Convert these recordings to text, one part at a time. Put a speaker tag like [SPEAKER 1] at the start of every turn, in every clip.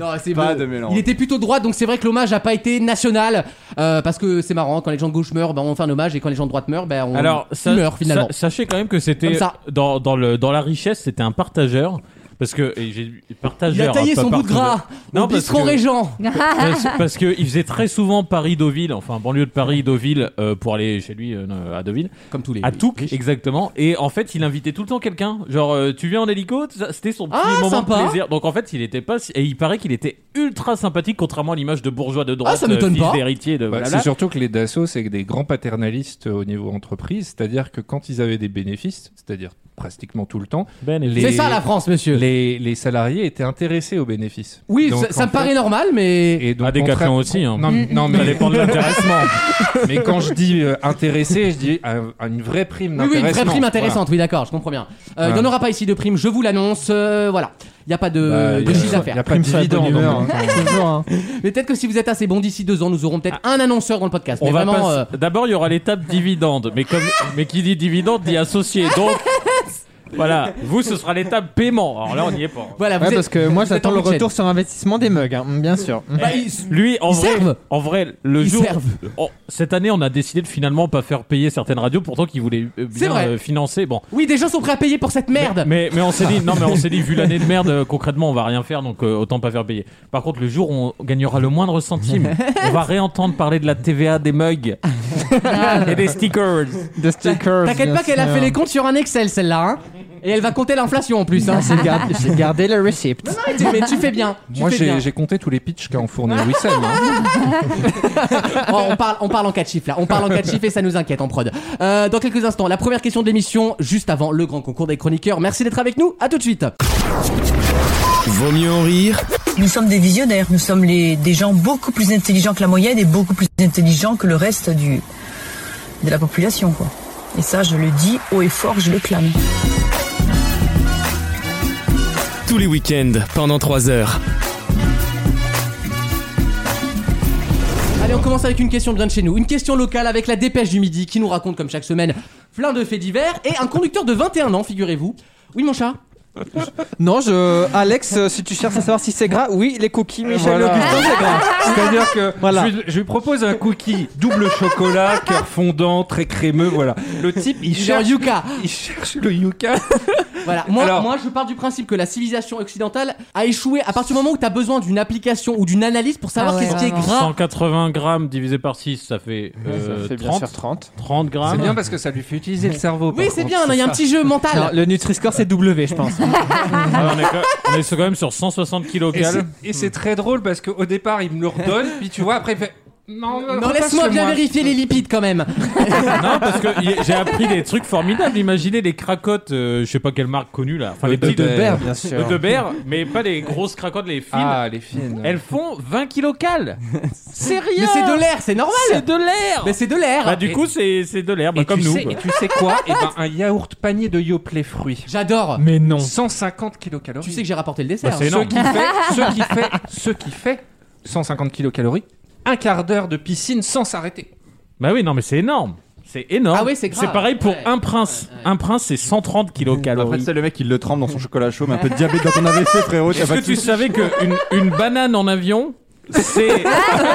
[SPEAKER 1] Non, Ah, c'est
[SPEAKER 2] Pas
[SPEAKER 1] bon.
[SPEAKER 2] de mélange.
[SPEAKER 1] Il était plutôt de droite, donc c'est vrai que l'hommage a pas été national. euh, parce que c'est marrant, quand les gens de gauche meurent, ben, on fait un hommage, et quand les gens de droite meurent, ben, on
[SPEAKER 3] Alors,
[SPEAKER 1] ils
[SPEAKER 3] ça,
[SPEAKER 1] meurent finalement.
[SPEAKER 3] ça- sachez quand même que c'était
[SPEAKER 1] Comme ça.
[SPEAKER 3] dans, dans, le, dans la richesse, c'était un partageur. Parce que et j'ai partageur.
[SPEAKER 1] il a taillé
[SPEAKER 3] hein, pas
[SPEAKER 1] son bout de
[SPEAKER 3] partenaire.
[SPEAKER 1] gras
[SPEAKER 3] Non,
[SPEAKER 1] au
[SPEAKER 3] parce
[SPEAKER 1] bistrot
[SPEAKER 3] que-
[SPEAKER 1] régent.
[SPEAKER 3] Parce, parce que il faisait très souvent Paris-Deauville, enfin banlieue de Paris-Deauville, euh, pour aller chez lui euh, à Deauville,
[SPEAKER 1] Comme tous les.
[SPEAKER 3] à Touques exactement. Et en fait, il invitait tout le temps quelqu'un. Genre, euh, tu viens en hélico Ça, C'était son petit
[SPEAKER 1] Ah,
[SPEAKER 3] moment
[SPEAKER 1] sympa.
[SPEAKER 3] de plaisir. Donc en fait, il était pas. si- Et il paraît qu'il était ultra sympathique, contrairement à l'image de bourgeois de droite,
[SPEAKER 1] Ah, ça m'étonne
[SPEAKER 3] euh, fils
[SPEAKER 1] pas.
[SPEAKER 3] d'héritier de.
[SPEAKER 4] Bah,
[SPEAKER 3] blablabla.
[SPEAKER 4] c'est surtout que les Dassault, c'est des grands paternalistes au niveau entreprise, c'est-à-dire que quand ils avaient des bénéfices, c'est-à-dire pratiquement tout le temps,
[SPEAKER 3] Ben, et
[SPEAKER 4] les-
[SPEAKER 1] C'est ça la France, monsieur.
[SPEAKER 4] les, les, les salariés étaient intéressés aux bénéfices.
[SPEAKER 1] Oui,
[SPEAKER 4] Donc,
[SPEAKER 1] ça, ça
[SPEAKER 4] en
[SPEAKER 1] me paraît
[SPEAKER 4] fait-
[SPEAKER 1] normal, mais. Mm.
[SPEAKER 4] Et donc,
[SPEAKER 3] Ah, Decathlon
[SPEAKER 4] contraire-
[SPEAKER 3] aussi, hein.
[SPEAKER 4] Non, mais- non,
[SPEAKER 3] Ça
[SPEAKER 4] mais,
[SPEAKER 3] dépend de l'intéressement.
[SPEAKER 4] mais quand je dis euh, intéressé, je dis euh, une vraie prime
[SPEAKER 1] Oui, oui, une vraie
[SPEAKER 4] d'intéressement.
[SPEAKER 1] prime
[SPEAKER 4] Voilà.
[SPEAKER 1] intéressante, oui, d'accord, je comprends bien. Euh, Il n'y en
[SPEAKER 4] Voilà.
[SPEAKER 1] aura pas ici de prime, je vous l'annonce, euh, voilà. Il n'y a pas de,
[SPEAKER 4] Bah,
[SPEAKER 1] de
[SPEAKER 4] il y a-
[SPEAKER 1] chiffre
[SPEAKER 4] Il
[SPEAKER 1] d'affaires.
[SPEAKER 4] n'y a pas de
[SPEAKER 5] Prime sur la bonne
[SPEAKER 4] dividende.
[SPEAKER 5] humeur,
[SPEAKER 4] donc.
[SPEAKER 5] hein, toujours, hein.
[SPEAKER 1] Mais peut-être que si vous êtes assez bon d'ici deux ans, nous aurons peut-être un annonceur dans le podcast.
[SPEAKER 3] On
[SPEAKER 1] mais
[SPEAKER 3] va
[SPEAKER 1] vraiment,
[SPEAKER 3] passer-
[SPEAKER 1] euh,
[SPEAKER 3] D'abord, il y aura l'étape dividende, mais comme mais qui dit dividende dit associé. Donc voilà, vous ce sera l'étape paiement. Alors là, on n'y est pas.
[SPEAKER 1] voilà, vous
[SPEAKER 5] Ouais,
[SPEAKER 1] êtes-
[SPEAKER 5] parce que moi
[SPEAKER 1] vous êtes
[SPEAKER 5] j'attends
[SPEAKER 1] en
[SPEAKER 5] le
[SPEAKER 1] budget.
[SPEAKER 5] retour sur investissement des mugs, hein, bien sûr.
[SPEAKER 1] Bah, ils-
[SPEAKER 3] Lui, en
[SPEAKER 1] Ils
[SPEAKER 3] vrai,
[SPEAKER 1] servent.
[SPEAKER 3] en vrai, le
[SPEAKER 1] Ils
[SPEAKER 3] jour
[SPEAKER 1] servent.
[SPEAKER 3] Oh, cette année, on a décidé de finalement pas faire payer certaines radios, pourtant qui voulaient euh,
[SPEAKER 1] C'est
[SPEAKER 3] bien
[SPEAKER 1] vrai.
[SPEAKER 3] euh, financer. Bon,
[SPEAKER 1] Oui, des gens sont prêts à payer pour cette merde.
[SPEAKER 3] mais mais on s'est dit non, mais on s'est dit vu l'année de merde, euh, concrètement, on va rien faire, donc euh, autant pas faire payer. Par contre, le jour où on gagnera le moindre centime, on va réentendre parler de la TVA des mugs et des stickers.
[SPEAKER 5] The stickers.
[SPEAKER 1] Ah. T'inquiète
[SPEAKER 5] bien
[SPEAKER 1] pas qu'elle a
[SPEAKER 5] sûr.
[SPEAKER 1] fait les comptes sur un Excel, celle-là. hein. Et elle va compter l'inflation en plus. hein.
[SPEAKER 5] Putain, j'ai gardé, j'ai gardé le receipt.
[SPEAKER 1] Mais tu- mais tu fais bien. tu
[SPEAKER 4] Moi,
[SPEAKER 1] fais bien.
[SPEAKER 4] j'ai j'ai compté tous les pitchs qu'a enfourni Wissem. hein.
[SPEAKER 1] Oh, on, parle, on parle en quatre chiffres là, on parle en quatre chiffres et ça nous inquiète en prod. Euh, dans quelques instants, la première question de l'émission, juste avant le grand concours des chroniqueurs. Merci d'être avec nous, à tout de suite.
[SPEAKER 6] Vaut mieux en rire
[SPEAKER 7] Nous sommes des visionnaires, nous sommes les, des gens beaucoup plus intelligents que la moyenne et beaucoup plus intelligents que le reste du, de la population. Quoi. Et ça, je le dis haut et fort, je le clame.
[SPEAKER 6] tous les week-ends pendant 3 heures.
[SPEAKER 1] Allez, on commence avec une question de rien de chez nous. Une question locale avec la dépêche du midi qui nous raconte, comme chaque semaine, plein de faits divers et un conducteur de 21 ans, figurez-vous. Oui, mon chat
[SPEAKER 5] Non, je. Alex, euh, si tu cherches à savoir si c'est gras, oui, les cookies Michel
[SPEAKER 4] Voilà.
[SPEAKER 5] Augustin, Ah. c'est gras.
[SPEAKER 4] C'est-à-dire que
[SPEAKER 5] Voilà.
[SPEAKER 4] je, lui, je lui propose un cookie double chocolat, cœur fondant, très crémeux. Voilà. Le type, il
[SPEAKER 1] Genre
[SPEAKER 4] cherche,
[SPEAKER 1] Yuka
[SPEAKER 4] il cherche le yucca.
[SPEAKER 1] Voilà, moi,
[SPEAKER 4] Alors-
[SPEAKER 1] moi je pars du principe que la civilisation occidentale a échoué à partir du moment où t'as besoin d'une application ou d'une analyse pour savoir
[SPEAKER 8] Ah ouais,
[SPEAKER 1] qu'est-ce qui est
[SPEAKER 8] vraiment.
[SPEAKER 1] gras.
[SPEAKER 3] 180 grammes divisé par 6, ça fait, euh,
[SPEAKER 5] Ça fait bien
[SPEAKER 3] 30,
[SPEAKER 5] sûr 30.
[SPEAKER 3] 30
[SPEAKER 4] C'est
[SPEAKER 3] grammes.
[SPEAKER 4] bien parce que ça lui fait utiliser le cerveau.
[SPEAKER 1] Oui,
[SPEAKER 4] par
[SPEAKER 1] c'est
[SPEAKER 4] contre.
[SPEAKER 1] bien, non, il y a un
[SPEAKER 4] ça.
[SPEAKER 1] petit jeu
[SPEAKER 5] Non,
[SPEAKER 1] mental.
[SPEAKER 5] le Nutri-Score, c'est W, je pense.
[SPEAKER 3] Ah, on, est quand, on est quand même sur 160 kilos
[SPEAKER 4] Et c'est-
[SPEAKER 3] cal.
[SPEAKER 4] Et c'est très drôle parce qu'au départ, il me le redonne, puis tu vois, après, il fait. Non,
[SPEAKER 1] Non, laisse-moi bien vérifier les lipides quand même.
[SPEAKER 3] Non, parce que y- j'ai appris des trucs formidables. Imaginez les cracottes, euh, je sais pas quelle marque connue là.
[SPEAKER 1] Euh,
[SPEAKER 3] Enfin, les petites
[SPEAKER 4] Debert.
[SPEAKER 5] Beurre, bien sûr.
[SPEAKER 3] Debert, mais pas les grosses cracottes, les fines.
[SPEAKER 4] Ah, les fines.
[SPEAKER 3] Elles font 20 kilos cal. C'est rien.
[SPEAKER 1] Mais c'est de l'air, c'est normal.
[SPEAKER 3] C'est de l'air.
[SPEAKER 1] Mais c'est de l'air.
[SPEAKER 3] Bah, du coup, c'est c'est de l'air, bah,
[SPEAKER 4] Et
[SPEAKER 3] comme
[SPEAKER 4] tu
[SPEAKER 3] nous.
[SPEAKER 4] sais-
[SPEAKER 3] quoi.
[SPEAKER 4] et tu sais quoi Eh ben, un yaourt panier de Yoplait fruits.
[SPEAKER 1] J'adore.
[SPEAKER 5] Mais non.
[SPEAKER 4] 150 kilocalories.
[SPEAKER 1] Tu sais que j'ai rapporté le
[SPEAKER 3] Bah,
[SPEAKER 1] dessert.
[SPEAKER 3] c'est
[SPEAKER 4] ce
[SPEAKER 3] énorme.
[SPEAKER 4] qui fait, ce qui fait, ce qui fait 150 kilocalories, un quart d'heure de piscine sans s'arrêter.
[SPEAKER 3] Bah oui, non, mais c'est énorme. C'est énorme.
[SPEAKER 1] Ah oui, c'est grave.
[SPEAKER 3] C'est pareil pour
[SPEAKER 1] Ouais.
[SPEAKER 3] un prince. Un prince, c'est 130 kilos
[SPEAKER 2] Après,
[SPEAKER 3] calories.
[SPEAKER 2] c'est le mec, il le trempe dans son chocolat chaud, mais un peu de diabète dans ton AVC, frérot. t'as
[SPEAKER 3] Est-ce
[SPEAKER 2] pas
[SPEAKER 3] que
[SPEAKER 2] de
[SPEAKER 3] tu
[SPEAKER 2] soucis.
[SPEAKER 3] savais qu'une une banane
[SPEAKER 1] Euh,
[SPEAKER 3] en avion, c'est.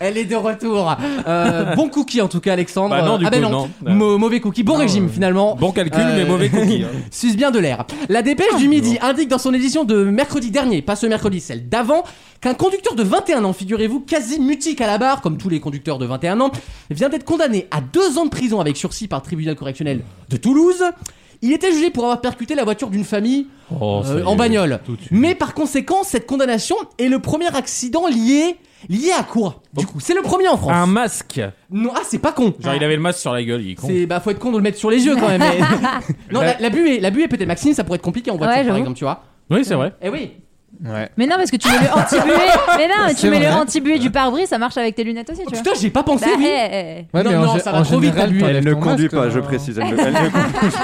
[SPEAKER 1] Elle est de retour. Euh, bon cookie en tout cas, Alexandre.
[SPEAKER 3] Bah non, du
[SPEAKER 1] ah ben
[SPEAKER 3] coup,
[SPEAKER 1] non.
[SPEAKER 3] non.
[SPEAKER 1] Mau- mauvais cookie. Bon régime finalement.
[SPEAKER 3] Bon calcul,
[SPEAKER 1] Euh,
[SPEAKER 3] mais mauvais cookie. hein.
[SPEAKER 1] Suce bien de l'air. La dépêche
[SPEAKER 3] Ah,
[SPEAKER 1] du midi indique dans son édition de mercredi dernier, pas ce mercredi, celle d'avant, qu'un conducteur de 21 ans, figurez-vous, quasi mutique à la barre, comme tous les conducteurs de 21 ans, vient d'être condamné à deux ans de prison avec sursis par le tribunal correctionnel de Toulouse. Il était jugé pour avoir percuté la voiture d'une famille
[SPEAKER 3] Oh, ça
[SPEAKER 1] euh,
[SPEAKER 3] y
[SPEAKER 1] en
[SPEAKER 3] est,
[SPEAKER 1] bagnole.
[SPEAKER 3] tout de suite.
[SPEAKER 1] Mais par conséquent, cette condamnation est le premier accident lié lié à quoi Du coup, c'est le premier en France.
[SPEAKER 3] Oh. Un masque.
[SPEAKER 1] Non, ah c'est pas con.
[SPEAKER 3] Genre, il avait le masque sur la gueule, il est con. Bah.
[SPEAKER 1] C'est bah faut être con de le mettre sur les yeux quand même. mais- non, la, la buée, la buée peut-être Maxime, ça pourrait être compliqué en voiture
[SPEAKER 8] Ouais,
[SPEAKER 1] par
[SPEAKER 8] j'avoue.
[SPEAKER 1] exemple, tu vois.
[SPEAKER 3] Oui, c'est vrai.
[SPEAKER 1] Eh oui.
[SPEAKER 5] Ouais.
[SPEAKER 8] Mais non, parce que tu mets le anti-buée. mais non, mais tu
[SPEAKER 5] C'est
[SPEAKER 8] mets le
[SPEAKER 5] vrai.
[SPEAKER 8] anti-buée du pare-brise, ça marche avec tes lunettes aussi, tu vois.
[SPEAKER 1] Oh, Putain, j'ai pas pensé.
[SPEAKER 8] Bah,
[SPEAKER 1] oui.
[SPEAKER 8] eh, eh.
[SPEAKER 5] Ouais,
[SPEAKER 1] Non,
[SPEAKER 5] mais en
[SPEAKER 1] non,
[SPEAKER 5] gé-
[SPEAKER 1] ça va
[SPEAKER 5] en
[SPEAKER 1] trop vite,
[SPEAKER 5] général,
[SPEAKER 1] t'as vu.
[SPEAKER 5] t'enlèves
[SPEAKER 2] Elle ne
[SPEAKER 5] ton
[SPEAKER 2] conduit
[SPEAKER 5] masque,
[SPEAKER 2] pas,
[SPEAKER 5] euh,
[SPEAKER 2] je précise. Elle ne- elle ne conduit-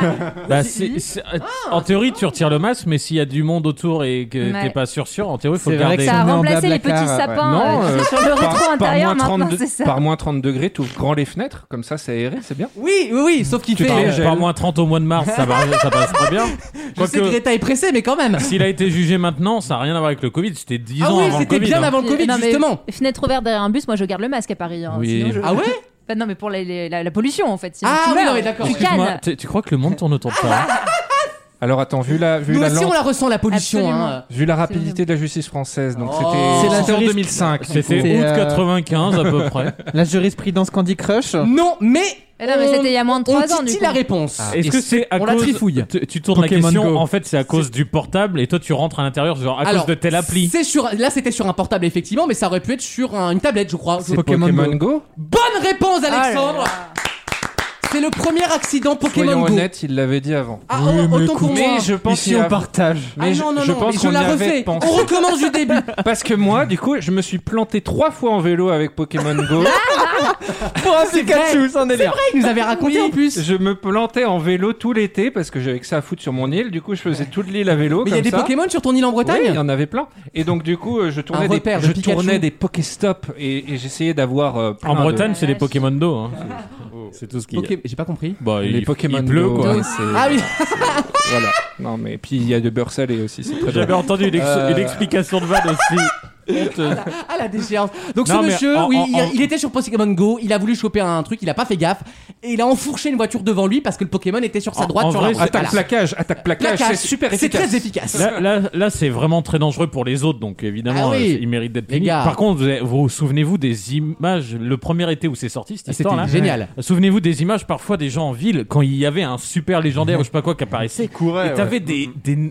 [SPEAKER 3] Bah, c'est- c'est- en théorie, tu retires le masque, mais s'il y a du monde autour et que
[SPEAKER 8] Ah. Ouais.
[SPEAKER 3] t'es pas sûr sûr, en théorie, il faut
[SPEAKER 5] C'est
[SPEAKER 3] le
[SPEAKER 5] vrai que
[SPEAKER 8] Ça
[SPEAKER 3] garder.
[SPEAKER 8] a
[SPEAKER 5] on est en
[SPEAKER 8] remplacé les
[SPEAKER 5] Blablacar,
[SPEAKER 8] petits
[SPEAKER 5] ouais.
[SPEAKER 8] sapins
[SPEAKER 4] Non,
[SPEAKER 8] euh,
[SPEAKER 4] euh,
[SPEAKER 8] sur le rétro intérieur
[SPEAKER 4] moins
[SPEAKER 8] maintenant,
[SPEAKER 4] 32
[SPEAKER 8] c'est ça.
[SPEAKER 4] par moins 32 degrés, t'ouvres grand les fenêtres, comme ça c'est aéré, c'est bien.
[SPEAKER 1] Oui, oui, oui, sauf qu'il
[SPEAKER 3] Tu
[SPEAKER 1] fait.
[SPEAKER 3] parles-
[SPEAKER 1] euh,
[SPEAKER 3] je parle moins 30 au mois de mars, ça, va, ça passe pas bien.
[SPEAKER 1] je sais que
[SPEAKER 3] Quoique,
[SPEAKER 1] Greta est pressée, mais quand même.
[SPEAKER 3] s'il a été jugé maintenant, ça n'a rien à voir avec le Covid, c'était 10
[SPEAKER 1] Ah
[SPEAKER 3] ans
[SPEAKER 1] oui,
[SPEAKER 3] avant le
[SPEAKER 1] c'était
[SPEAKER 3] Covid.
[SPEAKER 1] bien
[SPEAKER 3] hein.
[SPEAKER 1] avant le Covid
[SPEAKER 8] Non, mais
[SPEAKER 1] justement.
[SPEAKER 8] Fenêtre ouverte derrière un bus, moi je garde le masque à Paris. hein,
[SPEAKER 3] Oui.
[SPEAKER 8] sinon, je-
[SPEAKER 1] Ah ouais
[SPEAKER 8] Enfin, non, mais pour les- les- la, la pollution en fait. sinon
[SPEAKER 1] Ah
[SPEAKER 8] tu
[SPEAKER 1] oui,
[SPEAKER 8] meurs,
[SPEAKER 1] non, mais d'accord,
[SPEAKER 8] Tu
[SPEAKER 1] ouais.
[SPEAKER 3] Excuse-moi,
[SPEAKER 8] cannes.
[SPEAKER 3] tu tu crois que le monde tourne autour de ça hein
[SPEAKER 4] Alors attends, vu la, vu
[SPEAKER 1] Nous
[SPEAKER 4] la,
[SPEAKER 1] aussi
[SPEAKER 4] lente-
[SPEAKER 1] on la ressent la pollution.
[SPEAKER 8] Absolument.
[SPEAKER 1] hein.
[SPEAKER 4] vu la rapidité de la justice française, donc c'était
[SPEAKER 5] C'est la
[SPEAKER 4] sorti en
[SPEAKER 5] risque.
[SPEAKER 4] 2005.
[SPEAKER 3] C'était
[SPEAKER 5] C'est,
[SPEAKER 3] août
[SPEAKER 5] euh,
[SPEAKER 3] 95 à peu près.
[SPEAKER 5] La jurisprudence Candy Crush.
[SPEAKER 1] Non, mais
[SPEAKER 8] Eh non, mais
[SPEAKER 1] on-
[SPEAKER 8] c'était il y a moins de
[SPEAKER 1] on
[SPEAKER 8] 3 ans du
[SPEAKER 1] titille
[SPEAKER 8] coup.
[SPEAKER 1] la réponse.
[SPEAKER 3] Ah. Est-ce que c'est à
[SPEAKER 1] on la
[SPEAKER 3] cause
[SPEAKER 1] trifouille.
[SPEAKER 3] tu, tu tournes
[SPEAKER 5] Pokémon
[SPEAKER 3] la question.
[SPEAKER 5] Go.
[SPEAKER 3] En fait, c'est à cause du portable et toi tu rentres à l'intérieur genre à
[SPEAKER 1] Alors,
[SPEAKER 3] cause de telle appli.
[SPEAKER 1] C'est sur, là c'était sur un portable effectivement, mais ça aurait pu être sur un- une tablette, je crois. Je-
[SPEAKER 4] Pokémon,
[SPEAKER 5] Pokémon
[SPEAKER 4] Go.
[SPEAKER 1] Bonne réponse,
[SPEAKER 8] Ah là là.
[SPEAKER 1] Alexandre. C'est le premier accident Pokémon
[SPEAKER 4] Soyons
[SPEAKER 1] Go.
[SPEAKER 4] honnêtes, il l'avait dit avant.
[SPEAKER 1] Ah, oh, autant pour moi.
[SPEAKER 4] Mais je pense
[SPEAKER 5] Ici,
[SPEAKER 4] qu'il a-
[SPEAKER 5] on partage.
[SPEAKER 1] Ah
[SPEAKER 4] Mais je,
[SPEAKER 1] non, non,
[SPEAKER 4] je
[SPEAKER 1] non,
[SPEAKER 4] pense
[SPEAKER 1] mais je
[SPEAKER 4] qu'on y
[SPEAKER 1] la
[SPEAKER 4] avait
[SPEAKER 1] refais.
[SPEAKER 4] pensé.
[SPEAKER 1] On recommence du début.
[SPEAKER 4] Parce que moi, du coup, je me suis planté trois fois en vélo avec Pokémon Go.
[SPEAKER 5] Pour un Pikachu, c'est un délire.
[SPEAKER 1] Il nous avait raconté en plus.
[SPEAKER 4] Je me plantais en vélo tout l'été parce que j'avais que ça à foutre sur mon île. Du coup, je faisais toute l'île à vélo.
[SPEAKER 1] Mais il y a
[SPEAKER 4] comme
[SPEAKER 1] des
[SPEAKER 4] ça.
[SPEAKER 1] Pokémon sur ton île en
[SPEAKER 4] Oui,
[SPEAKER 1] Bretagne
[SPEAKER 4] il y en avait plein. Et donc, du coup, euh, je tournais,
[SPEAKER 1] Un
[SPEAKER 4] des,
[SPEAKER 1] repère de
[SPEAKER 4] je
[SPEAKER 1] Pikachu.
[SPEAKER 4] tournais des Pokéstop et, et j'essayais d'avoir. euh, plein
[SPEAKER 3] En
[SPEAKER 4] de-
[SPEAKER 3] Bretagne, c'est les
[SPEAKER 8] vache.
[SPEAKER 3] Pokémon d'eau. hein.
[SPEAKER 4] Ah,
[SPEAKER 3] C'est tout ce qu'il y a.
[SPEAKER 1] Ok, j'ai pas compris.
[SPEAKER 3] Bah, il,
[SPEAKER 4] Les
[SPEAKER 3] il
[SPEAKER 4] Pokémon
[SPEAKER 3] pleut
[SPEAKER 4] d'eau,
[SPEAKER 3] quoi.
[SPEAKER 4] ouais, c'est-
[SPEAKER 1] Ah oui,
[SPEAKER 4] Voilà. Non, mais puis il y a de beurre salé aussi. C'est très bien.
[SPEAKER 3] J'avais entendu une, ex-
[SPEAKER 4] Euh,
[SPEAKER 3] une explication de Van aussi.
[SPEAKER 1] à la déchéance. Donc
[SPEAKER 3] Non,
[SPEAKER 1] ce
[SPEAKER 3] mais
[SPEAKER 1] monsieur,
[SPEAKER 3] en-
[SPEAKER 1] oui,
[SPEAKER 3] en-
[SPEAKER 1] il,
[SPEAKER 3] en-
[SPEAKER 1] il était sur Pokémon Go, il a voulu choper un truc, il a pas fait gaffe, et il a enfourché une voiture devant lui parce que le Pokémon était sur sa
[SPEAKER 3] En-
[SPEAKER 1] droite
[SPEAKER 3] en
[SPEAKER 1] sur
[SPEAKER 3] vrai,
[SPEAKER 1] la route.
[SPEAKER 4] Attaque
[SPEAKER 1] Voilà.
[SPEAKER 4] plaquage, attaque plaquage,
[SPEAKER 1] Plaquage,
[SPEAKER 4] c'est super
[SPEAKER 1] C'est
[SPEAKER 4] efficace.
[SPEAKER 1] très efficace.
[SPEAKER 3] Là, là, là, c'est vraiment très dangereux pour les autres, donc évidemment,
[SPEAKER 1] Ah oui.
[SPEAKER 3] euh, ils méritent d'être
[SPEAKER 1] Les
[SPEAKER 3] punis.
[SPEAKER 1] gars.
[SPEAKER 3] Par contre, vous avez- vous, vous souvenez-vous des images, le premier été où c'est sorti cette
[SPEAKER 1] Ah, C'était
[SPEAKER 3] histoire-là
[SPEAKER 1] génial.
[SPEAKER 3] Souvenez-vous des images parfois des gens en ville quand il y avait un super légendaire ou je sais pas quoi qui apparaissait.
[SPEAKER 2] courait,
[SPEAKER 3] et t'avais des, des,
[SPEAKER 1] Une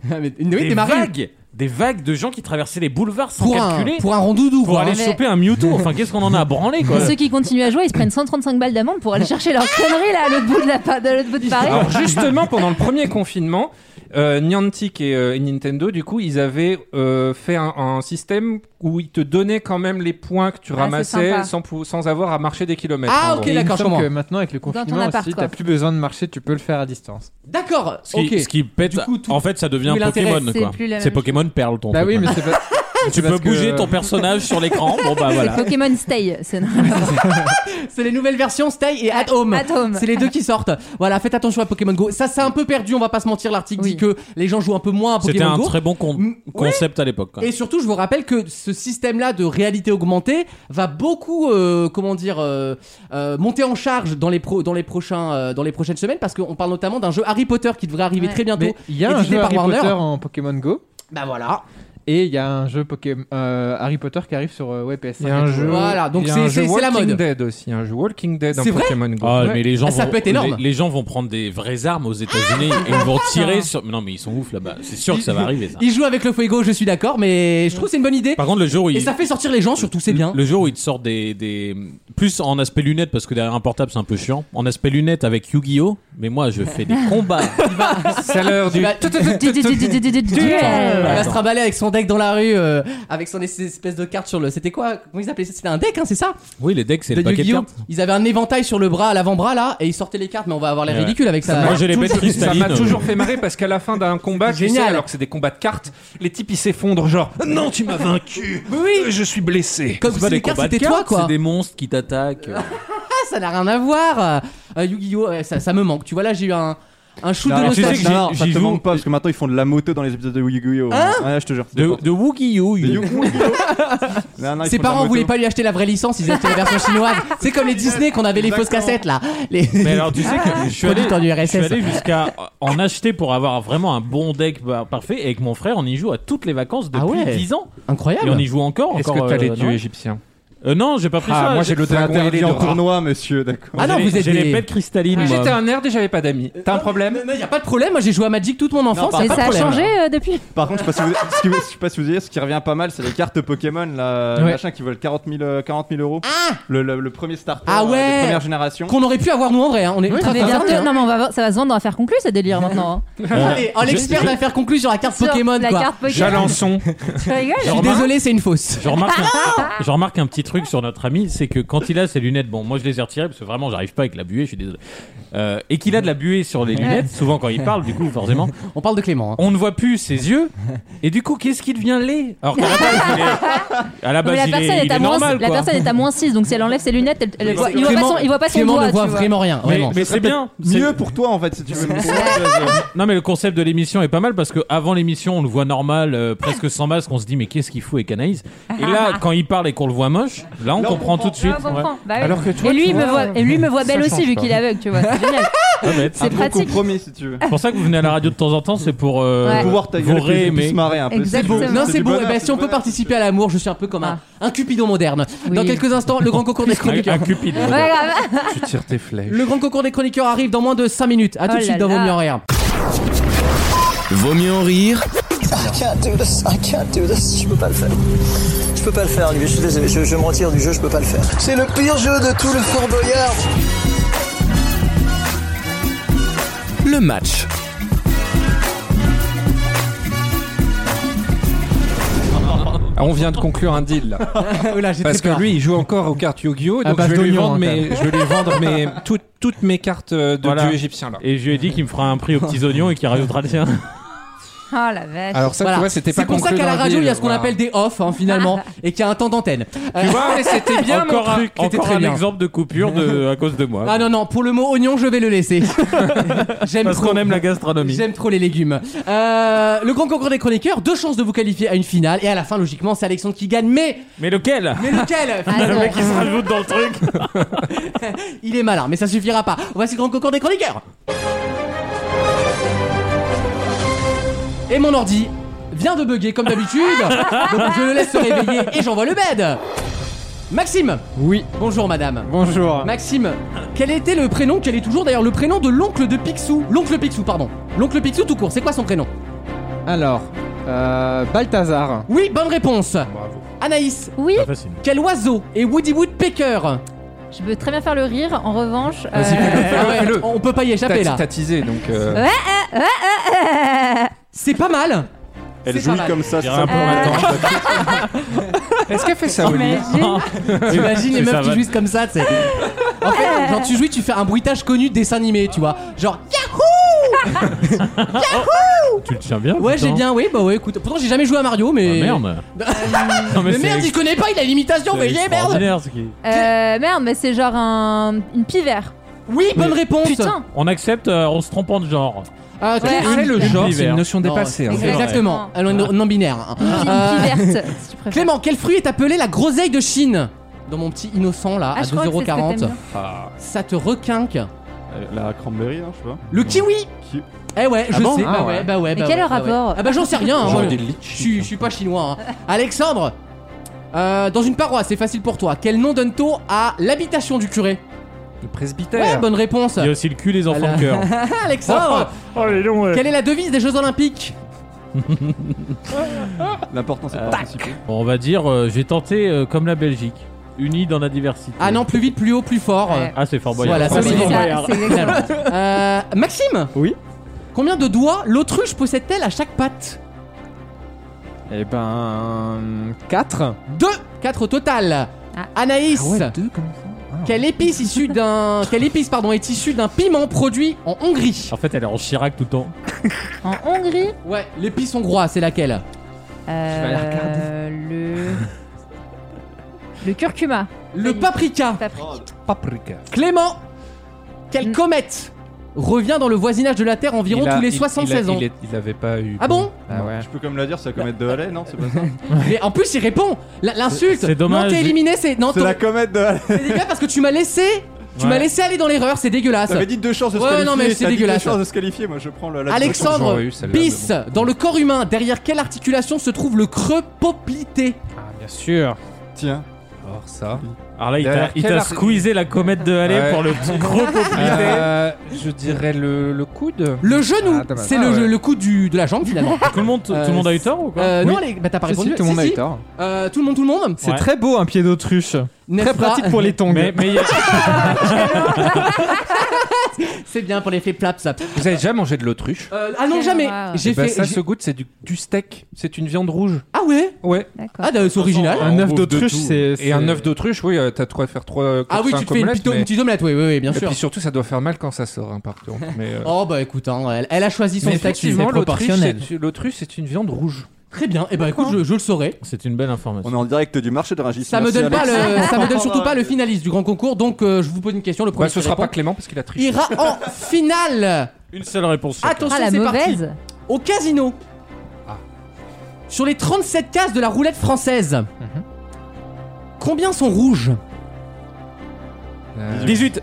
[SPEAKER 3] des
[SPEAKER 1] des marées
[SPEAKER 3] vagues, des vagues de gens qui traversaient les boulevards sans
[SPEAKER 1] pour un,
[SPEAKER 3] calculer
[SPEAKER 1] pour un rondoudou.
[SPEAKER 3] pour
[SPEAKER 1] quoi,
[SPEAKER 3] aller
[SPEAKER 1] hein.
[SPEAKER 3] choper un Mewtwo. Enfin, qu'est-ce qu'on en a à branler quoi
[SPEAKER 8] Et ceux qui continuent à jouer, ils se prennent 135 balles d'amende pour aller chercher leur connerie là à l'autre bout de la pa- de l'autre bout de Paris.
[SPEAKER 4] Alors justement, pendant le premier confinement, euh, Niantic et, euh, et Nintendo, du coup, ils avaient euh, fait un, un système où ils te donnaient quand même les points que tu
[SPEAKER 8] Ah, c'est
[SPEAKER 4] ramassais
[SPEAKER 8] sympa.
[SPEAKER 4] sans, pou- sans avoir à marcher des kilomètres.
[SPEAKER 1] Ah,
[SPEAKER 4] en
[SPEAKER 1] ok,
[SPEAKER 4] gros.
[SPEAKER 5] Et il me
[SPEAKER 1] d'accord, je
[SPEAKER 5] semble que
[SPEAKER 1] comprends.
[SPEAKER 5] maintenant, avec le
[SPEAKER 8] Dans ton
[SPEAKER 5] confinement
[SPEAKER 8] appart,
[SPEAKER 5] aussi,
[SPEAKER 8] quoi.
[SPEAKER 5] t'as plus besoin de marcher, tu peux le faire à distance.
[SPEAKER 1] D'accord,
[SPEAKER 3] ce qui,
[SPEAKER 1] ok.
[SPEAKER 3] ce qui pète,
[SPEAKER 1] Du coup, tout-
[SPEAKER 3] en fait, ça devient
[SPEAKER 1] Mais l'intérêt,
[SPEAKER 3] Pokémon
[SPEAKER 8] c'est
[SPEAKER 3] quoi.
[SPEAKER 8] plus la
[SPEAKER 3] C'est
[SPEAKER 8] même
[SPEAKER 3] Pokémon Perle ton
[SPEAKER 5] Bah
[SPEAKER 3] truc,
[SPEAKER 5] oui,
[SPEAKER 3] quoi.
[SPEAKER 5] mais c'est pas.
[SPEAKER 3] Tu
[SPEAKER 5] c'est
[SPEAKER 3] peux
[SPEAKER 5] parce que-
[SPEAKER 3] bouger ton personnage sur l'écran. Bon bah voilà.
[SPEAKER 8] Pokémon Stay, c'est
[SPEAKER 1] C'est les nouvelles versions Stay et At Home.
[SPEAKER 8] At Home.
[SPEAKER 1] C'est les deux qui sortent. Voilà, faites attention à Pokémon Go. Ça, c'est un peu perdu, on va pas se mentir. L'article
[SPEAKER 8] Oui.
[SPEAKER 1] dit que les gens jouent un peu moins à
[SPEAKER 3] C'était
[SPEAKER 1] Pokémon
[SPEAKER 3] un
[SPEAKER 1] Go.
[SPEAKER 3] très bon con-
[SPEAKER 1] Mm, ouais.
[SPEAKER 3] concept à l'époque. quoi.
[SPEAKER 1] Et surtout, je vous rappelle que ce système-là de réalité augmentée va beaucoup, euh, comment dire, euh, euh, monter en charge dans les, pro- dans les, prochains, euh, dans les prochaines semaines parce qu'on parle notamment d'un jeu Harry Potter qui devrait arriver
[SPEAKER 8] Ouais.
[SPEAKER 1] très bientôt.
[SPEAKER 5] Mais il y a un
[SPEAKER 1] édité
[SPEAKER 5] jeu
[SPEAKER 1] par
[SPEAKER 5] Harry
[SPEAKER 1] Warner.
[SPEAKER 5] Potter en Pokémon Go
[SPEAKER 1] Bah voilà.
[SPEAKER 5] et il y a un jeu Pokémon euh, Harry Potter qui arrive sur euh, ouais, PS5.
[SPEAKER 4] Il y a un jeu.
[SPEAKER 1] Voilà, donc
[SPEAKER 4] il y a
[SPEAKER 1] c'est-
[SPEAKER 4] un
[SPEAKER 1] c'est-
[SPEAKER 4] jeu
[SPEAKER 1] c'est la
[SPEAKER 4] Walking
[SPEAKER 1] mode.
[SPEAKER 4] Dead aussi, un jeu Walking Dead en
[SPEAKER 1] C'est vrai
[SPEAKER 4] Pokémon Go.
[SPEAKER 3] Ah,
[SPEAKER 4] Ouais.
[SPEAKER 3] mais les gens
[SPEAKER 1] Ah, ça
[SPEAKER 3] vont,
[SPEAKER 1] peut être énorme.
[SPEAKER 3] Les, les gens vont prendre des vraies armes aux États-Unis et ils vont tirer sur. Non, mais ils sont ouf là-bas. C'est sûr que ça va arriver. Ça.
[SPEAKER 1] Il joue avec le Fuego, je suis d'accord, mais je trouve que c'est une bonne idée.
[SPEAKER 3] Par contre, le jour où
[SPEAKER 1] Et
[SPEAKER 3] ils,
[SPEAKER 1] ça fait sortir les gens, surtout, c'est bien.
[SPEAKER 3] le jour où ils te sortent des, des plus en aspect lunettes parce que derrière un portable c'est un peu chiant. En aspect lunettes avec Yu-Gi-Oh, mais moi je fais des combats.
[SPEAKER 4] C'est à l'heure du.
[SPEAKER 1] Il va- Bah, Il va se
[SPEAKER 8] énorme.
[SPEAKER 1] trimballer avec son deck dans la rue, euh, avec son es- espèce de carte sur le. C'était quoi Comment ils appelaient ça C'était un deck, hein, c'est ça
[SPEAKER 3] Oui, les decks c'est
[SPEAKER 1] De
[SPEAKER 3] le paquet de
[SPEAKER 1] Yu-Gi-Oh
[SPEAKER 3] cartes.
[SPEAKER 1] Ils avaient un éventail sur le bras, à l'avant-bras là, et ils sortaient les cartes, mais on va avoir les
[SPEAKER 3] Ouais.
[SPEAKER 1] ridicules avec ça.
[SPEAKER 3] Moi j'ai les bêtes
[SPEAKER 4] Ça
[SPEAKER 3] cristallines.
[SPEAKER 4] m'a toujours fait marrer parce qu'à la fin d'un combat,
[SPEAKER 1] C'est
[SPEAKER 4] tu sais,
[SPEAKER 1] génial.
[SPEAKER 4] alors que c'est des combats de cartes, les types ils s'effondrent genre non tu m'as vaincu, Euh,
[SPEAKER 1] Oui.
[SPEAKER 4] je suis blessé.
[SPEAKER 1] Comme
[SPEAKER 3] C'est
[SPEAKER 1] si
[SPEAKER 3] pas des
[SPEAKER 1] les cartes
[SPEAKER 3] combats de
[SPEAKER 1] c'était toi
[SPEAKER 3] cartes,
[SPEAKER 1] quoi.
[SPEAKER 3] c'est des monstres qui t'attaquent.
[SPEAKER 1] Ah, ça n'a rien à voir. Euh, Yu-Gi-Oh, ouais, ça, ça me manque. Tu vois là, j'ai eu un un shoot
[SPEAKER 2] Non,
[SPEAKER 1] de
[SPEAKER 2] mais tu sais
[SPEAKER 1] nostalgie.
[SPEAKER 3] que j'ai-
[SPEAKER 2] Non, ça
[SPEAKER 3] j'y
[SPEAKER 2] te
[SPEAKER 3] joue.
[SPEAKER 2] manque pas parce que maintenant ils font de la moto dans les épisodes de Yu-Gi-Oh!
[SPEAKER 1] Hein
[SPEAKER 2] ouais, je te jure.
[SPEAKER 3] De, de Yu-Gi-Oh.
[SPEAKER 2] De Yu-Gi-Oh. Non, non, ils font de
[SPEAKER 1] Ses
[SPEAKER 2] la
[SPEAKER 1] parents
[SPEAKER 2] moto.
[SPEAKER 1] voulaient pas lui acheter la vraie licence, ils achetaient la version chinoise. C'est comme les Disney qu'on avait les fausses
[SPEAKER 2] Exactement.
[SPEAKER 1] cassettes là. Les-
[SPEAKER 3] Mais alors, tu sais que je suis allé,
[SPEAKER 1] Produit en
[SPEAKER 3] je suis
[SPEAKER 1] URSS.
[SPEAKER 3] allé jusqu'à euh, en acheter pour avoir vraiment un bon deck par- parfait. Et avec mon frère, on y joue à toutes les vacances depuis
[SPEAKER 1] Ah ouais.
[SPEAKER 3] 10 ans. Et on
[SPEAKER 1] Incroyable.
[SPEAKER 3] y joue encore.
[SPEAKER 4] Est-ce
[SPEAKER 3] encore,
[SPEAKER 4] que t'as
[SPEAKER 3] euh,
[SPEAKER 4] les
[SPEAKER 3] non
[SPEAKER 4] dieux égyptiens
[SPEAKER 3] Euh, Non, j'ai pas pris ça.
[SPEAKER 4] Ah, moi j'ai le
[SPEAKER 2] C'est
[SPEAKER 4] dragon ailé
[SPEAKER 2] interdit
[SPEAKER 4] de
[SPEAKER 2] en
[SPEAKER 4] rat.
[SPEAKER 2] tournoi, monsieur, d'accord.
[SPEAKER 1] Ah non,
[SPEAKER 3] J'ai
[SPEAKER 1] vous
[SPEAKER 3] les-
[SPEAKER 1] êtes
[SPEAKER 3] J'ai les
[SPEAKER 1] des- Ah,
[SPEAKER 3] bêtes cristallines.
[SPEAKER 4] Mais
[SPEAKER 3] moi.
[SPEAKER 4] J'étais un nerd et j'avais pas d'amis. T'as un problème
[SPEAKER 1] Non, y a pas de problème. Moi, j'ai joué à Magic toute mon enfance.
[SPEAKER 8] Mais
[SPEAKER 1] y a pas de
[SPEAKER 8] ça a
[SPEAKER 1] problème.
[SPEAKER 8] changé euh, depuis
[SPEAKER 2] Par contre, je sais pas si vous, ce qui vous- je sais pas si vous voyez, ce qui revient pas mal, c'est les cartes Pokémon, là,
[SPEAKER 5] Ouais.
[SPEAKER 2] machin, qui veulent 40 000, euh, 40 000 euros.
[SPEAKER 1] Ah
[SPEAKER 2] le, le, le premier starter
[SPEAKER 1] Ah
[SPEAKER 2] euh, des
[SPEAKER 1] ouais.
[SPEAKER 2] premières générations.
[SPEAKER 1] Qu'on aurait pu avoir nous en vrai. hein. On est ultra
[SPEAKER 8] Mais bientôt-
[SPEAKER 1] concernés, hein.
[SPEAKER 8] Non mais on va voir- ça va se vendre à faire conclu ce délire maintenant. hein.
[SPEAKER 1] Allez, oh, l'expert
[SPEAKER 3] Je-
[SPEAKER 1] va faire conclure sur la carte
[SPEAKER 8] Sur
[SPEAKER 1] Pokémon
[SPEAKER 8] la
[SPEAKER 1] quoi.
[SPEAKER 8] carte Pokémon.
[SPEAKER 4] Jalençon.
[SPEAKER 8] Tu rigoles
[SPEAKER 1] Je suis désolé, c'est une fausse. Ah
[SPEAKER 3] Je remarque, un, je remarque un petit truc sur notre ami, c'est que quand il a ses lunettes, bon, moi je les ai retirées parce que vraiment j'arrive pas avec la buée, je suis désolé. Euh, et qu'il a de la buée sur les lunettes, souvent quand il parle, du coup, forcément,
[SPEAKER 1] On parle de Clément. hein.
[SPEAKER 3] on ne voit plus ses yeux. Et du coup, qu'est-ce qu'il devient laid Alors qu'à la base, il est, à la
[SPEAKER 8] Non,
[SPEAKER 3] base,
[SPEAKER 8] mais la
[SPEAKER 3] il est-
[SPEAKER 8] personne,
[SPEAKER 3] il
[SPEAKER 8] est
[SPEAKER 3] est
[SPEAKER 8] à moins,
[SPEAKER 3] normal.
[SPEAKER 8] la
[SPEAKER 3] quoi.
[SPEAKER 8] personne est à moins 6, donc si elle enlève ses lunettes, elle, elle voit, il, voit pas son, il voit pas son
[SPEAKER 1] Clément
[SPEAKER 8] doigt.
[SPEAKER 1] ne voit
[SPEAKER 8] tu vois.
[SPEAKER 1] hein. vraiment rien.
[SPEAKER 3] Mais,
[SPEAKER 1] vraiment.
[SPEAKER 3] mais c'est bien. c'est-
[SPEAKER 2] Mieux pour toi en fait, si tu veux. Mais pour moi,
[SPEAKER 3] Non mais le concept de l'émission est pas mal parce que avant l'émission on le voit normal, euh, presque sans masque, on se dit mais qu'est-ce qu'il fout avec Anaïs Et là quand il parle et qu'on le voit moche, là on comprend tout de
[SPEAKER 8] Ouais,
[SPEAKER 3] suite.
[SPEAKER 8] on comprend. Bah oui.
[SPEAKER 4] Alors que toi,
[SPEAKER 8] et lui,
[SPEAKER 4] tu
[SPEAKER 8] il me
[SPEAKER 4] vois,
[SPEAKER 8] voit, et lui me voit
[SPEAKER 4] ça
[SPEAKER 8] belle aussi
[SPEAKER 4] change
[SPEAKER 8] vu
[SPEAKER 4] pas.
[SPEAKER 8] qu'il est aveugle, tu vois. C'est génial.
[SPEAKER 3] Ouais. Pas bête.
[SPEAKER 2] un
[SPEAKER 8] C'est
[SPEAKER 2] bon
[SPEAKER 8] pratique.
[SPEAKER 2] compromis si tu veux.
[SPEAKER 3] C'est pour ça que vous venez à la radio de temps en temps, c'est pour euh,
[SPEAKER 8] Ouais.
[SPEAKER 2] Pouvoir ta
[SPEAKER 3] vous
[SPEAKER 2] gueule et puis- et puis
[SPEAKER 3] réaimer.
[SPEAKER 2] se marrer un peu.
[SPEAKER 8] Exactement.
[SPEAKER 2] du-
[SPEAKER 1] Non,
[SPEAKER 8] C'est
[SPEAKER 1] c'est
[SPEAKER 2] du
[SPEAKER 1] beau.
[SPEAKER 2] bonheur,
[SPEAKER 1] Eh ben,
[SPEAKER 2] c'est
[SPEAKER 1] si on
[SPEAKER 2] du
[SPEAKER 1] peut
[SPEAKER 2] bonheur.
[SPEAKER 1] participer à l'amour, je suis un peu comme un, un Cupidon moderne.
[SPEAKER 8] Oui.
[SPEAKER 1] Dans quelques instants, le grand concours des
[SPEAKER 3] Avec un
[SPEAKER 1] chroniqueurs.
[SPEAKER 3] cupide.
[SPEAKER 8] Ouais, grave.
[SPEAKER 4] tu tires tes flèches.
[SPEAKER 1] Le grand concours des chroniqueurs arrive dans moins de 5 minutes. À tout
[SPEAKER 8] Oh
[SPEAKER 1] de suite
[SPEAKER 8] là
[SPEAKER 1] dans Vos
[SPEAKER 8] là.
[SPEAKER 1] mieux en rire.
[SPEAKER 6] Vaut mieux en rire
[SPEAKER 9] I can't do this, I can't do this, je peux pas le faire. Je peux pas le faire, lui, je suis désolé, je, je me retire du jeu, je peux pas le faire. C'est le pire jeu de tout le Fort Boyard.
[SPEAKER 6] Le match.
[SPEAKER 4] Ah, on vient de conclure un deal là.
[SPEAKER 1] Oula, j'ai
[SPEAKER 4] Parce que
[SPEAKER 1] très peur.
[SPEAKER 4] lui, il joue encore aux cartes Yu-Gi-Oh!
[SPEAKER 5] À
[SPEAKER 4] Donc
[SPEAKER 5] base
[SPEAKER 4] je vais lui
[SPEAKER 5] d'oignons,
[SPEAKER 4] vendre,
[SPEAKER 5] hein,
[SPEAKER 4] mes, je vais lui vendre mes, tout- toutes mes cartes euh, de
[SPEAKER 3] Voilà.
[SPEAKER 4] dieu égyptien là.
[SPEAKER 3] Et je lui ai dit qu'il me fera un prix aux petits oignons et qu'il rajoutera le sien.
[SPEAKER 8] Ah la vache.
[SPEAKER 5] Alors ça,
[SPEAKER 1] Voilà.
[SPEAKER 5] tu vois, c'était pas
[SPEAKER 1] C'est pour ça
[SPEAKER 5] conclu
[SPEAKER 1] qu'à
[SPEAKER 5] dans
[SPEAKER 1] la
[SPEAKER 5] le
[SPEAKER 1] radio, il y a ce qu'on
[SPEAKER 5] deal,
[SPEAKER 1] appelle des off hein, finalement et qu'il y a un temps d'antenne. Euh,
[SPEAKER 4] Tu vois, mais c'était bien
[SPEAKER 3] encore
[SPEAKER 4] mon
[SPEAKER 3] un,
[SPEAKER 4] truc.
[SPEAKER 3] encore
[SPEAKER 1] très
[SPEAKER 3] un
[SPEAKER 1] bien.
[SPEAKER 3] exemple de coupure de, à cause de moi.
[SPEAKER 1] Ah non non, pour le mot oignon, je vais le laisser. Ah, J'aime
[SPEAKER 3] Parce
[SPEAKER 1] trop.
[SPEAKER 3] qu'on aime la gastronomie.
[SPEAKER 1] J'aime trop les légumes. Euh, le grand concours des chroniqueurs, deux chances de vous qualifier à une finale et à la fin logiquement c'est Alexandre qui gagne. Mais
[SPEAKER 3] Mais lequel
[SPEAKER 1] mais lequel
[SPEAKER 8] Ah,
[SPEAKER 3] Le
[SPEAKER 8] non.
[SPEAKER 3] mec qui se rajoute dans le truc.
[SPEAKER 1] Il est malin, mais ça suffira pas. Voici le grand concours des chroniqueurs. Et mon ordi vient de bugger comme d'habitude, donc je le laisse se réveiller et j'envoie le bed. Maxime
[SPEAKER 5] Oui.
[SPEAKER 1] Bonjour madame.
[SPEAKER 5] Bonjour.
[SPEAKER 1] Maxime, quel était le prénom, quel est toujours d'ailleurs le prénom de l'oncle de Picsou L'oncle Picsou, pardon. L'oncle Picsou tout court, c'est quoi son prénom
[SPEAKER 5] Alors, euh, Balthazar.
[SPEAKER 1] Oui, bonne réponse.
[SPEAKER 4] Bravo.
[SPEAKER 1] Anaïs,
[SPEAKER 8] Oui,
[SPEAKER 3] Pas facile.
[SPEAKER 1] quel oiseau est Woody Woodpecker
[SPEAKER 4] Eh,
[SPEAKER 8] je peux très bien faire le rire. En revanche, euh,
[SPEAKER 1] Ah ouais,
[SPEAKER 4] fais-le.
[SPEAKER 1] On peut pas y échapper
[SPEAKER 4] T'as
[SPEAKER 1] là.
[SPEAKER 4] t'as teasé donc. euh,
[SPEAKER 1] C'est pas mal.
[SPEAKER 2] Elle
[SPEAKER 1] C'est pas
[SPEAKER 2] joue
[SPEAKER 1] mal. Euh,
[SPEAKER 2] comme ça.
[SPEAKER 3] Il y aura un
[SPEAKER 2] sans-
[SPEAKER 3] peu maintenant.
[SPEAKER 4] Est-ce qu'elle fait ça, Oli
[SPEAKER 8] t'imagines
[SPEAKER 1] T'imagines les
[SPEAKER 3] C'est
[SPEAKER 1] meufs
[SPEAKER 3] ça,
[SPEAKER 1] qui
[SPEAKER 3] va.
[SPEAKER 1] jouissent comme ça, tu sais. En
[SPEAKER 8] Euh.
[SPEAKER 1] fait, genre tu jouis, tu fais un bruitage connu de dessin animé, tu vois. Genre,
[SPEAKER 3] Tu le tiens bien
[SPEAKER 1] ouais,
[SPEAKER 3] putain.
[SPEAKER 1] j'ai bien, oui, bah ouais, écoute. Pourtant, j'ai jamais joué à Mario,
[SPEAKER 3] Ah,
[SPEAKER 1] mais.
[SPEAKER 3] merde. non,
[SPEAKER 1] Mais merde, il connaît pas, il a l'imitation, mais j'ai merde.
[SPEAKER 3] extraordinaire, ce qui-
[SPEAKER 8] Euh, Merde, mais c'est genre un... une pivert.
[SPEAKER 1] Oui, bonne réponse.
[SPEAKER 8] Putain.
[SPEAKER 3] On accepte euh, en se trompant de genre.
[SPEAKER 1] Ah,
[SPEAKER 8] Ouais.
[SPEAKER 1] Clé-
[SPEAKER 4] Après, le
[SPEAKER 3] Une
[SPEAKER 4] genre, c'est
[SPEAKER 3] hiver.
[SPEAKER 4] une notion
[SPEAKER 1] Non,
[SPEAKER 4] dépassée. hein.
[SPEAKER 8] c'est-
[SPEAKER 1] Exactement,
[SPEAKER 8] vrai.
[SPEAKER 1] elle est non- non binaire.
[SPEAKER 8] Une pi-
[SPEAKER 1] Euh,
[SPEAKER 8] une piverte, si tu préfères.
[SPEAKER 1] Clément, quel fruit est appelé la groseille de Chine Dans mon petit innocent là, à
[SPEAKER 8] Ah, je crois que c'est ce que t'aimes
[SPEAKER 1] 2,40€.
[SPEAKER 8] bien.
[SPEAKER 2] Ah,
[SPEAKER 1] Ça te requinque.
[SPEAKER 2] euh, la cranberry, hein, je sais pas.
[SPEAKER 1] Le kiwi
[SPEAKER 2] Qui-
[SPEAKER 1] Eh ouais, je
[SPEAKER 5] Ah bon
[SPEAKER 1] sais.
[SPEAKER 5] Ah
[SPEAKER 1] bah ouais,
[SPEAKER 5] ouais.
[SPEAKER 1] bah ouais.
[SPEAKER 8] Mais
[SPEAKER 1] bah
[SPEAKER 8] quel
[SPEAKER 1] ouais,
[SPEAKER 8] est le
[SPEAKER 1] bah ouais.
[SPEAKER 8] rapport
[SPEAKER 1] Ah bah j'en sais rien. hein, moi.
[SPEAKER 4] J'aurais dit
[SPEAKER 1] Je
[SPEAKER 4] litchi.
[SPEAKER 1] suis, je suis pas chinois. hein. Alexandre, euh, dans une paroisse, c'est facile pour toi. Quel nom donne-t-on à l'habitation du curé
[SPEAKER 4] Le
[SPEAKER 1] Ouais,
[SPEAKER 4] presbytère.
[SPEAKER 1] bonne réponse.
[SPEAKER 3] Il y a aussi le cul des enfants
[SPEAKER 1] Voilà.
[SPEAKER 3] de cœur.
[SPEAKER 1] Alexandre,
[SPEAKER 3] Oh, les longs, ouais.
[SPEAKER 1] quelle est la devise des Jeux Olympiques
[SPEAKER 2] L'important, c'est de participer.
[SPEAKER 3] Euh, Bon, on va dire, euh, j'ai tenté euh, comme la Belgique, unie dans la diversité.
[SPEAKER 1] Ah non, plus vite, plus haut, plus fort.
[SPEAKER 8] Ouais.
[SPEAKER 3] Ah, c'est Fort Boyard.
[SPEAKER 1] Voilà, ça,
[SPEAKER 8] Oui,
[SPEAKER 1] c'est
[SPEAKER 8] c'est
[SPEAKER 1] bon.
[SPEAKER 8] ça, c'est exactement.
[SPEAKER 1] Euh, Maxime
[SPEAKER 5] Oui.
[SPEAKER 1] Combien de doigts l'autruche possède-t-elle à chaque patte
[SPEAKER 5] Eh ben, 4
[SPEAKER 1] Deux, quatre au total.
[SPEAKER 8] Ah.
[SPEAKER 1] Anaïs,
[SPEAKER 5] deux comme ça.
[SPEAKER 1] quelle épice issue d'un quelle épice pardon est issue d'un piment produit en Hongrie
[SPEAKER 3] En fait, elle est en Chirac tout le temps.
[SPEAKER 8] En Hongrie,
[SPEAKER 1] Ouais, l'épice hongroise, c'est laquelle
[SPEAKER 5] aller
[SPEAKER 8] euh, le le curcuma.
[SPEAKER 1] Le paprika.
[SPEAKER 8] Paprika.
[SPEAKER 4] Paprika.
[SPEAKER 1] Clément, quelle
[SPEAKER 8] Mm.
[SPEAKER 1] comète revient dans le voisinage de la Terre environ
[SPEAKER 4] Il a-
[SPEAKER 1] tous les
[SPEAKER 4] il- il a-
[SPEAKER 1] 76 ans
[SPEAKER 4] il est- Il avait pas eu.
[SPEAKER 1] Ah bon
[SPEAKER 5] Ah ouais.
[SPEAKER 2] Je peux comme la dire, c'est la comète de Halley, non C'est pas ça
[SPEAKER 1] Mais en plus, il répond L- L'insulte
[SPEAKER 3] C'est- c'est dommage.
[SPEAKER 1] Non, t'es éliminé, c'est. Non,
[SPEAKER 2] C'est
[SPEAKER 1] t'en-
[SPEAKER 2] la comète de Halley.
[SPEAKER 1] c'est dégueulasse parce que tu m'as laissé. Tu
[SPEAKER 3] Ouais.
[SPEAKER 1] m'as laissé aller dans l'erreur, c'est dégueulasse.
[SPEAKER 2] T'avais dit deux chances de se
[SPEAKER 1] Ouais,
[SPEAKER 2] qualifier.
[SPEAKER 1] non, mais c'est
[SPEAKER 2] t'as dit deux
[SPEAKER 1] dégueulasse.
[SPEAKER 2] chances de se qualifier, moi je prends le. la-
[SPEAKER 1] Alexandre,
[SPEAKER 4] J'aurais eu celle-là,
[SPEAKER 1] bis,
[SPEAKER 4] mais
[SPEAKER 1] dans le corps humain, derrière quelle articulation se trouve le creux poplité
[SPEAKER 5] Ah, bien sûr.
[SPEAKER 2] Tiens.
[SPEAKER 4] Alors ça.
[SPEAKER 3] Alors là, il
[SPEAKER 4] Derrière
[SPEAKER 3] t'a- il
[SPEAKER 4] quel
[SPEAKER 3] t'a
[SPEAKER 4] arc-
[SPEAKER 3] squeezé la comète de Halley
[SPEAKER 4] Ouais.
[SPEAKER 3] pour le petit gros poplité.
[SPEAKER 4] Euh, je dirais le, le coude.
[SPEAKER 1] Le genou,
[SPEAKER 5] Ah, dommage.
[SPEAKER 1] c'est
[SPEAKER 4] Ah,
[SPEAKER 1] le,
[SPEAKER 4] ouais.
[SPEAKER 1] le coup du, de la jambe finalement.
[SPEAKER 3] tout, le monde, tout
[SPEAKER 1] Euh,
[SPEAKER 3] le monde a eu tort ou quoi
[SPEAKER 1] Euh,
[SPEAKER 5] Oui.
[SPEAKER 1] Non, les, bah t'as pas
[SPEAKER 5] Si,
[SPEAKER 1] répondu.
[SPEAKER 5] si, tout le monde a eu tort.
[SPEAKER 1] Euh, tout le monde, tout le monde.
[SPEAKER 5] C'est
[SPEAKER 3] Ouais.
[SPEAKER 5] très beau un pied d'autruche.
[SPEAKER 1] N'est-ce
[SPEAKER 5] Très
[SPEAKER 1] pas
[SPEAKER 5] pratique pour les tongs.
[SPEAKER 3] Mais, mais il y a-
[SPEAKER 1] C'est bien pour les flip flaps. ça.
[SPEAKER 4] Vous avez déjà mangé de l'autruche
[SPEAKER 1] Euh, ah non
[SPEAKER 8] Quelle
[SPEAKER 1] jamais.
[SPEAKER 8] horreur.
[SPEAKER 1] J'ai
[SPEAKER 4] Eh ben,
[SPEAKER 1] fait.
[SPEAKER 4] ça
[SPEAKER 1] j'ai-
[SPEAKER 4] se goûte, c'est du, du steak. C'est une viande rouge.
[SPEAKER 1] Ah ouais.
[SPEAKER 4] Ouais.
[SPEAKER 8] D'accord.
[SPEAKER 1] Ah d'accord, c'est original.
[SPEAKER 5] Un œuf
[SPEAKER 2] bouffe de
[SPEAKER 5] d'autruche,
[SPEAKER 2] tout.
[SPEAKER 5] c'est.
[SPEAKER 4] Et un œuf d'autruche, oui, euh, t'as de quoi faire trois.
[SPEAKER 1] Ah oui,
[SPEAKER 4] cinq
[SPEAKER 1] tu te fais une,
[SPEAKER 4] omelettes,
[SPEAKER 1] pito-
[SPEAKER 4] mais-
[SPEAKER 1] une petite omelette, oui, oui, oui, bien
[SPEAKER 4] Et
[SPEAKER 1] sûr.
[SPEAKER 4] puis surtout, ça doit faire mal quand ça sort, hein, par contre. Mais, euh,
[SPEAKER 1] Oh bah écoute, hein, elle, elle a choisi son
[SPEAKER 4] mais
[SPEAKER 1] steak.
[SPEAKER 4] effectivement,
[SPEAKER 1] c'est
[SPEAKER 4] l'autruche,
[SPEAKER 1] proportionnel.
[SPEAKER 4] c'est- l'autruche, c'est une viande rouge.
[SPEAKER 1] Très bien. Et bah écoute, je, je le saurai.
[SPEAKER 3] C'est une belle information.
[SPEAKER 2] On est en direct du marché de Rungis.
[SPEAKER 1] Ça me
[SPEAKER 2] Merci,
[SPEAKER 1] donne pas
[SPEAKER 2] Alex.
[SPEAKER 1] le, ça me donne surtout pas le finaliste du grand concours. Donc euh, je vous pose une question. Le premier
[SPEAKER 4] Bah, ce
[SPEAKER 1] qui
[SPEAKER 4] sera
[SPEAKER 1] répond
[SPEAKER 4] pas Clément parce qu'il a triché.
[SPEAKER 1] ira en finale.
[SPEAKER 3] Une seule réponse. chacun.
[SPEAKER 1] Attention,
[SPEAKER 8] Ah la
[SPEAKER 1] c'est parti.
[SPEAKER 8] mauvaise.
[SPEAKER 1] Au casino.
[SPEAKER 4] Ah.
[SPEAKER 1] Sur les 37 cases de la roulette française.
[SPEAKER 3] Mhm.
[SPEAKER 1] Combien sont rouges
[SPEAKER 4] Euh,
[SPEAKER 3] 18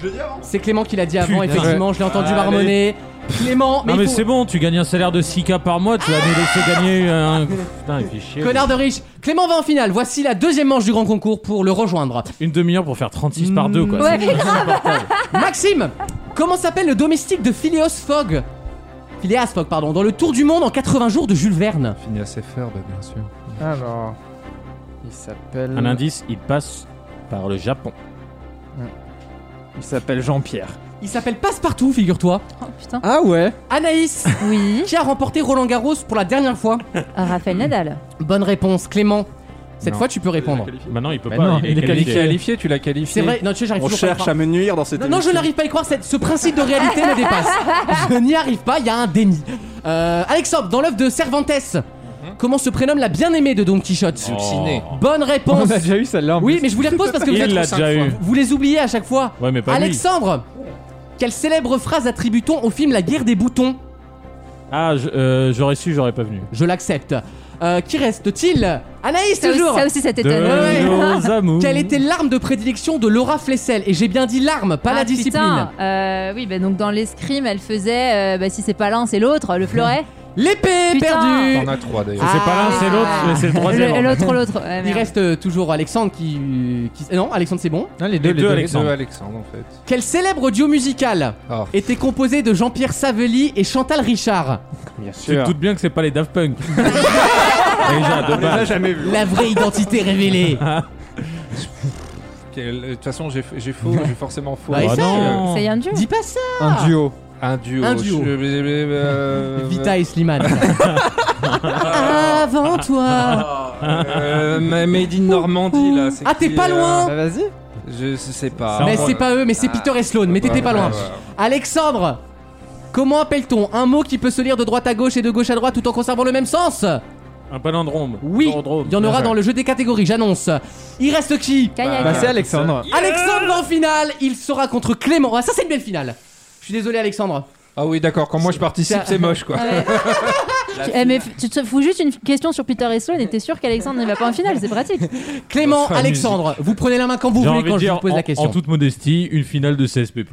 [SPEAKER 2] Je l'ai dit avant.
[SPEAKER 1] C'est Clément qui l'a dit avant,
[SPEAKER 3] Putain.
[SPEAKER 1] effectivement, je l'ai entendu marmonner. Clément, mais,
[SPEAKER 3] Non Ah, mais
[SPEAKER 1] il faut-
[SPEAKER 3] c'est bon, tu gagnes un salaire de 6K par mois, tu vas nous laisser gagner un... Putain, il fait chier.
[SPEAKER 1] connard de riche. Clément va en finale, voici la deuxième manche du grand concours pour le rejoindre.
[SPEAKER 3] Une demi-heure pour faire 36 par 2 quoi.
[SPEAKER 8] Ouais,
[SPEAKER 3] C'est
[SPEAKER 8] grave.
[SPEAKER 3] insupportable.
[SPEAKER 1] Maxime, comment s'appelle le domestique de Phileas Fogg Phileas Fogg, pardon, dans le Tour du Monde en 80 jours de Jules Verne.
[SPEAKER 4] Fini à faire, bah, bien sûr.
[SPEAKER 5] Alors. Il s'appelle.
[SPEAKER 3] Un indice, il passe par le Japon.
[SPEAKER 5] Il s'appelle Jean-Pierre.
[SPEAKER 1] Il s'appelle Passepartout, figure-toi.
[SPEAKER 8] Oh putain.
[SPEAKER 5] Ah ouais
[SPEAKER 1] Anaïs,
[SPEAKER 8] Oui, Ah,
[SPEAKER 1] qui a remporté Roland Garros pour la dernière fois
[SPEAKER 8] Raphaël Nadal.
[SPEAKER 1] Bonne réponse, Clément. Cette
[SPEAKER 3] Non.
[SPEAKER 1] fois, tu peux répondre.
[SPEAKER 3] Maintenant, Bah il peut
[SPEAKER 5] Mais
[SPEAKER 3] pas.
[SPEAKER 5] non,
[SPEAKER 3] il est
[SPEAKER 4] Tu l'as
[SPEAKER 3] qualifié.
[SPEAKER 4] qualifié, tu l'as qualifié.
[SPEAKER 1] C'est vrai, non, tu sais, j'arrive
[SPEAKER 2] On
[SPEAKER 1] toujours pas à y
[SPEAKER 2] cherche
[SPEAKER 1] croire.
[SPEAKER 2] à me nuire dans cette
[SPEAKER 1] Non, non, je
[SPEAKER 2] émission.
[SPEAKER 1] n'arrive pas à y croire, cette- ce principe de réalité me dépasse. Je n'y arrive pas, il y a un déni. Euh, Alexandre, dans l'œuvre de Cervantes, comment se prénomme la bien-aimée de Don Quichotte
[SPEAKER 4] Dulcinée.
[SPEAKER 1] Bonne
[SPEAKER 5] On
[SPEAKER 1] réponse.
[SPEAKER 5] a déjà eu celle-là. en
[SPEAKER 1] Oui,
[SPEAKER 5] plus.
[SPEAKER 1] mais je vous les repose parce que vous,
[SPEAKER 3] Il
[SPEAKER 1] êtes-
[SPEAKER 3] l'a déjà eu.
[SPEAKER 1] vous les oubliez à chaque fois.
[SPEAKER 3] Ouais, mais pas lui.
[SPEAKER 1] Alexandre, quelle célèbre phrase attribue-t-on au film La guerre des boutons
[SPEAKER 3] Ah, je- euh, j'aurais su, j'aurais pas venu.
[SPEAKER 1] Je l'accepte. Euh, qui reste-t-il Anaïs,
[SPEAKER 8] Ça aussi,
[SPEAKER 1] toujours
[SPEAKER 8] ça aussi, ça
[SPEAKER 3] De
[SPEAKER 8] t'étonne.
[SPEAKER 3] nos amours.
[SPEAKER 1] Quelle était l'arme de prédilection de Laura Flessel Et j'ai bien dit l'arme, pas
[SPEAKER 8] Ah,
[SPEAKER 1] la discipline.
[SPEAKER 8] putain. Euh, oui, bah, donc dans l'escrime, elle faisait, euh, bah, si c'est pas l'un, c'est l'autre, le fleuret.
[SPEAKER 1] L'épée
[SPEAKER 8] Putain. Bah,
[SPEAKER 1] perdue
[SPEAKER 4] T'en as trois d'ailleurs.
[SPEAKER 3] C'est pas l'un, c'est l'autre, mais c'est le
[SPEAKER 8] Ah, Le-
[SPEAKER 3] troisième.
[SPEAKER 8] L'autre, l'autre. Ouais,
[SPEAKER 1] Il
[SPEAKER 8] merde.
[SPEAKER 1] reste euh, toujours Alexandre qui... qui- euh, Non, Alexandre c'est bon.
[SPEAKER 5] Non, les deux,
[SPEAKER 3] Ah, Les deux,
[SPEAKER 5] les deux.
[SPEAKER 4] Les
[SPEAKER 3] Alexandre.
[SPEAKER 4] deux Alexandre en fait.
[SPEAKER 1] Quel célèbre duo musical
[SPEAKER 4] Ah.
[SPEAKER 1] était composé de Jean-Pierre Savelli et Chantal Richard
[SPEAKER 5] Bien
[SPEAKER 3] Tu te doutes bien que c'est pas les Daft Punk. Déjà, de
[SPEAKER 2] On les a
[SPEAKER 3] base.
[SPEAKER 2] jamais vus.
[SPEAKER 1] La vraie identité révélée
[SPEAKER 4] Quel- De toute façon, j'ai j'ai faux, j'ai forcément faux.
[SPEAKER 1] Bah,
[SPEAKER 3] Ah
[SPEAKER 1] essaye.
[SPEAKER 3] non.
[SPEAKER 8] C'est un duo.
[SPEAKER 1] Dis pas ça
[SPEAKER 5] Un duo.
[SPEAKER 4] Un duo.
[SPEAKER 1] Un duo.
[SPEAKER 4] Je- euh,
[SPEAKER 1] Vita et Slimane Avant toi
[SPEAKER 4] euh, ma- Made in Normandie là. c'est
[SPEAKER 1] Ah, t'es
[SPEAKER 4] qui,
[SPEAKER 1] pas
[SPEAKER 4] euh,
[SPEAKER 1] loin.
[SPEAKER 5] Bah vas-y.
[SPEAKER 4] Je sais pas.
[SPEAKER 1] Mais c'est pas eux, mais c'est
[SPEAKER 4] Ah.
[SPEAKER 1] Peter et Sloan, mais t'étais
[SPEAKER 4] Ouais,
[SPEAKER 1] pas loin
[SPEAKER 4] ouais, ouais.
[SPEAKER 1] Alexandre Comment appelle-t-on un mot qui peut se lire de droite à gauche et de gauche à droite tout en conservant le même sens
[SPEAKER 3] Un palindrome.
[SPEAKER 1] Oui, il y en aura dans le jeu des catégories, j'annonce. Il reste qui
[SPEAKER 8] Kayak.
[SPEAKER 5] Bah c'est Alexandre.
[SPEAKER 1] Alexandre en finale, il sera contre Clément. Ah, ça c'est une belle finale. Je suis désolé Alexandre.
[SPEAKER 4] Ah oui, d'accord. Quand moi je participe,
[SPEAKER 1] C'est-
[SPEAKER 4] c'est moche quoi.
[SPEAKER 8] Ah ouais. Tu- eh, mais f- tu te fous juste une question sur Peter et Sloan et t'es sûr qu'Alexandre ne va pas en finale, c'est pratique.
[SPEAKER 1] Clément,
[SPEAKER 5] Enfin,
[SPEAKER 1] Alexandre, vous prenez la main quand vous
[SPEAKER 3] J'ai
[SPEAKER 1] voulez
[SPEAKER 3] envie
[SPEAKER 1] quand
[SPEAKER 3] de
[SPEAKER 1] je
[SPEAKER 3] dire,
[SPEAKER 1] vous pose
[SPEAKER 3] en,
[SPEAKER 1] la
[SPEAKER 3] en
[SPEAKER 1] question.
[SPEAKER 3] toute modestie, une finale de CSP+.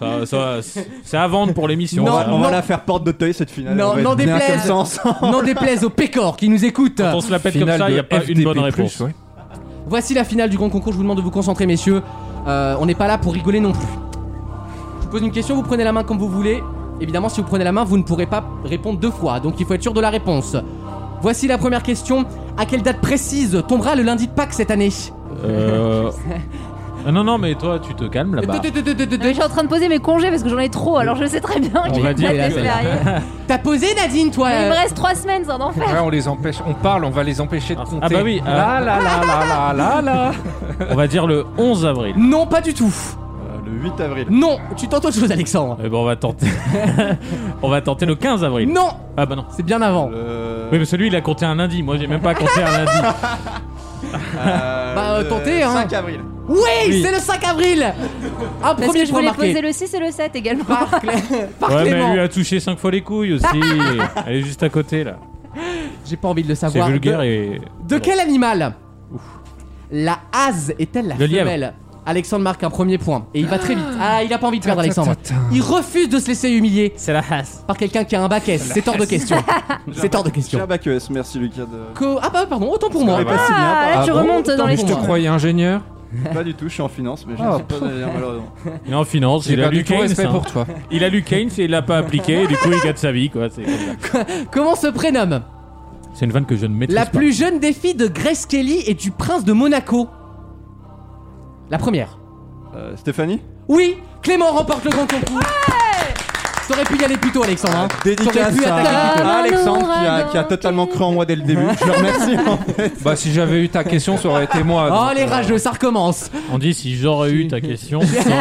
[SPEAKER 3] Bon, voilà. ça, ça, c'est à vendre pour l'émission.
[SPEAKER 1] Non,
[SPEAKER 2] on,
[SPEAKER 3] ça.
[SPEAKER 2] va, on
[SPEAKER 1] non.
[SPEAKER 2] va la faire porte de deuil cette finale.
[SPEAKER 1] Non,
[SPEAKER 2] on va
[SPEAKER 1] n'en
[SPEAKER 2] être bien
[SPEAKER 1] déplaise.
[SPEAKER 2] comme ça ensemble.
[SPEAKER 1] N'en déplaise au Pécor qui nous écoute.
[SPEAKER 3] Quand on se la pète comme
[SPEAKER 4] Finale
[SPEAKER 3] ça, il
[SPEAKER 4] de
[SPEAKER 3] n'y a pas une
[SPEAKER 4] FDP+,
[SPEAKER 3] bonne réponse.
[SPEAKER 4] ouais.
[SPEAKER 1] Voici la finale du grand concours. Je vous demande de vous concentrer, messieurs. Euh, on n'est pas là pour rigoler non plus. Je vous pose une question, vous prenez la main comme vous voulez. Évidemment, si vous prenez la main, vous ne pourrez pas répondre deux fois, donc il faut être sûr de la réponse. Voici la première question. À quelle date précise tombera le lundi de Pâques cette année
[SPEAKER 3] Euh, ah non, non, mais toi, tu te calmes là-bas.
[SPEAKER 1] Deux, deux, deux, deux, deux,
[SPEAKER 8] Non, mais
[SPEAKER 1] deux.
[SPEAKER 8] je suis en train de poser mes congés parce que j'en ai trop, alors je sais très bien que j'ai
[SPEAKER 3] va
[SPEAKER 8] pas
[SPEAKER 3] dire
[SPEAKER 8] de
[SPEAKER 1] que-
[SPEAKER 8] laisse fériée.
[SPEAKER 1] T'as posé Nadine, toi
[SPEAKER 8] Mais Il
[SPEAKER 1] euh,
[SPEAKER 8] me reste 3 semaines, c'est un enfer.
[SPEAKER 4] Ouais, on les empêche. On parle, on va les empêcher de
[SPEAKER 3] Ah,
[SPEAKER 4] compter.
[SPEAKER 3] bah oui, euh.
[SPEAKER 4] Là, là, là, là, là, là, là.
[SPEAKER 3] On va dire le 11 avril.
[SPEAKER 1] Non, pas du tout.
[SPEAKER 2] Euh, Le 8 avril.
[SPEAKER 1] Non, tu tentes autre chose, Alexandre.
[SPEAKER 3] Eh ben, on va tenter. on va tenter le 15 avril.
[SPEAKER 1] Non,
[SPEAKER 3] Ah bah non.
[SPEAKER 1] c'est bien avant.
[SPEAKER 2] Le-
[SPEAKER 3] Oui, mais celui, il a compté un lundi. Moi, j'ai même pas compté un lundi.
[SPEAKER 2] euh,
[SPEAKER 1] Bah, euh,
[SPEAKER 2] le
[SPEAKER 1] tentez, hein.
[SPEAKER 2] 5 avril.
[SPEAKER 1] Oui, c'est le 5 avril. Un
[SPEAKER 8] Parce
[SPEAKER 1] premier
[SPEAKER 8] que je
[SPEAKER 1] point
[SPEAKER 8] voulais
[SPEAKER 1] marqué.
[SPEAKER 8] poser le 6 et le 7 également.
[SPEAKER 1] Par, Clé- par
[SPEAKER 3] ouais, mais
[SPEAKER 1] Clément.
[SPEAKER 3] elle lui a touché 5 fois les couilles aussi.
[SPEAKER 1] Bah.
[SPEAKER 3] Elle est juste à côté là.
[SPEAKER 1] J'ai pas envie de le
[SPEAKER 3] C'est
[SPEAKER 1] savoir.
[SPEAKER 3] vulgaire
[SPEAKER 1] Bah, de,
[SPEAKER 3] et.
[SPEAKER 1] de quel animal La hase est-elle la
[SPEAKER 3] Le lièvre.
[SPEAKER 1] femelle Alexandre marque un premier point et il va très vite. Ah, il a pas envie de perdre Alexandre. Il refuse de se laisser humilier
[SPEAKER 3] C'est la race.
[SPEAKER 1] par quelqu'un qui a un bac S. C'est hors de question. C'est hors de question.
[SPEAKER 2] Chabac ES, merci Lucas. De...
[SPEAKER 1] Co- ah bah pardon, autant pour moi.
[SPEAKER 2] Ah, bah, c'est bien,
[SPEAKER 8] Ah, là,
[SPEAKER 2] pas-
[SPEAKER 8] tu
[SPEAKER 2] bon
[SPEAKER 8] remontes dans
[SPEAKER 1] Attends,
[SPEAKER 8] les
[SPEAKER 4] Mais je te
[SPEAKER 8] temps.
[SPEAKER 4] croyais ingénieur.
[SPEAKER 2] Pas du tout, je suis en finance,
[SPEAKER 4] Oh,
[SPEAKER 2] mais je ne suis pas ingénieur, malheureusement.
[SPEAKER 3] Il est en finance.
[SPEAKER 4] J'ai
[SPEAKER 3] Il a,
[SPEAKER 4] perdu
[SPEAKER 3] lu
[SPEAKER 4] tout
[SPEAKER 3] Keynes,
[SPEAKER 4] respect
[SPEAKER 3] hein.
[SPEAKER 4] pour toi.
[SPEAKER 3] il a lu Keynes et il l'a pas appliqué. Et du coup, il gagne sa vie quoi. C'est comme ça.
[SPEAKER 1] Comment se prénomme
[SPEAKER 3] C'est une vanne que je ne maîtrise
[SPEAKER 1] La
[SPEAKER 3] pas.
[SPEAKER 1] plus jeune des filles de Grace Kelly et du prince de Monaco. La première.
[SPEAKER 2] Euh, Stéphanie
[SPEAKER 1] Oui, Clément remporte le grand concours. T'aurais pu y aller plus tôt, Alexandre. hein. T'aurais pu
[SPEAKER 2] à,
[SPEAKER 1] attaquer plus tôt.
[SPEAKER 2] à Alexandre qui a, qui a totalement cru en moi dès le début. Je le remercie. en fait.
[SPEAKER 4] Bah, si j'avais eu ta question, ça aurait été moi.
[SPEAKER 1] Oh
[SPEAKER 4] donc,
[SPEAKER 1] les
[SPEAKER 4] euh,
[SPEAKER 1] rageux, ça recommence.
[SPEAKER 3] On dit si j'aurais eu ta question. sans-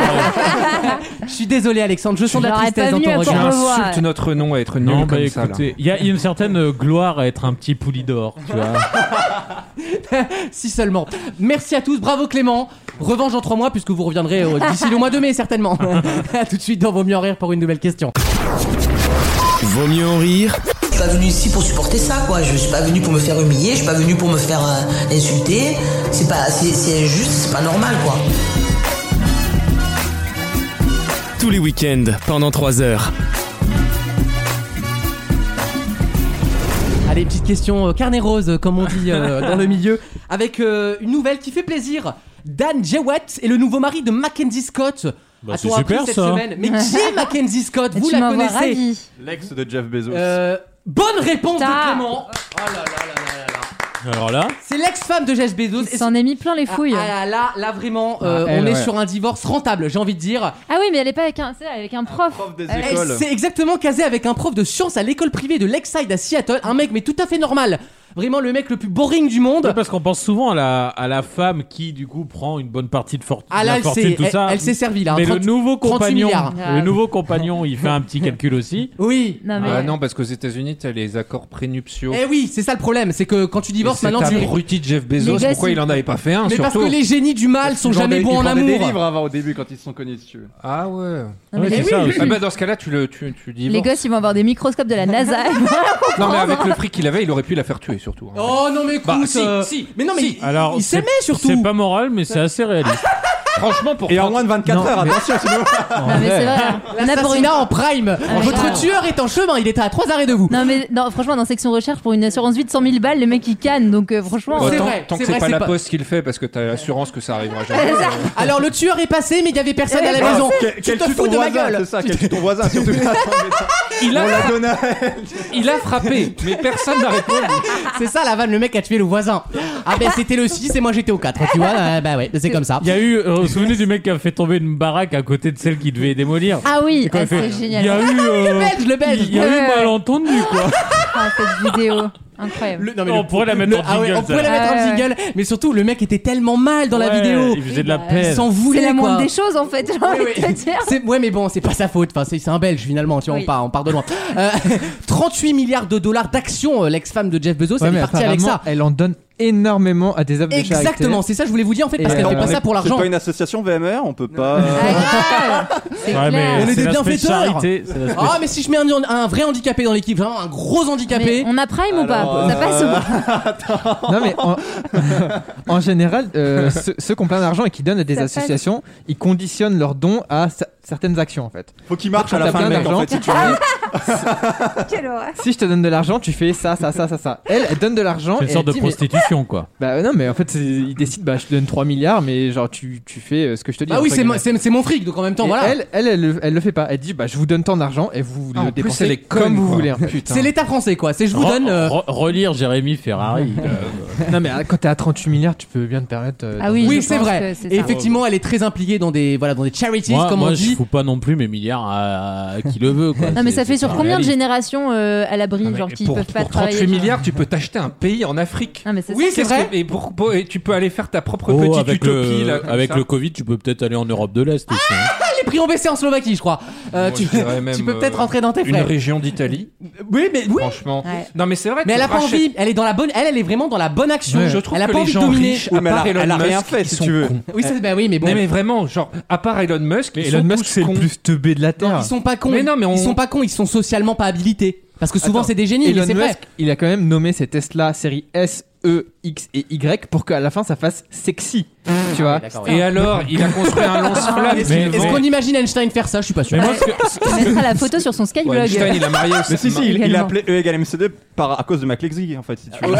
[SPEAKER 1] Je suis désolé, Alexandre. Je sens de la
[SPEAKER 8] l'aurais
[SPEAKER 1] tristesse
[SPEAKER 8] pas
[SPEAKER 1] dans
[SPEAKER 8] venu
[SPEAKER 1] ton
[SPEAKER 8] à
[SPEAKER 4] Tu
[SPEAKER 1] regard.
[SPEAKER 8] Port- revoir.
[SPEAKER 4] insultes notre nom à être nul
[SPEAKER 3] Non,
[SPEAKER 4] comme
[SPEAKER 3] bah
[SPEAKER 4] ça. là.
[SPEAKER 3] écoutez, il y a il y a une certaine euh, gloire à être un petit poulidor, tu vois.
[SPEAKER 1] Si seulement. Merci à tous. Bravo Clément. Revanche en trois mois puisque vous reviendrez euh, d'ici le mois de mai certainement. à tout de suite dans Vaut mieux en rire pour une nouvelle question.
[SPEAKER 6] Vaut mieux en rire
[SPEAKER 9] Je suis pas venu ici pour supporter ça, quoi. Je suis pas venu pour me faire humilier, je suis pas venu pour me faire euh, insulter. C'est pas, c'est c'est injuste, c'est pas normal, quoi.
[SPEAKER 6] tous les week-ends pendant 3 heures.
[SPEAKER 1] Allez, petite question euh, carnet rose, euh, comme on dit euh, dans le milieu, avec euh, une nouvelle qui fait plaisir. Dan Jewett est le nouveau mari de Mackenzie Scott.
[SPEAKER 3] Bah,
[SPEAKER 1] A-t-on
[SPEAKER 3] c'est
[SPEAKER 1] appris
[SPEAKER 3] super,
[SPEAKER 1] cette
[SPEAKER 3] ça.
[SPEAKER 1] semaine Mais qui est Mackenzie Scott Vous
[SPEAKER 8] tu
[SPEAKER 1] la
[SPEAKER 8] m'en vois
[SPEAKER 1] connaissez
[SPEAKER 8] ravie.
[SPEAKER 2] L'ex de Jeff Bezos.
[SPEAKER 1] Euh, Bonne réponse
[SPEAKER 8] Putain.
[SPEAKER 1] de Clément. Oh là là là là là là.
[SPEAKER 3] Alors là,
[SPEAKER 1] C'est l'ex-femme de Jeff Bezos.
[SPEAKER 8] Il s'en est mis plein les
[SPEAKER 1] Ah,
[SPEAKER 8] fouilles.
[SPEAKER 1] ah là, là, là, vraiment, euh,
[SPEAKER 5] Ah, elle,
[SPEAKER 1] on est
[SPEAKER 5] ouais.
[SPEAKER 1] sur un divorce rentable, j'ai envie de dire.
[SPEAKER 8] Ah oui, mais elle est pas avec un, c'est vrai, avec un prof.
[SPEAKER 2] Prof des
[SPEAKER 1] Eh,
[SPEAKER 2] écoles.
[SPEAKER 1] C'est exactement casé avec un prof de sciences à l'école privée de Lakeside à Seattle, un mec mais tout à fait normal. Vraiment le mec le plus boring du monde.
[SPEAKER 3] Ouais, parce qu'on pense souvent à la, à la femme qui, du coup, prend une bonne partie de fortune,
[SPEAKER 1] Ah là,
[SPEAKER 3] la
[SPEAKER 1] elle
[SPEAKER 3] fortune,
[SPEAKER 1] s'est
[SPEAKER 3] tout
[SPEAKER 1] elle-
[SPEAKER 3] ça.
[SPEAKER 1] elle s'est servie là. hein,
[SPEAKER 3] mais
[SPEAKER 1] 30
[SPEAKER 3] le nouveau
[SPEAKER 1] 36
[SPEAKER 3] compagnon,
[SPEAKER 1] milliards.
[SPEAKER 3] le nouveau compagnon, il fait un petit calcul aussi.
[SPEAKER 1] Oui.
[SPEAKER 8] Non, mais.
[SPEAKER 4] Ah. Ah non, parce qu'aux États-Unis, t'as les accords prénuptiaux.
[SPEAKER 1] Eh oui, c'est ça le problème, c'est que quand tu divorces
[SPEAKER 4] C'est
[SPEAKER 1] maintenant tu.
[SPEAKER 4] abruti de Jeff Bezos,
[SPEAKER 8] Les gars,
[SPEAKER 4] pourquoi
[SPEAKER 8] c'est-
[SPEAKER 4] il en avait pas fait un
[SPEAKER 1] Mais parce
[SPEAKER 4] surtout
[SPEAKER 1] que les génies du mal sont
[SPEAKER 2] Ils vendaient-
[SPEAKER 1] jamais bons
[SPEAKER 2] ils
[SPEAKER 1] en
[SPEAKER 2] vendaient des
[SPEAKER 1] amour.
[SPEAKER 2] livres avant, au début quand ils se sont connus, si tu veux.
[SPEAKER 4] Ah ouais.
[SPEAKER 8] non, mais
[SPEAKER 3] Ouais,
[SPEAKER 8] les-
[SPEAKER 3] c'est ça aussi.
[SPEAKER 4] Ah bah dans ce cas-là, tu le tu, tu
[SPEAKER 8] Euh, les
[SPEAKER 4] divorces.
[SPEAKER 8] gosses, ils vont avoir des microscopes de la NASA.
[SPEAKER 4] Non mais avec le fric qu'il avait, il aurait pu la faire tuer surtout. hein.
[SPEAKER 1] Oh non mais écoute.
[SPEAKER 3] Bah, si,
[SPEAKER 1] euh,
[SPEAKER 3] si,
[SPEAKER 1] mais non mais il-
[SPEAKER 3] Alors,
[SPEAKER 1] il
[SPEAKER 3] c'est-
[SPEAKER 1] s'aimait surtout. Ah,
[SPEAKER 3] C'est pas moral, mais c'est assez réaliste. Franchement, pour
[SPEAKER 2] Et en moins de 24 heures, attention, sinon.
[SPEAKER 8] non, mais c'est vrai.
[SPEAKER 1] hein.
[SPEAKER 8] On a pour une-
[SPEAKER 1] L'assassinat en prime.
[SPEAKER 8] Ah,
[SPEAKER 1] Votre
[SPEAKER 8] ouais.
[SPEAKER 1] tueur est en chemin, il était à trois arrêts de vous.
[SPEAKER 8] Non, mais non, franchement, dans section recherche, pour une assurance vie de 100 000 balles, le mec il canne. Donc, euh, franchement.
[SPEAKER 4] Bah,
[SPEAKER 1] c'est
[SPEAKER 4] tant,
[SPEAKER 1] vrai,
[SPEAKER 4] tant que
[SPEAKER 1] c'est
[SPEAKER 4] c'est
[SPEAKER 1] vrai,
[SPEAKER 4] pas
[SPEAKER 1] c'est
[SPEAKER 4] la
[SPEAKER 1] pas-
[SPEAKER 4] poste qu'il fait parce que t'as l'assurance que ça arrivera jamais.
[SPEAKER 8] Ça-
[SPEAKER 1] Alors le tueur est passé, mais il y avait personne à la
[SPEAKER 2] Ah,
[SPEAKER 1] maison.
[SPEAKER 2] quel-
[SPEAKER 1] Tu
[SPEAKER 2] quel
[SPEAKER 1] te
[SPEAKER 2] tue
[SPEAKER 1] fous
[SPEAKER 2] ton
[SPEAKER 1] de ma
[SPEAKER 2] voisin,
[SPEAKER 1] gueule.
[SPEAKER 2] C'est ça, quel tue ton voisin, surtout.
[SPEAKER 4] Il
[SPEAKER 2] On
[SPEAKER 4] a,
[SPEAKER 2] l'a donné à
[SPEAKER 4] il a frappé, mais personne n'a répondu.
[SPEAKER 1] C'est ça la vanne, le mec a tué le voisin. Ah ben c'était le 6 et moi j'étais au 4, tu vois, euh, bah ouais, c'est comme ça.
[SPEAKER 3] Il y a eu, euh, vous vous souvenez du mec qui a fait tomber une baraque à côté de celle qui devait démolir
[SPEAKER 8] Ah oui,
[SPEAKER 3] Et quand
[SPEAKER 8] ah,
[SPEAKER 3] il fait-
[SPEAKER 8] c'est
[SPEAKER 3] Il y a
[SPEAKER 8] génial.
[SPEAKER 3] eu, euh,
[SPEAKER 1] Le belge, le belge.
[SPEAKER 3] il y a eu
[SPEAKER 8] Ouais.
[SPEAKER 3] malentendu quoi.
[SPEAKER 8] Ah, cette vidéo. Incroyable.
[SPEAKER 1] Le- non, mais
[SPEAKER 3] On
[SPEAKER 1] le-
[SPEAKER 3] pourrait la mettre
[SPEAKER 1] le-
[SPEAKER 3] en
[SPEAKER 1] ah ouais,
[SPEAKER 3] jingle,
[SPEAKER 1] on pourrait la
[SPEAKER 8] ça.
[SPEAKER 1] mettre en
[SPEAKER 8] Ah ouais,
[SPEAKER 1] jingle, mais surtout le mec était tellement mal dans la
[SPEAKER 3] Ouais,
[SPEAKER 1] vidéo.
[SPEAKER 3] Il faisait de la
[SPEAKER 8] Oui, bah,
[SPEAKER 1] Il
[SPEAKER 3] peine.
[SPEAKER 1] s'en voulait
[SPEAKER 8] C'est la moindre
[SPEAKER 1] quoi.
[SPEAKER 8] des choses en fait, j'ai envie
[SPEAKER 1] Oui, oui.
[SPEAKER 8] de te dire.
[SPEAKER 1] C'est- ouais mais bon c'est pas sa faute enfin c'est c'est un belge finalement tu vois on
[SPEAKER 8] Oui.
[SPEAKER 1] part on part de loin Euh, 38 milliards de dollars d'actions euh, l'ex-femme de Jeff Bezos
[SPEAKER 5] Ouais,
[SPEAKER 1] elle
[SPEAKER 5] mais
[SPEAKER 1] est partie avec
[SPEAKER 5] apparemment,
[SPEAKER 1] ça
[SPEAKER 5] Elle en donne énormément à des œuvres de charité.
[SPEAKER 1] exactement c'est ça que je voulais vous dire en fait
[SPEAKER 5] Et
[SPEAKER 1] parce qu'elle
[SPEAKER 5] euh,
[SPEAKER 1] fait pas
[SPEAKER 5] on
[SPEAKER 1] ça pour l'argent
[SPEAKER 2] C'est pas une association VMR, on peut pas. euh,
[SPEAKER 8] Ah, c'est
[SPEAKER 3] Ouais, mais
[SPEAKER 8] clair.
[SPEAKER 1] On est
[SPEAKER 3] c'est
[SPEAKER 1] des
[SPEAKER 3] l'aspect
[SPEAKER 1] bienfaiteurs.
[SPEAKER 3] charité, c'est l'aspect-
[SPEAKER 1] ah mais si je mets un, un vrai handicapé dans l'équipe vraiment un gros handicapé
[SPEAKER 8] Mais on a Prime ou pas
[SPEAKER 2] Alors, euh,
[SPEAKER 8] Ça passe ou pas
[SPEAKER 5] Oh. Non mais en, en général, euh, ceux, ceux qui ont plein d'argent et qui donnent à des
[SPEAKER 8] Ça
[SPEAKER 5] associations, ils conditionnent leurs dons à ce- certaines actions en fait.
[SPEAKER 2] Faut qu'il marche
[SPEAKER 5] Quand
[SPEAKER 2] à la
[SPEAKER 5] t'as
[SPEAKER 2] fin,
[SPEAKER 5] plein
[SPEAKER 2] le mec, en
[SPEAKER 5] d'argent,
[SPEAKER 2] fait, si tu veux.
[SPEAKER 5] dis, Ah, si je te donne de l'argent, tu fais ça, ça, ça, ça, ça. Elle, elle donne de l'argent.
[SPEAKER 3] C'est une
[SPEAKER 5] et
[SPEAKER 3] sorte de
[SPEAKER 5] elle dit, mais-
[SPEAKER 3] prostitution quoi.
[SPEAKER 5] Bah non mais en fait, c'est-
[SPEAKER 4] euh,
[SPEAKER 5] ils décident, bah je te donne 3 milliards, mais genre tu, tu fais euh, ce que je te dis.
[SPEAKER 1] ah oui
[SPEAKER 5] entre
[SPEAKER 1] c'est mon-
[SPEAKER 5] guillemets.
[SPEAKER 1] c'est c'est mon fric donc en même temps
[SPEAKER 5] Et
[SPEAKER 1] voilà
[SPEAKER 5] elle, elle, elle, le- elle le fait pas. Elle dit, bah je vous donne tant d'argent et vous
[SPEAKER 4] Ah, en
[SPEAKER 5] le
[SPEAKER 4] plus,
[SPEAKER 5] dépensez
[SPEAKER 4] elle est
[SPEAKER 5] comme
[SPEAKER 4] conne,
[SPEAKER 5] vous
[SPEAKER 4] quoi.
[SPEAKER 5] voulez. hein. Putain. Oh.
[SPEAKER 1] c'est l'état français quoi c'est je vous
[SPEAKER 3] Re-
[SPEAKER 1] donne euh,
[SPEAKER 3] re- relire Jérémy Ferrari.
[SPEAKER 5] Non mais euh, quand t'es à 38 milliards, tu peux bien te permettre. euh,
[SPEAKER 8] Ah
[SPEAKER 5] d'en-
[SPEAKER 8] oui,
[SPEAKER 1] oui
[SPEAKER 8] je
[SPEAKER 1] c'est
[SPEAKER 8] pense
[SPEAKER 1] vrai
[SPEAKER 8] que c'est
[SPEAKER 1] et
[SPEAKER 8] ça.
[SPEAKER 1] effectivement elle est très impliquée dans des voilà dans des charities
[SPEAKER 3] moi,
[SPEAKER 1] comme
[SPEAKER 3] moi
[SPEAKER 1] on
[SPEAKER 3] je
[SPEAKER 1] dit
[SPEAKER 3] fous pas non plus mes milliards à, à qui le veut quoi.
[SPEAKER 8] Non mais ça
[SPEAKER 3] C'est-
[SPEAKER 8] fait
[SPEAKER 3] c'est
[SPEAKER 8] sur
[SPEAKER 3] pas
[SPEAKER 8] combien de
[SPEAKER 3] réaliste.
[SPEAKER 8] générations euh, à l'abri, genre qui
[SPEAKER 4] pour,
[SPEAKER 8] peuvent pas
[SPEAKER 4] pour
[SPEAKER 8] travailler
[SPEAKER 4] 38 milliards, tu peux t'acheter un pays en Afrique.
[SPEAKER 8] Non mais c'est
[SPEAKER 1] oui
[SPEAKER 8] ça.
[SPEAKER 1] c'est
[SPEAKER 4] Qu'est-ce que-
[SPEAKER 1] vrai
[SPEAKER 4] et, pour- pour- et tu peux aller faire ta propre
[SPEAKER 3] Oh,
[SPEAKER 4] petite
[SPEAKER 3] avec
[SPEAKER 4] utopie
[SPEAKER 3] le,
[SPEAKER 4] là, comme
[SPEAKER 3] avec
[SPEAKER 4] ça.
[SPEAKER 3] le Covid, tu peux peut-être aller en Europe de l'Est aussi. hein.
[SPEAKER 1] Ah, les prix ont baissé en Slovaquie je crois Euh,
[SPEAKER 4] Moi,
[SPEAKER 1] tu,
[SPEAKER 4] je dirais
[SPEAKER 1] tu
[SPEAKER 4] même,
[SPEAKER 1] peux peut-être
[SPEAKER 4] euh,
[SPEAKER 1] rentrer dans tes
[SPEAKER 4] une
[SPEAKER 1] frais
[SPEAKER 4] région d'Italie.
[SPEAKER 1] oui mais oui
[SPEAKER 4] Franchement.
[SPEAKER 8] Ouais.
[SPEAKER 4] Non mais c'est vrai.
[SPEAKER 1] mais
[SPEAKER 4] tu
[SPEAKER 1] elle a pas
[SPEAKER 4] rachètes-
[SPEAKER 1] envie elle est dans la bonne elle elle est vraiment dans la bonne action
[SPEAKER 4] Je trouve
[SPEAKER 1] elle a
[SPEAKER 4] que
[SPEAKER 1] pas
[SPEAKER 4] les
[SPEAKER 1] envie de
[SPEAKER 4] gens
[SPEAKER 1] dominer
[SPEAKER 4] riches,
[SPEAKER 2] Oui,
[SPEAKER 4] à
[SPEAKER 2] mais elle
[SPEAKER 4] part
[SPEAKER 2] a-
[SPEAKER 4] Elon
[SPEAKER 2] elle a rien
[SPEAKER 4] Musk,
[SPEAKER 2] fait,
[SPEAKER 4] ils
[SPEAKER 2] si
[SPEAKER 4] sont
[SPEAKER 2] tu veux.
[SPEAKER 4] cons.
[SPEAKER 1] oui c'est bah oui mais bon
[SPEAKER 4] Non mais vraiment, genre à part Elon Musk,
[SPEAKER 5] Mais
[SPEAKER 4] ils sont
[SPEAKER 5] Elon Musk
[SPEAKER 4] tous
[SPEAKER 5] c'est le
[SPEAKER 4] cons.
[SPEAKER 5] plus teubé de la terre.
[SPEAKER 1] ils sont pas cons
[SPEAKER 4] Mais non, mais on-
[SPEAKER 1] ils sont pas cons ils sont socialement pas habilités parce que souvent
[SPEAKER 5] Attends,
[SPEAKER 1] c'est des génies mais
[SPEAKER 5] Elon
[SPEAKER 1] c'est vrai
[SPEAKER 5] Musk, il a quand même nommé ses Tesla série S, E, X et Y pour qu'à la fin ça fasse sexy. tu vois
[SPEAKER 1] Ah,
[SPEAKER 4] Et alors, il a construit un lance-flamme.
[SPEAKER 1] est-ce
[SPEAKER 3] mais-
[SPEAKER 1] est-ce
[SPEAKER 3] mais-
[SPEAKER 1] qu'on imagine Einstein faire ça je suis pas sûr
[SPEAKER 3] Mais moi, ce que-
[SPEAKER 8] On mettra la photo sur son
[SPEAKER 4] Ouais,
[SPEAKER 8] skyblog.
[SPEAKER 4] Einstein, il a marié aussi.
[SPEAKER 2] Mais si, si, il, il a
[SPEAKER 8] Également.
[SPEAKER 2] appelé E égale MC2 par, à cause de McLexy, en fait, si tu veux.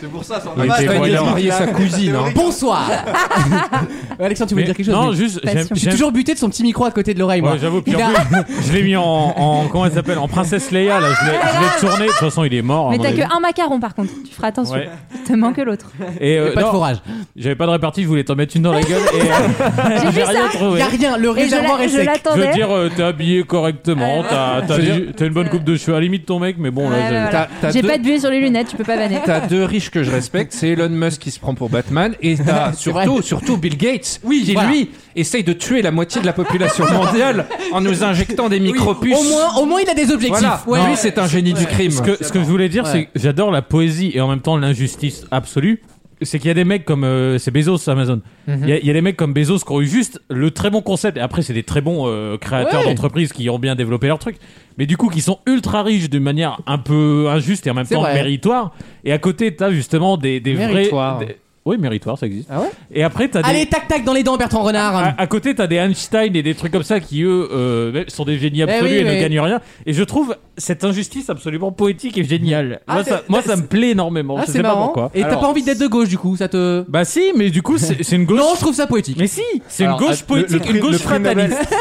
[SPEAKER 2] c'est pour ça, sans
[SPEAKER 3] Ouais,
[SPEAKER 2] dommage,
[SPEAKER 3] c'est
[SPEAKER 2] t'as
[SPEAKER 3] vrai,
[SPEAKER 2] une
[SPEAKER 3] il a
[SPEAKER 2] théorie.
[SPEAKER 4] marié sa cousine, hein.
[SPEAKER 1] bonsoir Alexandre tu voulais
[SPEAKER 3] mais-
[SPEAKER 1] dire quelque chose
[SPEAKER 3] Non,
[SPEAKER 1] mais-
[SPEAKER 3] juste,
[SPEAKER 8] Pas
[SPEAKER 3] j'aime-
[SPEAKER 8] sûr.
[SPEAKER 1] j'ai
[SPEAKER 3] j'aime-
[SPEAKER 1] toujours buté de son petit micro à côté de l'oreille moi Eh
[SPEAKER 3] Ouais,
[SPEAKER 1] ben-
[SPEAKER 3] j'avoue, puis
[SPEAKER 1] Il
[SPEAKER 3] en
[SPEAKER 1] a-
[SPEAKER 3] plus, je l'ai mis en, en- comment elle s'appelle, en princesse Leia, là, je l'ai, je l'ai tourné. De toute façon, il est mort. à
[SPEAKER 8] Mais
[SPEAKER 3] mon
[SPEAKER 8] t'as
[SPEAKER 3] avis.
[SPEAKER 8] que un macaron par contre, tu feras attention.
[SPEAKER 3] Ouais.
[SPEAKER 8] Il te manque l'autre.
[SPEAKER 3] Et euh,
[SPEAKER 1] pas de
[SPEAKER 3] non,
[SPEAKER 1] forage
[SPEAKER 3] j'avais pas de répartie, je voulais t'en mettre une dans la gueule et euh,
[SPEAKER 8] J'ai vu
[SPEAKER 3] j'ai rien
[SPEAKER 8] ça.
[SPEAKER 1] il
[SPEAKER 3] trouvé.
[SPEAKER 1] y a rien le
[SPEAKER 8] Et je
[SPEAKER 1] réservoir
[SPEAKER 8] la-
[SPEAKER 1] est
[SPEAKER 8] je
[SPEAKER 1] sec
[SPEAKER 3] Je veux
[SPEAKER 8] l'attendais.
[SPEAKER 3] dire, euh, t'es habillé correctement,
[SPEAKER 8] Ouais.
[SPEAKER 3] t'as,
[SPEAKER 4] Je
[SPEAKER 3] t'as,
[SPEAKER 4] veux
[SPEAKER 3] du- t'as une bonne coupe de cheveux, à la limite ton mec, mais bon,
[SPEAKER 8] Ouais,
[SPEAKER 3] là,
[SPEAKER 8] ouais,
[SPEAKER 3] j'ai-
[SPEAKER 8] voilà.
[SPEAKER 4] T'as- t'as
[SPEAKER 8] J'ai
[SPEAKER 4] deux-
[SPEAKER 8] pas de buée sur les lunettes, tu peux pas vanner.
[SPEAKER 4] T'as deux riches que je respecte, c'est Elon Musk qui se prend pour Batman et t'as surtout,
[SPEAKER 1] vrai.
[SPEAKER 4] surtout Bill Gates
[SPEAKER 1] Oui,
[SPEAKER 4] qui
[SPEAKER 1] voilà.
[SPEAKER 4] lui essaye de tuer la moitié de la population mondiale en nous injectant des
[SPEAKER 1] Oui,
[SPEAKER 4] micropuces.
[SPEAKER 1] au moins au moins il a des objectifs
[SPEAKER 4] voilà,
[SPEAKER 1] Ouais.
[SPEAKER 4] lui c'est un génie du crime.
[SPEAKER 3] Ce que, ce que je voulais dire,
[SPEAKER 1] Ouais.
[SPEAKER 3] c'est que j'adore la poésie et en même temps l'injustice absolue. C'est qu'il y a des mecs comme. euh, c'est Bezos, Amazon. Il y, a-
[SPEAKER 1] Mhm.
[SPEAKER 3] il y a des mecs comme Bezos qui ont eu juste le très bon concept. Et après, c'est des très bons euh, créateurs
[SPEAKER 1] Ouais.
[SPEAKER 3] d'entreprises qui ont bien développé leur truc. Mais du coup, qui sont ultra riches d'une manière un peu injuste et en même
[SPEAKER 1] C'est
[SPEAKER 3] temps
[SPEAKER 1] vrai.
[SPEAKER 3] méritoire. Et à côté, t'as justement des, des vrais.
[SPEAKER 5] Méritoire.
[SPEAKER 3] des- Oui, méritoire, ça existe.
[SPEAKER 1] Ah ouais
[SPEAKER 3] Et après, t'as des.
[SPEAKER 1] Allez, tac tac dans les dents, Bertrand Renard.
[SPEAKER 3] Ah, À, à côté, t'as des Einstein et des trucs comme ça qui, eux, euh, même sont des génies absolus
[SPEAKER 1] Eh oui,
[SPEAKER 3] et
[SPEAKER 1] oui.
[SPEAKER 3] ne gagnent rien. Et je trouve cette injustice absolument poétique et géniale.
[SPEAKER 1] Ah,
[SPEAKER 3] moi,
[SPEAKER 1] c'est-
[SPEAKER 3] ça, moi, ça me plaît énormément.
[SPEAKER 1] Ah,
[SPEAKER 3] je
[SPEAKER 1] c'est
[SPEAKER 3] sais pas
[SPEAKER 1] marrant.
[SPEAKER 3] pourquoi.
[SPEAKER 1] Et t'as
[SPEAKER 2] Alors-
[SPEAKER 1] pas envie d'être de gauche du coup, ça te.
[SPEAKER 3] Bah si, mais du coup, c'est c'est une gauche.
[SPEAKER 1] Non, je trouve ça poétique. ah,
[SPEAKER 3] Mais si, c'est une
[SPEAKER 2] Alors,
[SPEAKER 3] gauche
[SPEAKER 2] le- le
[SPEAKER 3] poétique,
[SPEAKER 2] prix-
[SPEAKER 3] une gauche
[SPEAKER 2] le prix Nobel-
[SPEAKER 3] fataliste.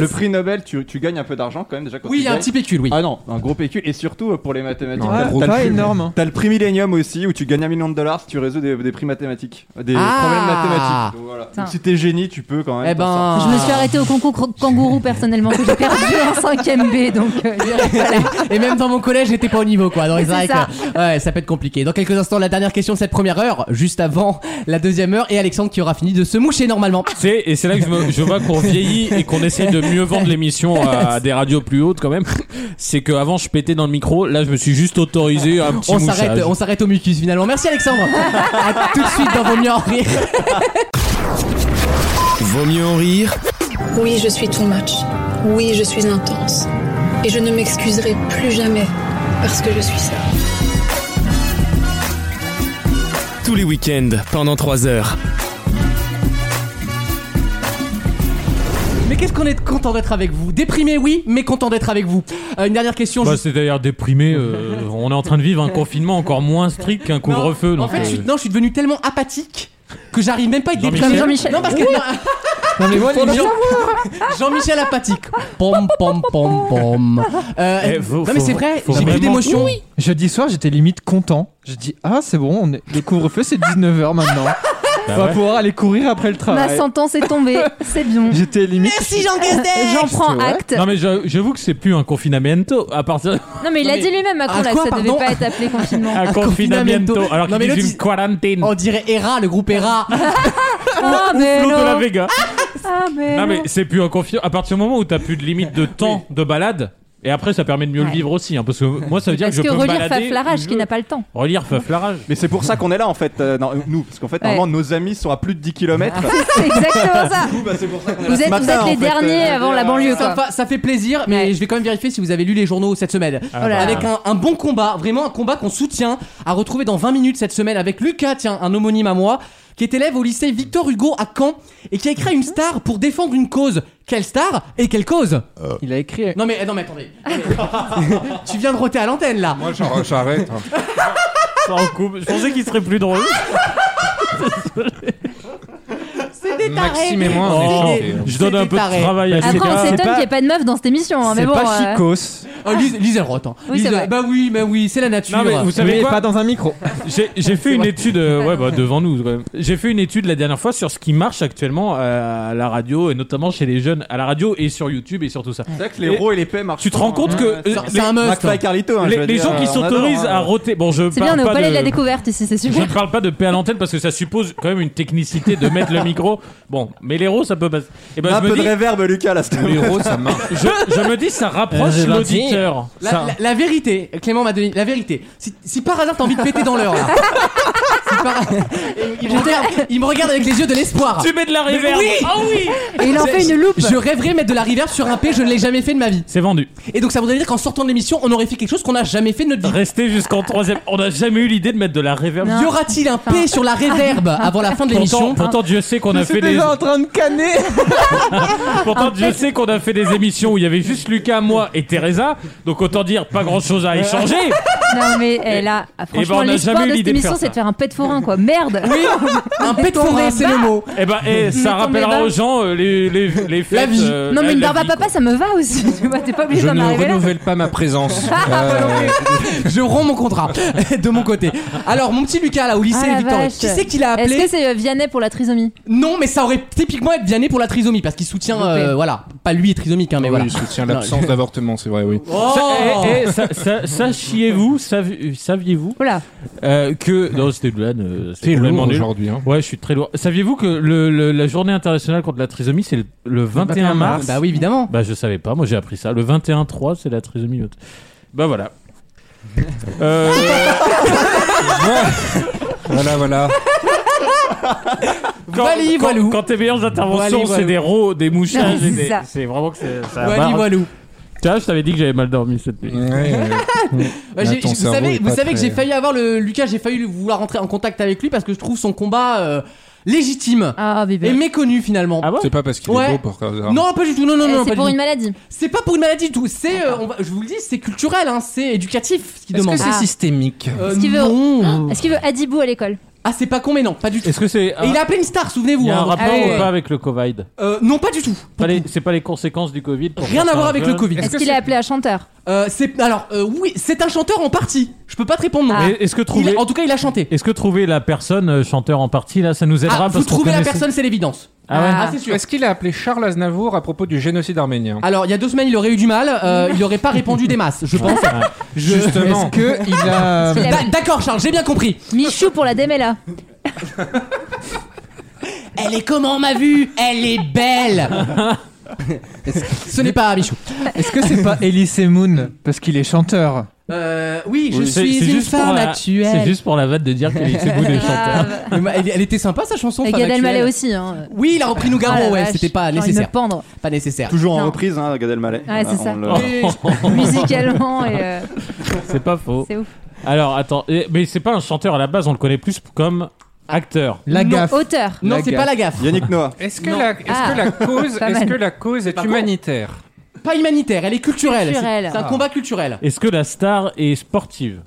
[SPEAKER 2] le prix Nobel, tu, tu gagnes un peu d'argent quand même déjà quand
[SPEAKER 1] Oui,
[SPEAKER 2] tu
[SPEAKER 1] il y a un
[SPEAKER 2] gagnes.
[SPEAKER 1] petit pécule, oui.
[SPEAKER 2] Ah non, un gros PQ et surtout euh, pour les mathématiques.
[SPEAKER 5] Ouais,
[SPEAKER 2] t'as-
[SPEAKER 5] gros
[SPEAKER 2] t'as le
[SPEAKER 5] pas
[SPEAKER 2] prix-
[SPEAKER 5] énorme, hein.
[SPEAKER 2] T'as le prix Millennium aussi où tu gagnes un million de dollars si tu résous des, des prix mathématiques, euh, des
[SPEAKER 1] Ah.
[SPEAKER 2] problèmes mathématiques. Donc, voilà. Donc, si t'es génie, tu peux quand même.
[SPEAKER 1] Eh
[SPEAKER 2] t'en sortir.
[SPEAKER 1] ben.
[SPEAKER 8] Je me suis
[SPEAKER 3] Ah.
[SPEAKER 8] arrêtée au concours cro- kangourou personnellement, que j'ai perdu en 5ème B, donc euh,
[SPEAKER 1] Et même dans mon collège, j'étais pas au niveau, quoi. Donc,
[SPEAKER 8] C'est
[SPEAKER 1] vrai
[SPEAKER 8] ça.
[SPEAKER 1] que, ouais, ça peut être compliqué. Dans quelques instants, la dernière question de cette première heure, juste avant la deuxième heure, et Alexandre qui aura fini de se moucher normalement.
[SPEAKER 3] C'est- Et c'est là que je, me- je vois qu'on vieillit et qu'on essaie de mieux vendre l'émission à, à des radios plus hautes quand même. C'est qu'avant je pétais dans le micro, là je me suis juste autorisé un petit
[SPEAKER 1] On
[SPEAKER 3] mouchage.
[SPEAKER 1] s'arrête, on s'arrête au mucus finalement. Merci Alexandre. à tout de suite dans vos mieux en rire.
[SPEAKER 6] Vaut mieux en rire
[SPEAKER 10] Oui, je suis too much. Oui, je suis intense. Et je ne m'excuserai plus jamais parce que je suis ça.
[SPEAKER 6] tous les week-ends pendant 3 heures.
[SPEAKER 1] Mais qu'est-ce qu'on est content d'être avec vous. Déprimé, oui, mais content d'être avec vous. Euh, une dernière question.
[SPEAKER 3] Bah,
[SPEAKER 1] juste-
[SPEAKER 3] c'est d'ailleurs déprimé. euh, on est en train de vivre un confinement encore moins strict qu'un couvre-feu.
[SPEAKER 1] en
[SPEAKER 3] donc,
[SPEAKER 1] fait,
[SPEAKER 3] euh,
[SPEAKER 1] je suis, non, je suis devenu tellement apathique que j'arrive même pas à être
[SPEAKER 3] Jean-Michel.
[SPEAKER 1] déprimé.
[SPEAKER 8] Jean-Michel.
[SPEAKER 1] Non, parce que.
[SPEAKER 5] Non, mais moi, les gens-
[SPEAKER 1] Jean-Michel apathique. Pom pom pom pom. Euh,
[SPEAKER 3] Eh, faut-
[SPEAKER 1] non mais
[SPEAKER 3] faut-
[SPEAKER 1] c'est vrai,
[SPEAKER 3] faut
[SPEAKER 1] j'ai plus
[SPEAKER 3] vraiment-
[SPEAKER 1] d'émotion.
[SPEAKER 5] Jeudi soir, j'étais limite content. Je dis ah c'est bon, on est... le couvre-feu c'est 19h maintenant. on
[SPEAKER 3] bah
[SPEAKER 5] va
[SPEAKER 3] ouais.
[SPEAKER 5] pouvoir aller courir après le
[SPEAKER 8] ma
[SPEAKER 5] travail.
[SPEAKER 8] sentence est tombée, c'est bien.
[SPEAKER 5] J'étais limite.
[SPEAKER 1] Merci Jean Castel.
[SPEAKER 8] J'en prends
[SPEAKER 5] ouais.
[SPEAKER 8] acte.
[SPEAKER 3] Non mais j'a- j'avoue que c'est plus un confinamento à partir
[SPEAKER 8] Non mais il a dit lui-même Macron
[SPEAKER 1] Ah,
[SPEAKER 8] là que
[SPEAKER 1] quoi,
[SPEAKER 8] ça devait
[SPEAKER 1] pardon
[SPEAKER 8] pas être appelé confinement.
[SPEAKER 3] un
[SPEAKER 1] confinamento.
[SPEAKER 3] confinamento alors
[SPEAKER 1] Non,
[SPEAKER 3] qu'il
[SPEAKER 1] mais
[SPEAKER 3] est
[SPEAKER 1] l'autre,
[SPEAKER 3] une
[SPEAKER 1] il-
[SPEAKER 3] quarantaine
[SPEAKER 1] On dirait Hera, le groupe Hera.
[SPEAKER 8] Ah mais
[SPEAKER 3] Flo de la
[SPEAKER 8] non.
[SPEAKER 3] Vega.
[SPEAKER 8] Ah mais
[SPEAKER 3] Non
[SPEAKER 8] non.
[SPEAKER 3] mais c'est plus un confinement à partir du moment où t'as plus de limite de temps de balade et après ça permet de mieux le
[SPEAKER 8] Ouais.
[SPEAKER 3] vivre aussi hein, parce que moi ça veut dire
[SPEAKER 8] Parce
[SPEAKER 3] que je
[SPEAKER 8] que
[SPEAKER 3] peux me
[SPEAKER 8] relire
[SPEAKER 3] balader
[SPEAKER 8] Faf Larage
[SPEAKER 3] où
[SPEAKER 8] qui
[SPEAKER 3] je
[SPEAKER 8] n'a
[SPEAKER 3] veux.
[SPEAKER 8] pas le temps.
[SPEAKER 3] relire Faflarage
[SPEAKER 2] Ah. Mais c'est pour ça qu'on est là en fait, euh, non, nous, parce qu'en fait,
[SPEAKER 8] Ouais.
[SPEAKER 2] normalement, nos amis sont à plus de 10 km.
[SPEAKER 1] Ah,
[SPEAKER 8] C'est exactement ça.
[SPEAKER 2] Bah, c'est pour ça qu'on est là
[SPEAKER 8] Vous
[SPEAKER 2] ce
[SPEAKER 8] êtes, vous
[SPEAKER 2] matin,
[SPEAKER 8] êtes
[SPEAKER 2] en
[SPEAKER 8] les
[SPEAKER 2] fait,
[SPEAKER 8] derniers
[SPEAKER 2] euh,
[SPEAKER 8] avant la banlieue quoi.
[SPEAKER 1] Ça, fa- ça fait plaisir, mais
[SPEAKER 8] Ouais.
[SPEAKER 1] je vais quand même vérifier si vous avez lu les journaux cette semaine.
[SPEAKER 4] Ah,
[SPEAKER 8] Oh là là.
[SPEAKER 1] Avec un, un bon combat, vraiment un combat qu'on soutient, à retrouver dans 20 minutes cette semaine avec Lucas, tiens, un homonyme à moi, qui est élève au lycée Victor Hugo à Caen et qui a
[SPEAKER 8] Mhm.
[SPEAKER 1] écrit une star pour défendre une cause. Quelle star et quelle cause
[SPEAKER 4] Euh.
[SPEAKER 5] Il a
[SPEAKER 8] euh,
[SPEAKER 5] écrit.
[SPEAKER 1] Non mais, non mais attendez. tu viens de roter à l'antenne là.
[SPEAKER 4] Moi, j'en- j'arrête. hein.
[SPEAKER 3] Ça en coupe. je pensais qu'il serait plus drôle
[SPEAKER 8] Ah,
[SPEAKER 1] C'est des tarés.
[SPEAKER 4] Maxime et moi,
[SPEAKER 1] C'est
[SPEAKER 4] on est
[SPEAKER 1] des-
[SPEAKER 4] chantés.
[SPEAKER 3] Oh, je donne
[SPEAKER 1] c'est
[SPEAKER 3] un
[SPEAKER 1] des
[SPEAKER 3] peu de
[SPEAKER 1] tarés.
[SPEAKER 3] travail à
[SPEAKER 8] Après on
[SPEAKER 3] Lucas.
[SPEAKER 8] s'étonne
[SPEAKER 5] pas-
[SPEAKER 8] qu'il n'y ait pas de meuf dans cette émission. hein,
[SPEAKER 5] c'est
[SPEAKER 8] Mais bon.
[SPEAKER 5] pas
[SPEAKER 8] euh,
[SPEAKER 5] Chicos.
[SPEAKER 1] Oh, Lise, Lise, elle rote. hein.
[SPEAKER 8] Oui, c'est
[SPEAKER 1] Lise,
[SPEAKER 8] vrai.
[SPEAKER 1] Bah oui, bah oui, c'est la nature.
[SPEAKER 3] Non, mais vous savez
[SPEAKER 5] mais
[SPEAKER 3] quoi
[SPEAKER 5] pas dans un micro.
[SPEAKER 3] J'ai j'ai fait une étude, euh, ouais, bah, devant nous quand même. J'ai fait une étude la dernière fois sur ce qui marche actuellement euh, à la radio et notamment chez les jeunes, à la radio et sur YouTube et sur tout ça.
[SPEAKER 2] C'est vrai que les ros et les paix marchent.
[SPEAKER 3] Tu te rends compte que euh,
[SPEAKER 1] C'est un must.
[SPEAKER 2] McFly et Carlito, hein, je
[SPEAKER 3] les,
[SPEAKER 2] veux
[SPEAKER 3] les
[SPEAKER 2] dire,
[SPEAKER 3] gens qui
[SPEAKER 2] on adore,
[SPEAKER 3] s'autorisent
[SPEAKER 2] hein.
[SPEAKER 3] à roter, bon, je
[SPEAKER 8] C'est bien, on
[SPEAKER 3] parle
[SPEAKER 8] est au
[SPEAKER 3] pas
[SPEAKER 8] palais de... la
[SPEAKER 3] de.
[SPEAKER 8] découverte ici, c'est
[SPEAKER 3] Je
[SPEAKER 8] super.
[SPEAKER 3] ne parle pas de paix à l'antenne parce que ça suppose quand même une technicité de mettre le micro. Bon, mais les roses, ça peut passer. Et ben,
[SPEAKER 2] Un
[SPEAKER 3] je,
[SPEAKER 2] peu
[SPEAKER 3] me
[SPEAKER 2] de
[SPEAKER 3] dis,
[SPEAKER 2] réverb, Lucas, là, c'était
[SPEAKER 4] Les roses, ça marche.
[SPEAKER 3] je, je me dis, ça rapproche l'auditeur.
[SPEAKER 1] La,
[SPEAKER 3] Ça-
[SPEAKER 1] la- la vérité, Clément m'a donné la vérité. Si, si par hasard t'as envie de péter dans l'heure, là. Si par- il, me regarde, il me regarde avec les yeux de l'espoir.
[SPEAKER 3] Tu mets de la
[SPEAKER 1] Mais
[SPEAKER 3] réverb.
[SPEAKER 1] oui
[SPEAKER 3] Ah oui
[SPEAKER 8] Et il en fait une loupe.
[SPEAKER 1] Je rêverais mettre de la reverb sur un P, je ne l'ai jamais fait de ma vie.
[SPEAKER 3] C'est vendu.
[SPEAKER 1] Et donc ça voudrait dire qu'en sortant de l'émission, on aurait fait quelque chose qu'on n'a jamais fait de notre vie.
[SPEAKER 3] Restez jusqu'en troisième. On n'a jamais eu l'idée de mettre de la réverb.
[SPEAKER 8] Non.
[SPEAKER 1] Y aura-t-il un P sur la réverb avant la fin de
[SPEAKER 3] Pourtant,
[SPEAKER 1] l'émission
[SPEAKER 3] pourtant, Dieu sait qu'on a
[SPEAKER 5] Je suis
[SPEAKER 3] fait des.
[SPEAKER 5] déjà en train de canner.
[SPEAKER 3] Pourtant, Dieu sait qu'on a fait des émissions où il y avait juste Lucas, moi et Teresa. Donc autant dire pas grand chose à échanger.
[SPEAKER 8] Non mais eh, là, ah,
[SPEAKER 3] ben, on
[SPEAKER 8] franchement,
[SPEAKER 3] n'a
[SPEAKER 8] l'espoir
[SPEAKER 3] jamais eu
[SPEAKER 8] de cette
[SPEAKER 3] l'idée de
[SPEAKER 8] émission,
[SPEAKER 3] faire
[SPEAKER 8] c'est
[SPEAKER 3] ça.
[SPEAKER 8] de faire un pet forain quoi. Merde.
[SPEAKER 1] Un P de forêt, c'est le mot.
[SPEAKER 3] Et ben, eh, ça
[SPEAKER 8] tombez
[SPEAKER 3] rappellera
[SPEAKER 8] bas.
[SPEAKER 3] aux gens euh, les, les, les fêtes.
[SPEAKER 1] vie.
[SPEAKER 3] euh,
[SPEAKER 8] Non mais
[SPEAKER 3] la-
[SPEAKER 8] une
[SPEAKER 3] la
[SPEAKER 8] barbe à
[SPEAKER 3] vie,
[SPEAKER 8] papa, ça me va aussi. Tu vois, t'es pas obligé
[SPEAKER 4] Je
[SPEAKER 8] d'en
[SPEAKER 4] ne
[SPEAKER 8] arriver là.
[SPEAKER 4] renouvelle pas ma présence.
[SPEAKER 8] Ah,
[SPEAKER 4] Euh,
[SPEAKER 1] Je romps mon contrat de mon côté. Alors mon petit Lucas là au lycée
[SPEAKER 8] Ah, la
[SPEAKER 1] Victor,
[SPEAKER 8] vache.
[SPEAKER 1] qui c'est qu'il a
[SPEAKER 8] Est-ce
[SPEAKER 1] appelé
[SPEAKER 8] que c'est euh, Vianney pour la trisomie
[SPEAKER 1] Non, mais ça aurait typiquement être Vianney pour la trisomie parce qu'il soutient,
[SPEAKER 8] Loupé.
[SPEAKER 1] euh, voilà, pas lui est trisomique, hein, mais
[SPEAKER 4] Ah oui,
[SPEAKER 1] voilà.
[SPEAKER 4] je soutiens l'absence d'avortement, c'est vrai, oui.
[SPEAKER 1] Oh
[SPEAKER 3] Ça- eh, eh, ça- ça- Sachiez-vous, savi- saviez-vous
[SPEAKER 8] Voilà.
[SPEAKER 3] euh, que non c'était une blague, euh, c'était
[SPEAKER 4] C'est
[SPEAKER 3] complètement
[SPEAKER 4] lourd
[SPEAKER 3] nul.
[SPEAKER 4] aujourd'hui. Hein.
[SPEAKER 3] Ouais, je suis très lourd. Saviez-vous que le, le- la journée internationale contre la trisomie c'est le, le 21 mars
[SPEAKER 1] Bah oui, évidemment.
[SPEAKER 3] Bah je savais pas, moi j'ai appris ça. Le 21-3 c'est la trisomie. l'autre. Bah voilà. Euh,
[SPEAKER 4] Voilà, voilà.
[SPEAKER 3] quand,
[SPEAKER 1] Vali,
[SPEAKER 3] quand,
[SPEAKER 1] voilou.
[SPEAKER 3] quand tes meilleures interventions
[SPEAKER 1] Vali,
[SPEAKER 3] c'est
[SPEAKER 1] voilou.
[SPEAKER 3] des rots, des mouchages,
[SPEAKER 8] C'est
[SPEAKER 3] et des-
[SPEAKER 8] ça.
[SPEAKER 3] c'est vraiment que c'est ça
[SPEAKER 1] Wally
[SPEAKER 3] marche.
[SPEAKER 1] Walou.
[SPEAKER 11] Tu vois, je t'avais dit que j'avais mal dormi cette nuit.
[SPEAKER 1] Ouais, j'ai- vous savez, vous savez que j'ai failli avoir le Lucas, j'ai failli vouloir rentrer en contact avec lui parce que je trouve son combat euh, légitime
[SPEAKER 8] Ah,
[SPEAKER 1] et méconnu finalement.
[SPEAKER 4] C'est pas parce qu'il
[SPEAKER 1] Ouais.
[SPEAKER 4] est beau pour hein. hasard.
[SPEAKER 1] Non, pas du tout. Non, non,
[SPEAKER 8] Eh,
[SPEAKER 1] non.
[SPEAKER 8] c'est
[SPEAKER 1] pas du
[SPEAKER 8] pour
[SPEAKER 1] tout.
[SPEAKER 8] une maladie.
[SPEAKER 1] C'est pas pour une maladie du tout. C'est, euh, on va- je vous le dis, c'est culturel, hein, c'est éducatif ce qu'il
[SPEAKER 4] Est-ce
[SPEAKER 1] demande.
[SPEAKER 4] que
[SPEAKER 3] Ah.
[SPEAKER 4] c'est systémique
[SPEAKER 1] Euh,
[SPEAKER 8] Est-ce qu'il veut, hein,
[SPEAKER 1] non.
[SPEAKER 8] est-ce qu'il veut Adibou à l'école
[SPEAKER 1] Ah, c'est pas con, mais non, pas du tout.
[SPEAKER 3] Est-ce que c'est.
[SPEAKER 1] Et il a appelé une star, souvenez-vous.
[SPEAKER 3] Il y a
[SPEAKER 1] hein,
[SPEAKER 3] un
[SPEAKER 1] donc-
[SPEAKER 3] rapport
[SPEAKER 1] Ah
[SPEAKER 3] ou
[SPEAKER 1] ouais.
[SPEAKER 3] pas avec le Covid
[SPEAKER 1] Euh, Non, pas du tout.
[SPEAKER 3] Pas les- C'est pas les conséquences du Covid pour
[SPEAKER 1] Rien à voir
[SPEAKER 3] certains
[SPEAKER 1] avec
[SPEAKER 3] jeunes.
[SPEAKER 1] le Covid.
[SPEAKER 8] Est-ce qu'il est appelé à chanteur
[SPEAKER 1] Euh, c'est alors euh, oui, c'est un chanteur en partie. Je peux pas te répondre non.
[SPEAKER 8] Ah.
[SPEAKER 3] Mais est-ce que trouver...
[SPEAKER 1] Il- en tout cas, il a chanté.
[SPEAKER 3] Est-ce que trouver la personne euh, chanteur en partie là, ça nous aidera
[SPEAKER 1] Ah,
[SPEAKER 3] parce
[SPEAKER 1] vous
[SPEAKER 3] qu'on
[SPEAKER 1] trouvez la
[SPEAKER 3] connaissait-
[SPEAKER 1] personne, c'est l'évidence.
[SPEAKER 3] Ah ouais.
[SPEAKER 1] c'est sûr.
[SPEAKER 4] Est-ce qu'il a appelé Charles Aznavour à propos du génocide arménien
[SPEAKER 1] Alors, il y a deux semaines, il aurait eu du mal. euh, il aurait pas répondu des masses, je pense.
[SPEAKER 3] Ah,
[SPEAKER 1] Je-
[SPEAKER 4] Justement.
[SPEAKER 5] Est-ce que il a
[SPEAKER 8] Est-ce qu'il a-
[SPEAKER 1] D'a- D'accord, Charles, j'ai bien compris.
[SPEAKER 8] Michou pour la Démela.
[SPEAKER 1] Elle est comment ma vue Elle est belle. Ce n'est pas Michou.
[SPEAKER 5] Est-ce que c'est pas Elise Moon parce qu'il est chanteur
[SPEAKER 1] Euh, oui, je
[SPEAKER 3] Oui, c'est-
[SPEAKER 1] suis
[SPEAKER 3] c'est
[SPEAKER 1] une
[SPEAKER 3] juste pour
[SPEAKER 1] femme
[SPEAKER 3] la-
[SPEAKER 1] actuelle.
[SPEAKER 3] C'est juste pour la vanne de dire qu'elle est vous des chanteurs.
[SPEAKER 1] Mais ma- elle, elle était sympa sa chanson.
[SPEAKER 8] Et
[SPEAKER 1] femme
[SPEAKER 8] Gad Elmaleh
[SPEAKER 1] actuelle.
[SPEAKER 8] aussi. Hein.
[SPEAKER 1] Oui, il a repris Nougaro.
[SPEAKER 8] Ah la
[SPEAKER 1] ouais,
[SPEAKER 8] vache,
[SPEAKER 1] c'était pas
[SPEAKER 8] j'ai envie de
[SPEAKER 1] nécessaire.
[SPEAKER 8] me pendre.
[SPEAKER 1] Pas nécessaire.
[SPEAKER 2] Toujours en
[SPEAKER 8] Non.
[SPEAKER 2] reprise, hein, Gad Elmaleh.
[SPEAKER 8] Ouais, c'est
[SPEAKER 3] Oh
[SPEAKER 8] ça.
[SPEAKER 2] on le-
[SPEAKER 8] Musicalement et. euh,
[SPEAKER 3] C'est pas faux.
[SPEAKER 8] C'est ouf.
[SPEAKER 3] Alors attends, eh, mais c'est pas un chanteur à la base, on le connaît plus comme acteur.
[SPEAKER 5] La gaffe.
[SPEAKER 8] Auteur.
[SPEAKER 1] Non,
[SPEAKER 5] La
[SPEAKER 1] c'est
[SPEAKER 5] gaffe.
[SPEAKER 1] pas la gaffe.
[SPEAKER 2] Yannick Noah.
[SPEAKER 4] Est-ce que,
[SPEAKER 1] Non.
[SPEAKER 4] la, est-ce
[SPEAKER 8] Ah.
[SPEAKER 4] que la cause,
[SPEAKER 8] Pas
[SPEAKER 4] est-ce
[SPEAKER 8] mal.
[SPEAKER 4] que la cause est
[SPEAKER 1] Par contre-
[SPEAKER 4] humanitaire
[SPEAKER 1] Pas humanitaire, elle est culturelle.
[SPEAKER 8] Culturelle.
[SPEAKER 1] C'est- C'est un
[SPEAKER 4] Ah.
[SPEAKER 1] combat culturel.
[SPEAKER 3] Est-ce que la star est sportive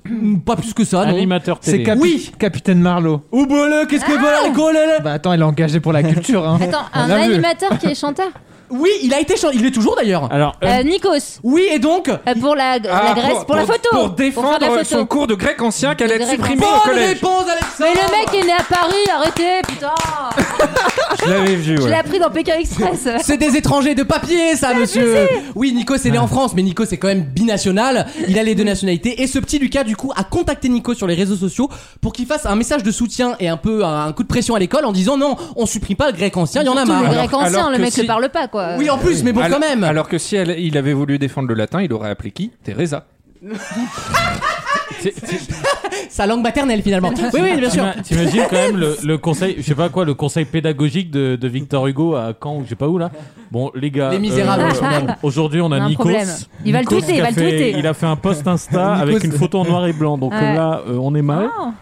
[SPEAKER 1] Pas plus que ça, Ah, non.
[SPEAKER 3] Animateur
[SPEAKER 5] C'est
[SPEAKER 3] télé.
[SPEAKER 5] Capi-
[SPEAKER 1] Oui.
[SPEAKER 5] Capitaine Marlowe.
[SPEAKER 1] Ou bole, qu'est-ce que voilà, les collègues
[SPEAKER 5] Bah attends, il est engagé pour la culture.
[SPEAKER 4] Ah,
[SPEAKER 5] Hein.
[SPEAKER 8] Ah. Attends,
[SPEAKER 5] On
[SPEAKER 8] un
[SPEAKER 5] l'a vu.
[SPEAKER 8] animateur qui est chanteur
[SPEAKER 1] Oui, il a été chan- il est toujours d'ailleurs.
[SPEAKER 3] Alors euh,
[SPEAKER 8] Euh, Nikos.
[SPEAKER 1] Oui, et donc
[SPEAKER 8] Euh, pour la, la
[SPEAKER 4] Ah,
[SPEAKER 8] Grèce, pour, la photo.
[SPEAKER 4] Pour
[SPEAKER 8] faire
[SPEAKER 4] défendre euh,
[SPEAKER 8] de la photo.
[SPEAKER 4] son cours de grec ancien qu'elle
[SPEAKER 8] Le
[SPEAKER 4] allait être
[SPEAKER 8] grec
[SPEAKER 4] supprimée au
[SPEAKER 1] bonne
[SPEAKER 4] collège.
[SPEAKER 1] réponse Alexandre.
[SPEAKER 8] Mais le mec est né à Paris, arrêtez, putain
[SPEAKER 4] Je l'avais vu,
[SPEAKER 8] Je l'ai
[SPEAKER 4] ouais.
[SPEAKER 8] appris dans Pékin Express.
[SPEAKER 1] c'est des étrangers de papier,
[SPEAKER 8] Ah,
[SPEAKER 1] ça, monsieur. Oui, Nico, c'est né en France, mais Nico, c'est quand même binational. Il a les deux nationalités. Et ce petit Lucas, du coup, a contacté Nico sur les réseaux sociaux pour qu'il fasse un message de soutien et un peu un, un coup de pression à l'école en disant non, on supprime pas le grec ancien, il y en a
[SPEAKER 8] Tout le
[SPEAKER 1] marre.
[SPEAKER 8] grec ancien,
[SPEAKER 4] alors
[SPEAKER 8] le
[SPEAKER 4] que
[SPEAKER 8] mec
[SPEAKER 4] si-
[SPEAKER 8] ne parle pas, quoi.
[SPEAKER 1] Oui, en plus, mais bon,
[SPEAKER 4] alors,
[SPEAKER 1] quand même.
[SPEAKER 4] alors que si elle- il avait voulu défendre le latin, il aurait appelé qui Teresa.
[SPEAKER 3] c'est- c'est-
[SPEAKER 1] Sa langue maternelle, finalement. Oui, oui, bien sûr.
[SPEAKER 3] t'ima- t'imagines quand même le, le conseil, je sais pas quoi, le conseil pédagogique de, de Victor Hugo à Caen ou je sais pas où là. Bon les gars,
[SPEAKER 1] Les Misérables,
[SPEAKER 3] euh,
[SPEAKER 1] je crois.
[SPEAKER 3] aujourd'hui on a,
[SPEAKER 8] On a un
[SPEAKER 3] Nikos.
[SPEAKER 8] problème. Il va le
[SPEAKER 3] Nikos
[SPEAKER 8] tweeter,
[SPEAKER 3] qui
[SPEAKER 8] il
[SPEAKER 3] a
[SPEAKER 8] va le
[SPEAKER 3] fait-
[SPEAKER 8] tweeter.
[SPEAKER 3] Il a fait un post Insta
[SPEAKER 5] Nikos-
[SPEAKER 3] avec une photo en noir et blanc, donc
[SPEAKER 8] Ouais.
[SPEAKER 3] là euh, on est mal.
[SPEAKER 8] Non.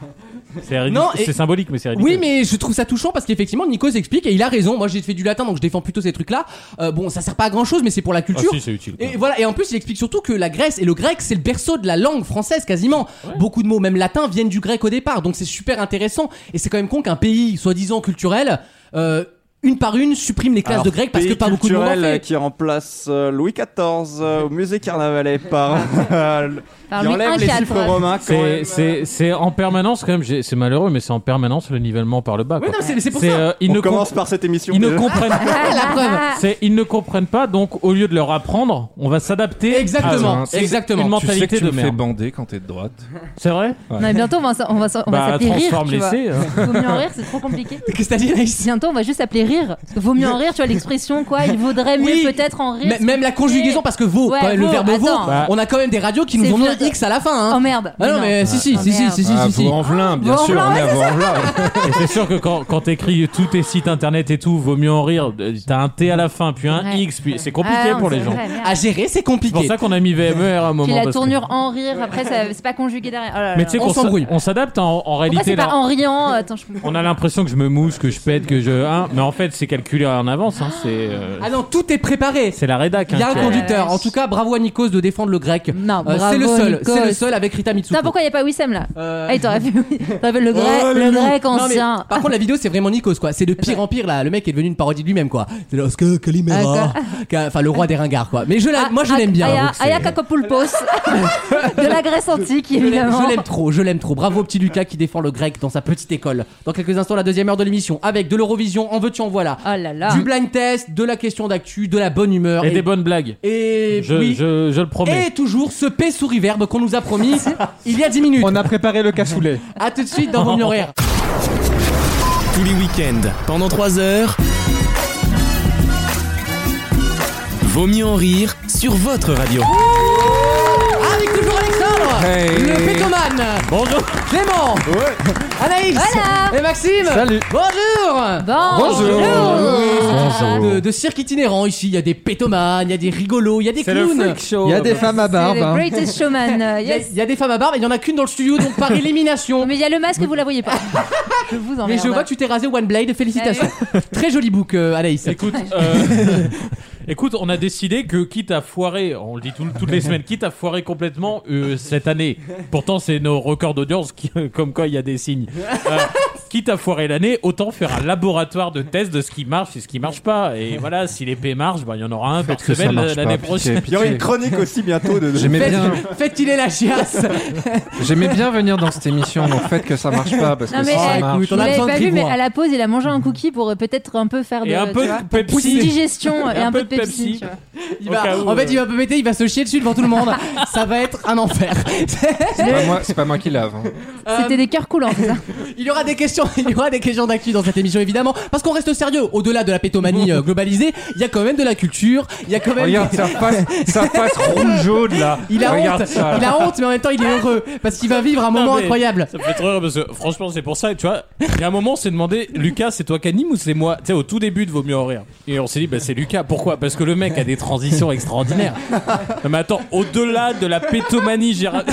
[SPEAKER 3] C'est ridicule-
[SPEAKER 1] Non, et-
[SPEAKER 3] c'est symbolique mais c'est ridicule.
[SPEAKER 1] Oui, mais je trouve ça touchant parce qu'effectivement, Nico s'explique et il a raison. Moi, j'ai fait du latin, donc je défends plutôt ces trucs-là. Euh, bon, ça sert pas à grand-chose, mais c'est pour la
[SPEAKER 3] Ah,
[SPEAKER 1] culture.
[SPEAKER 3] si, c'est utile.
[SPEAKER 1] Et voilà, et en plus, il explique surtout que la Grèce et le grec, c'est le berceau de la langue française quasiment. Beaucoup de mots, même latin, viennent du grec au départ, donc c'est super intéressant. Et c'est quand même con qu'un pays soi-disant culturel, euh, une par une, supprime les classes
[SPEAKER 2] Alors,
[SPEAKER 1] de grec parce que
[SPEAKER 2] pays
[SPEAKER 1] pas beaucoup de monde en
[SPEAKER 2] culturel, euh,
[SPEAKER 1] fait.
[SPEAKER 2] qui remplace euh, Louis XIV euh, au musée Carnavalet par. euh,
[SPEAKER 8] Par
[SPEAKER 2] qui
[SPEAKER 8] lui, un
[SPEAKER 2] enlève les
[SPEAKER 8] cadre.
[SPEAKER 2] chiffres romains. Ah, quand
[SPEAKER 3] C'est-
[SPEAKER 2] même.
[SPEAKER 3] C'est c'est en permanence quand même, j'ai- c'est malheureux, mais c'est en permanence le nivellement par le bas.
[SPEAKER 1] Oui,
[SPEAKER 3] quoi.
[SPEAKER 1] non, c'est c'est pour
[SPEAKER 3] C'est,
[SPEAKER 1] ça.
[SPEAKER 3] euh, ils,
[SPEAKER 2] On
[SPEAKER 3] ne com-
[SPEAKER 2] commence par cette émission.
[SPEAKER 3] ils ne
[SPEAKER 2] déjà.
[SPEAKER 3] comprennent
[SPEAKER 8] Ah,
[SPEAKER 3] pas.
[SPEAKER 1] La preuve.
[SPEAKER 3] C'est- Ils ne comprennent pas, donc au lieu de leur apprendre, on va s'adapter. à-
[SPEAKER 1] Exactement,
[SPEAKER 4] Ah, c'est-
[SPEAKER 1] exactement.
[SPEAKER 3] une
[SPEAKER 4] tu sais que
[SPEAKER 3] mentalité
[SPEAKER 4] tu
[SPEAKER 3] de
[SPEAKER 4] me fais
[SPEAKER 3] merde.
[SPEAKER 4] bander quand t'es de droite.
[SPEAKER 3] C'est vrai
[SPEAKER 8] Non, mais bientôt, on va, s- on va, s- on va
[SPEAKER 3] Bah,
[SPEAKER 8] s'appeler rire.
[SPEAKER 3] transforme
[SPEAKER 8] tu vois.
[SPEAKER 3] l'essai. euh.
[SPEAKER 8] Vaut mieux en rire, c'est trop compliqué.
[SPEAKER 1] Qu'est-ce que t'as dit, Anaïs
[SPEAKER 8] Bientôt, on va juste s'appeler rire. Parce que vaut mieux en rire, tu vois, l'expression, quoi. Il vaudrait mieux
[SPEAKER 1] Oui.
[SPEAKER 8] peut-être en rire.
[SPEAKER 1] M- Même la conjugaison, parce que vaut,
[SPEAKER 8] euh, Ouais,
[SPEAKER 1] quand même, le
[SPEAKER 8] vaut,
[SPEAKER 1] verbe vaut,
[SPEAKER 8] attends.
[SPEAKER 3] Bah.
[SPEAKER 1] on a quand même des radios qui nous
[SPEAKER 8] C'est
[SPEAKER 1] ont mis un
[SPEAKER 8] violent.
[SPEAKER 1] X à la fin. Hein.
[SPEAKER 8] Oh merde.
[SPEAKER 1] Ah non, mais si, si,
[SPEAKER 8] Ah,
[SPEAKER 1] si, si,
[SPEAKER 8] merde.
[SPEAKER 1] si, si,
[SPEAKER 4] ah,
[SPEAKER 1] si, si.
[SPEAKER 4] Vauvelin, bien sûr,
[SPEAKER 8] Vauvelin,
[SPEAKER 4] on est à Vauvelin.
[SPEAKER 3] Et c'est sûr que quand, quand t'écris tous tes sites internet et tout, vaut mieux en rire. Euh, T'as un T à la fin, puis un
[SPEAKER 8] Ouais.
[SPEAKER 3] X, puis c'est
[SPEAKER 8] Ah,
[SPEAKER 3] compliqué
[SPEAKER 8] non,
[SPEAKER 3] pour les
[SPEAKER 8] c'est
[SPEAKER 3] gens.
[SPEAKER 8] vrai, merde.
[SPEAKER 1] À gérer, c'est
[SPEAKER 3] C'est pour
[SPEAKER 1] compliqué.
[SPEAKER 3] ça qu'on a mis VMER à un moment.
[SPEAKER 8] Puis la
[SPEAKER 3] parce que-
[SPEAKER 8] tournure en rire, après, ça- c'est pas conjugué derrière. Oh là là.
[SPEAKER 3] Mais tu sais
[SPEAKER 1] on
[SPEAKER 3] qu'on s'a-
[SPEAKER 1] s'embrouille.
[SPEAKER 3] on s'adapte en, en
[SPEAKER 8] Pourquoi
[SPEAKER 3] réalité.
[SPEAKER 8] c'est pas
[SPEAKER 3] là.
[SPEAKER 8] en riant Attends, je comprends.
[SPEAKER 3] On a l'impression que je me mousse, que je pète, que je. hein, mais en fait, c'est calculé en avance. hein, c'est euh,
[SPEAKER 1] Ah non, tout est préparé.
[SPEAKER 3] c'est la rédac. hein,
[SPEAKER 1] Il y a un
[SPEAKER 3] qui
[SPEAKER 1] conducteur.
[SPEAKER 8] vache.
[SPEAKER 1] En tout cas, bravo à Nikos de défendre le grec.
[SPEAKER 8] Non,
[SPEAKER 1] Euh,
[SPEAKER 8] bravo,
[SPEAKER 1] c'est le seul,
[SPEAKER 8] Nikos.
[SPEAKER 1] c'est le seul avec Rita Mitsuko.
[SPEAKER 8] Non, pourquoi il n'y a pas Wissem là
[SPEAKER 1] Euh,
[SPEAKER 8] Ah, il t'aurait fait, t'aurais fait le grec,
[SPEAKER 1] Oh,
[SPEAKER 8] le
[SPEAKER 1] loulou.
[SPEAKER 8] grec
[SPEAKER 1] Non, mais
[SPEAKER 8] ancien.
[SPEAKER 1] par contre, la vidéo, c'est vraiment Nikos, quoi. C'est de pire en pire, là. Le mec est devenu une parodie de lui-même, quoi. C'est le Oscar Calimera. Ca- Enfin, le roi des ringards, quoi. Mais je la-
[SPEAKER 8] Ah,
[SPEAKER 1] moi, je
[SPEAKER 8] ah,
[SPEAKER 1] l'aime bien. hein,
[SPEAKER 8] Aya,
[SPEAKER 1] donc c'est-
[SPEAKER 8] Aya Kakopoulos. de la Grèce antique,
[SPEAKER 1] Je l'aime
[SPEAKER 8] évidemment.
[SPEAKER 1] je l'aime trop, je l'aime trop. Bravo au petit Lucas qui défend le grec dans sa petite école. Dans quelques instants, la deuxième heure de l'émission avec de l'Eurovision, en veux-tu, en voilà.
[SPEAKER 8] Oh là là.
[SPEAKER 1] Du blind test, de la question d'actu, de la bonne humeur.
[SPEAKER 3] Et des bonnes blagues.
[SPEAKER 1] et-
[SPEAKER 3] Je,
[SPEAKER 1] oui.
[SPEAKER 3] je, je le promets.
[SPEAKER 1] Et toujours ce P souris verbe qu'on nous a promis il y a 10 minutes.
[SPEAKER 5] On a préparé le cassoulet.
[SPEAKER 1] A tout de suite dans Vaut mieux en rire.
[SPEAKER 6] Tous les week-ends, pendant 3 heures. Vaut mieux en rire sur votre radio.
[SPEAKER 1] Avec toujours Alexandre le pétoman,
[SPEAKER 3] bonjour,
[SPEAKER 1] Clément, Anaïs et Maxime.
[SPEAKER 5] Salut.
[SPEAKER 1] Bonjour.
[SPEAKER 5] Bonjour. Bonjour.
[SPEAKER 1] De, de cirque itinérant ici, il y a des pétomanes, il y a des rigolos, il y a des
[SPEAKER 5] C'est le
[SPEAKER 1] clowns.
[SPEAKER 5] freak show. Il y a des femmes à barbe, C'est le hein.
[SPEAKER 8] greatest showman, euh,
[SPEAKER 1] Il y a-
[SPEAKER 8] yes.
[SPEAKER 1] il y, a des femmes à barbe, et il y en a qu'une dans le studio, donc par élimination.
[SPEAKER 8] Mais il y a le masque, vous la voyez pas. Je vous emmerde.
[SPEAKER 1] Mais je vois, tu t'es rasé One Blade, félicitations. Très joli book, euh, Anaïs.
[SPEAKER 3] Écoute, euh, écoute, on a décidé que quitte à foirer, on le dit tout- toutes les semaines, quitte à foirer complètement euh, cette année. Pourtant, c'est nos records d'audience, qui- comme quoi il y a des signes. Euh, quitte à foirer l'année, autant faire un laboratoire de test de ce qui marche et ce qui marche pas. Et voilà, si les P marchent, bah, il y en aura un par
[SPEAKER 2] que ça
[SPEAKER 3] semaine
[SPEAKER 2] marche
[SPEAKER 3] l'année
[SPEAKER 2] pas,
[SPEAKER 3] prochaine.
[SPEAKER 2] pitié, Il y aura une chronique aussi bientôt de.
[SPEAKER 4] J'aimais
[SPEAKER 1] Faites-
[SPEAKER 4] bien.
[SPEAKER 1] Faites il est la chiasse.
[SPEAKER 4] J'aimais bien venir dans cette émission, donc faites que ça marche pas parce
[SPEAKER 8] Non,
[SPEAKER 4] que
[SPEAKER 8] mais
[SPEAKER 4] si ça
[SPEAKER 8] elle-
[SPEAKER 4] marche.
[SPEAKER 8] vous l'avez pas vu, mais à la pause, il a mangé un cookie pour euh, peut-être un peu faire de,
[SPEAKER 4] Et un
[SPEAKER 8] tu
[SPEAKER 4] peu de
[SPEAKER 8] vois,
[SPEAKER 4] Pepsi.
[SPEAKER 8] pour une digestion euh, et
[SPEAKER 4] Et
[SPEAKER 8] un,
[SPEAKER 4] un
[SPEAKER 8] peu
[SPEAKER 4] peu
[SPEAKER 8] de
[SPEAKER 4] de
[SPEAKER 8] Pepsi.
[SPEAKER 4] Pepsi.
[SPEAKER 8] tu vois.
[SPEAKER 1] Il
[SPEAKER 4] Au
[SPEAKER 1] va-
[SPEAKER 4] cas où,
[SPEAKER 1] en fait,
[SPEAKER 4] euh.
[SPEAKER 1] il va péter, il va se chier dessus devant tout le monde. Ça va être un enfer. Euh,
[SPEAKER 4] C'est pas moi- C'est pas moi qui lave. hein.
[SPEAKER 8] C'était des cœurs coulants, c'est ça
[SPEAKER 1] Il y aura des questions, il y aura des questions d'actu dans cette émission évidemment, parce qu'on reste sérieux. Au-delà de la pétomanie euh, globalisée, il y a quand même de la culture, il y a quand même.
[SPEAKER 4] Regarde sa face, sa face rouge-jaune là.
[SPEAKER 1] Bah Il a
[SPEAKER 4] Regarde
[SPEAKER 1] honte,
[SPEAKER 4] ça,
[SPEAKER 1] il a honte, mais en même temps il est heureux parce qu'il va vivre un
[SPEAKER 3] Non,
[SPEAKER 1] moment
[SPEAKER 3] mais
[SPEAKER 1] incroyable.
[SPEAKER 3] Ça me fait trop rire parce que franchement, c'est pour ça. Tu vois, il y a un moment, on s'est demandé Lucas, c'est toi qui anime ou c'est moi Tu sais, au tout début de Vaut mieux en rire. Et on s'est dit, bah, c'est Lucas. Pourquoi Parce que le mec a des transitions extraordinaires. Non, mais attends, au-delà de la pétomanie, Gérard.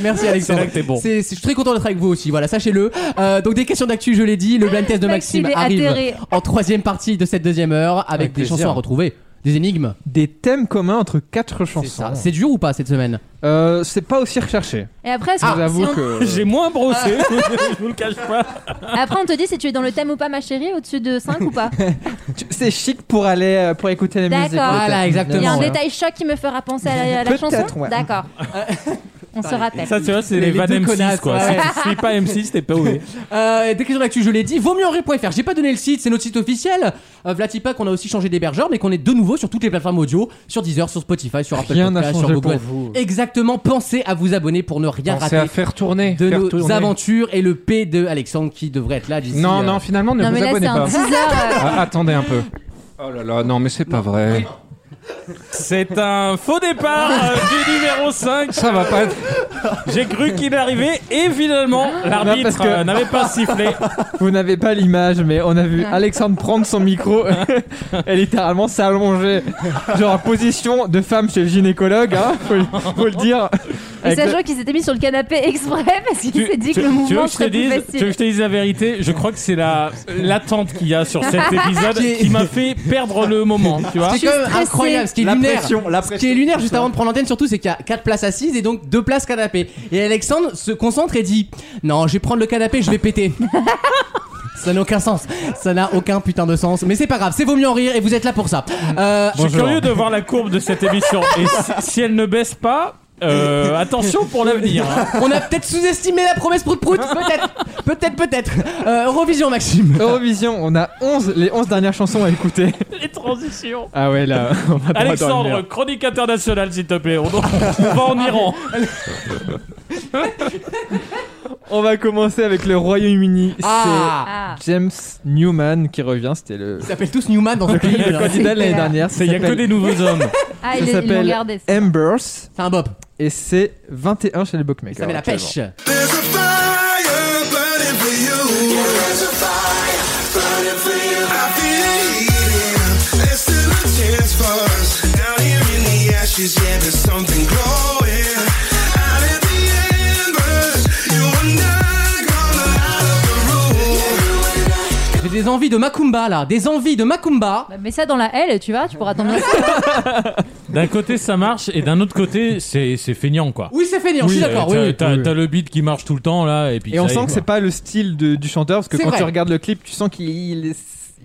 [SPEAKER 1] Merci
[SPEAKER 3] C'est
[SPEAKER 1] Alexandre.
[SPEAKER 3] là que t'es bon.
[SPEAKER 1] C'est- c'est- je suis très content d'être avec vous aussi. Voilà, sachez-le. Euh, donc des questions d'actu, je l'ai dit. Le blind test de Maxime,
[SPEAKER 8] Maxime est
[SPEAKER 1] arrive
[SPEAKER 8] atterré.
[SPEAKER 1] en troisième partie de cette deuxième heure avec,
[SPEAKER 5] Avec
[SPEAKER 1] des
[SPEAKER 5] plaisir.
[SPEAKER 1] chansons à retrouver, des énigmes.
[SPEAKER 5] Des thèmes communs entre quatre chansons.
[SPEAKER 1] ça. C'est dur ou pas cette semaine
[SPEAKER 5] Euh, c'est pas aussi recherché.
[SPEAKER 8] Et après, est-ce
[SPEAKER 5] Je
[SPEAKER 8] que- Ah.
[SPEAKER 5] vous
[SPEAKER 8] si
[SPEAKER 5] avoue
[SPEAKER 8] on-
[SPEAKER 5] que.
[SPEAKER 3] J'ai moins brossé, je vous le cache pas.
[SPEAKER 8] Après, on te dit si tu es dans le thème ou pas, ma chérie, au-dessus de 5 ou pas.
[SPEAKER 5] Tu- C'est chic pour aller euh, pour écouter la
[SPEAKER 8] D'accord.
[SPEAKER 5] musique.
[SPEAKER 1] Voilà, exactement.
[SPEAKER 8] Il y a un
[SPEAKER 5] Ouais.
[SPEAKER 8] détail choc qui me fera penser à la, à la
[SPEAKER 5] Peut-être,
[SPEAKER 8] chanson
[SPEAKER 5] ouais.
[SPEAKER 8] D'accord. on se rappelle.
[SPEAKER 3] Ça, tu vois, c'est
[SPEAKER 1] Les-
[SPEAKER 3] les,
[SPEAKER 1] les
[SPEAKER 3] vannes
[SPEAKER 1] deux
[SPEAKER 3] M6,
[SPEAKER 1] connasses,
[SPEAKER 3] quoi.
[SPEAKER 1] ouais.
[SPEAKER 3] Si tu suis pas M6, t'es pas oué.
[SPEAKER 1] Euh, des questions d'actu, je l'ai dit. Vaut mieux en rire.fr. J'ai pas donné le site, c'est notre site officiel. Euh, Vlatipa, qu'on a aussi changé d'hébergeur, mais qu'on est de nouveau sur toutes les plateformes audio, sur Deezer, sur Spotify, sur Apple
[SPEAKER 5] Rien n'a
[SPEAKER 1] Podcast, sur
[SPEAKER 5] changé
[SPEAKER 1] Google.
[SPEAKER 5] pour vous.
[SPEAKER 1] Exactement. Pensez à vous abonner pour ne rien
[SPEAKER 4] Pensez à
[SPEAKER 1] rater
[SPEAKER 4] faire tourner.
[SPEAKER 1] de
[SPEAKER 4] faire
[SPEAKER 1] nos
[SPEAKER 4] tourner.
[SPEAKER 1] aventures et le P de Alexandre qui devrait être là d'ici.
[SPEAKER 4] Non,
[SPEAKER 1] euh,
[SPEAKER 4] non, finalement, ne
[SPEAKER 8] Non, mais
[SPEAKER 4] vous
[SPEAKER 8] là,
[SPEAKER 4] abonnez
[SPEAKER 8] c'est un
[SPEAKER 4] pas.
[SPEAKER 8] teaser. euh,
[SPEAKER 4] Ah, attendez un peu. Oh là là, non, mais c'est pas vrai.
[SPEAKER 3] C'est un faux départ euh, du numéro 5.
[SPEAKER 4] Ça va pas.
[SPEAKER 3] J'ai cru qu'il arrivait et finalement, l'arbitre
[SPEAKER 5] parce que-
[SPEAKER 3] euh, n'avait pas sifflé.
[SPEAKER 5] Vous n'avez pas l'image, mais on a vu Alexandre prendre son micro et littéralement s'allonger, genre en position de femme chez le gynécologue, hein, faut, faut le dire.
[SPEAKER 8] Et
[SPEAKER 5] Avec le-
[SPEAKER 8] sachant qu'il s'était mis sur le canapé exprès parce qu'il s'est dit que le
[SPEAKER 3] tu veux
[SPEAKER 8] mouvement
[SPEAKER 3] que je te
[SPEAKER 8] serait plus
[SPEAKER 3] dise, tu veux que
[SPEAKER 8] facile.
[SPEAKER 3] je te dise la vérité Je crois que c'est la l'attente qu'il y a sur cet épisode
[SPEAKER 1] Qui est-
[SPEAKER 3] qui m'a fait perdre le moment. Tu vois
[SPEAKER 1] C'est
[SPEAKER 8] suis
[SPEAKER 1] quand même
[SPEAKER 8] stressée.
[SPEAKER 1] incroyable ce qui est
[SPEAKER 2] La
[SPEAKER 1] lunaire.
[SPEAKER 2] pression, la
[SPEAKER 1] Ce qui est
[SPEAKER 2] pression.
[SPEAKER 1] lunaire juste avant de prendre l'antenne surtout c'est qu'il y a 4 places assises et donc 2 places canapé. Et Alexandre se concentre et dit "Non, je vais prendre le canapé, je vais péter." Ça n'a aucun sens. Ça n'a aucun putain de sens. Mais c'est pas grave, c'est vaut mieux en rire et vous êtes là pour ça. Euh,
[SPEAKER 3] Je suis curieux de voir la courbe de cette émission et si, si elle ne baisse pas, euh, attention pour l'avenir. hein.
[SPEAKER 1] on a peut-être sous-estimé la promesse prout prout, peut-être, peut-être, peut-être. Euh, Eurovision Maxime.
[SPEAKER 5] Eurovision, on a 11, les 11 dernières chansons à écouter.
[SPEAKER 3] Les transitions.
[SPEAKER 5] Ah ouais, là, on va droit dans le
[SPEAKER 3] Alexandre,
[SPEAKER 5] mur.
[SPEAKER 3] chronique internationale, s'il te plaît. On, on va en Iran.
[SPEAKER 5] On va commencer avec le Royaume-Uni.
[SPEAKER 1] Ah.
[SPEAKER 8] Ah.
[SPEAKER 5] C'est James Newman qui revient, c'était le,
[SPEAKER 1] Ils s'appellent tous Newman dans ce pays.
[SPEAKER 5] le
[SPEAKER 1] alors.
[SPEAKER 5] candidat de l'année dernière. Ça
[SPEAKER 3] Il y a que
[SPEAKER 5] s'appelle-
[SPEAKER 3] des nouveaux hommes.
[SPEAKER 8] Ah,
[SPEAKER 5] ça
[SPEAKER 8] il est- ils l'ont
[SPEAKER 5] s'appelle
[SPEAKER 8] gardé. ça.
[SPEAKER 5] Embers
[SPEAKER 1] C'est un bob.
[SPEAKER 5] et c'est 21 chez les bookmakers.
[SPEAKER 1] Ça met la
[SPEAKER 5] actuellement.
[SPEAKER 1] pêche.
[SPEAKER 12] There's a fire burning for you. There's a fire burning for you. I feel it. There's still a chance for us. Out here in the ashes, yeah, there's something glowing. Out of the embers, you and I gonna light up the room.
[SPEAKER 1] J'ai des envies de Macumba là, des envies de Macumba.
[SPEAKER 8] Bah, Mets ça dans la L, tu vois, tu pourras t'en bien
[SPEAKER 3] D'un côté, ça marche et d'un autre côté, c'est c'est feignant, quoi.
[SPEAKER 1] Oui, c'est fainéant, je suis
[SPEAKER 3] Euh,
[SPEAKER 1] d'accord. oui,
[SPEAKER 3] t'as-
[SPEAKER 1] oui.
[SPEAKER 3] T'as
[SPEAKER 5] Oui.
[SPEAKER 3] t'as le beat qui marche tout le temps là, et puis.
[SPEAKER 5] Et on
[SPEAKER 3] ça y
[SPEAKER 5] sent que
[SPEAKER 3] quoi.
[SPEAKER 5] c'est pas le style de- du chanteur parce que
[SPEAKER 1] C'est
[SPEAKER 5] quand
[SPEAKER 1] vrai.
[SPEAKER 5] tu regardes le clip, tu sens qu'il il-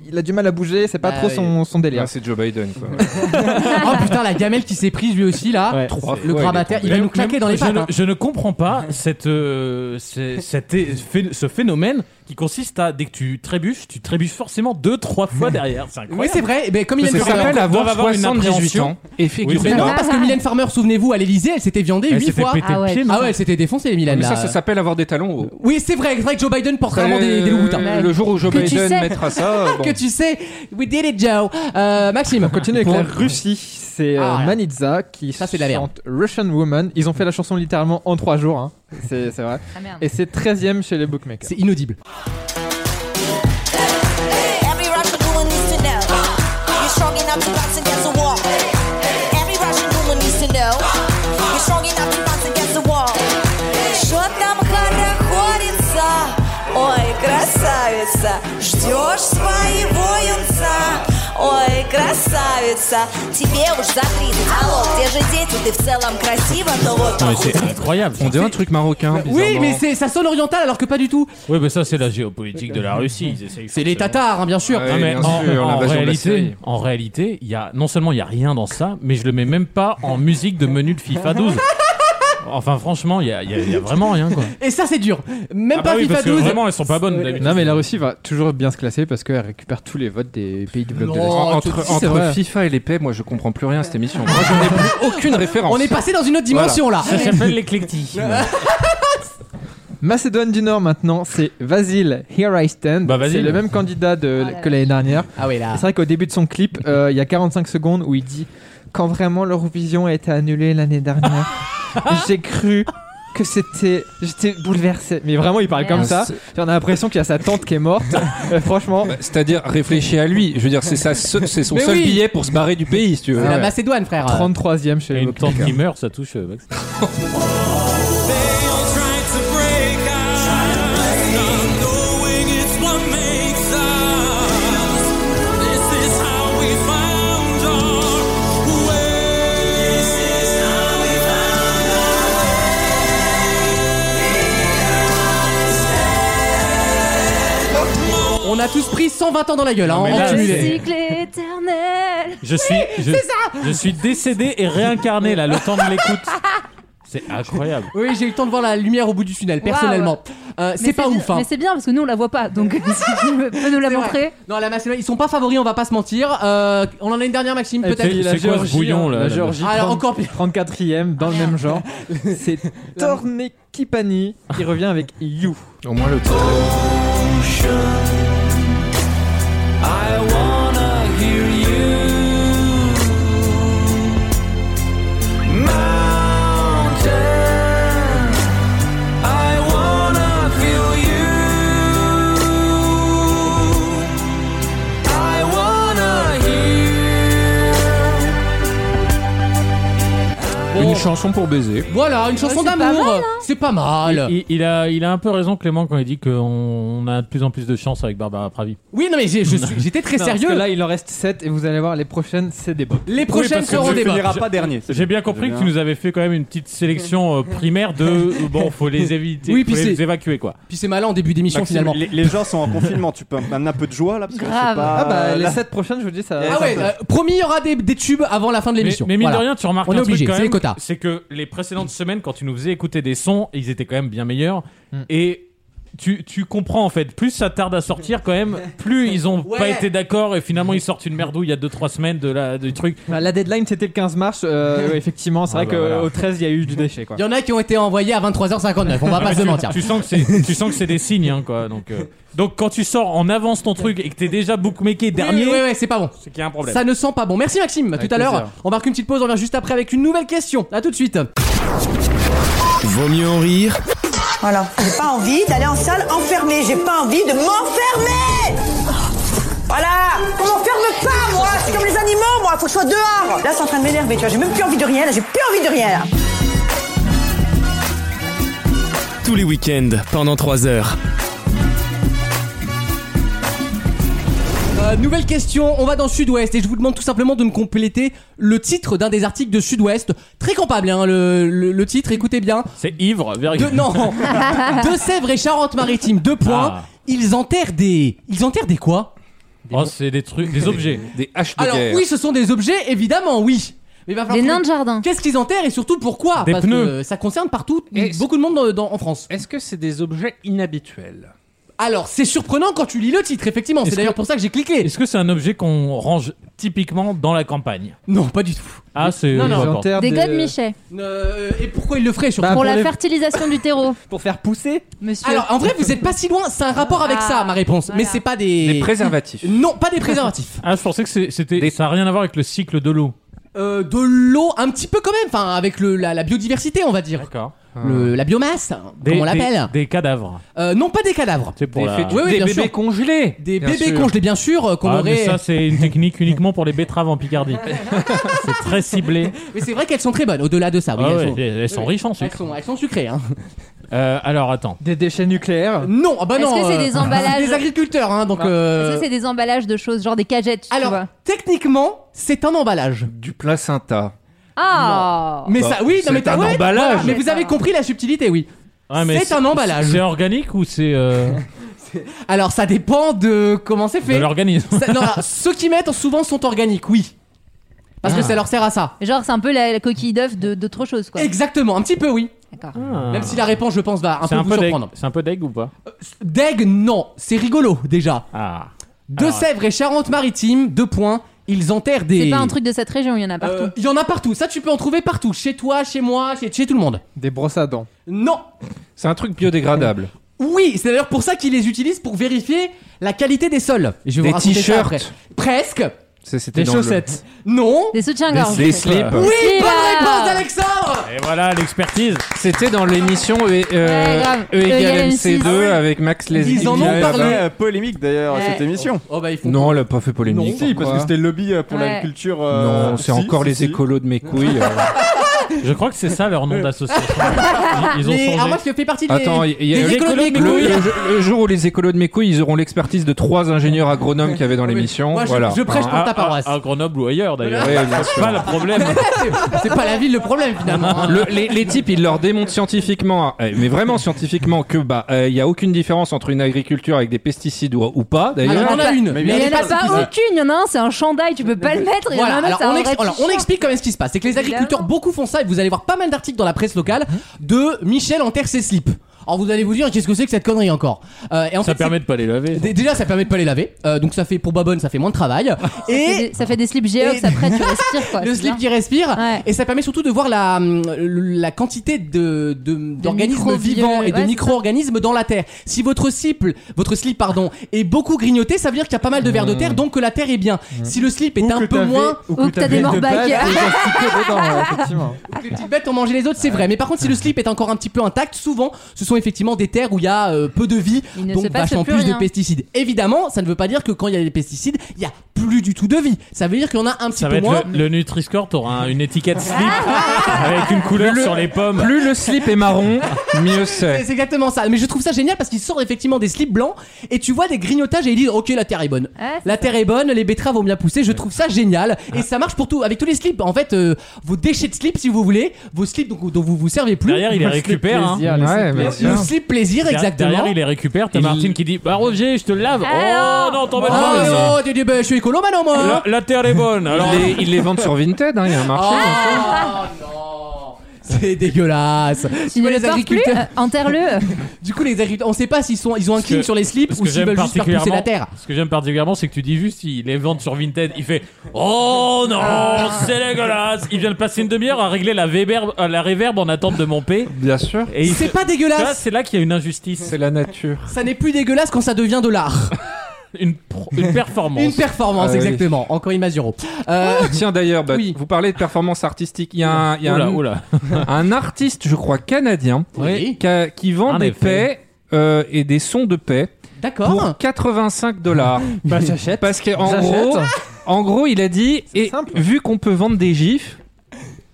[SPEAKER 5] il a du mal à bouger, c'est pas
[SPEAKER 1] Bah
[SPEAKER 5] trop
[SPEAKER 1] oui.
[SPEAKER 5] son, son délire.
[SPEAKER 4] Ah, c'est Joe Biden quoi.
[SPEAKER 1] Oh putain, la gamelle qui s'est prise lui aussi là.
[SPEAKER 5] Ouais.
[SPEAKER 4] Trois
[SPEAKER 1] Le
[SPEAKER 4] fois,
[SPEAKER 1] grabataire,
[SPEAKER 4] il
[SPEAKER 1] il
[SPEAKER 4] est
[SPEAKER 1] va
[SPEAKER 4] tombé.
[SPEAKER 1] nous claquer dans les
[SPEAKER 3] je,
[SPEAKER 1] pattes.
[SPEAKER 3] ne,
[SPEAKER 1] hein.
[SPEAKER 3] je ne comprends pas cette, euh, c'est- cet é- phé- ce phénomène qui consiste à, dès que tu trébuches, tu trébuches forcément deux, trois fois derrière. C'est
[SPEAKER 1] Oui,
[SPEAKER 3] incroyable.
[SPEAKER 1] c'est vrai. Mais comme Mylène
[SPEAKER 4] Ça
[SPEAKER 3] doivent
[SPEAKER 1] Farmer.
[SPEAKER 4] s'appelle avoir
[SPEAKER 3] avoir une
[SPEAKER 4] 78
[SPEAKER 3] appréhension.
[SPEAKER 4] ans. Et figure
[SPEAKER 3] Oui,
[SPEAKER 1] Mais non, parce que Mylène Farmer, souvenez-vous, à l'Elysée, elle s'était viandée
[SPEAKER 3] Elle
[SPEAKER 1] 8
[SPEAKER 3] s'est fait
[SPEAKER 1] fois.
[SPEAKER 3] péter
[SPEAKER 8] Ah
[SPEAKER 3] le
[SPEAKER 8] ouais.
[SPEAKER 3] pied, non
[SPEAKER 1] Ah ouais, elle s'était défoncée, les Mylène.
[SPEAKER 4] Mais ça,
[SPEAKER 1] là.
[SPEAKER 4] ça s'appelle avoir des talons hauts.
[SPEAKER 1] Oui, c'est vrai, c'est vrai que Joe Biden porte vraiment des, des loups.
[SPEAKER 4] Euh, Le jour où Joe
[SPEAKER 8] Que tu
[SPEAKER 4] Biden
[SPEAKER 8] sais.
[SPEAKER 4] mettra ça, euh, bon.
[SPEAKER 1] Que tu sais, we did it, Joe. Euh, Maxime.
[SPEAKER 5] Continue avec la Russie. c'est euh,
[SPEAKER 1] Ah, voilà.
[SPEAKER 5] Manitza qui
[SPEAKER 1] de la merde.
[SPEAKER 5] chante Russian Woman. Ils ont fait la chanson littéralement en 3 jours, hein. c'est c'est vrai.
[SPEAKER 1] Ah, merde.
[SPEAKER 5] Et c'est 13 e chez les bookmakers. C'est
[SPEAKER 1] inaudible.
[SPEAKER 13] Every Russian woman needs to know you're strong enough to box against the wall. Every Russian woman needs to know you're strong enough to box against the wall. Что там хорохорится? Ой, красавица, ждешь своего юнца. Ой, красавица, тебе уж за 30. Алло, где же дети? Ты в целом красива, но вот
[SPEAKER 3] Non, mais c'est incroyable.
[SPEAKER 4] On dirait un truc marocain.
[SPEAKER 1] Oui, mais c'est- ça sonne oriental alors que pas du tout.
[SPEAKER 3] Oui, mais ça, c'est la géopolitique de la Russie. C'est
[SPEAKER 1] les Tatars, hein, bien sûr.
[SPEAKER 3] Non, mais
[SPEAKER 1] bien
[SPEAKER 3] en,
[SPEAKER 1] sûr,
[SPEAKER 3] en
[SPEAKER 1] l'invasion de la Syrie.
[SPEAKER 3] réalité, en réalité, il y a non seulement il y a rien dans ça, mais je le mets même pas en musique de menu de FIFA 12. Enfin, franchement, il y, a- il y a- il y a vraiment rien quoi.
[SPEAKER 1] Et ça, c'est dur. Même
[SPEAKER 3] Ah
[SPEAKER 1] pas
[SPEAKER 3] bah oui,
[SPEAKER 1] FIFA
[SPEAKER 3] parce que
[SPEAKER 1] 12.
[SPEAKER 3] vraiment, elles sont pas bonnes, d'habitude.
[SPEAKER 5] Non, mais la Russie va toujours bien se classer parce qu'elle récupère tous les votes des pays du bloc de l'Est.
[SPEAKER 4] entre
[SPEAKER 5] Si, c'est
[SPEAKER 4] entre
[SPEAKER 5] vrai.
[SPEAKER 4] FIFA et les paix, moi je comprends plus rien à cette émission. Moi j'en ai plus aucune référence.
[SPEAKER 1] On est passé dans une autre dimension,
[SPEAKER 4] Voilà.
[SPEAKER 1] là.
[SPEAKER 3] l'éclectique.
[SPEAKER 5] Macédoine du Nord maintenant, c'est Vasil Here I Stand.
[SPEAKER 3] vas-y.
[SPEAKER 5] c'est le même candidat de- que l'année dernière.
[SPEAKER 1] Ah oui, Oh là.
[SPEAKER 5] Et C'est vrai qu'au début de son clip, euh, il y a 45 secondes où il dit Quand vraiment l'Eurovision a été annulée l'année dernière, j'ai cru que c'était. J'étais bouleversé. Mais vraiment, il parle comme ça. On a l'impression qu'il y a sa tante qui est morte. Euh, Franchement.
[SPEAKER 4] Bah, C'est-à-dire réfléchis à lui. Je veux dire, c'est sa se- c'est son
[SPEAKER 5] Mais
[SPEAKER 4] seul
[SPEAKER 5] oui.
[SPEAKER 4] billet pour se barrer du pays, si tu veux.
[SPEAKER 5] C'est la
[SPEAKER 4] Ouais.
[SPEAKER 1] Macédoine, frère.
[SPEAKER 5] 33ème chez
[SPEAKER 3] Et une tante qui meurt, ça touche. euh, Max.
[SPEAKER 1] On a tous pris 120 ans dans la gueule, hein,
[SPEAKER 3] Non, mais
[SPEAKER 1] en
[SPEAKER 3] là,
[SPEAKER 1] cumulé.
[SPEAKER 3] c'est-
[SPEAKER 8] Cycle éternel.
[SPEAKER 3] Je suis,
[SPEAKER 8] Oui,
[SPEAKER 3] je,
[SPEAKER 8] c'est ça.
[SPEAKER 3] je suis décédé et réincarné là, le temps de l'écoute. C'est incroyable.
[SPEAKER 1] Oui, j'ai eu le temps de voir la lumière au bout du tunnel, personnellement. Euh,
[SPEAKER 8] Mais
[SPEAKER 1] c'est pas
[SPEAKER 8] bien-
[SPEAKER 1] ouf, hein.
[SPEAKER 8] Mais c'est bien parce que nous on la voit pas. Donc si tu veux- peux nous la
[SPEAKER 1] C'est vrai.
[SPEAKER 8] montrer.
[SPEAKER 1] Non, la Macédoine, ils sont pas favoris, on va pas se mentir. Euh, on en a une dernière, Maxime,
[SPEAKER 5] Et
[SPEAKER 1] peut-être.
[SPEAKER 5] puis la
[SPEAKER 3] c'est quoi ce
[SPEAKER 5] Géorgie,
[SPEAKER 3] bouillon,
[SPEAKER 5] hein,
[SPEAKER 3] là,
[SPEAKER 5] La
[SPEAKER 3] là-bas
[SPEAKER 5] Géorgie,
[SPEAKER 1] Alors,
[SPEAKER 5] 30
[SPEAKER 1] Ah, encore
[SPEAKER 5] 34ème dans le même genre. C'est Torné Kipani qui revient avec You.
[SPEAKER 4] Au moins le titre.
[SPEAKER 1] Bon.
[SPEAKER 4] Une chanson pour baiser.
[SPEAKER 1] Voilà, une chanson
[SPEAKER 8] Ouais, c'est pas mal,
[SPEAKER 1] d'amour.
[SPEAKER 8] hein.
[SPEAKER 1] C'est pas mal.
[SPEAKER 3] Il, il a, il a un peu raison, Clément, quand il dit qu'on a de plus en plus de chance avec Barbara Pravi.
[SPEAKER 1] Oui, non, mais j'ai- je suis- j'étais très
[SPEAKER 5] Non, parce
[SPEAKER 1] sérieux.
[SPEAKER 5] que là, il en reste 7 et vous allez voir, les prochaines, c'est des bops.
[SPEAKER 1] Les prochaines seront des bops.
[SPEAKER 2] pas dernier. c'est
[SPEAKER 3] J'ai bien
[SPEAKER 2] J'ai
[SPEAKER 3] compris que
[SPEAKER 2] bien.
[SPEAKER 3] tu nous avais fait quand même une petite sélection euh, primaire de euh, bon, faut les éviter,
[SPEAKER 1] Oui,
[SPEAKER 3] faut
[SPEAKER 1] puis
[SPEAKER 3] les
[SPEAKER 1] c'est-
[SPEAKER 3] évacuer quoi.
[SPEAKER 1] Puis c'est malin en début d'émission,
[SPEAKER 2] Maxime,
[SPEAKER 1] finalement.
[SPEAKER 2] Les, les gens sont en confinement, tu peux amener un peu de joie là parce que c'est pas.
[SPEAKER 5] Ah bah, les
[SPEAKER 2] là-
[SPEAKER 5] 7 prochaines, je vous dis, ça.
[SPEAKER 1] Ah ouais, euh, promis, il y aura des, des tubes avant la fin de
[SPEAKER 3] Mais,
[SPEAKER 1] l'émission.
[SPEAKER 3] mais mine
[SPEAKER 1] Voilà.
[SPEAKER 3] de rien, tu remarques
[SPEAKER 1] On
[SPEAKER 3] un
[SPEAKER 1] est
[SPEAKER 3] truc
[SPEAKER 1] obligé,
[SPEAKER 3] quand
[SPEAKER 1] c'est
[SPEAKER 3] même,
[SPEAKER 1] les quotas.
[SPEAKER 3] c'est que les précédentes semaines, quand tu nous faisais écouter des sons, ils étaient quand même bien meilleurs.
[SPEAKER 5] Mm.
[SPEAKER 3] Et tu, tu comprends en fait, plus ça tarde à sortir quand même, plus ils ont
[SPEAKER 5] Ouais.
[SPEAKER 3] pas été d'accord et finalement ils sortent une merdouille il y a 2-3 semaines de la, du truc.
[SPEAKER 5] Bah, La deadline c'était le 15 mars, euh, ouais, effectivement, c'est
[SPEAKER 3] Ah
[SPEAKER 5] vrai
[SPEAKER 3] bah
[SPEAKER 5] qu'au
[SPEAKER 3] voilà.
[SPEAKER 5] 13 il y a eu du déchet quoi.
[SPEAKER 1] Il y en a qui ont été envoyés à 23h59, on va
[SPEAKER 3] Ah,
[SPEAKER 1] pas
[SPEAKER 3] mais
[SPEAKER 1] se
[SPEAKER 3] tu-
[SPEAKER 1] mentir.
[SPEAKER 3] Tu sens que c'est, tu sens que c'est des signes, hein, quoi. Donc, euh, donc quand tu sors en avance ton truc et que t'es déjà bookmaker dernier,
[SPEAKER 1] Oui, oui, oui, c'est pas bon.
[SPEAKER 3] c'est qu'il y a un problème.
[SPEAKER 1] Ça ne sent pas bon. Merci Maxime, à
[SPEAKER 3] Avec
[SPEAKER 1] tout à l'heure.
[SPEAKER 3] plaisir.
[SPEAKER 1] On marque une petite pause, on revient juste après avec une nouvelle question. À tout de suite.
[SPEAKER 6] Vaut mieux en rire
[SPEAKER 7] Voilà.
[SPEAKER 13] J'ai pas envie d'aller en salle enfermée. J'ai pas envie de m'enfermer. Voilà. On m'enferme pas, moi. C'est comme les animaux, moi. Faut que je sois dehors. Là, c'est en train de m'énerver. Tu vois, j'ai même plus envie de rien. Là, j'ai plus envie de rien. là.
[SPEAKER 6] tous les week-ends pendant 3 heures.
[SPEAKER 1] Euh, nouvelle question, on va dans Sud-Ouest et je vous demande tout simplement de me compléter le titre d'un des articles de Sud-Ouest. Très campable, hein, le, le- le titre, écoutez bien.
[SPEAKER 3] C'est ivre,
[SPEAKER 1] De,
[SPEAKER 3] vérité.
[SPEAKER 1] non, de Sèvres et Charente-Maritime, deux points.
[SPEAKER 3] Ah.
[SPEAKER 1] Ils enterrent des. Ils enterrent des quoi
[SPEAKER 3] Oh, c'est des trucs, des objets.
[SPEAKER 4] Des haches
[SPEAKER 1] Alors oui, ce sont des objets, évidemment, oui. Mais il va falloir
[SPEAKER 8] Des nains
[SPEAKER 1] trouver
[SPEAKER 8] de jardin.
[SPEAKER 1] Qu'est-ce qu'ils enterrent et surtout pourquoi
[SPEAKER 3] Des
[SPEAKER 1] Parce
[SPEAKER 3] pneus.
[SPEAKER 1] que ça concerne partout,
[SPEAKER 4] Et-
[SPEAKER 1] beaucoup de monde dans- dans- en France.
[SPEAKER 4] Est-ce que c'est des objets inhabituels
[SPEAKER 1] Alors, c'est surprenant quand tu lis le titre, effectivement. C'est
[SPEAKER 3] Est-ce
[SPEAKER 1] d'ailleurs
[SPEAKER 3] que-
[SPEAKER 1] pour ça que j'ai cliqué.
[SPEAKER 3] Est-ce que c'est un objet qu'on range typiquement dans la campagne
[SPEAKER 1] Non, pas du tout.
[SPEAKER 3] Ah, c'est.
[SPEAKER 1] Non, non.
[SPEAKER 3] d'accord.
[SPEAKER 5] Inventaire
[SPEAKER 8] Des god michet
[SPEAKER 1] Euh, et pourquoi il le ferait surtout
[SPEAKER 5] Bah,
[SPEAKER 8] pour
[SPEAKER 5] pour
[SPEAKER 8] la
[SPEAKER 5] les-
[SPEAKER 8] fertilisation du terreau,
[SPEAKER 5] pour faire pousser
[SPEAKER 8] monsieur.
[SPEAKER 1] Alors, en vrai, vous êtes pas si loin. C'est un rapport avec
[SPEAKER 8] Ah,
[SPEAKER 1] ça, ma réponse. Mais c'est pas des.
[SPEAKER 4] Des préservatifs.
[SPEAKER 1] non, pas des préservatifs.
[SPEAKER 3] Ah, je pensais que c'est- c'était. Ça n'a rien à voir avec le cycle de l'eau.
[SPEAKER 1] euh, de l'eau un petit peu quand même, enfin avec le, la, la biodiversité on va dire. D'accord. la biomasse,
[SPEAKER 3] Des-
[SPEAKER 1] comme on l'appelle.
[SPEAKER 3] Des, des cadavres.
[SPEAKER 1] Euh, non pas des cadavres.
[SPEAKER 3] pour
[SPEAKER 1] des,
[SPEAKER 3] la-
[SPEAKER 1] fétus- oui,
[SPEAKER 3] Des
[SPEAKER 1] bien
[SPEAKER 3] bébés
[SPEAKER 1] sûr.
[SPEAKER 4] congelés.
[SPEAKER 1] Des
[SPEAKER 3] Bien
[SPEAKER 1] bébés
[SPEAKER 3] sûr.
[SPEAKER 1] congelés bien sûr euh, qu'on
[SPEAKER 3] Ah, mais
[SPEAKER 1] aurait.
[SPEAKER 3] ça, c'est une technique uniquement pour les betteraves en Picardie. c'est très ciblé.
[SPEAKER 1] Mais c'est vrai qu'elles sont très bonnes. Au-delà de ça, oui,
[SPEAKER 3] Ah
[SPEAKER 1] elles,
[SPEAKER 3] ouais,
[SPEAKER 1] sont...
[SPEAKER 3] elles- elles sont
[SPEAKER 1] oui,
[SPEAKER 3] riches en
[SPEAKER 1] elles
[SPEAKER 3] sucre.
[SPEAKER 1] sont- elles sont sucrées. Hein.
[SPEAKER 3] Euh, alors, attends.
[SPEAKER 5] Des déchets nucléaires
[SPEAKER 1] Non, ah bah
[SPEAKER 8] Est-ce
[SPEAKER 1] non.
[SPEAKER 8] que c'est des emballages
[SPEAKER 1] c'est des agriculteurs, hein, donc. euh,
[SPEAKER 8] Ça, c'est des emballages de choses, genre des cagettes. tu vois.
[SPEAKER 1] Alors, techniquement, c'est un emballage.
[SPEAKER 4] Du placenta.
[SPEAKER 8] Ah
[SPEAKER 1] Mais
[SPEAKER 4] Bah,
[SPEAKER 1] ça, oui, non,
[SPEAKER 4] c'est
[SPEAKER 1] mais t'as-
[SPEAKER 4] un
[SPEAKER 1] ouais,
[SPEAKER 4] emballage.
[SPEAKER 1] voilà, mais vous avez compris la subtilité, oui.
[SPEAKER 3] Ouais, Ah, mais
[SPEAKER 1] c'est un emballage.
[SPEAKER 3] C'est organique ou c'est. euh,
[SPEAKER 1] Alors, ça dépend de comment c'est fait.
[SPEAKER 3] De l'organisme.
[SPEAKER 1] Ça- non, alors, ceux qui mettent souvent sont organiques, oui. Parce que
[SPEAKER 3] Ah.
[SPEAKER 1] ça leur sert à ça.
[SPEAKER 8] Genre, c'est un peu la, la coquille d'œuf de- d'autre chose, quoi.
[SPEAKER 1] Exactement, un petit peu, oui.
[SPEAKER 8] D'accord.
[SPEAKER 1] Même si la réponse, je pense, va un
[SPEAKER 3] Ah. C'est
[SPEAKER 1] peu
[SPEAKER 3] un
[SPEAKER 1] vous
[SPEAKER 3] peu deg.
[SPEAKER 1] surprendre. Euh,
[SPEAKER 3] C'est un peu deg ou pas
[SPEAKER 1] Deg, non, c'est rigolo déjà.
[SPEAKER 3] Ah.
[SPEAKER 1] De
[SPEAKER 3] Alors,
[SPEAKER 1] Sèvres et Charente-Maritime, deux points, ils enterrent des.
[SPEAKER 8] C'est pas un truc de cette région, il y en a partout.
[SPEAKER 1] Euh, Il y en a partout, ça tu peux en trouver partout, chez toi, chez moi, chez, chez tout le monde.
[SPEAKER 5] Des brosses à dents.
[SPEAKER 1] Non
[SPEAKER 4] C'est un truc biodégradable.
[SPEAKER 1] Oui, c'est d'ailleurs pour ça qu'ils les utilisent pour vérifier la qualité des sols. Et je vais
[SPEAKER 4] Des
[SPEAKER 1] vous raconter ça
[SPEAKER 4] t-shirts.
[SPEAKER 1] après. Presque
[SPEAKER 4] C'est- c'était dans le-
[SPEAKER 1] Non
[SPEAKER 8] Des soutiens-gorge.
[SPEAKER 4] Des slips.
[SPEAKER 1] Oui,
[SPEAKER 8] Slips.
[SPEAKER 1] bonne réponse d'Alexandre
[SPEAKER 3] Et voilà l'expertise.
[SPEAKER 4] C'était dans l'émission E,
[SPEAKER 8] Ouais,
[SPEAKER 4] euh,
[SPEAKER 8] grave.
[SPEAKER 4] E égale
[SPEAKER 8] E
[SPEAKER 4] MC2
[SPEAKER 8] Ah oui.
[SPEAKER 4] avec Max Les
[SPEAKER 2] Ils en
[SPEAKER 4] Il y
[SPEAKER 2] ont
[SPEAKER 4] avait-
[SPEAKER 2] parlé euh, polémique d'ailleurs à
[SPEAKER 8] Ouais.
[SPEAKER 2] cette émission.
[SPEAKER 1] bah. Oh bah ils font
[SPEAKER 4] Non, elle a pas fait polémique.
[SPEAKER 2] si, parce que c'était le lobby euh, pour
[SPEAKER 8] Ouais.
[SPEAKER 2] la culture. euh,
[SPEAKER 4] Non, c'est
[SPEAKER 2] si,
[SPEAKER 4] encore
[SPEAKER 2] si,
[SPEAKER 4] les
[SPEAKER 2] si.
[SPEAKER 4] écolos de mes couilles. euh.
[SPEAKER 3] Je crois que c'est ça leur nom d'association. Ils, ils ont
[SPEAKER 1] Les-
[SPEAKER 3] changé.
[SPEAKER 1] alors moi je fais partie des,
[SPEAKER 4] Attends, il y a-
[SPEAKER 1] des
[SPEAKER 4] le-
[SPEAKER 1] écolos de mes
[SPEAKER 4] le,
[SPEAKER 1] couilles.
[SPEAKER 4] le jo- le jour où les écolos de mes couilles, ils auront l'expertise de trois ingénieurs agronomes qu'il y avait dans l'émission.
[SPEAKER 1] Moi, je-
[SPEAKER 4] voilà.
[SPEAKER 1] je prêche pour
[SPEAKER 4] Ah,
[SPEAKER 1] ta paroisse.
[SPEAKER 3] À, à Grenoble ou ailleurs d'ailleurs.
[SPEAKER 4] Ouais, bien
[SPEAKER 3] c'est pas le problème.
[SPEAKER 1] C'est- C'est pas la ville le problème finalement. hein.
[SPEAKER 4] Le- les, les types, ils leur démontrent scientifiquement, euh, mais vraiment scientifiquement, que bah euh, il y a aucune différence entre une agriculture avec des pesticides ou, ou pas. D'ailleurs,
[SPEAKER 1] Alors,
[SPEAKER 3] Ah,
[SPEAKER 1] on en a une.
[SPEAKER 8] Mais il y en a pas
[SPEAKER 1] suffisante.
[SPEAKER 8] aucune, il y en a un, c'est un chandail, tu peux pas le mettre. il y en a
[SPEAKER 1] Voilà,
[SPEAKER 8] un autre,
[SPEAKER 1] alors
[SPEAKER 8] c'est un
[SPEAKER 1] on,
[SPEAKER 8] vrai
[SPEAKER 1] ex- alors, on
[SPEAKER 8] t-shirt.
[SPEAKER 1] explique comment ce qui se passe. C'est que les
[SPEAKER 8] Évidemment.
[SPEAKER 1] agriculteurs beaucoup font ça et vous allez voir pas mal d'articles dans la presse locale
[SPEAKER 8] Hein
[SPEAKER 1] de Michel enterre ses slips. Alors vous allez vous dire qu'est-ce que c'est que cette connerie encore Euh, et en
[SPEAKER 3] Ça
[SPEAKER 1] fait,
[SPEAKER 3] permet de pas les laver.
[SPEAKER 1] c'est- d- Déjà ça permet de pas les laver, Euh, donc ça fait pour Babonne ça fait moins de travail.
[SPEAKER 8] Ça fait
[SPEAKER 1] Et
[SPEAKER 8] des- Ça fait des slips Geox,
[SPEAKER 1] Et-
[SPEAKER 8] après tu respires, quoi.
[SPEAKER 1] le
[SPEAKER 8] c'est
[SPEAKER 1] slip
[SPEAKER 8] bien.
[SPEAKER 1] qui respire
[SPEAKER 8] Ouais.
[SPEAKER 1] et ça permet surtout de voir la, hum, la quantité de de- d'organismes
[SPEAKER 8] microbieux,
[SPEAKER 1] vivants et de
[SPEAKER 8] ouais, c'est
[SPEAKER 1] micro-organismes dans la terre. Si votre slip, votre slip pardon, est beaucoup grignoté, ça veut dire qu'il y a pas mal de vers de
[SPEAKER 8] Mmh.
[SPEAKER 1] terre donc que la terre est bien. Si le slip est un peu moins
[SPEAKER 8] Ou que Mmh. t'as des morbacs.
[SPEAKER 1] les petites bêtes ont mangé les autres, c'est vrai. Mais par contre, si le slip est encore un petit peu intact, souvent, ce sont effectivement des terres où il y a euh, peu de vie,
[SPEAKER 8] Il ne se
[SPEAKER 1] donc
[SPEAKER 8] passe
[SPEAKER 1] vachement
[SPEAKER 8] plus
[SPEAKER 1] plus
[SPEAKER 8] rien.
[SPEAKER 1] de pesticides. Évidemment, ça ne veut pas dire que quand il y a des pesticides, il y a plus du tout de vie. Ça veut dire qu'il y en a un petit
[SPEAKER 3] Ça va
[SPEAKER 1] peu
[SPEAKER 3] être
[SPEAKER 1] moins.
[SPEAKER 3] le, le Nutri-Score, t'auras un- une étiquette slip avec une couleur
[SPEAKER 4] Le-
[SPEAKER 3] sur les pommes.
[SPEAKER 4] plus le slip est marron, mieux c'est.
[SPEAKER 1] C'est exactement ça. Mais je trouve ça génial parce qu'ils sortent effectivement des slips blancs et tu vois des grignotages et ils disent Ok, la terre est bonne.
[SPEAKER 8] Ouais, c'est
[SPEAKER 1] La terre est bonne, les betteraves vont bien pousser. Je trouve ça génial et ça marche pour tout. Avec tous les slips, en fait, euh, vos déchets de slips, si vous voulez, vos slips dont, dont vous vous servez plus.
[SPEAKER 3] Derrière, il les récupère. hein.
[SPEAKER 5] Plaisir, les
[SPEAKER 4] Ouais,
[SPEAKER 5] slips,
[SPEAKER 4] bien
[SPEAKER 5] les-
[SPEAKER 4] sûr.
[SPEAKER 1] Le slip plaisir,
[SPEAKER 3] Der-
[SPEAKER 1] exactement.
[SPEAKER 3] Derrière, il les récupère. T'as
[SPEAKER 4] Il-
[SPEAKER 3] Martine qui dit Bah, reviens, je te lave.
[SPEAKER 8] Alors
[SPEAKER 3] oh non, t'en vas
[SPEAKER 1] Ah
[SPEAKER 3] pas.
[SPEAKER 1] ouais,
[SPEAKER 3] ça.
[SPEAKER 1] oh, tu dis, ben, je suis écolo maintenant, moi
[SPEAKER 3] La, la terre est bonne. Alors,
[SPEAKER 4] Ils les, ils les vendent sur Vinted, hein, il y a un marché.
[SPEAKER 1] Ah, non C'est dégueulasse
[SPEAKER 8] Tu ne
[SPEAKER 1] vois
[SPEAKER 8] le
[SPEAKER 1] les
[SPEAKER 8] portes plus
[SPEAKER 1] agriculteurs
[SPEAKER 8] euh, Enterre-le
[SPEAKER 1] Du coup, les agriculteurs, on sait pas s'ils sont, ils ont un
[SPEAKER 3] Parce
[SPEAKER 1] king
[SPEAKER 3] que-
[SPEAKER 1] sur les slips
[SPEAKER 3] ce
[SPEAKER 1] ou
[SPEAKER 3] que
[SPEAKER 1] s'ils
[SPEAKER 3] j'aime
[SPEAKER 1] veulent juste faire pousser la terre.
[SPEAKER 3] Ce que j'aime particulièrement, c'est que tu dis juste, il les vend sur Vinted, il fait Oh
[SPEAKER 4] Ah.
[SPEAKER 3] non, c'est dégueulasse. Il vient de passer une demi-heure à régler la, Weber, euh, la reverb en attente de mon P.
[SPEAKER 4] Bien sûr.
[SPEAKER 3] Et il
[SPEAKER 1] C'est
[SPEAKER 3] se-
[SPEAKER 1] pas
[SPEAKER 3] Là,
[SPEAKER 1] dégueulasse
[SPEAKER 3] c'est là qu'il y a une injustice,
[SPEAKER 4] C'est la nature.
[SPEAKER 1] Ça n'est plus dégueulasse quand ça devient de l'art.
[SPEAKER 3] une, pro- une performance.
[SPEAKER 1] Une performance,
[SPEAKER 4] Ah oui.
[SPEAKER 1] exactement. Encore Imazuro. Euh,
[SPEAKER 4] Tiens d'ailleurs, bah,
[SPEAKER 1] Oui.
[SPEAKER 4] vous parlez de performance artistique. Il y a un, il y a
[SPEAKER 3] Oula,
[SPEAKER 4] un-
[SPEAKER 3] oula.
[SPEAKER 4] un artiste, je crois, canadien,
[SPEAKER 1] Oui.
[SPEAKER 4] qui, a- qui vend
[SPEAKER 3] En
[SPEAKER 4] des
[SPEAKER 3] effet.
[SPEAKER 4] paix euh, et des sons de paix
[SPEAKER 1] D'accord.
[SPEAKER 4] pour 85 dollars.
[SPEAKER 5] Bah, j'achète.
[SPEAKER 4] Parce qu'en
[SPEAKER 5] J'achète.
[SPEAKER 4] gros, en gros, il a dit, et
[SPEAKER 5] simple.
[SPEAKER 4] vu qu'on peut vendre des gifs,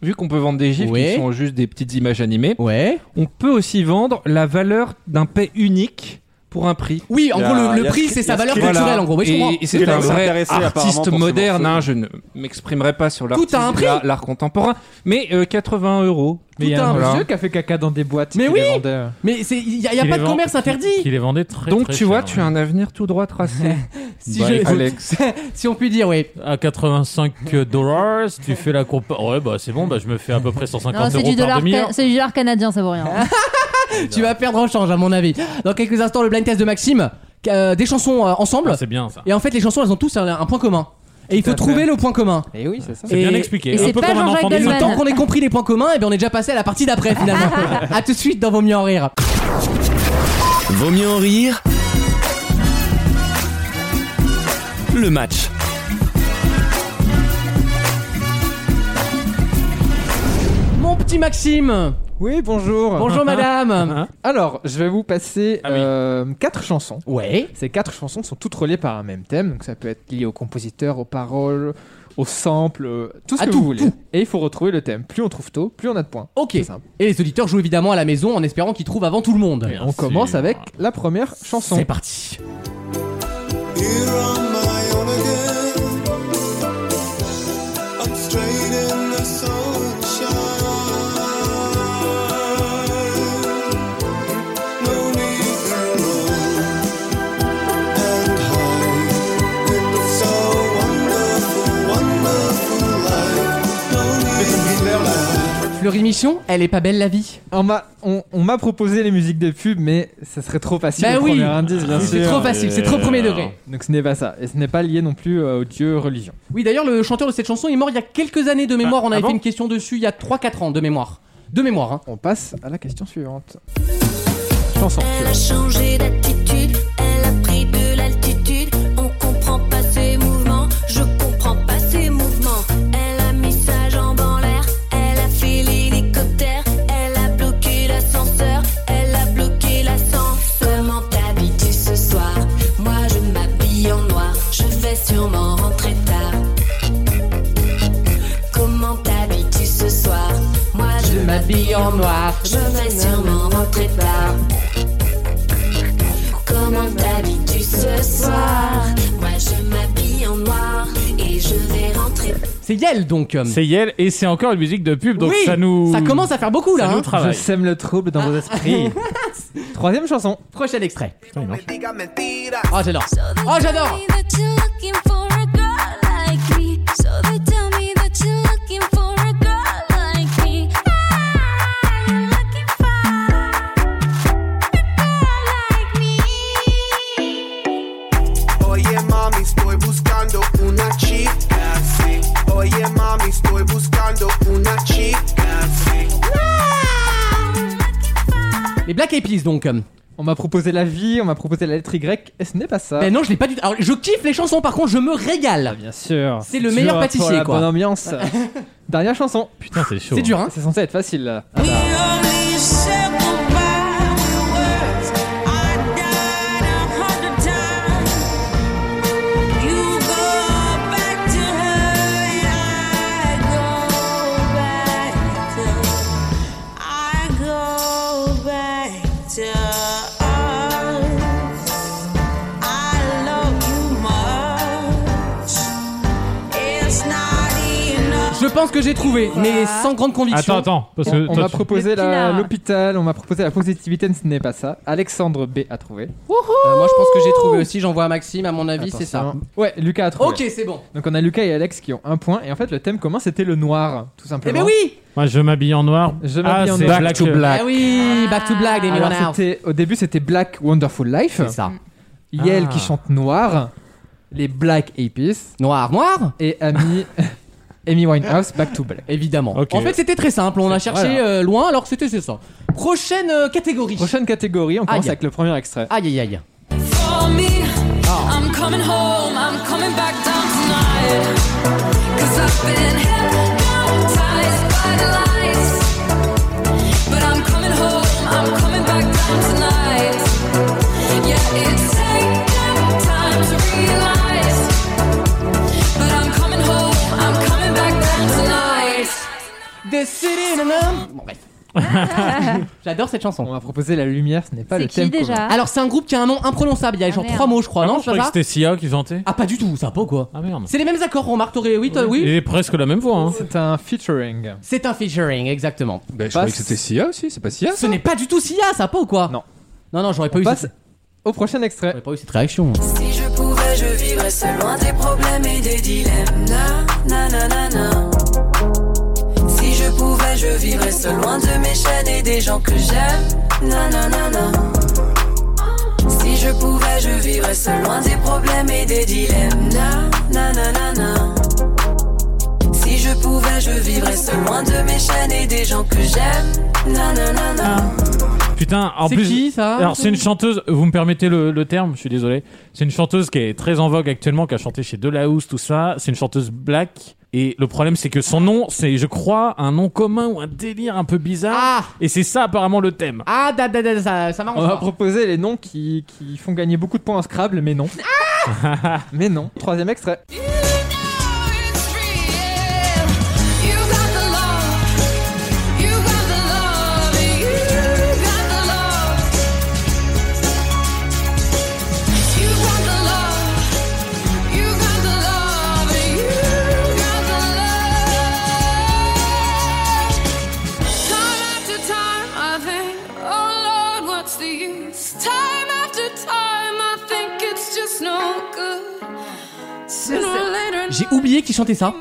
[SPEAKER 4] vu qu'on peut vendre des gifs
[SPEAKER 1] Ouais.
[SPEAKER 4] qui sont juste des petites images animées,
[SPEAKER 1] Ouais.
[SPEAKER 4] on peut aussi vendre la valeur d'un paix unique pour un prix.
[SPEAKER 1] Oui, en
[SPEAKER 2] Il y a-
[SPEAKER 1] gros, le- le,
[SPEAKER 2] Ah, il y a
[SPEAKER 1] prix,
[SPEAKER 2] ce-
[SPEAKER 1] c'est
[SPEAKER 2] il y
[SPEAKER 1] sa
[SPEAKER 2] a ce
[SPEAKER 1] valeur
[SPEAKER 2] qui-
[SPEAKER 1] culturelle, en gros. Oui, je comprends.
[SPEAKER 4] et, et c'est
[SPEAKER 2] Il
[SPEAKER 4] un
[SPEAKER 2] est
[SPEAKER 4] vrai
[SPEAKER 2] intéressé, apparemment, pour
[SPEAKER 4] artiste
[SPEAKER 2] ce
[SPEAKER 4] moderne,
[SPEAKER 2] morceau.
[SPEAKER 4] hein, je ne m'exprimerai pas sur l'art
[SPEAKER 1] Tout a un prix.
[SPEAKER 4] l'art contemporain, mais euh, 80 euros. hein,
[SPEAKER 5] Mais il y a un monsieur qui a fait caca dans des boîtes.
[SPEAKER 1] Mais
[SPEAKER 5] qui
[SPEAKER 1] oui.
[SPEAKER 5] les vendait.
[SPEAKER 1] Mais c'est- il y a, il y a
[SPEAKER 3] Qui
[SPEAKER 1] pas
[SPEAKER 3] les
[SPEAKER 1] de
[SPEAKER 3] vend-
[SPEAKER 1] commerce
[SPEAKER 3] qui-
[SPEAKER 1] interdit.
[SPEAKER 3] Qui les vendait très
[SPEAKER 4] Donc
[SPEAKER 3] très
[SPEAKER 4] tu vois,
[SPEAKER 3] cher,
[SPEAKER 4] tu as un avenir tout droit tracé.
[SPEAKER 1] Si,
[SPEAKER 3] Bah,
[SPEAKER 1] je-
[SPEAKER 4] Alex.
[SPEAKER 1] si on peut dire, oui.
[SPEAKER 3] À 85 dollars, tu fais la compa. Ouais, bah c'est bon, bah je me fais à peu près 150
[SPEAKER 8] Non, c'est
[SPEAKER 3] euros
[SPEAKER 8] du
[SPEAKER 3] par
[SPEAKER 8] dollar
[SPEAKER 3] demi-heure.
[SPEAKER 8] ca- c'est du dollar canadien, ça vaut rien.
[SPEAKER 1] Ah. Tu vas perdre en change, à mon avis. Dans quelques instants, le blind test de Maxime. Euh, des chansons euh, ensemble.
[SPEAKER 3] Ah, c'est bien ça.
[SPEAKER 1] Et en fait, les chansons, elles ont tous un, un point commun. Et il faut
[SPEAKER 5] Tout à fait.
[SPEAKER 1] trouver le point commun.
[SPEAKER 5] Et Eh oui, c'est ça.
[SPEAKER 3] C'est
[SPEAKER 1] et-
[SPEAKER 3] bien expliqué.
[SPEAKER 8] et
[SPEAKER 3] un
[SPEAKER 8] c'est
[SPEAKER 3] peu
[SPEAKER 8] pas
[SPEAKER 3] comme un
[SPEAKER 8] Jean-Jacques
[SPEAKER 3] enfant de
[SPEAKER 1] Le
[SPEAKER 8] Goldman.
[SPEAKER 1] temps qu'on ait compris les points communs, et bien on est déjà passé à la partie d'après finalement. à tout de suite dans Vos mieux en rire.
[SPEAKER 6] Vaut mieux en rire. Le match.
[SPEAKER 1] Petit Maxime
[SPEAKER 5] Oui, bonjour
[SPEAKER 1] Bonjour
[SPEAKER 3] Hein,
[SPEAKER 1] madame
[SPEAKER 5] Alors, je vais vous passer
[SPEAKER 3] Ah
[SPEAKER 5] euh, quatre chansons.
[SPEAKER 1] Ouais.
[SPEAKER 5] Ces quatre chansons sont toutes reliées par un même thème, donc ça peut être lié au compositeur, aux paroles, aux samples, euh, tout ce
[SPEAKER 1] À
[SPEAKER 5] que
[SPEAKER 1] tout,
[SPEAKER 5] vous voulez.
[SPEAKER 1] tout.
[SPEAKER 5] Et il faut retrouver le thème. Plus on trouve tôt, plus on a de points.
[SPEAKER 1] Ok. Et les auditeurs jouent évidemment à la maison en espérant qu'ils trouvent avant tout le monde.
[SPEAKER 5] On commence avec la première chanson.
[SPEAKER 1] C'est parti.
[SPEAKER 12] Straight in the sunshine. No need to run and hide. It's so wonderful, wonderful life. No need to laugh.
[SPEAKER 1] Fleury Michon, elle est pas belle la vie
[SPEAKER 5] On m'a on, on m'a proposé les musiques de pub, mais ça serait trop facile.
[SPEAKER 1] Bah
[SPEAKER 5] au
[SPEAKER 1] oui.
[SPEAKER 5] premier indice, bien
[SPEAKER 1] C'est
[SPEAKER 5] sûr.
[SPEAKER 1] trop facile, c'est trop premier degré.
[SPEAKER 5] Donc ce n'est pas ça, et ce n'est pas lié non plus euh, au dieu religion.
[SPEAKER 1] Oui, d'ailleurs, le chanteur de cette chanson est mort il y a quelques années de
[SPEAKER 5] Ah,
[SPEAKER 1] mémoire. On avait fait une question dessus il y a 3-4 ans de mémoire. De mémoire, hein.
[SPEAKER 5] On passe à la question suivante. Chanson.
[SPEAKER 12] Elle a changé d'attitude, elle a pris de l'altitude. On comprend pas ses mouvements, je comprends pas ses mouvements. Elle a mis sa jambe en l'air, elle a fait l'hélicoptère, elle a bloqué l'ascenseur, elle a bloqué l'ascenseur. Comment t'habilles-tu ce soir Moi je m'habille en noir, je vais sûrement rentrer tard. Comment t'habilles-tu ce soir Moi je m'habille en noir, je vais sûrement rentrer tard. Comment t'habilles-tu ce soir Moi je m'habille en noir et je vais rentrer.
[SPEAKER 1] C'est Yel donc. euh.
[SPEAKER 3] C'est Yel et c'est encore une musique de pub, donc
[SPEAKER 1] Oui,
[SPEAKER 3] ça nous.
[SPEAKER 1] ça commence à faire beaucoup, là,
[SPEAKER 3] Ça
[SPEAKER 1] hein.
[SPEAKER 3] nous travaille.
[SPEAKER 5] Je sème le trouble dans vos esprits. Troisième chanson.
[SPEAKER 1] Ah. Prochain extrait.
[SPEAKER 13] Oh,
[SPEAKER 1] j'adore.
[SPEAKER 13] Oh, j'adore.
[SPEAKER 12] Oye mami, estoy buscando una chica así. Oye mami, estoy buscando una chica así.
[SPEAKER 1] Les Black Eyed Peas donc. euh.
[SPEAKER 5] On m'a proposé la vie, on m'a proposé la lettre Y, et ce n'est pas ça. Ah,
[SPEAKER 1] Ben non, je l'ai pas du tout. Alors, je kiffe les chansons, par contre, je me régale.
[SPEAKER 5] Bien sûr.
[SPEAKER 1] C'est le meilleur
[SPEAKER 5] Toujours
[SPEAKER 1] pâtissier,
[SPEAKER 5] pour la
[SPEAKER 1] quoi.
[SPEAKER 5] Bonne ambiance. Dernière chanson.
[SPEAKER 3] Putain, c'est chaud.
[SPEAKER 1] C'est dur, hein.
[SPEAKER 5] C'est censé être facile. là.
[SPEAKER 12] It's not enough.
[SPEAKER 1] Je pense que j'ai trouvé, mais sans grande conviction.
[SPEAKER 3] Attends, attends, parce que
[SPEAKER 5] on
[SPEAKER 3] toi,
[SPEAKER 5] m'a
[SPEAKER 3] tu-
[SPEAKER 5] proposé
[SPEAKER 1] Le
[SPEAKER 5] la-
[SPEAKER 1] pinard.
[SPEAKER 5] l'hôpital, on m'a proposé la positivité, mais ce n'est pas ça. Alexandre B a trouvé.
[SPEAKER 1] Euh, moi, je pense que j'ai trouvé aussi. J'envoie à Maxime, à mon avis, c'est ça.
[SPEAKER 5] Attention. Ouais, Lucas a trouvé.
[SPEAKER 1] Ok, c'est bon.
[SPEAKER 5] Donc on a Lucas et Alex qui ont un point. Et en fait, le thème commun c'était le noir, tout
[SPEAKER 1] Eh
[SPEAKER 5] simplement.
[SPEAKER 1] ben oui
[SPEAKER 3] Moi, je m'habille en noir.
[SPEAKER 5] Je
[SPEAKER 3] ah,
[SPEAKER 5] m'habille en
[SPEAKER 3] c'est
[SPEAKER 5] noir.
[SPEAKER 3] Black to
[SPEAKER 1] Eh oui, Back to Black, des
[SPEAKER 5] Alors,
[SPEAKER 1] Millionaires.
[SPEAKER 5] c'était- au début, c'était Black Wonderful Life.
[SPEAKER 1] C'est ça.
[SPEAKER 5] Yel
[SPEAKER 1] Ah.
[SPEAKER 5] qui chante noir. Les Black Apis.
[SPEAKER 1] Noir, noir
[SPEAKER 5] Et Amy, Amy Winehouse, Back to Black.
[SPEAKER 1] Évidemment. En fait, c'était très simple. On a cherché
[SPEAKER 5] Voilà.
[SPEAKER 1] euh, loin, alors que c'était c'est ça. Prochaine euh, catégorie.
[SPEAKER 5] Prochaine catégorie, on commence
[SPEAKER 1] Aïe.
[SPEAKER 5] avec le premier extrait.
[SPEAKER 1] Aïe, aïe, aïe.
[SPEAKER 12] For me, I'm coming home, I'm coming back down tonight. Cause I've been hypnotized by the lights. But I'm coming home, I'm coming back down tonight. Yeah, it's taken time to realize. But I'm coming home, I'm coming back down tonight.
[SPEAKER 1] Décidé, nanana. Bon, bref. J'adore cette chanson.
[SPEAKER 5] On m'a proposé la lumière, ce n'est pas
[SPEAKER 8] C'est
[SPEAKER 5] le
[SPEAKER 8] qui
[SPEAKER 5] thème.
[SPEAKER 8] déjà
[SPEAKER 5] commun.
[SPEAKER 1] Alors, c'est un groupe qui a un nom imprononçable. Il y a genre
[SPEAKER 8] merde.
[SPEAKER 1] trois mots, je crois,
[SPEAKER 3] Ah
[SPEAKER 1] non
[SPEAKER 3] non, je
[SPEAKER 1] c'est pas
[SPEAKER 3] croyais que
[SPEAKER 1] ça
[SPEAKER 3] c'était Sia qui chantait.
[SPEAKER 1] Ah, pas du tout, ça, pas quoi.
[SPEAKER 3] Ah merde.
[SPEAKER 1] C'est les mêmes accords, remarque, t'aurais. Oui, t'as- Ah, oui.
[SPEAKER 3] Il est presque la même voix. Hein.
[SPEAKER 5] C'est un featuring.
[SPEAKER 1] C'est un featuring, exactement.
[SPEAKER 3] Bah,
[SPEAKER 2] Ben, je
[SPEAKER 1] Passe.
[SPEAKER 2] croyais que c'était
[SPEAKER 4] ah,
[SPEAKER 2] Sia aussi, c'est pas Sia
[SPEAKER 1] Ce n'est pas du tout Sia, ça, pas ou quoi
[SPEAKER 5] Non.
[SPEAKER 1] Non, non, j'aurais pas
[SPEAKER 5] On
[SPEAKER 1] eu
[SPEAKER 5] passe
[SPEAKER 1] cette-
[SPEAKER 5] au prochain extrait.
[SPEAKER 1] j'aurais pas eu cette réaction.
[SPEAKER 12] Si je pouvais, je vivrais seul loin des problèmes et des dilemmes. Na, na, na, na, na. Si je pouvais, je vivrais seul loin de mes chaînes et des gens que j'aime. Na, na, na, na. Si je pouvais, je vivrais seul loin des problèmes et des dilemmes. Na, na, na, na, na. Si je pouvais, je vivrais seul loin de mes chaînes et des gens que j'aime. Na, na, na, na.
[SPEAKER 3] Putain, en
[SPEAKER 1] C'est
[SPEAKER 3] plus.
[SPEAKER 1] qui, ça
[SPEAKER 3] Alors, c'est une chanteuse, vous me permettez le, le terme, je suis désolé. C'est une chanteuse qui est très en vogue actuellement, qui a chanté chez Delahousse, tout ça. C'est une chanteuse black. Et le problème, c'est que son nom, c'est, je crois, un nom commun ou un délire un peu bizarre. et c'est ça, apparemment, le thème.
[SPEAKER 1] Ah, da, da, da, ça, ça
[SPEAKER 5] On va
[SPEAKER 1] m'arrange.
[SPEAKER 5] proposer les noms qui, qui font gagner beaucoup de points à Scrabble, mais non.
[SPEAKER 1] Ah
[SPEAKER 5] mais non. Troisième extrait.
[SPEAKER 12] You got the love, you got the love, you got the love. You got the love, you got the love, you got the love. Time after time, I think, oh Lord, what's the use? Time after time, I think it's just no good. Sooner or later,
[SPEAKER 1] J'ai oublié qu'il chantait ça.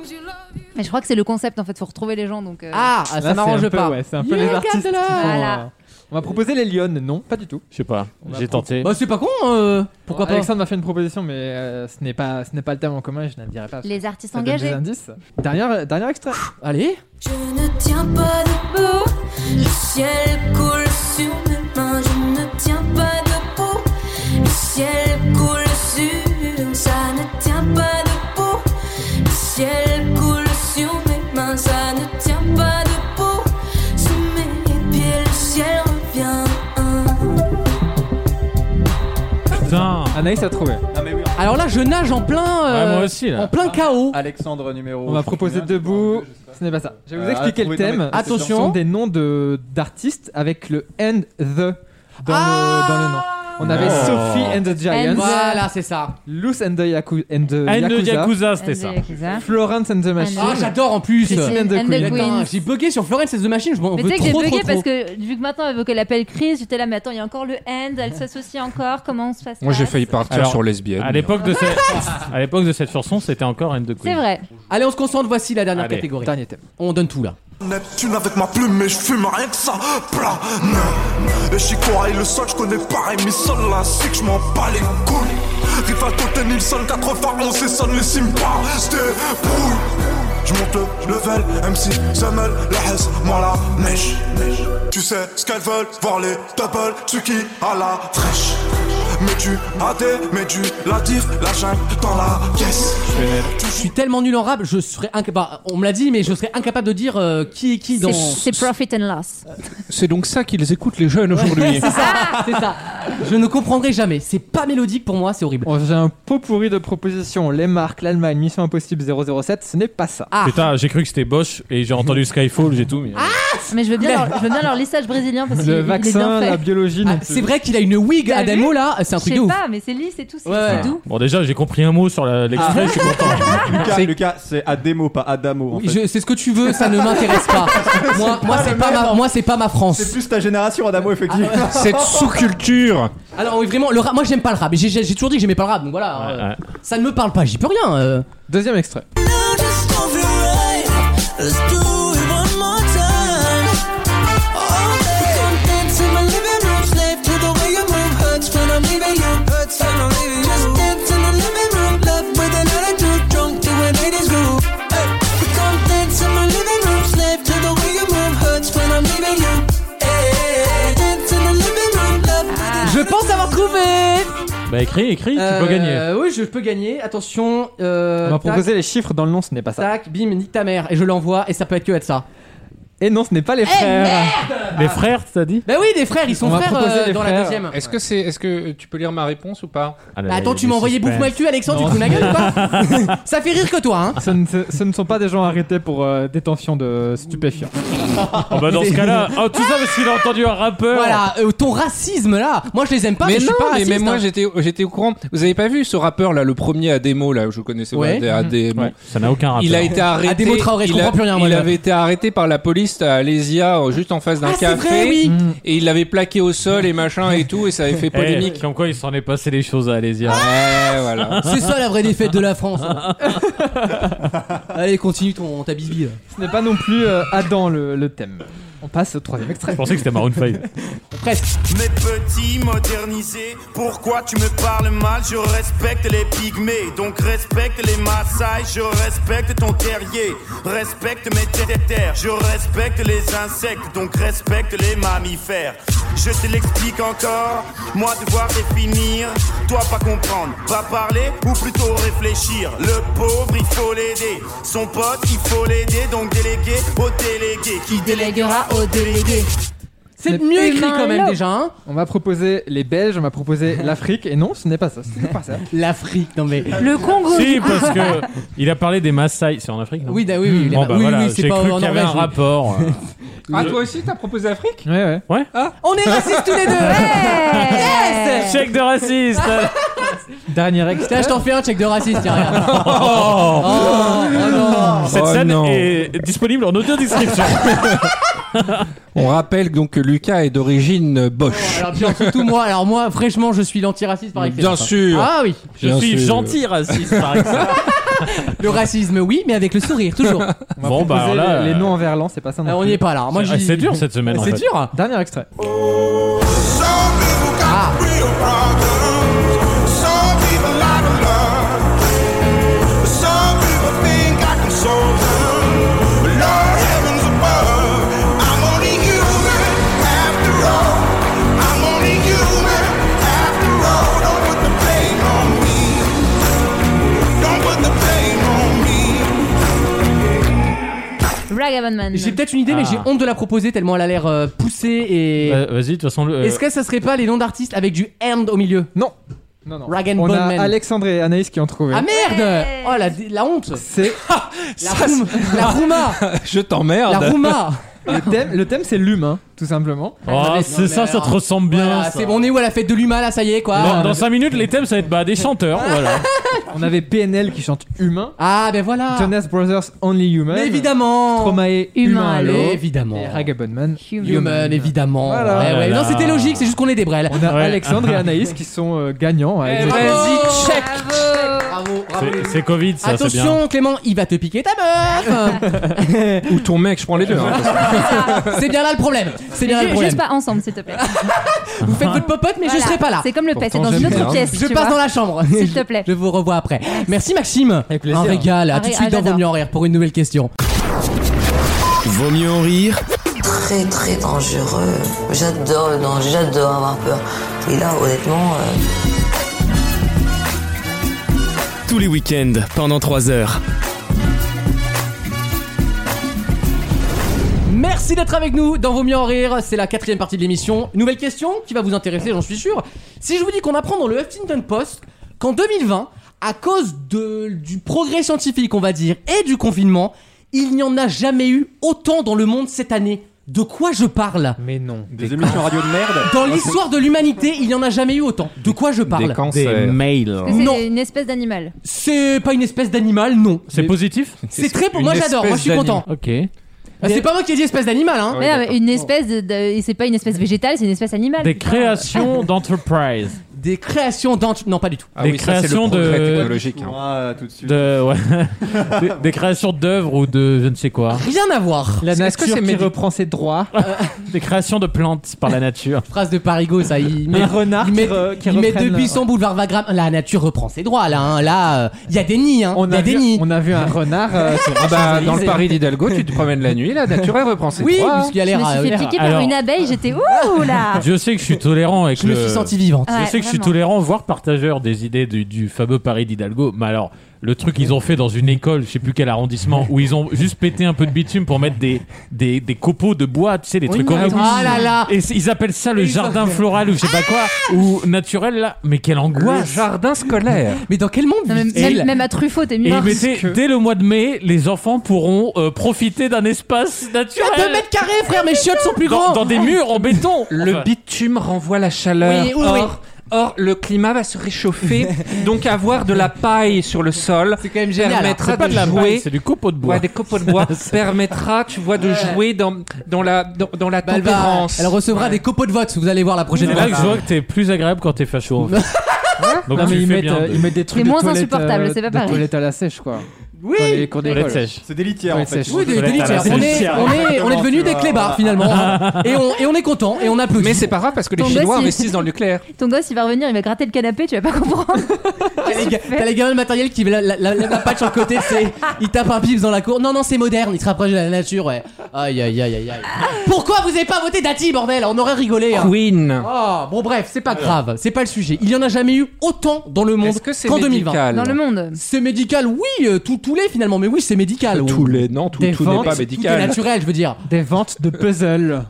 [SPEAKER 8] Mais je crois que c'est le concept en fait, faut retrouver les gens donc. euh,
[SPEAKER 1] Ah,
[SPEAKER 5] Là,
[SPEAKER 1] ça
[SPEAKER 5] c'est un
[SPEAKER 1] m'arrange
[SPEAKER 5] peu-
[SPEAKER 1] pas.
[SPEAKER 5] ouais, c'est un peu
[SPEAKER 1] You
[SPEAKER 5] les
[SPEAKER 1] got
[SPEAKER 5] artistes.
[SPEAKER 1] the
[SPEAKER 5] qui
[SPEAKER 1] love.
[SPEAKER 5] font,
[SPEAKER 8] Voilà.
[SPEAKER 5] euh, On va proposer les Lyonnes, non, pas du tout.
[SPEAKER 3] Je sais pas, j'ai tenté.
[SPEAKER 1] Bah, c'est pas con, euh, pourquoi pas
[SPEAKER 5] Alexandre m'a fait une proposition, mais euh, ce n'est pas, ce n'est pas le thème en commun. Je ne le dirai pas. parce
[SPEAKER 8] Les
[SPEAKER 5] que
[SPEAKER 8] artistes
[SPEAKER 5] ça donne
[SPEAKER 8] engagés.
[SPEAKER 5] Des indices. Dernier, dernier extrait.
[SPEAKER 1] Allez.
[SPEAKER 12] Je ne tiens pas debout, le ciel coule sur mes mains. Je ne tiens pas debout, le ciel coule sur. Ça ne tient pas debout, le ciel coule sur mes mains. Ça ne tient pas debout, sous mes pieds le ciel revient.
[SPEAKER 3] Putain.
[SPEAKER 5] Anaïs a trouvé.
[SPEAKER 1] Ah, Alors là, je nage en plein. euh,
[SPEAKER 5] Ouais, moi aussi, là.
[SPEAKER 1] En plein chaos.
[SPEAKER 2] Ah, Alexandre numéro.
[SPEAKER 5] On va proposer debout. Ce n'est pas ça. Je vais vous
[SPEAKER 1] Ah,
[SPEAKER 2] Euh,
[SPEAKER 5] expliquer
[SPEAKER 2] trouver-
[SPEAKER 5] le
[SPEAKER 2] non,
[SPEAKER 5] thème.
[SPEAKER 2] mais-
[SPEAKER 5] Ce
[SPEAKER 2] Attention.
[SPEAKER 5] sont des noms de d'artistes avec le and the dans,
[SPEAKER 1] Ah.
[SPEAKER 5] le, dans le nom. On avait
[SPEAKER 3] Oh.
[SPEAKER 5] Sophie and the Giants.
[SPEAKER 1] Voilà, c'est ça.
[SPEAKER 5] Luce and the, Yaku- and the
[SPEAKER 3] And the
[SPEAKER 5] Yakuza.
[SPEAKER 3] Yakuza, c'était ça.
[SPEAKER 5] Florence and the Machine.
[SPEAKER 1] Ah, j'adore en plus.
[SPEAKER 5] Christine and the Queen.
[SPEAKER 1] Attends, J'ai bugué sur Florence et the Machine, je m'en
[SPEAKER 8] Mais
[SPEAKER 1] veux
[SPEAKER 8] tu sais que
[SPEAKER 1] trop,
[SPEAKER 8] j'ai
[SPEAKER 1] trop,
[SPEAKER 8] bugué parce
[SPEAKER 1] trop.
[SPEAKER 8] que vu que maintenant elle qu'elle appelle Chris, j'étais là, mais attends, il y a encore le end, elle s'associe encore, comment on se passe
[SPEAKER 4] Moi, j'ai failli partir
[SPEAKER 3] Alors,
[SPEAKER 4] sur lesbienne.
[SPEAKER 3] À l'époque de, cette- à l'époque de cette chanson, c'était encore N de Queen.
[SPEAKER 8] C'est vrai.
[SPEAKER 1] Allez, on se concentre, voici la dernière
[SPEAKER 3] Allez.
[SPEAKER 1] catégorie.
[SPEAKER 5] Dernier thème.
[SPEAKER 1] On donne tout là.
[SPEAKER 14] Neptune avec ma plume et je fume rien que ça. Plat, nain. Et Chikora et le sol, je connais pareil, mais sol la que je m'en bats les couilles. Rival Totten Nilsson, 91, c'est son les Simba, je débrouille. Je monte le level, MC, Zamel, la Hesse, moi la mèche. Tu sais ce qu'elles veulent, voir les doubles, Tsuki à la fraîche. Mais tu AD, mais tu la diff, la jungle dans la pièce.
[SPEAKER 1] Je suis tellement nul en rap, je serais incapable. On me l'a dit, mais je serais incapable de dire euh, qui est qui dans.
[SPEAKER 8] C'est c'est profit and loss.
[SPEAKER 4] C'est donc ça qu'ils écoutent les jeunes aujourd'hui.
[SPEAKER 1] c'est ça, c'est ça. Je ne comprendrai jamais. C'est pas mélodique pour moi, c'est horrible.
[SPEAKER 5] On Oh, J'ai un pot pourri de propositions. Les marques, l'Allemagne, Mission Impossible 007. Ce n'est pas ça.
[SPEAKER 1] Ah.
[SPEAKER 3] Putain, j'ai cru que c'était Bosch et j'ai entendu Skyfall, j'ai tout mis.
[SPEAKER 8] Mais je veux bien, leur, je veux bien leur lissage brésilien parce qu'il il
[SPEAKER 5] Le
[SPEAKER 8] est bien
[SPEAKER 5] vaccin,
[SPEAKER 8] fait.
[SPEAKER 5] la biologie. non
[SPEAKER 1] Ah,
[SPEAKER 5] plus.
[SPEAKER 1] c'est vrai qu'il a une wig
[SPEAKER 8] T'as
[SPEAKER 1] Adamo
[SPEAKER 8] vu
[SPEAKER 1] là, c'est un truc de
[SPEAKER 8] Je sais
[SPEAKER 1] ouf.
[SPEAKER 8] pas, mais c'est lisse et tout, c'est
[SPEAKER 1] Ouais.
[SPEAKER 8] c'est doux.
[SPEAKER 3] Bon, déjà, j'ai compris un mot sur
[SPEAKER 1] Ah.
[SPEAKER 3] la- l'extrait, je suis content.
[SPEAKER 2] Lucas, Lucas, c'est Ademo, pas Adamo. en
[SPEAKER 1] Oui,
[SPEAKER 2] fait.
[SPEAKER 1] je- C'est ce que tu veux, ça ne m'intéresse pas. Moi, moi,
[SPEAKER 2] pas
[SPEAKER 1] c'est
[SPEAKER 2] le
[SPEAKER 1] pas,
[SPEAKER 2] même.
[SPEAKER 1] ma, moi, Ah, c'est pas ma France.
[SPEAKER 2] C'est plus ta génération, Adamo, effectivement.
[SPEAKER 4] Cette sous-culture.
[SPEAKER 1] Alors oui, vraiment, le rap, moi j'aime pas le rap. J'ai j'ai- j'ai toujours dit que j'aimais pas le rap, donc voilà. euh, Ça ne me parle pas, j'y peux rien. euh.
[SPEAKER 5] Deuxième extrait.
[SPEAKER 12] Let's do it one more time. Oh, come dance in my living room, slave to the way you move. Hurts when I'm leaving you. Hurts when I'm leaving you. Just dance in the living room, love with an attitude, drunk to an 80s groove. Hey, come dance in my living room, slave to the way you move. Hurts when I'm leaving you. Hey, dance in the living room, love with an
[SPEAKER 1] Ah. Je pense avoir trouvé.
[SPEAKER 3] Bah, écris, écris,
[SPEAKER 1] Euh,
[SPEAKER 3] tu peux gagner.
[SPEAKER 1] Oui, je peux gagner. Attention. euh,
[SPEAKER 5] On va
[SPEAKER 1] tac,
[SPEAKER 5] proposer les chiffres dans le nom. Ce n'est pas ça.
[SPEAKER 1] Tac, bim, nique ta mère. Et je l'envoie, et ça peut être que être ça.
[SPEAKER 5] Et non, ce n'est pas les frères.
[SPEAKER 3] Les frères, t'as dit
[SPEAKER 1] Eh, Bah oui, des frères, ils sont
[SPEAKER 5] On va
[SPEAKER 1] frères
[SPEAKER 5] proposer
[SPEAKER 1] euh,
[SPEAKER 5] les
[SPEAKER 1] dans la
[SPEAKER 5] frères.
[SPEAKER 1] deuxième.
[SPEAKER 4] Est-ce que c'est, est-ce que tu peux lire ma réponse ou pas
[SPEAKER 1] Bah attends, tu m'as envoyé bouffe-moi le cul, Alexandre, tu te fous de ma gueule ou quoi Ça fait rire que toi, hein
[SPEAKER 5] Ce ne, ce ne sont pas des gens arrêtés pour euh, détention de stupéfiants.
[SPEAKER 3] Oh, bah, dans ce cas-là, oh, tout ça parce qu'il a entendu un rappeur.
[SPEAKER 1] Voilà, euh, ton racisme là, moi je les aime pas, mais,
[SPEAKER 4] mais
[SPEAKER 1] je
[SPEAKER 4] non,
[SPEAKER 1] suis pas
[SPEAKER 4] mais
[SPEAKER 1] raciste.
[SPEAKER 4] même moi
[SPEAKER 1] hein.
[SPEAKER 4] j'étais, j'étais au courant. Vous avez pas vu ce rappeur là, le premier à démo là, je connaissais
[SPEAKER 1] Ouais.
[SPEAKER 4] pas à démo.
[SPEAKER 3] Ça n'a aucun rapport.
[SPEAKER 4] Il a été arrêté.
[SPEAKER 1] Ademo Traoré, je
[SPEAKER 4] il a-
[SPEAKER 1] comprends plus rien, moi,
[SPEAKER 4] il
[SPEAKER 1] là.
[SPEAKER 4] avait été arrêté par la police à Alésia, euh, juste en face d'un
[SPEAKER 1] Ah, c'est
[SPEAKER 4] café.
[SPEAKER 1] vrai, oui.
[SPEAKER 5] Mm.
[SPEAKER 4] Et il l'avait plaqué au sol et machin et tout, et ça avait fait
[SPEAKER 3] Eh,
[SPEAKER 4] polémique.
[SPEAKER 3] comme quoi, il s'en est passé des choses à Alésia.
[SPEAKER 4] Ouais, voilà.
[SPEAKER 1] C'est ça la vraie défaite de la France. hein. Allez, continue ton ta bisbille.
[SPEAKER 5] Ce n'est pas non plus euh, Adam le, le thème. On passe au troisième extrait.
[SPEAKER 3] Je pensais que c'était Maroon 5.
[SPEAKER 1] On Presque.
[SPEAKER 15] Mes petits modernisés, pourquoi tu me parles mal Je respecte les pygmées, donc respecte les Maasai, je respecte ton terrier, respecte mes terres, je respecte les insectes, donc respecte les mammifères. Je te l'explique encore, moi devoir définir, toi pas comprendre, va parler ou plutôt réfléchir. Le pauvre, il faut l'aider, son pote, il faut l'aider, donc délégué au délégué qui déléguera au délégué.
[SPEAKER 1] C'est mieux écrit quand même déjà. Hein
[SPEAKER 5] Eh ben, on m'a proposé les Belges, on m'a proposé l'Afrique et non, ce n'est pas ça. Ce n'est pas ça. Euh,
[SPEAKER 1] L'Afrique, non mais.
[SPEAKER 8] Le Congo.
[SPEAKER 3] Si, parce que il a parlé des Maasai, c'est en Afrique. non
[SPEAKER 1] Oui, da- oui, oui, il est
[SPEAKER 3] Bon,
[SPEAKER 1] pas-
[SPEAKER 3] bah
[SPEAKER 1] oui,
[SPEAKER 3] voilà,
[SPEAKER 1] oui, c'est
[SPEAKER 3] j'ai
[SPEAKER 1] pas
[SPEAKER 3] cru
[SPEAKER 1] en
[SPEAKER 3] qu'il y avait un
[SPEAKER 1] Norvège, oui.
[SPEAKER 3] rapport. euh.
[SPEAKER 4] Ah, toi aussi, t'as proposé Afrique
[SPEAKER 5] Ouais, ouais.
[SPEAKER 3] Ouais.
[SPEAKER 1] On est racistes tous les deux. Hey yes
[SPEAKER 3] Euh, Check de raciste.
[SPEAKER 5] Dernier
[SPEAKER 1] Tiens, je t'en fais un check de raciste, tiens, regarde.
[SPEAKER 3] Oh.
[SPEAKER 1] oh non.
[SPEAKER 3] Cette
[SPEAKER 4] Oh
[SPEAKER 3] scène
[SPEAKER 4] non.
[SPEAKER 3] est disponible en audio-description.
[SPEAKER 4] On rappelle donc que Lucas est d'origine euh, Bosch.
[SPEAKER 1] Alors, bien, surtout moi, alors moi, fraîchement, je suis l'antiraciste par excellence.
[SPEAKER 4] Bien sûr.
[SPEAKER 1] Ah oui.
[SPEAKER 4] Je Bien suis sûr. gentil
[SPEAKER 3] raciste par excellence.
[SPEAKER 1] Le racisme, oui, mais avec le sourire, toujours.
[SPEAKER 5] On m'a
[SPEAKER 3] Bon, bah,
[SPEAKER 5] proposé
[SPEAKER 3] voilà.
[SPEAKER 5] Les, les noms en verlan, c'est pas ça. non
[SPEAKER 1] Ah, on
[SPEAKER 5] plus.
[SPEAKER 1] n'y est pas là. Moi,
[SPEAKER 3] C'est-
[SPEAKER 1] j'y-
[SPEAKER 3] c'est dur, cette semaine, en
[SPEAKER 1] C'est
[SPEAKER 3] fait.
[SPEAKER 1] dur.
[SPEAKER 5] Dernier extrait.
[SPEAKER 12] Some people like to love. Some people think I can solve them. But Lord, heavens above, I'm only human after all. I'm only human after all. Don't put the blame on me. Don't put the blame on me.
[SPEAKER 8] Ragavan Man.
[SPEAKER 1] J'ai peut-être une idée, mais
[SPEAKER 3] Ah.
[SPEAKER 1] j'ai honte de la proposer tellement elle a l'air euh, poussée et.
[SPEAKER 3] Euh, Vas-y, de toute façon. le-
[SPEAKER 1] Est-ce que ça serait pas les noms d'artistes avec du and au milieu
[SPEAKER 5] Non.
[SPEAKER 1] Non, non.
[SPEAKER 5] On a Alexandre et Anaïs qui ont trouvé.
[SPEAKER 1] Ah merde Oh la, la honte
[SPEAKER 5] C'est
[SPEAKER 1] La, roum- la rouma
[SPEAKER 4] Je t'emmerde.
[SPEAKER 1] La rouma
[SPEAKER 5] le thème, le thème c'est l'humain, tout simplement.
[SPEAKER 3] Oh, c'est ça, ça te ressemble bien.
[SPEAKER 1] Ah,
[SPEAKER 3] ça.
[SPEAKER 1] c'est bon, on est où à la fête de l'humain là, ça y est quoi
[SPEAKER 3] Dans, 5 minutes, les thèmes, ça va être bah, des chanteurs. voilà.
[SPEAKER 5] On avait PNL qui chante humain,
[SPEAKER 1] Ah ben voilà
[SPEAKER 5] Jonas Brothers Only Human,
[SPEAKER 1] Mais évidemment
[SPEAKER 5] Stromae
[SPEAKER 1] Humain
[SPEAKER 5] Humain à l'eau,
[SPEAKER 1] Évidemment.
[SPEAKER 5] et Ragabon Man
[SPEAKER 1] Human, évidemment.
[SPEAKER 5] Voilà.
[SPEAKER 1] Ouais,
[SPEAKER 5] Là,
[SPEAKER 1] ouais.
[SPEAKER 5] là.
[SPEAKER 1] Non, c'était logique, c'est juste qu'on est des brels.
[SPEAKER 5] On a
[SPEAKER 3] Ouais.
[SPEAKER 1] Ah.
[SPEAKER 5] Alexandre et Anaïs qui sont euh, gagnants.
[SPEAKER 1] Eh,
[SPEAKER 5] avec des-
[SPEAKER 1] Vas-y,
[SPEAKER 8] check.
[SPEAKER 1] Bravo, bravo.
[SPEAKER 3] C'est- C'est Covid, ça, c'est bien.
[SPEAKER 1] Attention, Clément, il va te piquer ta meuf
[SPEAKER 4] Ou ton mec, je prends les deux. hein, parce que-
[SPEAKER 1] C'est bien là le problème C'est bien là le
[SPEAKER 8] Ju-
[SPEAKER 1] problème
[SPEAKER 8] Juste pas ensemble, s'il te plaît.
[SPEAKER 1] Vous faites votre popote, mais
[SPEAKER 8] Voilà.
[SPEAKER 1] je serai pas là
[SPEAKER 8] C'est comme le pet, c'est
[SPEAKER 4] Pourtant,
[SPEAKER 8] dans une
[SPEAKER 4] j'aime
[SPEAKER 8] autre
[SPEAKER 4] bien.
[SPEAKER 8] pièce.
[SPEAKER 1] Je
[SPEAKER 8] tu
[SPEAKER 1] passe
[SPEAKER 8] vois.
[SPEAKER 1] dans la chambre
[SPEAKER 8] S'il te plaît.
[SPEAKER 1] Je vous revois après. Merci Maxime
[SPEAKER 5] Avec plaisir.
[SPEAKER 1] Un régal, à
[SPEAKER 8] Ah,
[SPEAKER 1] tout de
[SPEAKER 8] oui,
[SPEAKER 1] suite
[SPEAKER 8] ah,
[SPEAKER 1] dans Vaut mieux en rire pour une nouvelle question.
[SPEAKER 6] Vaut mieux en rire
[SPEAKER 9] Très très dangereux. J'adore le danger, j'adore avoir peur. Et là, honnêtement, euh,
[SPEAKER 6] tous les week-ends pendant 3 heures.
[SPEAKER 1] Merci d'être avec nous dans Vaut mieux en rire. C'est la quatrième partie de l'émission. Nouvelle question qui va vous intéresser, j'en suis sûr. Si je vous dis qu'on apprend dans le Huffington Post qu'en 2020, à cause de, du progrès scientifique, on va dire, et du confinement, il n'y en a jamais eu autant dans le monde cette année. De quoi je parle
[SPEAKER 5] Mais non.
[SPEAKER 2] Des émissions radio de merde.
[SPEAKER 1] Dans l'histoire de l'humanité, il n'y en a jamais eu autant. De quoi je parle
[SPEAKER 4] Des cancers.
[SPEAKER 11] mails.
[SPEAKER 8] Parce que
[SPEAKER 1] Non.
[SPEAKER 8] C'est une espèce d'animal.
[SPEAKER 1] C'est pas une espèce d'animal, non.
[SPEAKER 3] C'est positif
[SPEAKER 1] C'est très pour moi,
[SPEAKER 4] Une
[SPEAKER 1] j'adore. Moi, je suis
[SPEAKER 4] espèce
[SPEAKER 1] content.
[SPEAKER 3] Ok.
[SPEAKER 1] Ah, C'est pas moi qui ai dit espèce d'animal, hein.
[SPEAKER 8] Mais non, mais une espèce de, de- et c'est pas une espèce végétale, c'est une espèce animale.
[SPEAKER 3] Des
[SPEAKER 8] putain.
[SPEAKER 3] créations d'entreprise.
[SPEAKER 1] Des créations d'anti. Non, pas du tout.
[SPEAKER 4] Ah
[SPEAKER 3] Des
[SPEAKER 4] oui, ça, c'est le
[SPEAKER 3] créations de-
[SPEAKER 4] progrès technologique. hein.
[SPEAKER 2] Moi, tout de suite.
[SPEAKER 3] De, ouais. des, des créations d'œuvres ou de je ne sais quoi. Euh,
[SPEAKER 1] Rien à voir.
[SPEAKER 5] La nature
[SPEAKER 4] c'est
[SPEAKER 5] qui
[SPEAKER 4] médi-
[SPEAKER 5] reprend ses droits.
[SPEAKER 3] Des créations de plantes par la nature.
[SPEAKER 1] Phrase de Parigo, ça. Il met,
[SPEAKER 5] Les renards
[SPEAKER 1] il met,
[SPEAKER 5] qui
[SPEAKER 4] Euh,
[SPEAKER 5] re- qui
[SPEAKER 1] il met
[SPEAKER 5] reprennent
[SPEAKER 1] depuis
[SPEAKER 5] le-
[SPEAKER 1] son boulevard Wagram. La nature reprend ses droits, là. hein. Là, euh, il y a des nids, hein.
[SPEAKER 5] On
[SPEAKER 1] Il y
[SPEAKER 5] a,
[SPEAKER 1] a des
[SPEAKER 5] vu,
[SPEAKER 1] nids.
[SPEAKER 5] on a vu un renard. euh, sur-
[SPEAKER 4] Ah bah, dans le
[SPEAKER 1] Champs-Élysées.
[SPEAKER 4] Paris d'Hidalgo, tu te promènes la nuit, la nature elle reprend ses
[SPEAKER 1] Oui,
[SPEAKER 4] droits.
[SPEAKER 1] parce qu'il y a
[SPEAKER 8] Je
[SPEAKER 1] l'air.
[SPEAKER 8] me suis
[SPEAKER 1] euh,
[SPEAKER 8] fait piquer par
[SPEAKER 3] Alors-
[SPEAKER 8] une abeille, j'étais ouh là.
[SPEAKER 3] Dieu sait que je suis tolérant avec
[SPEAKER 1] Je
[SPEAKER 3] le.
[SPEAKER 1] me suis senti vivante.
[SPEAKER 3] Je
[SPEAKER 8] Ouais,
[SPEAKER 3] sais que je suis
[SPEAKER 8] vraiment.
[SPEAKER 3] tolérant, voire partageur des idées du, du fameux Paris d'Hidalgo. Mais alors, le truc qu'ils ont fait dans une école, je sais plus quel arrondissement, où ils ont juste pété un peu de bitume pour mettre des, des, des copeaux de bois, tu sais, des trucs horribles.
[SPEAKER 1] Ah là là.
[SPEAKER 3] Et c- ils appellent ça le jardin floral ou je sais pas quoi,
[SPEAKER 1] Ah
[SPEAKER 3] ou naturel là. Mais quelle
[SPEAKER 4] Le
[SPEAKER 3] angoisse
[SPEAKER 4] jardin scolaire.
[SPEAKER 1] Mais dans quel monde
[SPEAKER 8] Non, mais
[SPEAKER 1] vit-elle
[SPEAKER 8] même, même à Truffaut, t'es
[SPEAKER 3] Et
[SPEAKER 8] mieux.
[SPEAKER 3] mettez- dès le mois de mai, les enfants pourront euh, profiter d'un espace
[SPEAKER 1] Il y a 2
[SPEAKER 3] naturel.
[SPEAKER 1] mètres carrés, frère. Mes chiottes sont plus
[SPEAKER 3] Dans,
[SPEAKER 1] grands.
[SPEAKER 3] dans des murs en béton.
[SPEAKER 4] Le
[SPEAKER 3] Enfin,
[SPEAKER 4] bitume renvoie la chaleur.
[SPEAKER 1] Oui, oui, oui.
[SPEAKER 4] or, or, le climat va se réchauffer, donc avoir de la paille sur le sol
[SPEAKER 1] C'est quand même génial.
[SPEAKER 4] permettra
[SPEAKER 3] c'est pas
[SPEAKER 4] de,
[SPEAKER 3] de la
[SPEAKER 4] jouer.
[SPEAKER 3] paille, c'est du copeau de bois.
[SPEAKER 4] Ouais, des copeaux de bois permettra, tu vois, de jouer dans, dans la, dans, dans la
[SPEAKER 1] Bah, elle, va-
[SPEAKER 4] tempérance.
[SPEAKER 1] elle recevra des copeaux de vote. Vous allez voir la prochaine
[SPEAKER 3] C'est
[SPEAKER 1] fois.
[SPEAKER 3] là que je vois que t'es plus agréable quand t'es facho. en fait. Donc
[SPEAKER 5] Non,
[SPEAKER 3] tu
[SPEAKER 5] mais ils
[SPEAKER 3] fais
[SPEAKER 5] mettent,
[SPEAKER 3] bien
[SPEAKER 5] euh,
[SPEAKER 3] de-
[SPEAKER 5] ils mettent des trucs.
[SPEAKER 8] C'est
[SPEAKER 5] de
[SPEAKER 8] moins
[SPEAKER 5] toilettes,
[SPEAKER 8] insupportable,
[SPEAKER 5] euh,
[SPEAKER 8] c'est pas
[SPEAKER 5] de
[SPEAKER 8] pareil.
[SPEAKER 5] toilettes à la sèche, quoi.
[SPEAKER 1] Oui.
[SPEAKER 5] Dans les cours d'école.
[SPEAKER 2] C'est des litières
[SPEAKER 5] Dans
[SPEAKER 2] en
[SPEAKER 5] les
[SPEAKER 2] fait.
[SPEAKER 5] sèches.
[SPEAKER 1] Oui, des, des litières. On est, on est, on est devenus des clébards finalement. Et on, et on est content et on applaudit. Mais c'est
[SPEAKER 4] pas grave parce que
[SPEAKER 8] les Ton Chinois gosse, il- investissent
[SPEAKER 4] dans le nucléaire.
[SPEAKER 8] Ton gosse, il va revenir, il va gratter le canapé, tu vas pas comprendre.
[SPEAKER 1] T'as les, ga- t'as les gamins de matériel qui la, la, la, la patte sur le côté, c'est ils tapent un pips dans la cour. Non, non, c'est moderne, ils se rapprochent de la nature, ouais. Aïe, aïe, aïe, aïe, aïe. Pourquoi vous avez pas voté Dati, bordel On aurait rigolé. hein.
[SPEAKER 4] Queen.
[SPEAKER 1] Oh, bon, bref, c'est pas grave, c'est pas le sujet. Il y en a jamais eu autant dans le monde
[SPEAKER 4] Est-ce que c'est
[SPEAKER 1] qu'en
[SPEAKER 4] médical
[SPEAKER 1] 2020.
[SPEAKER 4] Dans le
[SPEAKER 8] monde.
[SPEAKER 1] C'est médical, oui, euh, tout, tout l'est finalement, mais oui, c'est médical.
[SPEAKER 4] Tout
[SPEAKER 1] oui.
[SPEAKER 4] l'est, non, tout-
[SPEAKER 1] Des
[SPEAKER 4] tout n'est
[SPEAKER 1] ventes,
[SPEAKER 4] pas médical.
[SPEAKER 1] Tout est naturel, je veux dire.
[SPEAKER 5] Des ventes de puzzles.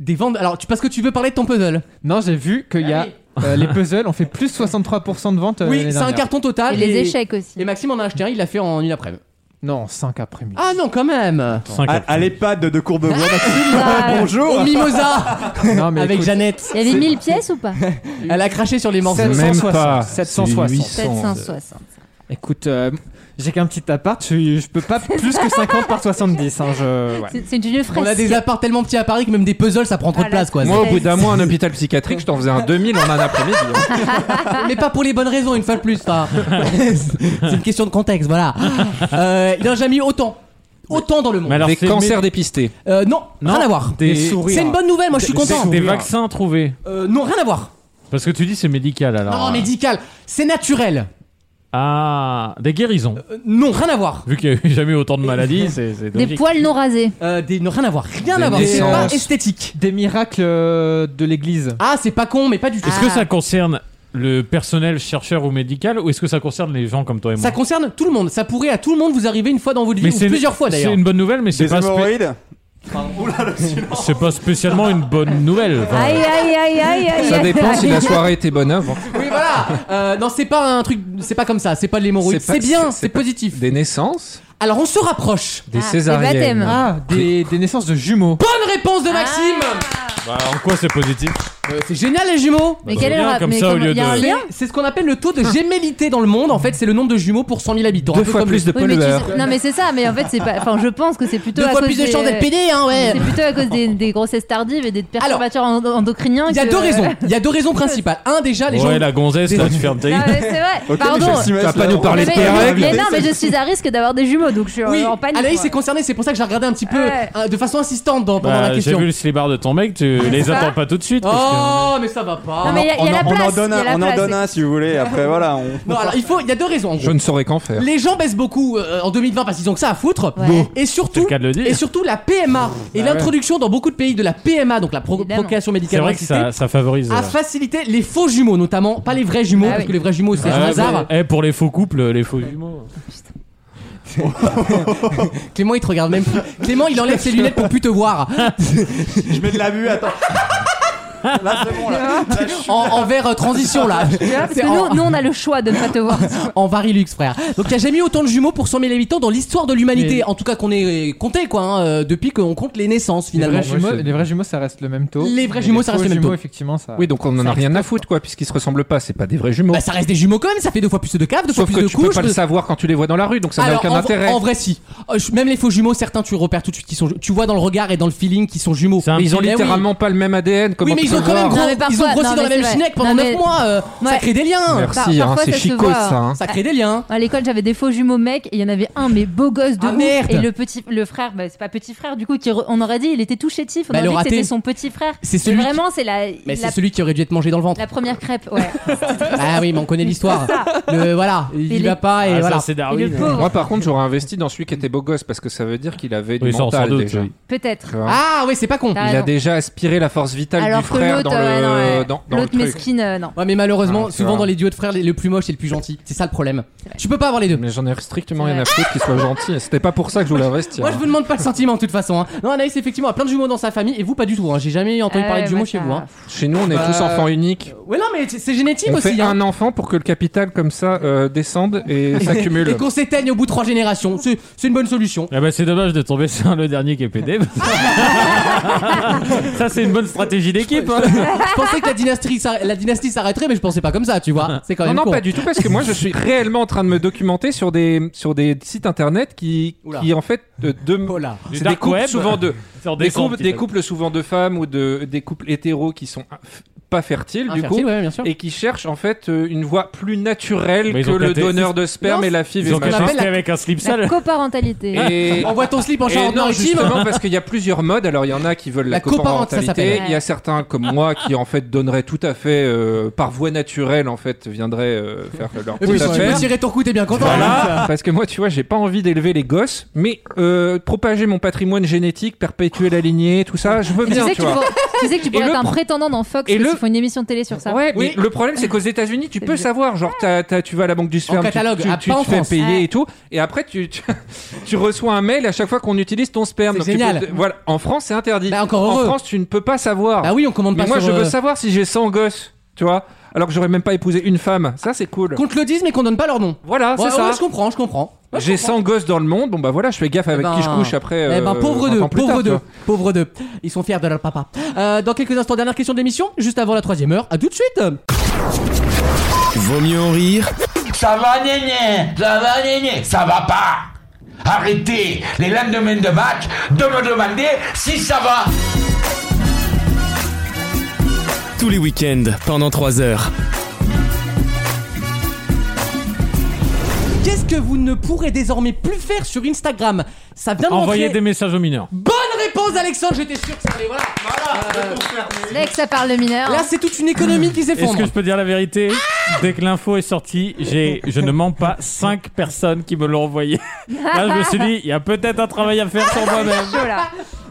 [SPEAKER 1] Des ventes. Alors, tu, parce que tu veux parler de ton puzzle Ah
[SPEAKER 5] Non, j'ai vu qu'il y a. euh, les puzzles ont fait plus 63% de ventes. euh,
[SPEAKER 1] oui,
[SPEAKER 5] l'année
[SPEAKER 1] c'est un
[SPEAKER 5] dernière.
[SPEAKER 1] carton total.
[SPEAKER 8] Et les échecs aussi.
[SPEAKER 1] Et Maxime en a acheté un, il l'a fait en une après-midi.
[SPEAKER 5] Non, 5 après-midi.
[SPEAKER 1] Ah non, quand même
[SPEAKER 2] À, à l'EHPAD de Courbevoie,
[SPEAKER 8] Ah,
[SPEAKER 2] Maxime. Bonjour.
[SPEAKER 1] Au Mimosa
[SPEAKER 5] Non, mais
[SPEAKER 1] Avec
[SPEAKER 5] écoute,
[SPEAKER 1] Jeannette.
[SPEAKER 8] Il y avait 1000 pièces ou pas
[SPEAKER 1] Elle a craché sur les morceaux.
[SPEAKER 5] 760.
[SPEAKER 4] pas.
[SPEAKER 5] 760.
[SPEAKER 4] C'est
[SPEAKER 8] 760.
[SPEAKER 5] Écoute, euh, j'ai qu'un petit appart, je, je peux pas plus que 50 par 70. Hein, je, ouais.
[SPEAKER 8] C'est c'est une fresque.
[SPEAKER 1] On a des apparts tellement petits à Paris que même des puzzles ça prend trop de place quoi.
[SPEAKER 4] Moi, au bout d'un mois, un hôpital psychiatrique, je t'en faisais un 2000 en un après-midi. hein.
[SPEAKER 1] Mais pas pour les bonnes raisons, une fois de plus. enfin.
[SPEAKER 4] hein.
[SPEAKER 1] C'est une question de contexte, voilà. Euh, il n'a jamais eu autant. Autant dans le monde.
[SPEAKER 3] Mais alors,
[SPEAKER 4] Des
[SPEAKER 3] c'est-
[SPEAKER 4] cancers dépistés.
[SPEAKER 1] Euh, non, rien à voir.
[SPEAKER 3] Des hein.
[SPEAKER 1] C'est une bonne nouvelle, moi je suis
[SPEAKER 3] Des- hein.
[SPEAKER 1] content.
[SPEAKER 3] Des vaccins trouvés.
[SPEAKER 1] Euh, non, rien à voir.
[SPEAKER 3] Parce que tu dis c'est médical alors.
[SPEAKER 1] non, médical. C'est naturel.
[SPEAKER 3] Ah, des guérisons.
[SPEAKER 1] Euh, non, rien à voir.
[SPEAKER 3] Vu qu'il n'y a eu jamais autant de maladies, c'est c'est
[SPEAKER 8] Des
[SPEAKER 3] logique.
[SPEAKER 8] poils non rasés.
[SPEAKER 1] Euh, des... Non, rien à voir. Rien
[SPEAKER 5] Des
[SPEAKER 1] à voir. C'est pas
[SPEAKER 5] naissances.
[SPEAKER 1] esthétique.
[SPEAKER 5] Des miracles euh, de l'église.
[SPEAKER 1] Ah, c'est pas con, mais pas du tout.
[SPEAKER 3] Est-ce que ça concerne le personnel chercheur ou médical ou est-ce que ça concerne les gens comme toi et moi
[SPEAKER 1] Ça concerne tout le monde. Ça pourrait à tout le monde vous arriver une fois dans votre vie, ou
[SPEAKER 3] c'est
[SPEAKER 1] plusieurs fois d'ailleurs.
[SPEAKER 3] C'est une bonne nouvelle, mais c'est
[SPEAKER 2] Des
[SPEAKER 3] pas, spé-
[SPEAKER 2] hémorroïdes.
[SPEAKER 3] c'est pas spécialement une bonne nouvelle. Enfin,
[SPEAKER 8] Aïe, aïe, aïe, aïe, aïe.
[SPEAKER 4] Ça
[SPEAKER 8] aïe,
[SPEAKER 4] dépend
[SPEAKER 8] aïe.
[SPEAKER 4] si la soirée était bonne avant.
[SPEAKER 1] Oui, voilà. Euh, non, c'est pas un truc. C'est pas comme ça. C'est pas de l'hémorroïde.
[SPEAKER 4] C'est pas-
[SPEAKER 1] C'est bien.
[SPEAKER 4] c'est-
[SPEAKER 1] C'est
[SPEAKER 4] pas-
[SPEAKER 1] positif.
[SPEAKER 4] Des naissances,
[SPEAKER 1] Alors, on se rapproche.
[SPEAKER 4] des
[SPEAKER 8] Ah, des
[SPEAKER 4] césariennes.
[SPEAKER 8] baptêmes.
[SPEAKER 5] Ah, des, des naissances de jumeaux.
[SPEAKER 1] Bonne réponse de Maxime.
[SPEAKER 3] bah, en quoi c'est positif
[SPEAKER 1] Euh, c'est génial les jumeaux.
[SPEAKER 8] Ah. Mais
[SPEAKER 3] Bah,
[SPEAKER 8] quel est
[SPEAKER 3] c'est
[SPEAKER 8] le
[SPEAKER 3] bien
[SPEAKER 8] rap-
[SPEAKER 3] comme
[SPEAKER 8] mais
[SPEAKER 3] ça, au
[SPEAKER 8] comment-
[SPEAKER 3] lieu
[SPEAKER 8] il y a un
[SPEAKER 3] de-
[SPEAKER 8] lien
[SPEAKER 1] C'est ce qu'on appelle le taux de gémellité dans le monde. En fait, c'est le nombre de jumeaux pour 100 000 habitants.
[SPEAKER 4] Ah.
[SPEAKER 1] Un
[SPEAKER 4] Deux
[SPEAKER 1] peu
[SPEAKER 4] fois
[SPEAKER 1] comme
[SPEAKER 4] plus de
[SPEAKER 8] Oui, mais tu
[SPEAKER 4] pollueurs.
[SPEAKER 8] sais- Non mais c'est ça, mais en fait c'est pas. Enfin je pense que c'est plutôt
[SPEAKER 1] Deux
[SPEAKER 8] à
[SPEAKER 1] fois
[SPEAKER 8] cause
[SPEAKER 1] plus de
[SPEAKER 8] des-
[SPEAKER 1] chances d'être pédé, hein, ouais.
[SPEAKER 8] C'est plutôt à cause des, des grossesses tardives et des perturbateurs endo- endocriniens.
[SPEAKER 1] Il y a
[SPEAKER 8] que-
[SPEAKER 1] deux raisons. Il y a deux raisons principales. Un, déjà, les
[SPEAKER 3] Ouais,
[SPEAKER 1] gens.
[SPEAKER 3] la gonzesse,
[SPEAKER 1] des-
[SPEAKER 3] là, tu fermes ta
[SPEAKER 8] Ah,
[SPEAKER 3] gueule.
[SPEAKER 8] ouais, c'est vrai.
[SPEAKER 2] Ok,
[SPEAKER 8] Pardon.
[SPEAKER 2] Michel Simès,
[SPEAKER 4] T'as pas
[SPEAKER 2] là,
[SPEAKER 4] nous
[SPEAKER 2] on-
[SPEAKER 4] parler
[SPEAKER 8] mais,
[SPEAKER 4] de
[SPEAKER 8] mais-
[SPEAKER 4] tes
[SPEAKER 8] mais
[SPEAKER 4] règles.
[SPEAKER 8] non, mais je suis à risque d'avoir des jumeaux, donc je suis
[SPEAKER 1] Oui,
[SPEAKER 8] en- en panique.
[SPEAKER 1] Anaïs
[SPEAKER 8] quoi.
[SPEAKER 1] est concernée, c'est pour ça que j'ai regardé un petit peu
[SPEAKER 8] Ouais.
[SPEAKER 1] euh, de façon insistante dans- pendant
[SPEAKER 3] Bah,
[SPEAKER 1] la
[SPEAKER 3] J'ai
[SPEAKER 1] question.
[SPEAKER 3] vu le slibard de ton mec, tu les
[SPEAKER 8] ça
[SPEAKER 3] attends pas tout de suite. parce que-
[SPEAKER 1] Oh, mais ça va pas.
[SPEAKER 8] Non, mais il y a- il y a la
[SPEAKER 2] On en
[SPEAKER 8] place,
[SPEAKER 2] donne
[SPEAKER 8] il y a
[SPEAKER 2] un,
[SPEAKER 8] la
[SPEAKER 2] on en
[SPEAKER 8] place.
[SPEAKER 2] donne un si vous voulez. Après voilà, on.
[SPEAKER 1] Non, alors il faut, il y a deux raisons. en
[SPEAKER 4] Je
[SPEAKER 1] gros.
[SPEAKER 4] ne saurais qu'en faire.
[SPEAKER 1] Les gens baissent beaucoup euh, en 2020 parce qu'ils ont que ça à foutre.
[SPEAKER 8] Ouais. Bon.
[SPEAKER 1] Et
[SPEAKER 3] C'est le
[SPEAKER 1] surtout,
[SPEAKER 3] cas de le dire.
[SPEAKER 1] et surtout la
[SPEAKER 2] Ah
[SPEAKER 1] PMA et l'introduction dans beaucoup de pays de la PMA, donc la pro-
[SPEAKER 8] Évidemment.
[SPEAKER 3] C'est
[SPEAKER 1] procréation médicale
[SPEAKER 3] vrai que
[SPEAKER 1] assistée,
[SPEAKER 3] ça, ça favorise. euh,
[SPEAKER 1] a facilité les faux jumeaux, notamment pas les vrais jumeaux,
[SPEAKER 8] Ah
[SPEAKER 1] parce
[SPEAKER 8] oui.
[SPEAKER 1] que les vrais jumeaux c'est
[SPEAKER 3] ah,
[SPEAKER 1] un
[SPEAKER 3] bah,
[SPEAKER 1] hasard.
[SPEAKER 3] eh, pour les faux couples, les faux jumeaux.
[SPEAKER 1] Clément il te regarde même plus. Clément il enlève ses lunettes pour plus te voir
[SPEAKER 2] Je mets de la vue, attends. Là c'est bon là. Là, je suis-
[SPEAKER 1] en, en vert euh, transition là.
[SPEAKER 8] Tu vois, Parce
[SPEAKER 1] C'est
[SPEAKER 8] que
[SPEAKER 1] en,
[SPEAKER 8] nous, nous, on a le choix de ne pas te voir.
[SPEAKER 1] en varilux frère. Donc il y a jamais eu autant de jumeaux pour 100 000 habitants dans l'histoire de l'humanité.
[SPEAKER 5] Mais-
[SPEAKER 1] En tout cas qu'on est compté quoi, hein, euh, depuis qu'on compte les naissances
[SPEAKER 5] Les
[SPEAKER 1] finalement.
[SPEAKER 5] vrais, jumeaux, les vrais jumeaux, ça reste le même taux.
[SPEAKER 1] Les vrais
[SPEAKER 5] Mais
[SPEAKER 1] jumeaux, ça
[SPEAKER 5] faux
[SPEAKER 1] reste le même
[SPEAKER 5] jumeaux,
[SPEAKER 1] taux.
[SPEAKER 5] effectivement, ça.
[SPEAKER 4] Oui, donc on en a
[SPEAKER 1] Ça
[SPEAKER 4] rien à foutre, quoi, puisqu'ils se ressemblent pas. C'est pas des vrais jumeaux.
[SPEAKER 1] Bah ça reste des jumeaux quand même, ça fait deux fois plus de caves, deux fois
[SPEAKER 4] Sauf
[SPEAKER 1] plus
[SPEAKER 4] que
[SPEAKER 1] de
[SPEAKER 4] tu peux
[SPEAKER 1] couches.
[SPEAKER 4] pas le
[SPEAKER 1] deux-
[SPEAKER 4] savoir quand tu les vois dans la rue, donc ça n'a
[SPEAKER 1] Alors,
[SPEAKER 4] aucun
[SPEAKER 1] en,
[SPEAKER 4] intérêt.
[SPEAKER 1] en vrai, si. Euh, je- Même les faux jumeaux, certains, tu repères tout de suite qu'ils sont. ju- Tu vois dans le regard et dans le feeling qu'ils sont jumeaux.
[SPEAKER 3] C'est un
[SPEAKER 4] Mais ils ont
[SPEAKER 1] Eh oui.
[SPEAKER 4] littéralement pas le même ADN.
[SPEAKER 1] Oui,
[SPEAKER 4] Comment
[SPEAKER 1] mais
[SPEAKER 4] tu
[SPEAKER 1] ils
[SPEAKER 4] peux
[SPEAKER 1] ont quand
[SPEAKER 4] le voir
[SPEAKER 1] même gros-
[SPEAKER 8] Non, mais
[SPEAKER 1] ils ont
[SPEAKER 8] parfois-
[SPEAKER 1] grossi
[SPEAKER 8] non,
[SPEAKER 1] dans la
[SPEAKER 8] mais
[SPEAKER 1] même
[SPEAKER 8] c'est vrai.
[SPEAKER 1] chinec pendant
[SPEAKER 8] Non,
[SPEAKER 1] 9
[SPEAKER 8] mais-
[SPEAKER 1] mois. euh, Ça
[SPEAKER 8] Ouais.
[SPEAKER 1] crée des liens.
[SPEAKER 4] Merci,
[SPEAKER 8] Par-
[SPEAKER 4] hein,
[SPEAKER 8] parfois,
[SPEAKER 4] c'est
[SPEAKER 8] ça se
[SPEAKER 4] chicot
[SPEAKER 8] voit.
[SPEAKER 4] ça. hein.
[SPEAKER 1] Ça crée des liens.
[SPEAKER 8] À l'école, j'avais des faux jumeaux mecs, et il y en avait un, mais beau gosse de
[SPEAKER 1] Ah,
[SPEAKER 8] ouf.
[SPEAKER 1] merde.
[SPEAKER 8] Et le petit, le frère, bah, c'est pas petit frère, du coup, qui, re- on aurait dit, il était tout chétif. On
[SPEAKER 1] Bah,
[SPEAKER 8] aurait
[SPEAKER 1] le
[SPEAKER 8] dit que
[SPEAKER 1] raté.
[SPEAKER 8] c'était son petit frère.
[SPEAKER 1] C'est
[SPEAKER 8] Mais
[SPEAKER 1] celui
[SPEAKER 8] Vraiment, c'est la,
[SPEAKER 1] Mais
[SPEAKER 8] la,
[SPEAKER 1] c'est celui qui aurait dû être mangé dans le ventre.
[SPEAKER 8] la première crêpe, ouais.
[SPEAKER 1] Ah oui, mais on connaît l'histoire. Le- Voilà, il
[SPEAKER 8] Il
[SPEAKER 1] y
[SPEAKER 8] est-
[SPEAKER 1] va pas et
[SPEAKER 3] Ah,
[SPEAKER 1] voilà.
[SPEAKER 3] ça, c'est
[SPEAKER 8] Et le
[SPEAKER 3] Darwin.
[SPEAKER 8] pauvre,
[SPEAKER 4] Moi, par contre, j'aurais investi dans celui qui était beau gosse parce que ça veut dire qu'il avait du
[SPEAKER 3] Oui, ça, on s'en
[SPEAKER 4] mental
[SPEAKER 3] doute,
[SPEAKER 4] déjà.
[SPEAKER 3] oui.
[SPEAKER 8] peut-être.
[SPEAKER 4] Tu vois.
[SPEAKER 1] Ah oui, c'est pas con.
[SPEAKER 8] T'as
[SPEAKER 4] Il a
[SPEAKER 8] raison.
[SPEAKER 4] déjà aspiré la force vitale
[SPEAKER 8] Alors
[SPEAKER 4] du
[SPEAKER 8] que
[SPEAKER 4] frère
[SPEAKER 8] l'autre,
[SPEAKER 4] dans le,
[SPEAKER 1] euh,
[SPEAKER 8] ouais, non, ouais.
[SPEAKER 4] dans, dans le
[SPEAKER 8] l'autre
[SPEAKER 4] truc.
[SPEAKER 8] mesquine, euh, non.
[SPEAKER 1] Ouais, mais malheureusement,
[SPEAKER 4] Ah, c'est
[SPEAKER 1] souvent
[SPEAKER 4] vrai.
[SPEAKER 1] dans les duos de frères, les- le plus moche et le plus gentil. C'est ça le problème. Tu peux pas avoir les deux.
[SPEAKER 4] Mais j'en ai strictement rien à foutre qu'il soit gentil. C'était pas pour ça que je voulais investir. hein.
[SPEAKER 1] Moi, je vous demande pas le sentiment de toute façon. hein. Non, Anaïs, effectivement, a plein de jumeaux dans sa famille et vous, pas du tout. hein. J'ai jamais entendu
[SPEAKER 8] Ah
[SPEAKER 1] parler
[SPEAKER 8] ouais,
[SPEAKER 1] de jumeaux
[SPEAKER 8] moi,
[SPEAKER 1] chez
[SPEAKER 8] ça-
[SPEAKER 1] vous. hein.
[SPEAKER 4] Chez nous, on est
[SPEAKER 1] Bah,
[SPEAKER 4] tous enfants uniques.
[SPEAKER 1] Ouais, non, mais c'est c'est génétique
[SPEAKER 4] On
[SPEAKER 1] aussi.
[SPEAKER 4] fait
[SPEAKER 1] hein.
[SPEAKER 4] un enfant pour que le capital comme ça euh, descende et
[SPEAKER 1] Et
[SPEAKER 4] s'accumule.
[SPEAKER 1] qu'on s'éteigne au bout de trois générations. C'est c'est une bonne solution.
[SPEAKER 3] Ah bah, c'est dommage de tomber sur le dernier qui est PD. ça, c'est une bonne stratégie d'équipe. hein.
[SPEAKER 1] Je pensais que la dynastie, s'arr- la dynastie s'arrêterait, mais je pensais pas comme ça, tu vois. C'est quand
[SPEAKER 4] Non,
[SPEAKER 1] même
[SPEAKER 4] non,
[SPEAKER 1] con.
[SPEAKER 4] pas du tout, parce que moi je suis réellement en train de me documenter sur des, sur des sites internet qui,
[SPEAKER 1] Oula.
[SPEAKER 4] qui en fait euh, de, de-
[SPEAKER 1] Oh là.
[SPEAKER 3] Du
[SPEAKER 4] c'est des
[SPEAKER 3] dark
[SPEAKER 4] couples
[SPEAKER 3] web.
[SPEAKER 4] souvent de,
[SPEAKER 3] Sur
[SPEAKER 4] des,
[SPEAKER 3] décembre,
[SPEAKER 4] couples,
[SPEAKER 3] petit
[SPEAKER 4] des
[SPEAKER 3] peu.
[SPEAKER 4] couples souvent de femmes ou de, des couples hétéros qui sont ah, f- pas fertiles, du
[SPEAKER 1] Infertiles,
[SPEAKER 4] coup,
[SPEAKER 1] ouais, bien sûr.
[SPEAKER 4] et qui cherchent en fait euh, une voie plus naturelle
[SPEAKER 3] Mais ils
[SPEAKER 4] que
[SPEAKER 3] ont
[SPEAKER 4] le
[SPEAKER 3] gratté-
[SPEAKER 4] donneur de sperme
[SPEAKER 3] Non,
[SPEAKER 4] et la fille
[SPEAKER 3] ils ont
[SPEAKER 4] vivante.
[SPEAKER 3] gratté avec un slip
[SPEAKER 8] La coparentalité.
[SPEAKER 4] Et-
[SPEAKER 1] Envoie ton slip en
[SPEAKER 4] Et
[SPEAKER 1] Charente
[SPEAKER 4] non,
[SPEAKER 1] Maritime.
[SPEAKER 4] justement, parce qu'il y a plusieurs modes. Alors, il y en a qui veulent la,
[SPEAKER 1] La coparente, ça
[SPEAKER 4] coparentalité.
[SPEAKER 1] s'appelle.
[SPEAKER 4] Il y a certains, comme moi, qui en fait donneraient tout à fait euh, par voie naturelle, en fait, viendraient euh, faire leur
[SPEAKER 1] Oui,
[SPEAKER 4] petite
[SPEAKER 1] si bah, tu peux
[SPEAKER 4] affaire.
[SPEAKER 1] tirer ton coup, t'es bien content. hein.
[SPEAKER 4] Voilà. parce que moi, tu vois, j'ai pas envie d'élever les gosses, mais euh, propager mon patrimoine génétique, perpétuer la lignée, tout ça, je veux
[SPEAKER 8] Tu
[SPEAKER 4] bien,
[SPEAKER 8] sais, que tu
[SPEAKER 4] tu vois.
[SPEAKER 8] pourrais- tu sais que tu pourrais
[SPEAKER 4] Et le
[SPEAKER 8] être un
[SPEAKER 4] pro-
[SPEAKER 8] prétendant dans Fox
[SPEAKER 4] et
[SPEAKER 8] parce
[SPEAKER 4] le-
[SPEAKER 8] qu'ils font une émission de télé sur ça.
[SPEAKER 4] Ouais, mais le problème c'est qu'aux
[SPEAKER 1] Ah,
[SPEAKER 4] États-Unis, tu
[SPEAKER 8] C'est
[SPEAKER 4] peux
[SPEAKER 8] le-
[SPEAKER 4] savoir, genre t'as- t'as- tu vas à la banque du sperme, tu-
[SPEAKER 1] catalogue,
[SPEAKER 4] tu,
[SPEAKER 1] ah,
[SPEAKER 4] tu
[SPEAKER 1] pas en
[SPEAKER 4] te fais
[SPEAKER 1] France.
[SPEAKER 4] payer
[SPEAKER 1] Ouais.
[SPEAKER 4] et tout, et après tu, tu, tu reçois un mail à chaque fois qu'on utilise ton sperme.
[SPEAKER 1] C'est
[SPEAKER 4] Donc, tu
[SPEAKER 1] génial.
[SPEAKER 4] peux- voilà, en France c'est interdit.
[SPEAKER 1] Bah, encore
[SPEAKER 4] en
[SPEAKER 1] heureux.
[SPEAKER 4] France tu ne peux pas savoir.
[SPEAKER 1] Ah oui, on commande
[SPEAKER 4] mais
[SPEAKER 1] pas
[SPEAKER 4] moi
[SPEAKER 1] sur,
[SPEAKER 4] je veux
[SPEAKER 1] euh,
[SPEAKER 4] savoir si j'ai 100 gosses, tu vois, alors que j'aurais même pas épousé une femme. Ça c'est cool.
[SPEAKER 1] Qu'on te le dise, mais qu'on donne pas leur nom.
[SPEAKER 4] Voilà, c'est
[SPEAKER 1] Ouais,
[SPEAKER 4] ça.
[SPEAKER 1] ouais, je comprends, je comprends. Ouais, je
[SPEAKER 4] J'ai
[SPEAKER 1] comprends.
[SPEAKER 4] 100 gosses dans le monde, bon bah voilà, je fais gaffe avec
[SPEAKER 1] Eh ben,
[SPEAKER 4] qui je couche après.
[SPEAKER 1] eh ben,
[SPEAKER 4] euh,
[SPEAKER 1] pauvre
[SPEAKER 4] 20
[SPEAKER 1] d'eux,
[SPEAKER 4] ans plus
[SPEAKER 1] pauvre
[SPEAKER 4] tard, tu
[SPEAKER 1] d'eux,
[SPEAKER 4] vois.
[SPEAKER 1] pauvre d'eux. Ils sont fiers de leur papa. Euh, dans quelques instants, dernière question de l'émission, juste avant la troisième heure. À tout de suite.
[SPEAKER 6] Vaut mieux en rire
[SPEAKER 16] Ça va, néné Ah, Ça va, néné Ça va pas Arrêtez, les lendemains de match, de me demander si ça va
[SPEAKER 6] tous les week-ends pendant 3 heures.
[SPEAKER 1] Qu'est-ce que vous ne pourrez désormais plus faire sur Instagram Ça vient de
[SPEAKER 3] Envoyer
[SPEAKER 1] rentrer.
[SPEAKER 3] des messages aux mineurs.
[SPEAKER 1] Bonne réponse, Alexandre. J'étais sûr que ça allait. Voilà. Euh,
[SPEAKER 8] Dès que ça parle le mineur.
[SPEAKER 1] Là, c'est toute une économie qui
[SPEAKER 3] Est-ce
[SPEAKER 1] s'effondre. Ah
[SPEAKER 3] que je peux dire la vérité Dès que l'info est sortie, j'ai, je ne mens pas, 5 personnes qui me l'ont envoyé. Là, je me suis dit, il y a peut-être un travail à
[SPEAKER 8] Ah
[SPEAKER 3] faire sur moi-même.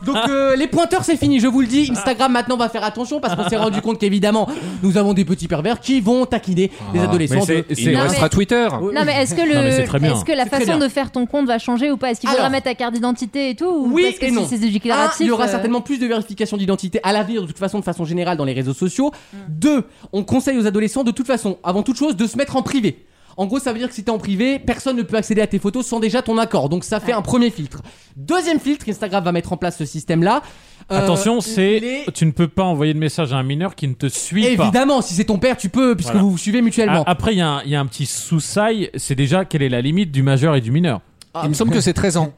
[SPEAKER 1] Donc euh, les pointeurs c'est fini, je vous le dis, Instagram maintenant va faire attention parce qu'on s'est rendu compte qu'évidemment nous avons des petits pervers qui vont taquiner les adolescents.
[SPEAKER 4] Ah. Mais c'est-
[SPEAKER 1] de-
[SPEAKER 4] c'est- il
[SPEAKER 1] Non,
[SPEAKER 4] restera
[SPEAKER 1] mais-
[SPEAKER 4] Twitter.
[SPEAKER 8] Non mais est-ce que le
[SPEAKER 4] Non, mais c'est très bien.
[SPEAKER 8] est-ce que la
[SPEAKER 1] C'est très
[SPEAKER 8] façon
[SPEAKER 1] bien.
[SPEAKER 8] de faire ton compte va changer ou pas Est-ce qu'il faudra
[SPEAKER 1] Alors.
[SPEAKER 8] mettre ta carte d'identité et tout ou
[SPEAKER 1] Oui
[SPEAKER 8] parce que
[SPEAKER 1] et
[SPEAKER 8] si
[SPEAKER 1] non.
[SPEAKER 8] c'est déclaratif
[SPEAKER 1] Un, il y aura
[SPEAKER 8] euh,
[SPEAKER 1] certainement plus de vérification d'identité à l'avenir, de toute façon, de façon générale, dans les réseaux sociaux.
[SPEAKER 8] Mm.
[SPEAKER 1] Deux, on conseille aux adolescents, de toute façon, avant toute chose, de se mettre en privé. En gros, ça veut dire que si t'es en privé, personne ne peut accéder à tes photos sans déjà ton accord. Donc ça fait un premier filtre. Deuxième filtre, Instagram va mettre en place ce système-là. Euh,
[SPEAKER 3] Attention, c'est
[SPEAKER 1] les-
[SPEAKER 3] tu ne peux pas envoyer de message à un mineur qui ne te suit pas.
[SPEAKER 1] Évidemment, si c'est ton père, tu peux, puisque
[SPEAKER 3] Voilà.
[SPEAKER 1] vous vous suivez mutuellement.
[SPEAKER 3] Ah, Après, il y, a un- il y a un petit sous-sail, c'est déjà quelle est la limite du majeur et du mineur.
[SPEAKER 1] Ah.
[SPEAKER 4] Il me semble que c'est 13 ans.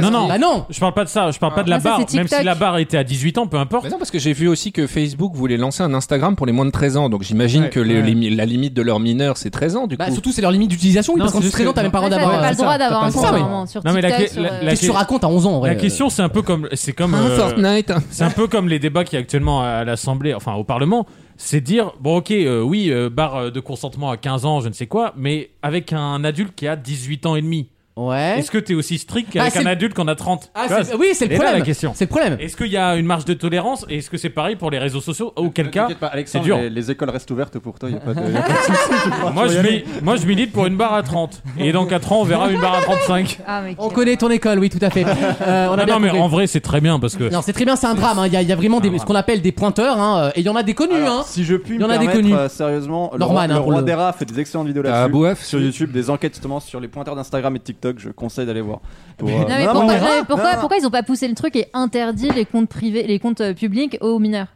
[SPEAKER 3] Non, non,
[SPEAKER 1] Bah non
[SPEAKER 3] je parle pas de ça, je parle pas de la
[SPEAKER 1] Ah, ça,
[SPEAKER 3] barre,
[SPEAKER 1] c'est
[SPEAKER 3] même si
[SPEAKER 1] TikTok.
[SPEAKER 3] la barre était à 18 ans, peu importe.
[SPEAKER 4] Bah non, parce que j'ai vu aussi que Facebook voulait lancer un Instagram pour les moins de 13 ans. Donc j'imagine
[SPEAKER 3] Ouais,
[SPEAKER 4] que les-
[SPEAKER 3] ouais.
[SPEAKER 4] les mi- la limite de leurs mineurs, c'est 13 ans du
[SPEAKER 1] Bah,
[SPEAKER 4] coup.
[SPEAKER 1] surtout, c'est leur limite d'utilisation, oui,
[SPEAKER 4] Non,
[SPEAKER 1] parce qu'en
[SPEAKER 4] c'est
[SPEAKER 1] se
[SPEAKER 4] juste
[SPEAKER 1] traînant,
[SPEAKER 4] que-
[SPEAKER 1] t'as même pas le droit
[SPEAKER 8] Ouais,
[SPEAKER 1] d'avoir. euh,
[SPEAKER 8] t'avais pas le
[SPEAKER 1] ça.
[SPEAKER 8] droit d'avoir
[SPEAKER 1] T'as
[SPEAKER 8] un
[SPEAKER 1] pas
[SPEAKER 8] compte,
[SPEAKER 1] le droit,
[SPEAKER 8] normalement,
[SPEAKER 1] oui.
[SPEAKER 8] sur
[SPEAKER 3] Non, mais la
[SPEAKER 8] TikTok,
[SPEAKER 3] que-
[SPEAKER 8] sur,
[SPEAKER 3] la-
[SPEAKER 8] euh,
[SPEAKER 3] la-
[SPEAKER 1] Qu'est-ce que tu racontes à 11 ans en vrai euh.
[SPEAKER 3] La question, c'est un peu comme, c'est comme,
[SPEAKER 4] Ah,
[SPEAKER 3] euh,
[SPEAKER 4] Fortnite.
[SPEAKER 3] c'est un peu comme les débats qu'il y a actuellement à l'Assemblée, enfin au Parlement, c'est dire bon ok, euh, oui, euh, barre de consentement à 15 ans, je ne sais quoi, mais avec un adulte qui a 18 ans et demi.
[SPEAKER 1] Ouais.
[SPEAKER 3] Est-ce que t'es aussi strict
[SPEAKER 1] Ah,
[SPEAKER 3] qu'avec
[SPEAKER 1] c'est
[SPEAKER 3] un
[SPEAKER 1] le-
[SPEAKER 3] adulte qu'on a 30
[SPEAKER 1] Ah,
[SPEAKER 3] Tu vois,
[SPEAKER 1] c'est- oui, c'est le
[SPEAKER 3] elle est là,
[SPEAKER 1] problème.
[SPEAKER 3] la question.
[SPEAKER 1] C'est le problème.
[SPEAKER 3] Est-ce qu'il y a une marge de tolérance et est-ce que c'est pareil pour les réseaux sociaux Auquel cas,
[SPEAKER 2] T'inquiète pas,
[SPEAKER 3] c'est
[SPEAKER 2] Alexandre,
[SPEAKER 3] dur.
[SPEAKER 2] Les, les écoles restent ouvertes pour toi, y a pas de, y a pas de soucis, tu vois,
[SPEAKER 3] Moi
[SPEAKER 2] tu
[SPEAKER 3] je,
[SPEAKER 2] vas y
[SPEAKER 3] mili-
[SPEAKER 2] aller.
[SPEAKER 3] moi, je milite pour une barre à 30. Et dans 4 ans, on verra une barre à 35.
[SPEAKER 8] Ah, mais
[SPEAKER 1] On connaît ton école, oui, tout à fait. Euh, on a
[SPEAKER 3] Non,
[SPEAKER 1] bien
[SPEAKER 3] non, mais
[SPEAKER 1] compris.
[SPEAKER 3] en vrai, c'est très bien parce que.
[SPEAKER 1] Non, c'est très bien, c'est un drame. hein. Il y, a- il y a vraiment des, ce qu'on appelle des pointeurs, hein, et il y en a des connus. hein.
[SPEAKER 2] Si je puis
[SPEAKER 1] il y en
[SPEAKER 2] me
[SPEAKER 1] a des
[SPEAKER 2] permettre,
[SPEAKER 1] connus.
[SPEAKER 2] euh, sérieusement, le
[SPEAKER 1] Norman,
[SPEAKER 2] roi,
[SPEAKER 1] hein,
[SPEAKER 2] le
[SPEAKER 1] pour
[SPEAKER 2] roi
[SPEAKER 1] le-
[SPEAKER 2] des rats fait des excellentes vidéos
[SPEAKER 4] Ah,
[SPEAKER 2] là-dessus.
[SPEAKER 4] Bouaf,
[SPEAKER 2] sur YouTube, des enquêtes justement sur les pointeurs d'Instagram et de TikTok, je conseille d'aller voir. Pour, euh,
[SPEAKER 8] Non, mais
[SPEAKER 2] non,
[SPEAKER 8] pourquoi,
[SPEAKER 2] mais-
[SPEAKER 8] non, mais pourquoi-
[SPEAKER 1] Ah.
[SPEAKER 2] non,
[SPEAKER 8] pourquoi ils ont pas poussé le truc et interdit les comptes privés, les comptes euh, publics aux mineurs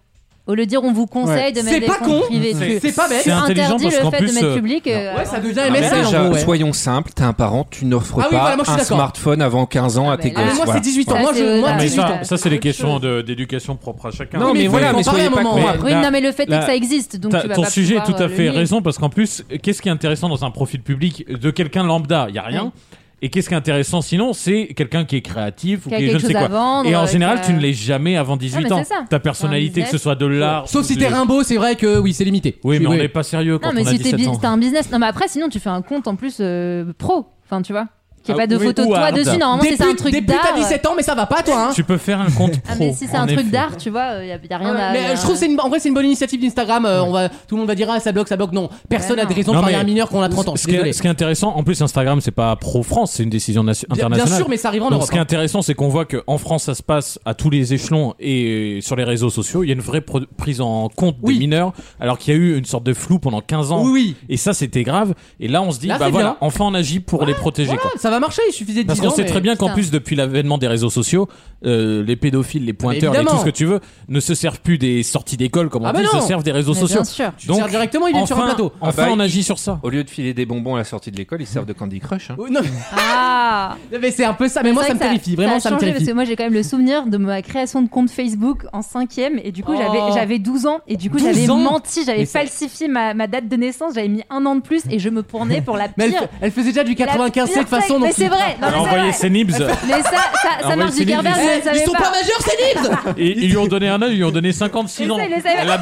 [SPEAKER 8] Au lieu de dire on vous conseille de
[SPEAKER 1] Ouais.
[SPEAKER 8] mettre
[SPEAKER 1] C'est
[SPEAKER 8] des
[SPEAKER 1] pas
[SPEAKER 8] comptes
[SPEAKER 1] con.
[SPEAKER 8] privés,
[SPEAKER 1] C'est-
[SPEAKER 8] tu-
[SPEAKER 1] c'est pas bête.
[SPEAKER 8] tu
[SPEAKER 1] C'est intelligent
[SPEAKER 8] interdis
[SPEAKER 1] parce
[SPEAKER 8] le
[SPEAKER 1] qu'en
[SPEAKER 8] fait
[SPEAKER 1] plus,
[SPEAKER 8] de mettre
[SPEAKER 1] euh,
[SPEAKER 8] public. euh,
[SPEAKER 1] Ouais, ça devient
[SPEAKER 4] Non, mais
[SPEAKER 1] MSN. en
[SPEAKER 4] déjà,
[SPEAKER 1] gros, ouais.
[SPEAKER 4] soyons simples, t'es un parent, tu n'offres
[SPEAKER 1] Ah oui,
[SPEAKER 4] pas
[SPEAKER 1] voilà, moi, je suis
[SPEAKER 4] un
[SPEAKER 1] d'accord.
[SPEAKER 4] smartphone avant 15 ans à tes
[SPEAKER 1] là,
[SPEAKER 4] gosses.
[SPEAKER 1] moi, c'est 18 ans. Moi, je- moi,
[SPEAKER 3] Non, mais
[SPEAKER 1] 18 ans.
[SPEAKER 3] ça, ça c'est des questions de- d'éducation propre à chacun.
[SPEAKER 4] Non, mais voilà, mais soyez pas
[SPEAKER 3] Mais
[SPEAKER 4] con.
[SPEAKER 8] Oui,
[SPEAKER 3] la-
[SPEAKER 8] non, mais le fait est
[SPEAKER 3] la-
[SPEAKER 8] que ça existe, donc
[SPEAKER 3] ta-
[SPEAKER 8] tu vas
[SPEAKER 3] ton
[SPEAKER 8] pas
[SPEAKER 3] sujet est
[SPEAKER 8] pouvoir,
[SPEAKER 3] tout
[SPEAKER 8] euh,
[SPEAKER 3] à
[SPEAKER 8] le
[SPEAKER 3] fait
[SPEAKER 8] nier.
[SPEAKER 3] raison parce qu'en plus, qu'est-ce qui est intéressant dans un profil public de quelqu'un lambda Il y a rien.
[SPEAKER 8] Oui.
[SPEAKER 3] Et qu'est-ce qui est intéressant sinon C'est quelqu'un qui est créatif ou
[SPEAKER 8] Qui a
[SPEAKER 3] qui est je
[SPEAKER 8] quelque
[SPEAKER 3] ne sais
[SPEAKER 8] chose
[SPEAKER 3] quoi.
[SPEAKER 8] à vendre,
[SPEAKER 3] et en
[SPEAKER 8] euh,
[SPEAKER 3] général,
[SPEAKER 8] qui a-
[SPEAKER 3] tu ne l'es jamais avant 18
[SPEAKER 8] mais
[SPEAKER 3] ans.
[SPEAKER 8] c'est ça.
[SPEAKER 3] Ta personnalité,
[SPEAKER 8] Un
[SPEAKER 3] que ce soit de l'art. ou
[SPEAKER 1] Sauf si
[SPEAKER 3] du-
[SPEAKER 1] t'es Rimbaud, c'est vrai que oui, c'est limité.
[SPEAKER 3] Oui, mais on
[SPEAKER 1] Oui.
[SPEAKER 3] n'est pas sérieux quand
[SPEAKER 8] Non, mais
[SPEAKER 3] on a
[SPEAKER 8] si t'es
[SPEAKER 3] 17
[SPEAKER 8] bu-
[SPEAKER 3] ans.
[SPEAKER 8] t'as un business. Non, mais après, sinon, tu fais un compte en plus euh, pro. Enfin, tu vois. Qu'il n'y
[SPEAKER 3] Ah,
[SPEAKER 8] a pas de
[SPEAKER 3] oui,
[SPEAKER 8] photo de
[SPEAKER 3] ou
[SPEAKER 8] toi
[SPEAKER 3] hard.
[SPEAKER 8] dessus. Normalement,
[SPEAKER 1] Des
[SPEAKER 8] c'est un
[SPEAKER 1] putes-
[SPEAKER 8] truc
[SPEAKER 1] des putes
[SPEAKER 8] d'art.
[SPEAKER 1] à 17 ans, mais ça va pas, toi. hein.
[SPEAKER 3] Tu peux faire un compte pro.
[SPEAKER 8] Ah, mais si c'est
[SPEAKER 3] en
[SPEAKER 8] un truc
[SPEAKER 3] effet.
[SPEAKER 8] d'art, tu vois, il n'y a, y a rien à.
[SPEAKER 1] Mais euh, je trouve que c'est une- en vrai c'est une bonne initiative d'Instagram. euh, On va tout le monde va dire ah ça bloque ça bloque non personne
[SPEAKER 8] Bah
[SPEAKER 1] n'a de
[SPEAKER 8] non.
[SPEAKER 1] raison
[SPEAKER 3] Non,
[SPEAKER 1] de parler à
[SPEAKER 3] mais
[SPEAKER 1] un mineur qu'on a 30 ans.
[SPEAKER 3] Ce qui, est,
[SPEAKER 1] Désolé.
[SPEAKER 3] ce qui est intéressant, en plus Instagram, c'est pas pro France, c'est une décision nation-
[SPEAKER 1] bien
[SPEAKER 3] internationale.
[SPEAKER 1] sûr, mais ça arrive en
[SPEAKER 3] Donc,
[SPEAKER 1] Europe,
[SPEAKER 3] Ce qui est
[SPEAKER 1] hein.
[SPEAKER 3] intéressant, c'est qu'on voit que en France, ça se passe à tous les échelons et euh, sur les réseaux sociaux, il y a une vraie pro- prise en compte des mineurs, alors qu'il y a eu une sorte de flou pendant 15 ans.
[SPEAKER 1] Oui, oui.
[SPEAKER 3] Et ça, c'était grave. Et là, on se dit,
[SPEAKER 1] Là,
[SPEAKER 3] bah
[SPEAKER 1] c'est
[SPEAKER 3] voilà,
[SPEAKER 1] bien.
[SPEAKER 3] enfin, on agit pour les protéger. quoi.
[SPEAKER 1] Ça va pas marché, il suffisait
[SPEAKER 3] hein.
[SPEAKER 1] de
[SPEAKER 3] Parce
[SPEAKER 1] 10 ans.
[SPEAKER 3] qu'on sait
[SPEAKER 1] mais-
[SPEAKER 3] très bien qu'en plus, depuis l'avènement des réseaux sociaux, euh, les pédophiles, les pointeurs, les
[SPEAKER 1] évidemment.
[SPEAKER 3] tout ce que tu veux, ne se servent plus des sorties d'école, comme on
[SPEAKER 1] Ah bah
[SPEAKER 3] dit,
[SPEAKER 1] non.
[SPEAKER 3] se servent des réseaux
[SPEAKER 1] Mais
[SPEAKER 3] sociaux.
[SPEAKER 1] bien sûr. Tu te sers directement, il est
[SPEAKER 3] enfin,
[SPEAKER 1] sur un plateau.
[SPEAKER 4] Ah
[SPEAKER 3] Enfin,
[SPEAKER 4] bah,
[SPEAKER 3] on
[SPEAKER 4] ils-
[SPEAKER 3] agit sur ça.
[SPEAKER 4] Au lieu de filer des bonbons à la sortie de l'école, ils servent de Candy Crush. hein.
[SPEAKER 1] Euh, Non,
[SPEAKER 8] Ah
[SPEAKER 1] mais, c'est un peu ça, mais moi
[SPEAKER 8] C'est
[SPEAKER 1] ça me
[SPEAKER 8] vrai que
[SPEAKER 1] terrifie, vraiment ça,
[SPEAKER 8] a
[SPEAKER 1] me
[SPEAKER 8] changé,
[SPEAKER 1] terrifie.
[SPEAKER 8] Parce que moi j'ai quand même le souvenir de ma création de compte Facebook en 5ème et du coup
[SPEAKER 1] Oh.
[SPEAKER 8] j'avais j'avais 12 ans et du coup
[SPEAKER 1] 12
[SPEAKER 8] j'avais
[SPEAKER 1] ans
[SPEAKER 8] menti, j'avais
[SPEAKER 1] Mais ça-
[SPEAKER 8] falsifié ma, ma date de naissance, j'avais mis un an de plus et je me prenais pour la pire.
[SPEAKER 1] Mais elle, fa- elle faisait déjà du 95 de
[SPEAKER 8] pire
[SPEAKER 1] toute façon.
[SPEAKER 8] secte.
[SPEAKER 1] donc
[SPEAKER 8] Mais c'est
[SPEAKER 1] il-
[SPEAKER 8] vrai, non, mais
[SPEAKER 3] Elle a
[SPEAKER 8] c'est
[SPEAKER 3] envoyé
[SPEAKER 8] vrai.
[SPEAKER 3] ses nibs.
[SPEAKER 8] Mais ça, ça, ça
[SPEAKER 3] Ah ouais,
[SPEAKER 8] marche
[SPEAKER 3] c'est
[SPEAKER 8] du Gerber,
[SPEAKER 3] nul.
[SPEAKER 8] je
[SPEAKER 3] Eh,
[SPEAKER 8] ne savais
[SPEAKER 3] ils sont
[SPEAKER 8] pas majeurs, c'est nibs
[SPEAKER 3] Et ils lui ont donné un âge, ils lui ont donné 56 ans.
[SPEAKER 8] Je sais, je sais.
[SPEAKER 3] Elle a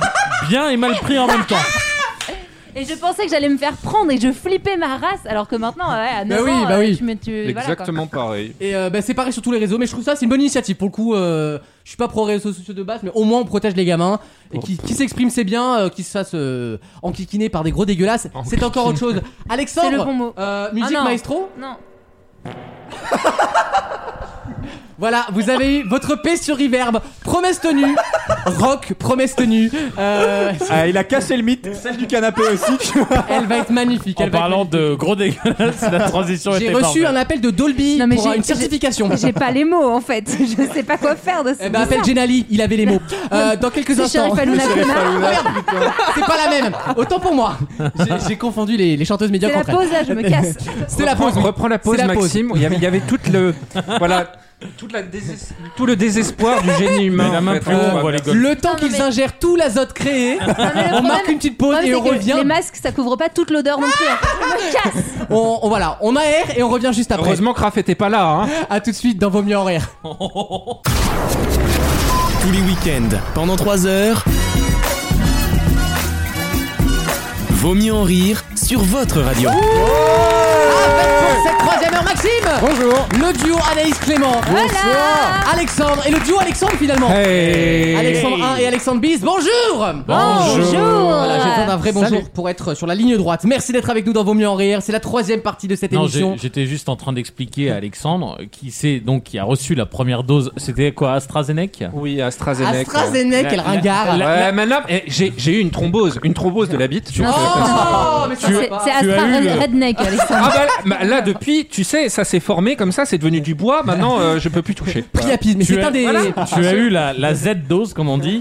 [SPEAKER 3] bien et mal pris en même temps.
[SPEAKER 8] Et je pensais que j'allais me faire prendre et je flippais ma race alors que maintenant, ouais, à 9
[SPEAKER 1] Bah oui,
[SPEAKER 8] ans,
[SPEAKER 1] bah
[SPEAKER 8] euh,
[SPEAKER 1] oui.
[SPEAKER 8] tu, mets- tu- voilà, quoi.
[SPEAKER 4] pareil.
[SPEAKER 1] Et euh, bah, c'est pareil sur tous les réseaux, mais je trouve ça c'est une bonne initiative. Pour le coup, euh, je suis pas pro réseaux sociaux de base, mais au moins on protège les gamins et qui, qui s'expriment c'est bien, euh, qui se fassent euh, enquiquiner par des gros dégueulasses,
[SPEAKER 3] Ah
[SPEAKER 1] c'est encore autre chose. Alexandre,
[SPEAKER 8] C'est le bon mot.
[SPEAKER 1] euh, musique
[SPEAKER 8] Ah non.
[SPEAKER 1] maestro.
[SPEAKER 8] Non.
[SPEAKER 1] Voilà, vous avez eu votre paix sur Reverb, promesse tenue, rock, promesse tenue. euh,
[SPEAKER 2] Ah, il a cassé le mythe, celle du canapé aussi.
[SPEAKER 1] elle va être magnifique.
[SPEAKER 3] En parlant de gros dégueulasse, la transition
[SPEAKER 1] J'ai
[SPEAKER 3] était
[SPEAKER 1] reçu
[SPEAKER 3] parfaite.
[SPEAKER 1] un appel de Dolby
[SPEAKER 8] Non, mais
[SPEAKER 1] pour
[SPEAKER 8] j'ai-
[SPEAKER 1] une certification.
[SPEAKER 8] J'ai pas les mots en fait, je sais pas quoi faire de ça.
[SPEAKER 1] Eh ben, appelle Genali, il avait les mots. Euh, dans quelques
[SPEAKER 8] C'est
[SPEAKER 1] instants.
[SPEAKER 8] Sheriff Hanouna
[SPEAKER 1] Sheriff
[SPEAKER 8] Connard.
[SPEAKER 1] Hanouna, putain. C'est pas la même. Autant pour moi. J'ai- J'ai confondu les, les chanteuses médiocres.
[SPEAKER 8] C'est la
[SPEAKER 1] entre elles.
[SPEAKER 8] pause, là, je me casse.
[SPEAKER 1] C'est la
[SPEAKER 4] Reprends-
[SPEAKER 1] pause. oui.
[SPEAKER 4] Reprends la
[SPEAKER 1] C'est
[SPEAKER 4] pause,
[SPEAKER 1] la pause.
[SPEAKER 4] Maxime. Il y avait, il y avait toute le, voilà, toute la déses- tout le désespoir du génie humain.
[SPEAKER 3] Mais la
[SPEAKER 4] en
[SPEAKER 3] main
[SPEAKER 4] fait.
[SPEAKER 3] plus haut, on voit les
[SPEAKER 1] Le temps qu'ils ingèrent tout l'azote créé,
[SPEAKER 8] mais le
[SPEAKER 1] on
[SPEAKER 8] problème-
[SPEAKER 1] marque une petite pause
[SPEAKER 8] Le problème,
[SPEAKER 1] et on
[SPEAKER 8] c'est que
[SPEAKER 1] revient.
[SPEAKER 8] Les masques, ça couvre pas toute l'odeur non plus. hein. Je me casse.
[SPEAKER 1] On, on- voilà, on aère et on revient juste après.
[SPEAKER 4] Heureusement, Kraft était pas là. Hein.
[SPEAKER 1] À tout de suite dans Vaut mieux en rire.
[SPEAKER 6] Tous les week-ends, pendant 3 heures. Vaut mieux en rire sur votre radio.
[SPEAKER 1] Ah, ben, Pour cette troisième heure, Maxime Bonjour Le duo Anaïs Clément Bonsoir Alexandre Et le duo Alexandre finalement Alexandre 1 et Alexandre Bis, bonjour
[SPEAKER 8] Bonjour.
[SPEAKER 1] Voilà, j'ai besoin d'un vrai bonjour
[SPEAKER 8] Salut.
[SPEAKER 1] pour être sur la ligne droite. Merci d'être avec nous dans Vaut mieux en rire, c'est la troisième partie de cette
[SPEAKER 3] Non,
[SPEAKER 1] émission.
[SPEAKER 3] j'ai- j'étais juste en train d'expliquer à Alexandre qui s'est donc qui a reçu la première dose. C'était quoi AstraZeneca
[SPEAKER 4] Oui, AstraZeneca.
[SPEAKER 1] AstraZeneca, quel ringard.
[SPEAKER 4] Ouais, maintenant, eh, j'ai j'ai eu une thrombose, une thrombose de la bite.
[SPEAKER 1] Non,
[SPEAKER 4] Tu-
[SPEAKER 1] Oh, mais ça,
[SPEAKER 4] tu-
[SPEAKER 8] C'est
[SPEAKER 4] tu
[SPEAKER 8] c'est
[SPEAKER 4] as
[SPEAKER 8] Astra
[SPEAKER 4] eu,
[SPEAKER 8] Red-
[SPEAKER 4] euh,
[SPEAKER 8] Redneck, Alexandre.
[SPEAKER 4] Ah bah, bah, là depuis, tu sais, ça s'est formé comme ça, c'est devenu du bois. Maintenant, euh, je peux plus toucher.
[SPEAKER 1] Priapide, mais
[SPEAKER 3] Tu
[SPEAKER 1] c'est
[SPEAKER 3] as-
[SPEAKER 1] un des.
[SPEAKER 3] voilà, Tu as eu la, la Z dose comme on dit.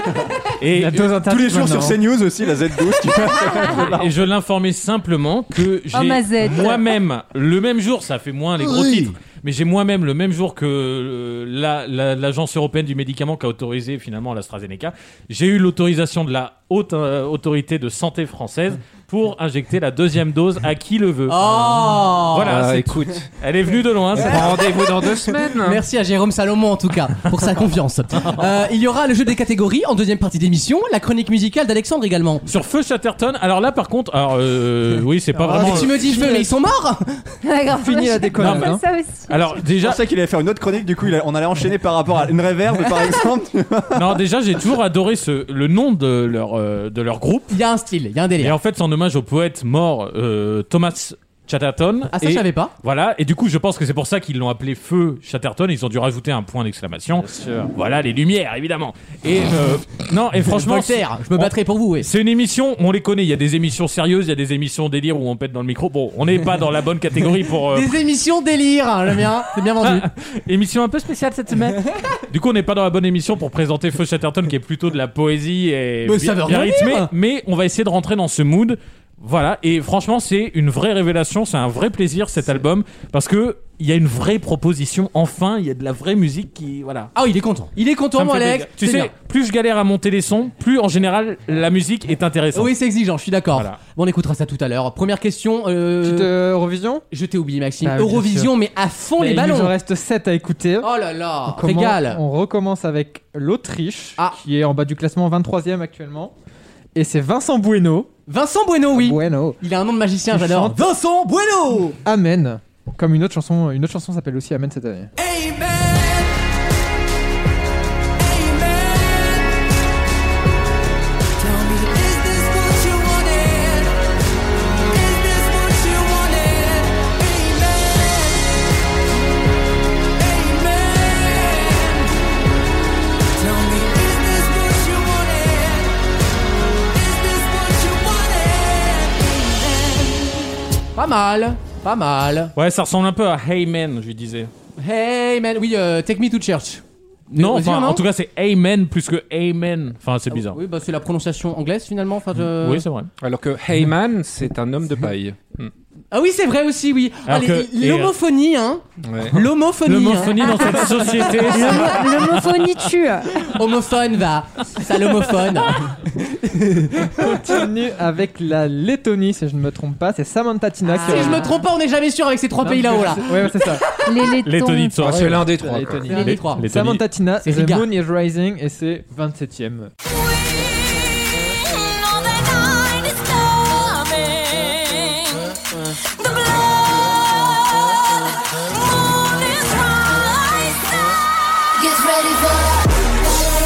[SPEAKER 3] Et
[SPEAKER 2] Tous les jours sur CNews aussi, la Z12 qui
[SPEAKER 3] hein. Et je l'informais simplement que j'ai
[SPEAKER 8] Oh, ma Z.
[SPEAKER 3] moi-même, le même jour, ça fait moins les gros
[SPEAKER 8] Oui.
[SPEAKER 3] titres, mais j'ai moi-même le même jour que euh, la- la- l'Agence européenne du médicament qui a autorisé finalement l'AstraZeneca, j'ai eu l'autorisation de la haute euh, autorité de santé française pour injecter la deuxième dose à qui le veut.
[SPEAKER 1] Oh
[SPEAKER 3] voilà,
[SPEAKER 4] Ah,
[SPEAKER 3] c'est
[SPEAKER 4] écoute.
[SPEAKER 3] tout. Elle est venue de loin. cette-
[SPEAKER 4] Rendez-vous dans deux semaines.
[SPEAKER 1] Merci à Jérôme Salomon en tout cas pour sa confiance. Euh, il y aura le jeu des catégories en deuxième partie d'émission, la chronique musicale d'Alexandre également.
[SPEAKER 3] Sur Feu Chatterton, alors là par contre, alors euh, oui, c'est pas vraiment.
[SPEAKER 1] tu me dis je veux, Ah, mais ils sont morts
[SPEAKER 5] Fini la
[SPEAKER 3] déconne,
[SPEAKER 8] déconne.
[SPEAKER 3] hein.
[SPEAKER 8] Ça aussi.
[SPEAKER 3] Alors déjà,
[SPEAKER 2] Je pensais qu'il allait faire une autre chronique, du coup, il a- on allait enchaîner par rapport à une réverbe, par exemple.
[SPEAKER 3] non, déjà j'ai toujours adoré ce, le nom de leur, euh, de leur groupe.
[SPEAKER 1] Il y a un style, il y a un délire.
[SPEAKER 3] Et en fait, c'est en hommage au poète mort euh, Thomas Chatterton.
[SPEAKER 1] Ah, ça,
[SPEAKER 3] Et-
[SPEAKER 1] je savais pas.
[SPEAKER 3] Voilà, et du coup, je pense que c'est pour ça qu'ils l'ont appelé Feu Chatterton. Ils ont dû rajouter un point d'exclamation. Voilà, les lumières, évidemment. Et euh, non, et franchement,
[SPEAKER 1] Voltaire, je me battrai pour vous. oui.
[SPEAKER 3] c'est une émission, on les connaît. Il y a des émissions sérieuses, il y a des émissions délire où on pète dans le micro. Bon, on n'est pas dans la bonne catégorie pour. euh,
[SPEAKER 1] Des émissions délire, hein, le mien, c'est bien vendu.
[SPEAKER 3] émission un peu spéciale cette semaine. du coup, on n'est pas dans la bonne émission pour présenter Feu Chatterton, qui est plutôt de la poésie et
[SPEAKER 1] Mais
[SPEAKER 3] bien,
[SPEAKER 1] ça veut
[SPEAKER 3] bien
[SPEAKER 1] rien
[SPEAKER 3] rythmé.
[SPEAKER 1] dire.
[SPEAKER 3] Mais on va essayer de rentrer dans ce mood. Voilà. Et franchement, c'est une vraie révélation. C'est un vrai plaisir cet album parce que il y a une vraie proposition. Enfin, il y a de la vraie musique qui, voilà.
[SPEAKER 1] Ah, oui, il est content. Il est content,
[SPEAKER 3] Ça me
[SPEAKER 1] moi,
[SPEAKER 3] fait
[SPEAKER 1] Alex.
[SPEAKER 3] plaisir. tu
[SPEAKER 1] c'est
[SPEAKER 3] sais,
[SPEAKER 1] bien.
[SPEAKER 3] plus je galère à monter les sons, plus en général la musique est intéressante.
[SPEAKER 1] Oui, c'est exigeant, je suis d'accord.
[SPEAKER 3] Voilà.
[SPEAKER 1] Bon, on écoutera ça tout à l'heure. Première question. euh,
[SPEAKER 5] Petite euh, Eurovision
[SPEAKER 1] Je t'ai oublié, Maxime.
[SPEAKER 5] Bah oui, bien
[SPEAKER 1] Eurovision,
[SPEAKER 5] sûr.
[SPEAKER 1] mais à fond
[SPEAKER 5] Mais
[SPEAKER 1] les
[SPEAKER 5] Il nous en
[SPEAKER 1] ballons.
[SPEAKER 5] reste 7 à écouter.
[SPEAKER 1] Oh là là,
[SPEAKER 5] On commence-
[SPEAKER 1] régale.
[SPEAKER 5] On recommence avec l'Autriche,
[SPEAKER 1] Ah.
[SPEAKER 5] qui est en bas du classement 23ème actuellement. Et c'est Vincent Bueno.
[SPEAKER 1] Vincent Bueno, oui.
[SPEAKER 5] Bueno.
[SPEAKER 1] Il a un nom de magicien,
[SPEAKER 5] Qui
[SPEAKER 1] j'adore.
[SPEAKER 5] chante.
[SPEAKER 1] Vincent Bueno
[SPEAKER 5] Amen. Comme une autre chanson, une autre chanson s'appelle aussi Amen cette
[SPEAKER 1] Eh
[SPEAKER 5] année.
[SPEAKER 12] Tell me, is this what you wanted? Is this what you wanted? Amen. Amen. Tell me, is this what you wanted? Is this what you wanted? Amen.
[SPEAKER 1] Pas mal. Pas mal.
[SPEAKER 3] Ouais, ça ressemble un peu à Hey Man, je lui disais.
[SPEAKER 1] Hey man, oui, euh, Take Me to Church.
[SPEAKER 3] Non,
[SPEAKER 1] Vas-y,
[SPEAKER 3] enfin,
[SPEAKER 1] Arnaud
[SPEAKER 3] en tout cas, c'est Amen plus que Amen. Enfin, c'est bizarre.
[SPEAKER 1] Oui, euh, bah c'est la prononciation anglaise finalement. Enfin, je-
[SPEAKER 3] Oui, c'est vrai.
[SPEAKER 4] Alors que Heyman, c'est un homme de paille. Hmm.
[SPEAKER 1] Ah oui, c'est vrai aussi, oui. Ah,
[SPEAKER 4] Alors
[SPEAKER 1] les-
[SPEAKER 4] que-
[SPEAKER 1] les- L'homophonie, hein.
[SPEAKER 4] Ouais.
[SPEAKER 3] euh,
[SPEAKER 1] L'homophonie.
[SPEAKER 4] L'homophonie
[SPEAKER 1] hein.
[SPEAKER 4] dans cette société, c'est-
[SPEAKER 8] L'homo- l'homophonie tue.
[SPEAKER 1] Homophone va. Ça l'homophone. ben,
[SPEAKER 5] Continue avec la Lettonie, si je ne me trompe pas. C'est Samantha Tina
[SPEAKER 3] Ah,
[SPEAKER 5] qui
[SPEAKER 1] Ah. Si je me trompe pas, on n'est jamais sûr avec ces trois
[SPEAKER 5] Non,
[SPEAKER 1] pays là-haut là.
[SPEAKER 5] c'est- ouais, ouais, c'est ça.
[SPEAKER 8] Les
[SPEAKER 5] Lettonie
[SPEAKER 4] Ah, c'est l'un des trois. quoi.
[SPEAKER 1] Lettonie. Les trois.
[SPEAKER 5] Samantha Tina,
[SPEAKER 1] C'est
[SPEAKER 5] The
[SPEAKER 1] Riga.
[SPEAKER 5] Moon is Rising et c'est 27ème.
[SPEAKER 12] Get ready for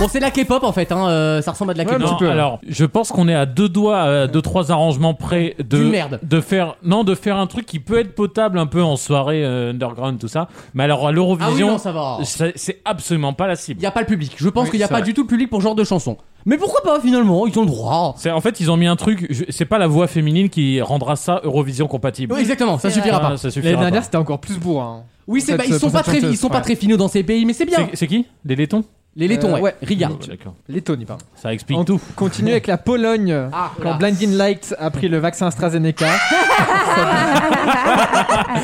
[SPEAKER 1] Bon, c'est de la K-pop en fait, hein. euh, ça ressemble à de la K-pop.
[SPEAKER 3] Non, alors, je pense qu'on est à deux doigts, à deux trois arrangements près de
[SPEAKER 1] D'une merde.
[SPEAKER 3] de faire non de faire un truc qui peut être potable un peu en soirée euh, underground tout ça. Mais alors à l'Eurovision,
[SPEAKER 1] Ah oui, non, ça va.
[SPEAKER 3] c'est- c'est absolument pas la cible.
[SPEAKER 1] Il y a pas le public. Je pense
[SPEAKER 3] Oui,
[SPEAKER 1] qu'il y a
[SPEAKER 3] c'est
[SPEAKER 1] pas
[SPEAKER 3] vrai.
[SPEAKER 1] du tout le public pour ce genre de chanson. Mais pourquoi pas finalement Ils ont le droit.
[SPEAKER 3] C'est en fait ils ont mis un truc. je- C'est pas la voix féminine qui rendra ça Eurovision compatible. Ah,
[SPEAKER 1] Oui, exactement, ça C'est suffira vrai. pas.
[SPEAKER 3] Ça
[SPEAKER 5] L'année
[SPEAKER 3] suffira pas.
[SPEAKER 5] dernière, c'était encore plus hein. bourrin.
[SPEAKER 1] Oui, c'est
[SPEAKER 5] Cette-
[SPEAKER 1] pas- ils sont
[SPEAKER 5] pour
[SPEAKER 1] pas
[SPEAKER 5] cette
[SPEAKER 1] très ils
[SPEAKER 5] chanteuse,
[SPEAKER 1] sont pas
[SPEAKER 5] ouais.
[SPEAKER 1] très finaux dans ces pays, mais c'est bien.
[SPEAKER 3] C'est- C'est qui Les Lettons.
[SPEAKER 1] Les Lettons,
[SPEAKER 5] Euh,
[SPEAKER 1] ouais. bah,
[SPEAKER 5] ouais.
[SPEAKER 1] Riga.
[SPEAKER 3] Oh, D'accord.
[SPEAKER 5] Lettonie, pardon.
[SPEAKER 3] Ça explique
[SPEAKER 5] On
[SPEAKER 3] tout.
[SPEAKER 5] continue avec la Pologne.
[SPEAKER 1] Ah,
[SPEAKER 5] quand
[SPEAKER 1] voilà.
[SPEAKER 5] Blinding Light a pris le vaccin AstraZeneca,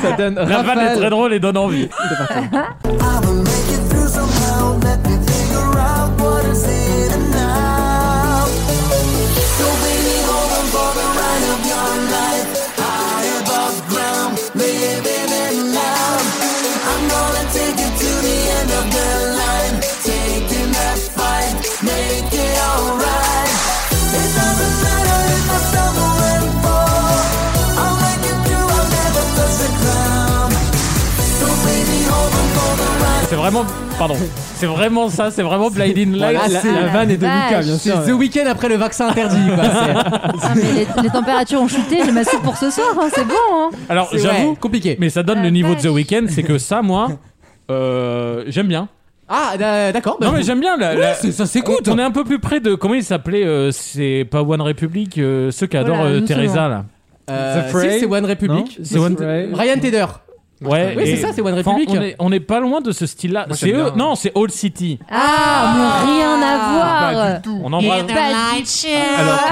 [SPEAKER 5] ça donne
[SPEAKER 3] La vanne est
[SPEAKER 5] Raphaël-
[SPEAKER 3] très drôle et donne envie. C'est vraiment, pardon, c'est vraiment ça, c'est vraiment Blinding Light.
[SPEAKER 1] Voilà, c'est- C'est The Weeknd après le vaccin interdit. quoi. C'est-
[SPEAKER 8] Ah, mais les, les températures ont chuté, j'ai ma soupe pour ce soir, hein, c'est bon. Hein.
[SPEAKER 3] Alors
[SPEAKER 1] C'est
[SPEAKER 3] j'avoue,
[SPEAKER 1] ouais, compliqué.
[SPEAKER 3] Mais ça donne le niveau de The Weeknd, c'est que ça, moi, euh, j'aime bien.
[SPEAKER 1] Ah d'a- d'accord. bah,
[SPEAKER 3] Non mais
[SPEAKER 1] vous-
[SPEAKER 3] j'aime bien la,
[SPEAKER 1] Oui,
[SPEAKER 3] la-
[SPEAKER 1] c'est- ça s'écoute.
[SPEAKER 3] On, on est un peu plus près de comment il s'appelait, euh, c'est pas One Republic, euh, ceux qui
[SPEAKER 1] Voilà,
[SPEAKER 3] adorent euh,
[SPEAKER 1] nous
[SPEAKER 3] Teresa
[SPEAKER 1] savons.
[SPEAKER 3] là.
[SPEAKER 1] Euh, si, c'est One Republic.
[SPEAKER 3] C'est One-
[SPEAKER 1] Ryan Tedder.
[SPEAKER 3] Ouais.
[SPEAKER 1] Oui,
[SPEAKER 3] et-
[SPEAKER 1] c'est ça, c'est One
[SPEAKER 3] Enfin,
[SPEAKER 1] Republic.
[SPEAKER 3] on est- On n'est pas loin de ce style-là.
[SPEAKER 4] Moi,
[SPEAKER 3] C'est
[SPEAKER 4] j'aime
[SPEAKER 3] eux.
[SPEAKER 4] bien.
[SPEAKER 3] Non, c'est Old City.
[SPEAKER 8] Ah, mais rien à voir.
[SPEAKER 3] Pas du tout. On embrasse.
[SPEAKER 8] Pas du
[SPEAKER 3] Alors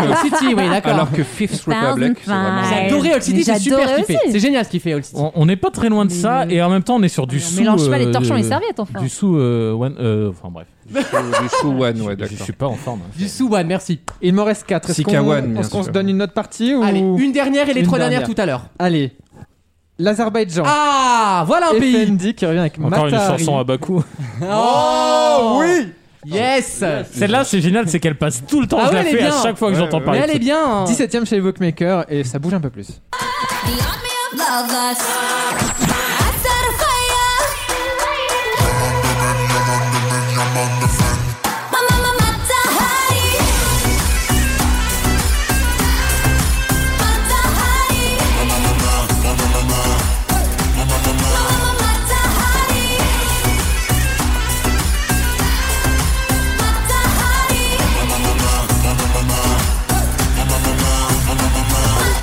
[SPEAKER 1] Old City, oui, d'accord.
[SPEAKER 4] Alors que Fifth Republic, c'est vraiment.
[SPEAKER 1] J'ai adoré Old City, c'est super
[SPEAKER 8] J'adorais
[SPEAKER 1] ce qu'il fait.
[SPEAKER 8] aussi.
[SPEAKER 1] C'est génial ce qu'il fait Old City.
[SPEAKER 3] On on n'est pas très loin de ça et en même temps on est sur du sous.
[SPEAKER 8] mélange pas les
[SPEAKER 3] euh,
[SPEAKER 8] torchons et les
[SPEAKER 3] de-
[SPEAKER 8] serviettes, enfin.
[SPEAKER 3] Du sous euh, One. euh, Enfin bref.
[SPEAKER 4] Du show- du show one, ouais,
[SPEAKER 3] Je
[SPEAKER 4] d'accord.
[SPEAKER 3] suis pas en forme. hein.
[SPEAKER 1] Du Suwan, merci.
[SPEAKER 5] Il m'en reste 4. Est-ce qu'on
[SPEAKER 4] Sikawan, bien
[SPEAKER 5] est-ce qu'on se
[SPEAKER 4] sûr.
[SPEAKER 5] donne une autre partie ou...
[SPEAKER 1] Allez, une dernière et les
[SPEAKER 5] Une
[SPEAKER 1] trois
[SPEAKER 5] dernière.
[SPEAKER 1] dernières tout à l'heure.
[SPEAKER 5] Allez. L'Azerbaïdjan.
[SPEAKER 1] Ah, voilà un pays.
[SPEAKER 5] FND qui revient avec
[SPEAKER 3] Encore une
[SPEAKER 5] Matahari.
[SPEAKER 3] chanson à bas coût.
[SPEAKER 1] Oh oui. Yes.
[SPEAKER 3] Celle-là, c'est génial, c'est qu'elle passe tout le temps.
[SPEAKER 1] Ah
[SPEAKER 3] je
[SPEAKER 1] ouais,
[SPEAKER 3] la
[SPEAKER 1] elle est
[SPEAKER 3] fais à
[SPEAKER 1] bien.
[SPEAKER 3] chaque fois que j'entends
[SPEAKER 1] Mais
[SPEAKER 3] parler.
[SPEAKER 1] elle est bien. hein.
[SPEAKER 5] 17ème chez les Bookmakers et ça bouge un peu plus.
[SPEAKER 12] Love us. I set a fire. My mama mata hari. Mata hari. My mama mata hari. Mata hari.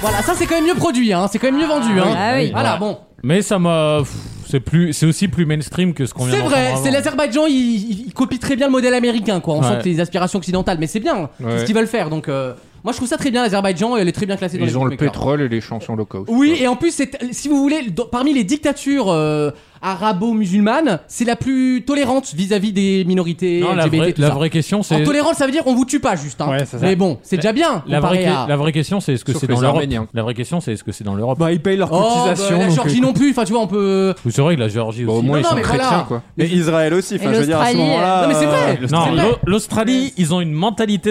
[SPEAKER 1] Voilà, ça c'est quand même mieux produit, hein. C'est quand même mieux vendu, hein.
[SPEAKER 8] Ah oui.
[SPEAKER 1] Voilà,
[SPEAKER 3] Ouais.
[SPEAKER 1] bon.
[SPEAKER 3] Mais ça m'a. pff, C'est plus, c'est aussi plus mainstream que ce qu'on vient
[SPEAKER 1] C'est vrai,
[SPEAKER 3] d'entendre
[SPEAKER 1] c'est
[SPEAKER 3] avant.
[SPEAKER 1] l'Azerbaïdjan, il, il- il copie très bien le modèle américain, quoi. On
[SPEAKER 3] Ouais.
[SPEAKER 1] sent que c'est des aspirations occidentales, mais c'est bien, c'est
[SPEAKER 4] Ouais.
[SPEAKER 1] ce qu'ils veulent faire. Donc, euh, moi je trouve ça très bien, l'Azerbaïdjan, elle est très bien classée dans les
[SPEAKER 4] Ils ont le
[SPEAKER 1] bookmakers.
[SPEAKER 4] pétrole et les chansons locaux.
[SPEAKER 1] Oui, et en plus, c'est- si vous voulez, dans- parmi les dictatures euh, arabo-musulmanes, c'est la plus tolérante vis-à-vis des minorités
[SPEAKER 3] Non, la
[SPEAKER 1] LGBT.
[SPEAKER 3] vraie,
[SPEAKER 1] tout
[SPEAKER 3] la
[SPEAKER 1] ça.
[SPEAKER 3] vraie question,
[SPEAKER 1] En
[SPEAKER 3] c'est.
[SPEAKER 1] tolérance, ça veut dire on vous tue pas juste. Hein.
[SPEAKER 3] Ouais, c'est ça.
[SPEAKER 1] Mais bon, c'est déjà bien.
[SPEAKER 3] La
[SPEAKER 1] Hein, comparé
[SPEAKER 3] vraie,
[SPEAKER 1] à...
[SPEAKER 3] la vraie question, c'est est-ce que
[SPEAKER 4] Sauf
[SPEAKER 3] c'est
[SPEAKER 4] les
[SPEAKER 3] dans l'Europe
[SPEAKER 4] Arméniens.
[SPEAKER 3] La vraie question, c'est est-ce que c'est dans l'Europe
[SPEAKER 5] Bah, ils payent leur
[SPEAKER 1] Oh, bah,
[SPEAKER 5] cotisation.
[SPEAKER 1] la Géorgie non plus. Enfin, tu vois, on peut.
[SPEAKER 3] Vous saurez que la Géorgie
[SPEAKER 4] Bah, au
[SPEAKER 3] aussi.
[SPEAKER 4] moins,
[SPEAKER 1] Non,
[SPEAKER 4] ils
[SPEAKER 1] non,
[SPEAKER 4] sont
[SPEAKER 1] mais
[SPEAKER 4] chrétiens,
[SPEAKER 1] voilà.
[SPEAKER 4] quoi.
[SPEAKER 2] Mais Israël aussi,
[SPEAKER 8] Et
[SPEAKER 2] enfin, je veux dire, à ce
[SPEAKER 8] l'Australie,
[SPEAKER 2] moment-là.
[SPEAKER 1] Non, mais c'est vrai.
[SPEAKER 2] euh,
[SPEAKER 3] Non,
[SPEAKER 1] C'est vrai.
[SPEAKER 3] l'Au- l'Australie, ils ont une mentalité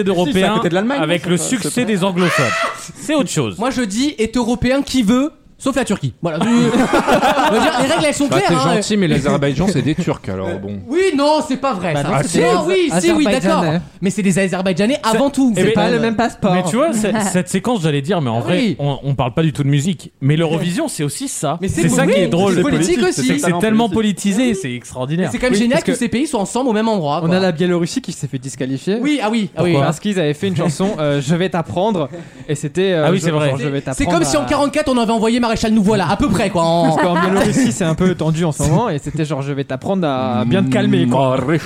[SPEAKER 2] Si, c'est à
[SPEAKER 3] d'Européens
[SPEAKER 2] côté de l'Allemagne,
[SPEAKER 3] avec
[SPEAKER 2] ça,
[SPEAKER 3] le
[SPEAKER 2] ça,
[SPEAKER 3] succès des anglophones. C'est autre chose.
[SPEAKER 1] Moi, je dis, est européen qui veut Sauf la Turquie. Voilà. Je veux dire, les règles, elles sont
[SPEAKER 4] Bah,
[SPEAKER 1] claires.
[SPEAKER 4] t'es
[SPEAKER 1] hein.
[SPEAKER 4] gentil, mais l'Azerbaïdjan, c'est des Turcs, alors bon.
[SPEAKER 1] Oui, non, c'est pas vrai.
[SPEAKER 4] Bah
[SPEAKER 1] ça.
[SPEAKER 4] non,
[SPEAKER 1] Ah,
[SPEAKER 4] c'est
[SPEAKER 1] non,
[SPEAKER 4] des
[SPEAKER 1] oui, si, oui, d'accord.
[SPEAKER 4] Azerbaïdjanais.
[SPEAKER 1] Mais c'est des Azerbaïdjanais avant tout.
[SPEAKER 3] Eh ben, euh,
[SPEAKER 5] passeport.
[SPEAKER 3] Mais tu vois, c'est- cette séquence, j'allais dire, mais en vrai,
[SPEAKER 1] Ah Oui.
[SPEAKER 3] on, on parle pas du tout de musique. Mais l'Eurovision, c'est aussi ça.
[SPEAKER 1] Mais c'est
[SPEAKER 3] C'est ça
[SPEAKER 1] oui,
[SPEAKER 3] qui est drôle.
[SPEAKER 1] c'est politique aussi.
[SPEAKER 3] C'est que c'est
[SPEAKER 1] Totalement
[SPEAKER 3] tellement
[SPEAKER 1] politique.
[SPEAKER 3] politisé, c'est extraordinaire.
[SPEAKER 1] C'est quand même
[SPEAKER 3] Oui,
[SPEAKER 1] génial
[SPEAKER 3] parce
[SPEAKER 1] que, ces pays soient ensemble au même endroit.
[SPEAKER 5] On
[SPEAKER 1] quoi.
[SPEAKER 5] a la Biélorussie qui s'est fait disqualifier.
[SPEAKER 1] Oui, ah oui, ah oui.
[SPEAKER 5] Parce qu'ils avaient fait une chanson euh, Je vais t'apprendre et c'était euh,
[SPEAKER 3] Ah oui,
[SPEAKER 5] je-
[SPEAKER 3] c'est vrai.
[SPEAKER 5] genre, Je vais
[SPEAKER 1] C'est
[SPEAKER 5] t'apprendre
[SPEAKER 1] comme si en
[SPEAKER 5] à-
[SPEAKER 1] 44 on avait envoyé Maréchal nous voilà, à peu près quoi. En...
[SPEAKER 5] Parce qu'en Biélorussie c'est un peu tendu en ce moment et c'était genre je vais t'apprendre à bien te calmer quoi.
[SPEAKER 1] Ouais,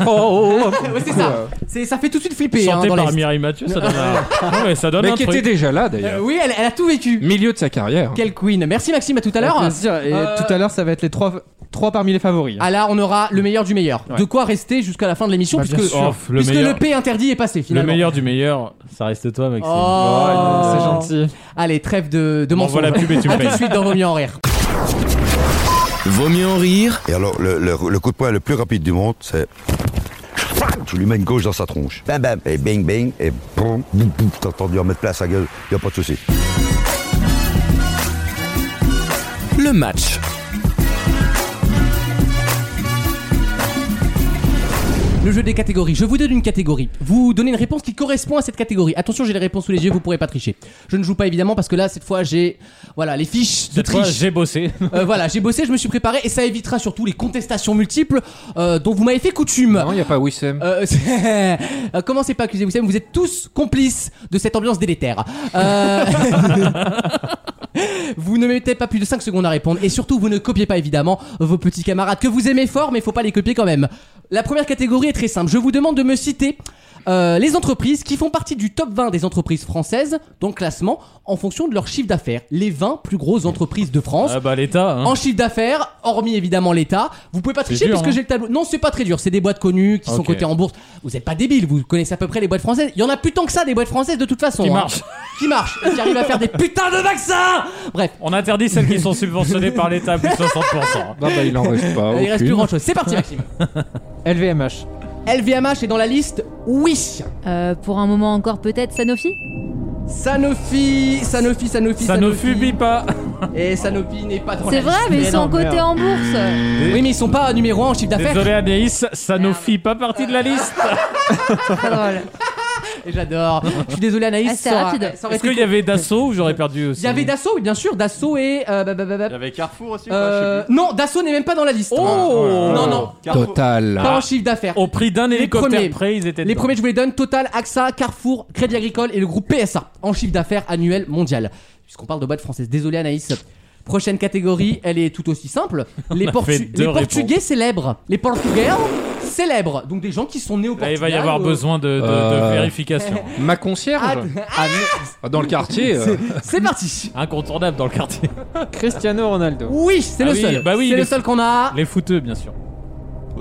[SPEAKER 1] c'est ça. C'est- ça fait tout de suite flipper. hein,
[SPEAKER 3] Chanté
[SPEAKER 1] dans
[SPEAKER 3] par
[SPEAKER 1] l'Est.
[SPEAKER 3] Mireille Mathieu, ça donne un. Non, mais ça donne
[SPEAKER 4] Mais
[SPEAKER 3] un
[SPEAKER 4] qui
[SPEAKER 3] truc.
[SPEAKER 4] était déjà là, d'ailleurs.
[SPEAKER 1] Euh, oui, elle, elle a tout vécu.
[SPEAKER 4] Milieu de sa carrière.
[SPEAKER 1] Quelle queen. Merci Maxime, à tout à
[SPEAKER 5] Avec
[SPEAKER 1] l'heure.
[SPEAKER 5] plaisir. Et
[SPEAKER 1] Euh,
[SPEAKER 5] tout à l'heure ça va être les trois, trois parmi les favoris.
[SPEAKER 1] Ah là, on aura le meilleur du meilleur.
[SPEAKER 5] Ouais.
[SPEAKER 1] De quoi rester jusqu'à la fin de l'émission,
[SPEAKER 5] Bah, bien
[SPEAKER 1] puisque,
[SPEAKER 5] sûr.
[SPEAKER 3] Oh, le
[SPEAKER 1] puisque le
[SPEAKER 3] meilleur.
[SPEAKER 1] P interdit est passé
[SPEAKER 3] Le
[SPEAKER 1] finalement.
[SPEAKER 3] meilleur du meilleur, ça reste toi, Maxime.
[SPEAKER 1] Oh,
[SPEAKER 5] c'est gentil.
[SPEAKER 1] Allez, trêve de, de
[SPEAKER 3] Bon,
[SPEAKER 1] mensonges.
[SPEAKER 3] voilà, pub et tu me
[SPEAKER 1] À tout de
[SPEAKER 3] payes.
[SPEAKER 1] suite dans Vaut mieux en rire.
[SPEAKER 17] Vaut mieux en rire. Et alors, le, le- le coup de poing le plus rapide du monde, c'est. Je lui mets une gauche dans sa tronche. Bam, bam. Et bing, bing. Et boum, boum, boum. T'as entendu en mettre plein sa gueule. Y a pas de souci.
[SPEAKER 6] Le match.
[SPEAKER 1] Le jeu des catégories. Je vous donne une catégorie. Vous donnez une réponse qui correspond à cette catégorie. Attention, j'ai les réponses sous les yeux, vous pourrez pas tricher. Je ne joue pas évidemment parce que là, cette fois, j'ai voilà les fiches de
[SPEAKER 3] Cette fois,
[SPEAKER 1] triche.
[SPEAKER 3] j'ai bossé.
[SPEAKER 1] Euh, voilà, j'ai bossé, je me suis préparé et ça évitera surtout les contestations multiples euh, dont vous m'avez fait coutume. Non,
[SPEAKER 4] il n'y a pas Wissem.
[SPEAKER 1] commencez pas à accuser Wissem, vous êtes tous complices de cette ambiance délétère. Euh, vous ne mettez pas plus de 5 secondes à répondre et surtout vous ne copiez pas évidemment vos petits camarades que vous aimez fort mais faut pas les copier quand même. La première catégorie est très simple, je vous demande de me citer euh, les entreprises qui font partie du top 20 des entreprises françaises dans le classement en fonction de leur chiffre d'affaires. Les 20 plus grosses entreprises de France.
[SPEAKER 3] Ah bah, l'État. hein.
[SPEAKER 1] Oh, En chiffre d'affaires, hormis évidemment l'État, vous pouvez pas tricher
[SPEAKER 3] dur,
[SPEAKER 1] puisque
[SPEAKER 3] hein.
[SPEAKER 1] j'ai le tableau. Non, c'est pas très dur. C'est des boîtes connues qui sont
[SPEAKER 3] Ok.
[SPEAKER 1] cotées en bourse. Vous êtes pas débiles, vous connaissez à peu près les boîtes françaises. Il y en a plus tant que ça des boîtes françaises de toute façon.
[SPEAKER 3] Qui
[SPEAKER 1] hein.
[SPEAKER 3] marchent.
[SPEAKER 1] Qui marchent. et Qui arrivent à faire des putains de vaccins. Bref.
[SPEAKER 3] On interdit celles qui sont subventionnées par l'État à plus de 60%.
[SPEAKER 4] Non, bah, il en reste pas.
[SPEAKER 1] Il reste
[SPEAKER 4] aucune.
[SPEAKER 1] plus grand chose. C'est parti, Maxime.
[SPEAKER 5] LVMH.
[SPEAKER 1] LVMH est dans la liste. Oui.
[SPEAKER 8] Euh, pour un moment encore, peut-être Sanofi
[SPEAKER 1] Sanofi, Sanofi, Sanofi,
[SPEAKER 3] Sanofi
[SPEAKER 1] pas. Et Sanofi n'est pas dans la
[SPEAKER 8] C'est
[SPEAKER 1] liste.
[SPEAKER 8] vrai, mais ils sont cotés en bourse.
[SPEAKER 1] Oui, mais ils sont pas numéro 1 en chiffre d'affaires.
[SPEAKER 3] Désolé Anaïs, Sanofi pas partie de la liste.
[SPEAKER 1] Et J'adore. Ah, Je suis désolé, Anaïs.
[SPEAKER 8] Ah, c'est
[SPEAKER 1] ça aura-
[SPEAKER 8] rapide.
[SPEAKER 1] ça aurait
[SPEAKER 3] Est-ce
[SPEAKER 1] été
[SPEAKER 3] qu'il y avait Dassault ou j'aurais perdu aussi
[SPEAKER 1] Il y avait Dassault, oui, bien sûr, Dassault et. euh, bah, bah, bah, bah,
[SPEAKER 2] Il y avait Carrefour aussi
[SPEAKER 1] euh, non, Dassault n'est même pas dans la liste.
[SPEAKER 3] Oh
[SPEAKER 1] Non, non.
[SPEAKER 4] Euh, Total.
[SPEAKER 1] Pas en chiffre d'affaires.
[SPEAKER 3] Au prix d'un
[SPEAKER 1] Les premiers.
[SPEAKER 3] hélicoptère près, ils étaient
[SPEAKER 1] Les
[SPEAKER 3] dedans.
[SPEAKER 1] premiers, je vous les donne Total, AXA, Carrefour, Crédit Agricole et le groupe PSA en chiffre d'affaires annuel mondial. Puisqu'on parle de boîtes françaises. Désolé, Anaïs. Prochaine catégorie, elle est tout aussi simple. Les,
[SPEAKER 3] a
[SPEAKER 1] Portu-
[SPEAKER 3] fait deux
[SPEAKER 1] les
[SPEAKER 3] réponses.
[SPEAKER 1] Portugais célèbres. Les Portugais célèbres. Donc des gens qui sont nés au
[SPEAKER 3] Là,
[SPEAKER 1] Portugal.
[SPEAKER 3] il va y avoir
[SPEAKER 1] euh,
[SPEAKER 3] besoin de, de- de
[SPEAKER 4] Euh.
[SPEAKER 3] vérification.
[SPEAKER 4] Ma concierge
[SPEAKER 1] Ah,
[SPEAKER 4] Ah, mais- Dans le quartier. euh,
[SPEAKER 1] C'est parti.
[SPEAKER 3] Incontournable dans le quartier.
[SPEAKER 5] Cristiano Ronaldo.
[SPEAKER 1] Oui, c'est
[SPEAKER 3] Ah
[SPEAKER 1] le
[SPEAKER 3] oui,
[SPEAKER 1] seul.
[SPEAKER 3] bah oui,
[SPEAKER 1] c'est
[SPEAKER 3] les-
[SPEAKER 1] le seul qu'on a.
[SPEAKER 3] Les fouteux, bien sûr.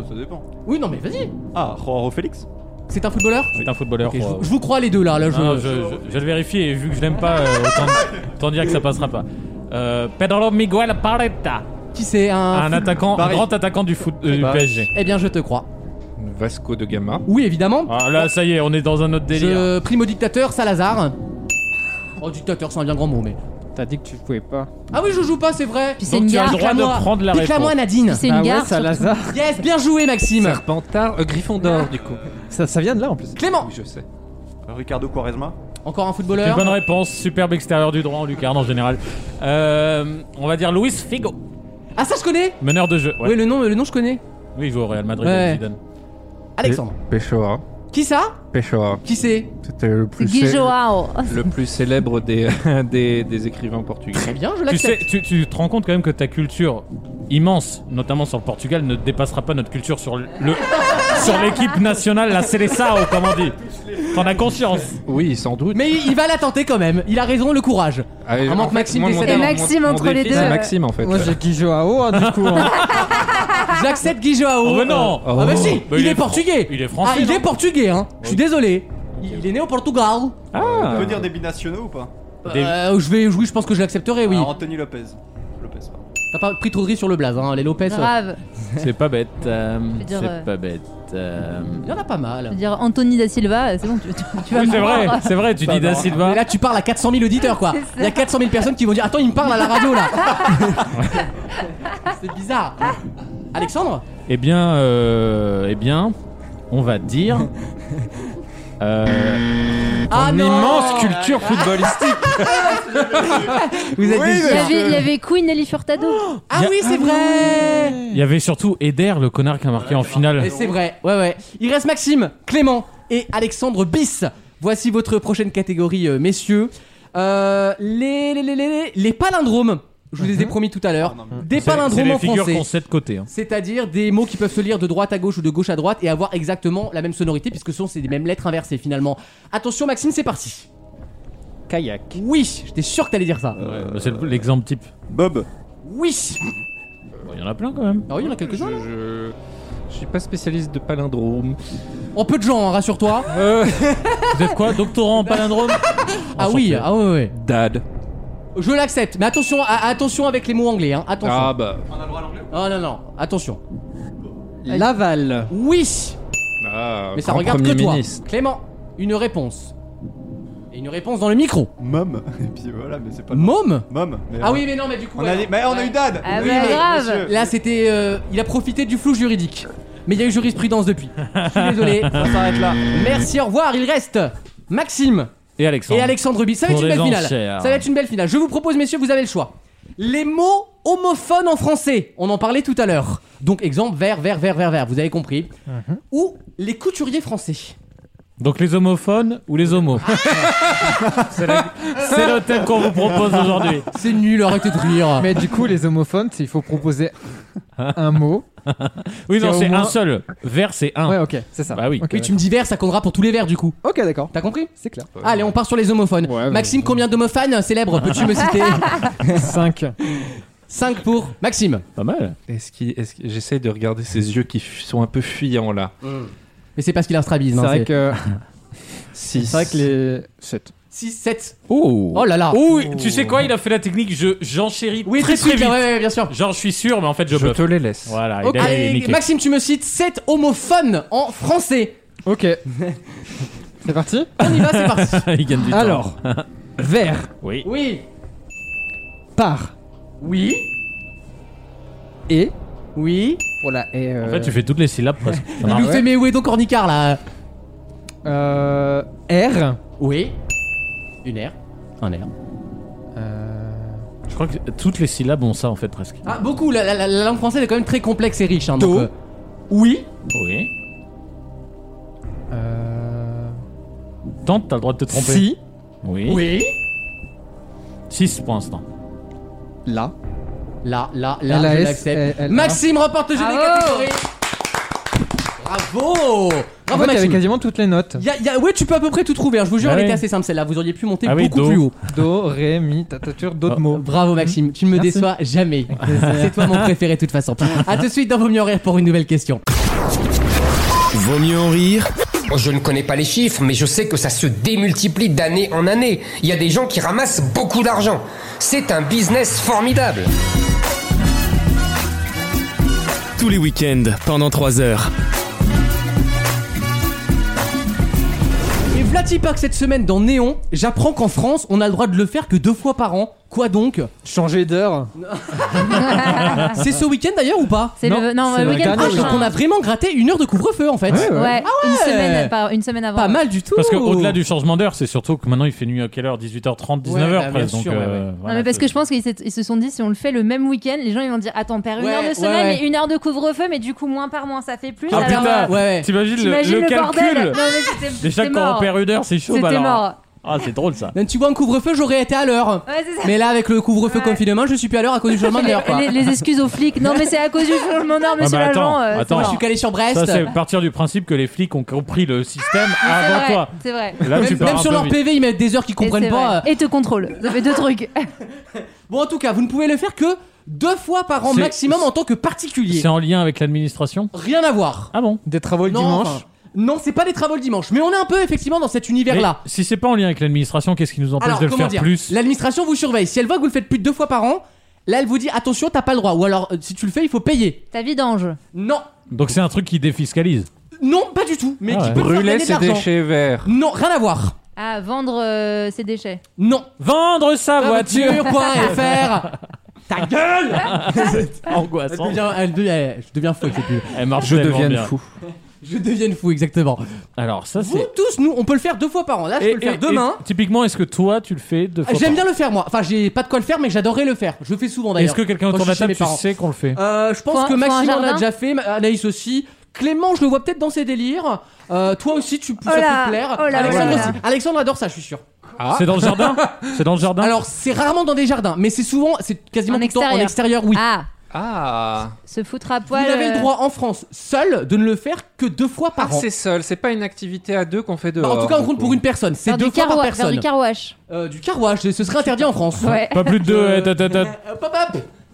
[SPEAKER 2] Ça dépend.
[SPEAKER 1] Oui, non, mais vas-y.
[SPEAKER 2] Ah, Roro Félix
[SPEAKER 1] C'est un footballeur
[SPEAKER 3] C'est un footballeur.
[SPEAKER 1] Ok, je,
[SPEAKER 3] quoi.
[SPEAKER 1] vous- je vous crois les deux là. là je...
[SPEAKER 3] Non, je, je- je le vérifie et vu que je l'aime pas, euh, autant, autant dire que ça passera pas. Euh, Pedro Miguel Pareta,
[SPEAKER 1] Qui c'est un.
[SPEAKER 3] un attaquant, un
[SPEAKER 1] Paris.
[SPEAKER 3] grand attaquant du foot euh, du
[SPEAKER 4] Bah.
[SPEAKER 3] PSG.
[SPEAKER 1] Eh bien, je te crois.
[SPEAKER 4] Vasco de Gama.
[SPEAKER 1] Oui, évidemment.
[SPEAKER 3] Ah, là, ça y est, on est dans un autre délire.
[SPEAKER 1] Je... Primo dictateur, Salazar. Oh, dictateur, c'est un bien grand mot, mais.
[SPEAKER 5] T'as dit que tu pouvais pas.
[SPEAKER 1] Ah oui, je joue pas, c'est vrai.
[SPEAKER 8] Puis c'est
[SPEAKER 3] Donc
[SPEAKER 8] une
[SPEAKER 3] tu as
[SPEAKER 8] gare.
[SPEAKER 3] le droit de
[SPEAKER 1] Déclame-moi.
[SPEAKER 3] prendre la
[SPEAKER 1] Déclame-moi,
[SPEAKER 3] réponse.
[SPEAKER 1] Nadine.
[SPEAKER 8] C'est une
[SPEAKER 5] ah
[SPEAKER 8] gare.
[SPEAKER 5] ouais, Salazar.
[SPEAKER 1] Yes, bien joué, Maxime.
[SPEAKER 4] Serpentard, euh, Gryffondor, du coup.
[SPEAKER 5] Ça, ça vient de là en plus.
[SPEAKER 1] Clément.
[SPEAKER 4] Oui, je sais.
[SPEAKER 2] Ricardo Quaresma
[SPEAKER 1] Encore un
[SPEAKER 3] Une
[SPEAKER 1] footballeur.
[SPEAKER 3] bonne réponse, superbe extérieur du droit en lucarne en général. Euh, on va dire Luis Figo,
[SPEAKER 1] Ah, ça, je connais.
[SPEAKER 3] meneur de jeu. Ouais.
[SPEAKER 1] Oui, le nom, le nom, je connais.
[SPEAKER 3] Oui, il joue au Real Madrid.
[SPEAKER 1] Ouais.
[SPEAKER 3] avec Zidane.
[SPEAKER 1] Alexandre.
[SPEAKER 4] Peshawar.
[SPEAKER 1] Qui ça
[SPEAKER 4] Peshawar.
[SPEAKER 1] Qui c'est
[SPEAKER 4] C'était le
[SPEAKER 8] C'est
[SPEAKER 4] plus,
[SPEAKER 8] Guy
[SPEAKER 4] célèbre-
[SPEAKER 8] Joao.
[SPEAKER 4] le plus célèbre des, des, des écrivains portugais.
[SPEAKER 1] Très bien, je
[SPEAKER 3] Tu sais,
[SPEAKER 1] l'accepte.
[SPEAKER 3] tu, tu te rends compte quand même que ta culture immense, notamment sur le Portugal, ne dépassera pas notre culture sur le sur l'équipe nationale, la Seleção, comme on dit. T'en as conscience.
[SPEAKER 4] Oui, sans doute.
[SPEAKER 1] Mais il il va la tenter quand même. Il a raison, le courage.
[SPEAKER 4] Ah,
[SPEAKER 1] À
[SPEAKER 4] en
[SPEAKER 1] moins que
[SPEAKER 4] fait,
[SPEAKER 1] Maxime
[SPEAKER 4] moi, mon
[SPEAKER 1] décède
[SPEAKER 4] dé-
[SPEAKER 8] Et
[SPEAKER 1] avant.
[SPEAKER 8] Maxime
[SPEAKER 4] mon- mon
[SPEAKER 8] entre les
[SPEAKER 4] défi,
[SPEAKER 8] deux.
[SPEAKER 4] c'est Maxime, en fait.
[SPEAKER 5] Moi j'ai Guy Joao hein, du coup. hein.
[SPEAKER 1] J'accepte Guy Joao.
[SPEAKER 3] Oh, mais non.
[SPEAKER 1] Ah bah si,
[SPEAKER 3] Oh. Bah,
[SPEAKER 1] il,
[SPEAKER 3] il
[SPEAKER 1] est,
[SPEAKER 3] est fran-
[SPEAKER 1] portugais.
[SPEAKER 3] il est français,
[SPEAKER 1] Ah, il
[SPEAKER 3] non
[SPEAKER 1] est portugais, hein. Je suis désolé. Il est né au Portugal.
[SPEAKER 2] On
[SPEAKER 4] Ah,
[SPEAKER 2] peut dire des binationaux ou pas
[SPEAKER 3] Des-
[SPEAKER 1] Euh, je vais, oui, je pense que je l'accepterai, oui.
[SPEAKER 2] Ah, Anthony Lopez. Lopez, pardon.
[SPEAKER 1] T'as pas pris trop de riz sur le blaze, hein, les Lopez. euh,
[SPEAKER 8] Grave.
[SPEAKER 3] C'est pas bête. euh,
[SPEAKER 8] veux dire, euh,
[SPEAKER 3] C'est pas bête. euh.
[SPEAKER 1] Il y en a pas mal.
[SPEAKER 8] Je veux dire, Anthony Da Silva, c'est bon, tu, tu- tu vas
[SPEAKER 3] Oui, c'est
[SPEAKER 8] m'avoir.
[SPEAKER 3] vrai, c'est vrai, tu dis Da Silva.
[SPEAKER 1] Mais là, tu parles à 400 000 auditeurs, quoi. Il y a 400 000 personnes qui vont dire Attends, il me parle à la radio, là. C'est bizarre. Alexandre
[SPEAKER 3] Eh bien, euh, eh bien, on va dire. Euh,
[SPEAKER 1] Ah
[SPEAKER 3] ton
[SPEAKER 1] non
[SPEAKER 3] immense culture footballistique.
[SPEAKER 1] Vous
[SPEAKER 8] Il
[SPEAKER 1] êtes
[SPEAKER 8] y avait- il y avait Queen Ellie Furtado.
[SPEAKER 1] Ah oui, c'est vrai
[SPEAKER 3] Il y avait surtout Eder, le connard qui a marqué en finale.
[SPEAKER 1] Et Eh, c'est vrai, ouais, ouais. Il reste Maxime, Clément et Alexandre Bis. Voici votre prochaine catégorie, euh, messieurs. Euh, les, les, les, les, les palindromes. Je vous les ai promis tout à l'heure. Des
[SPEAKER 3] Mhm. C'est- C'est
[SPEAKER 1] palindromes
[SPEAKER 3] les
[SPEAKER 1] en
[SPEAKER 3] figures
[SPEAKER 1] français.
[SPEAKER 3] qu'on sait de côté. hein.
[SPEAKER 1] C'est-à-dire des mots qui peuvent se lire de droite à gauche ou de gauche à droite et avoir exactement la même sonorité puisque ce sont ces mêmes lettres inversées finalement. Attention Maxime, c'est parti.
[SPEAKER 5] Kayak.
[SPEAKER 1] Oui, j'étais sûr que t'allais dire ça.
[SPEAKER 3] Ouais, bah, c'est le- l'exemple type.
[SPEAKER 2] Bob.
[SPEAKER 1] Oui.
[SPEAKER 3] Il y en a plein quand même.
[SPEAKER 1] Ah oui, il y en a quelques-uns. là.
[SPEAKER 4] Je... je suis pas spécialiste de palindrome.
[SPEAKER 1] En peu de gens, hein, rassure-toi.
[SPEAKER 3] Vous êtes quoi, doctorant Euh, en palindrome
[SPEAKER 1] ah oui, ah ouais, ouais.
[SPEAKER 4] Dad.
[SPEAKER 1] Je l'accepte, mais attention, à- attention avec les mots anglais, hein. Attention.
[SPEAKER 4] Ah bah.
[SPEAKER 1] Oh non non, attention.
[SPEAKER 5] Laval.
[SPEAKER 1] Oui.
[SPEAKER 4] Ah,
[SPEAKER 1] Mais ça
[SPEAKER 4] grand
[SPEAKER 1] regarde que
[SPEAKER 4] premier
[SPEAKER 1] toi.
[SPEAKER 4] ministre.
[SPEAKER 1] Clément, une réponse. Et une réponse dans le micro.
[SPEAKER 2] Mom. Et puis voilà, mais c'est pas.
[SPEAKER 1] Môme
[SPEAKER 2] Mom. mais
[SPEAKER 1] Ah
[SPEAKER 2] non.
[SPEAKER 1] oui, mais non, mais du coup.
[SPEAKER 2] On a
[SPEAKER 1] ouais,
[SPEAKER 2] dit- mais on a
[SPEAKER 1] ouais.
[SPEAKER 2] eu Dad.
[SPEAKER 8] Ah
[SPEAKER 2] Oui,
[SPEAKER 8] bah,
[SPEAKER 2] mais-
[SPEAKER 8] grave.
[SPEAKER 2] monsieur.
[SPEAKER 1] Là, c'était. euh, il a profité du flou juridique. Mais il y a eu jurisprudence depuis. Je suis désolé, on s'arrête là. Merci, au revoir. Il reste Maxime
[SPEAKER 3] Et Alexandre.
[SPEAKER 1] et Alexandre Bis. Ça va être
[SPEAKER 3] Pour
[SPEAKER 1] une
[SPEAKER 3] les
[SPEAKER 1] belle finale.
[SPEAKER 3] enchères.
[SPEAKER 1] Ça va être une belle finale. Je vous propose, messieurs, vous avez le choix. Les mots homophones en français. On en parlait tout à l'heure. Donc, exemple, vert, vert, vert, vert, vert. Vous avez compris. Ou les couturiers français.
[SPEAKER 3] Donc les homophones ou les homos
[SPEAKER 1] Ah.
[SPEAKER 3] C'est la- c'est le thème qu'on vous propose aujourd'hui.
[SPEAKER 1] C'est nul, arrêtez de rire.
[SPEAKER 5] Mais du coup, les homophones, c'est il faut proposer un mot.
[SPEAKER 3] Oui, non,
[SPEAKER 5] Qui a au
[SPEAKER 3] c'est
[SPEAKER 5] moins-
[SPEAKER 3] un seul. Vert, c'est un.
[SPEAKER 5] Ouais, ok, c'est ça.
[SPEAKER 3] Bah oui.
[SPEAKER 5] Ok,
[SPEAKER 1] Et tu me dis vert, ça comptera pour tous les verts du coup.
[SPEAKER 5] Ok, d'accord.
[SPEAKER 1] T'as compris
[SPEAKER 5] C'est clair.
[SPEAKER 1] Allez, on part sur les homophones. Maxime, combien d'homophones célèbres peux-tu me citer
[SPEAKER 5] 5.
[SPEAKER 1] 5 pour Maxime.
[SPEAKER 3] Pas mal.
[SPEAKER 4] Est-ce qu'il, est-ce que- j'essaie de regarder ses yeux qui f- sont un peu fuyants là.
[SPEAKER 1] Mais c'est parce qu'il a un strabisme.
[SPEAKER 5] C'est
[SPEAKER 1] hein,
[SPEAKER 5] vrai que.
[SPEAKER 4] Six.
[SPEAKER 5] C'est vrai que les. 7.
[SPEAKER 1] 6, 7.
[SPEAKER 3] Oh.
[SPEAKER 1] Oh là là.
[SPEAKER 3] Oh, tu sais quoi Il a fait la technique. Je j'enchéris
[SPEAKER 1] Oui,
[SPEAKER 3] très très
[SPEAKER 1] technique,
[SPEAKER 3] vite.
[SPEAKER 1] ouais, ouais, ouais, bien sûr.
[SPEAKER 3] Genre, je suis sûr, mais en fait, je,
[SPEAKER 4] Je
[SPEAKER 3] bluffe.
[SPEAKER 4] te les laisse.
[SPEAKER 5] Ah,
[SPEAKER 3] Voilà.
[SPEAKER 1] Ok,
[SPEAKER 3] il a- il est niqué.
[SPEAKER 1] Maxime, tu me cites 7 homophones en français.
[SPEAKER 5] Ok. C'est parti
[SPEAKER 1] On y va, c'est parti.
[SPEAKER 3] il gagne du temps.
[SPEAKER 5] Alors, vert,
[SPEAKER 3] Oui.
[SPEAKER 1] Oui.
[SPEAKER 5] par
[SPEAKER 1] Oui.
[SPEAKER 5] et.
[SPEAKER 1] Oui.
[SPEAKER 5] Voilà, et.
[SPEAKER 3] En fait, tu fais toutes les syllabes presque.
[SPEAKER 5] Ah
[SPEAKER 3] Ça
[SPEAKER 1] Il
[SPEAKER 3] marche.
[SPEAKER 1] nous fait mais où est donc Ornicard là
[SPEAKER 5] Euh. R.
[SPEAKER 1] Oui. Une R. Un R.
[SPEAKER 5] Euh.
[SPEAKER 3] Je crois que toutes les syllabes ont ça en fait presque.
[SPEAKER 1] Ah, beaucoup. La, la- la- la langue française est quand même très complexe et riche. Hein, donc,
[SPEAKER 5] Do.
[SPEAKER 1] euh, oui.
[SPEAKER 3] Oui.
[SPEAKER 5] Euh.
[SPEAKER 3] Tente, t'as le droit de te tromper.
[SPEAKER 5] Si.
[SPEAKER 3] Oui.
[SPEAKER 1] Oui.
[SPEAKER 3] 6 pour l'instant.
[SPEAKER 5] La.
[SPEAKER 1] Là, là, là,
[SPEAKER 5] LAS,
[SPEAKER 1] je
[SPEAKER 5] euh,
[SPEAKER 1] l'accepte.
[SPEAKER 5] LA.
[SPEAKER 1] Maxime remporte le jeu des catégories. Bravo
[SPEAKER 5] En
[SPEAKER 1] Bravo
[SPEAKER 5] fait, il y avait
[SPEAKER 1] Maxime.
[SPEAKER 5] quasiment toutes les notes.
[SPEAKER 1] Y a- y a- ouais, tu peux à peu près tout trouver. hein, Je vous jure,
[SPEAKER 3] Ah
[SPEAKER 1] elle
[SPEAKER 3] oui.
[SPEAKER 1] était assez simple celle-là. Vous auriez pu monter
[SPEAKER 3] Ah oui,
[SPEAKER 1] beaucoup
[SPEAKER 3] do.
[SPEAKER 1] plus haut.
[SPEAKER 5] Do, ré, mi, tatature, d'autres
[SPEAKER 3] Oh.
[SPEAKER 5] mots.
[SPEAKER 1] Bravo Maxime, tu ne me
[SPEAKER 5] Mmh. Merci.
[SPEAKER 1] déçois jamais. C'est toi mon préféré de toute façon. À tout de suite dans Vos mieux en rire pour une nouvelle question.
[SPEAKER 6] Vaut mieux en rire
[SPEAKER 18] Oh, Je ne connais pas les chiffres, mais je sais que ça se démultiplie d'année en année. Il y a des gens qui ramassent beaucoup d'argent. C'est un business formidable.
[SPEAKER 6] tous les week-ends pendant 3 heures.
[SPEAKER 1] Et Vlatipak cette semaine dans Néon, j'apprends qu'en France on a le droit de le faire que deux fois par an. Quoi donc
[SPEAKER 5] Changer d'heure.
[SPEAKER 1] C'est ce week-end d'ailleurs ou pas
[SPEAKER 8] C'est le non,
[SPEAKER 5] c'est
[SPEAKER 8] le
[SPEAKER 5] le
[SPEAKER 8] week-end
[SPEAKER 5] dernier,
[SPEAKER 1] Ah, donc
[SPEAKER 8] prochain.
[SPEAKER 1] on a vraiment gratté une heure de couvre-feu en fait. Ah
[SPEAKER 5] Ouais, ouais.
[SPEAKER 8] Ouais, une semaine par- une semaine avant.
[SPEAKER 1] Pas mal du tout.
[SPEAKER 3] Parce que au-delà du changement d'heure, c'est surtout que maintenant il fait nuit à quelle heure 18h30, 19h
[SPEAKER 1] Ouais, bah, bien
[SPEAKER 3] presque. Donc,
[SPEAKER 1] sûr, ouais,
[SPEAKER 3] euh,
[SPEAKER 8] Non,
[SPEAKER 3] voilà,
[SPEAKER 8] mais parce que je pense qu'ils s'est- ils se sont dit si on le fait le même week-end, les gens ils vont dire attends, perd une
[SPEAKER 1] Ouais,
[SPEAKER 8] heure
[SPEAKER 1] ouais,
[SPEAKER 8] de semaine
[SPEAKER 1] ouais.
[SPEAKER 8] et une heure de couvre-feu, mais du coup moins par mois ça fait plus.
[SPEAKER 3] Ah
[SPEAKER 8] alors,
[SPEAKER 3] putain,
[SPEAKER 8] euh,
[SPEAKER 1] Ouais, ouais.
[SPEAKER 3] t'imagines le,
[SPEAKER 8] t'imagines
[SPEAKER 3] le
[SPEAKER 8] le, bordel
[SPEAKER 3] calcul
[SPEAKER 8] Non, mais c'était-
[SPEAKER 3] Déjà
[SPEAKER 8] c'était
[SPEAKER 3] quand on
[SPEAKER 8] mort.
[SPEAKER 3] perd une heure, c'est chaud.
[SPEAKER 8] C'était
[SPEAKER 3] bah alors.
[SPEAKER 8] mort.
[SPEAKER 3] Ah, c'est drôle ça.
[SPEAKER 1] Donc, tu vois en couvre-feu j'aurais été à l'heure.
[SPEAKER 8] Ouais, c'est ça.
[SPEAKER 1] Mais là avec le couvre-feu
[SPEAKER 8] Ouais.
[SPEAKER 1] confinement je suis plus à l'heure à cause du changement d'heure quoi.
[SPEAKER 8] les, les- les excuses aux flics. Non, mais c'est à cause du changement d'heure,
[SPEAKER 3] mais
[SPEAKER 8] monsieur
[SPEAKER 3] Ah bah, attends,
[SPEAKER 8] l'agent. euh, c'est
[SPEAKER 3] attends.
[SPEAKER 8] mort.
[SPEAKER 1] Je suis calé sur
[SPEAKER 3] Ça,
[SPEAKER 1] Brest.
[SPEAKER 3] c'est partir du principe que les flics ont compris le système
[SPEAKER 8] Mais c'est
[SPEAKER 3] avant
[SPEAKER 8] vrai,
[SPEAKER 3] toi.
[SPEAKER 8] C'est vrai.
[SPEAKER 3] Là, tu
[SPEAKER 1] Même,
[SPEAKER 3] pars
[SPEAKER 1] même
[SPEAKER 3] un
[SPEAKER 1] sur
[SPEAKER 3] peu
[SPEAKER 1] leur
[SPEAKER 3] vite.
[SPEAKER 1] PV, ils mettent des heures qu'ils
[SPEAKER 8] Et
[SPEAKER 1] comprennent
[SPEAKER 8] c'est
[SPEAKER 1] pas. euh.
[SPEAKER 8] vrai. Et te contrôle. Ça fait deux trucs.
[SPEAKER 1] Bon, en tout cas, vous ne pouvez le faire que deux fois par an
[SPEAKER 3] C'est-
[SPEAKER 1] maximum en tant que particulier.
[SPEAKER 3] C'est en lien avec l'administration
[SPEAKER 1] Rien à voir.
[SPEAKER 3] Ah bon
[SPEAKER 5] Des travaux le
[SPEAKER 1] Non,
[SPEAKER 5] dimanche.
[SPEAKER 1] enfin, non, c'est pas des travaux le dimanche, mais on est un peu effectivement dans cet
[SPEAKER 3] Mais
[SPEAKER 1] univers-là.
[SPEAKER 3] Si c'est pas en lien avec l'administration, qu'est-ce qui nous empêche
[SPEAKER 1] Alors,
[SPEAKER 3] de le
[SPEAKER 1] comment
[SPEAKER 3] faire
[SPEAKER 1] dire
[SPEAKER 3] plus
[SPEAKER 1] L'administration vous surveille. Si elle voit que vous le faites plus de deux fois par an, Là, elle vous dit attention, t'as pas le droit. Ou alors, euh, si tu le fais, il faut payer.
[SPEAKER 8] Ta vidange.
[SPEAKER 1] Non.
[SPEAKER 3] Donc c'est un truc qui défiscalise.
[SPEAKER 1] Non, pas du tout. Mais
[SPEAKER 3] Ah
[SPEAKER 1] qui
[SPEAKER 3] ouais.
[SPEAKER 1] peut te faire
[SPEAKER 3] Brûler
[SPEAKER 1] gagner de
[SPEAKER 3] ses
[SPEAKER 1] l'argent.
[SPEAKER 3] déchets verts.
[SPEAKER 1] Non, rien à voir.
[SPEAKER 8] Ah, vendre euh, ses déchets.
[SPEAKER 1] Non.
[SPEAKER 3] Vendre sa voiture.
[SPEAKER 1] voiture.fr. Ta gueule
[SPEAKER 3] Angoissant.
[SPEAKER 1] Elle devient- elle devient- elle- je deviens fou avec cette pub.
[SPEAKER 3] Elle marche
[SPEAKER 1] Je
[SPEAKER 3] tellement
[SPEAKER 1] devienne
[SPEAKER 3] bien.
[SPEAKER 1] fou. Je devienne fou, exactement.
[SPEAKER 3] Alors ça
[SPEAKER 1] Vous
[SPEAKER 3] c'est.
[SPEAKER 1] tous, nous, on peut le faire deux fois par an. Là, je peux le faire demain. Ah,
[SPEAKER 3] et typiquement, est-ce que toi tu le fais deux fois
[SPEAKER 1] J'aime
[SPEAKER 3] par
[SPEAKER 1] bien le faire, moi. Enfin, j'ai pas de quoi le faire, mais j'adorerais le faire. Je le fais souvent
[SPEAKER 3] an
[SPEAKER 1] d'ailleurs.
[SPEAKER 3] Est-ce que quelqu'un
[SPEAKER 1] Quand
[SPEAKER 3] autour de
[SPEAKER 1] je
[SPEAKER 3] la
[SPEAKER 1] suis chez
[SPEAKER 3] table
[SPEAKER 1] mes
[SPEAKER 3] tu
[SPEAKER 1] parents.
[SPEAKER 3] sais qu'on le fait
[SPEAKER 1] Euh, je pense
[SPEAKER 8] Faut un-
[SPEAKER 1] que
[SPEAKER 8] faut un
[SPEAKER 1] Maxime en a
[SPEAKER 8] jardin
[SPEAKER 1] déjà fait, Ma- Anaïs aussi. Clément, je le vois peut-être dans ses délires. Euh, toi aussi, tu pousses
[SPEAKER 8] Oh
[SPEAKER 1] à
[SPEAKER 8] là,
[SPEAKER 1] te plaire.
[SPEAKER 8] oh là,
[SPEAKER 1] Alexandre
[SPEAKER 8] oh là là.
[SPEAKER 1] aussi. Alexandre adore ça, je suis sûr.
[SPEAKER 3] C'est dans le jardin C'est dans le jardin
[SPEAKER 1] Ah. Alors, c'est rarement dans des jardins, mais c'est souvent, c'est quasiment
[SPEAKER 8] En
[SPEAKER 1] tout le temps en
[SPEAKER 8] extérieur.
[SPEAKER 1] extérieur, oui.
[SPEAKER 8] Ah,
[SPEAKER 4] Ah.
[SPEAKER 8] se foutre à
[SPEAKER 1] Vous
[SPEAKER 8] poil.
[SPEAKER 1] avez le
[SPEAKER 8] euh,
[SPEAKER 1] droit en France, seul, de ne le faire que deux fois par
[SPEAKER 4] Ah,
[SPEAKER 1] an.
[SPEAKER 4] c'est seul, c'est pas une activité à deux qu'on fait
[SPEAKER 1] Bah,
[SPEAKER 4] dehors. euh,
[SPEAKER 1] en tout cas, on compte
[SPEAKER 4] du coup.
[SPEAKER 1] pour une personne. C'est
[SPEAKER 8] faire
[SPEAKER 1] deux
[SPEAKER 8] du
[SPEAKER 1] fois
[SPEAKER 8] car
[SPEAKER 1] par
[SPEAKER 8] wash, faire
[SPEAKER 1] personne.
[SPEAKER 8] du car wash.
[SPEAKER 1] Euh, du car wash, ce serait interdit en France.
[SPEAKER 8] Ouais.
[SPEAKER 3] Pas plus de deux.
[SPEAKER 1] Je-
[SPEAKER 3] eh, ta, ta, ta.
[SPEAKER 1] Euh, pas, pas-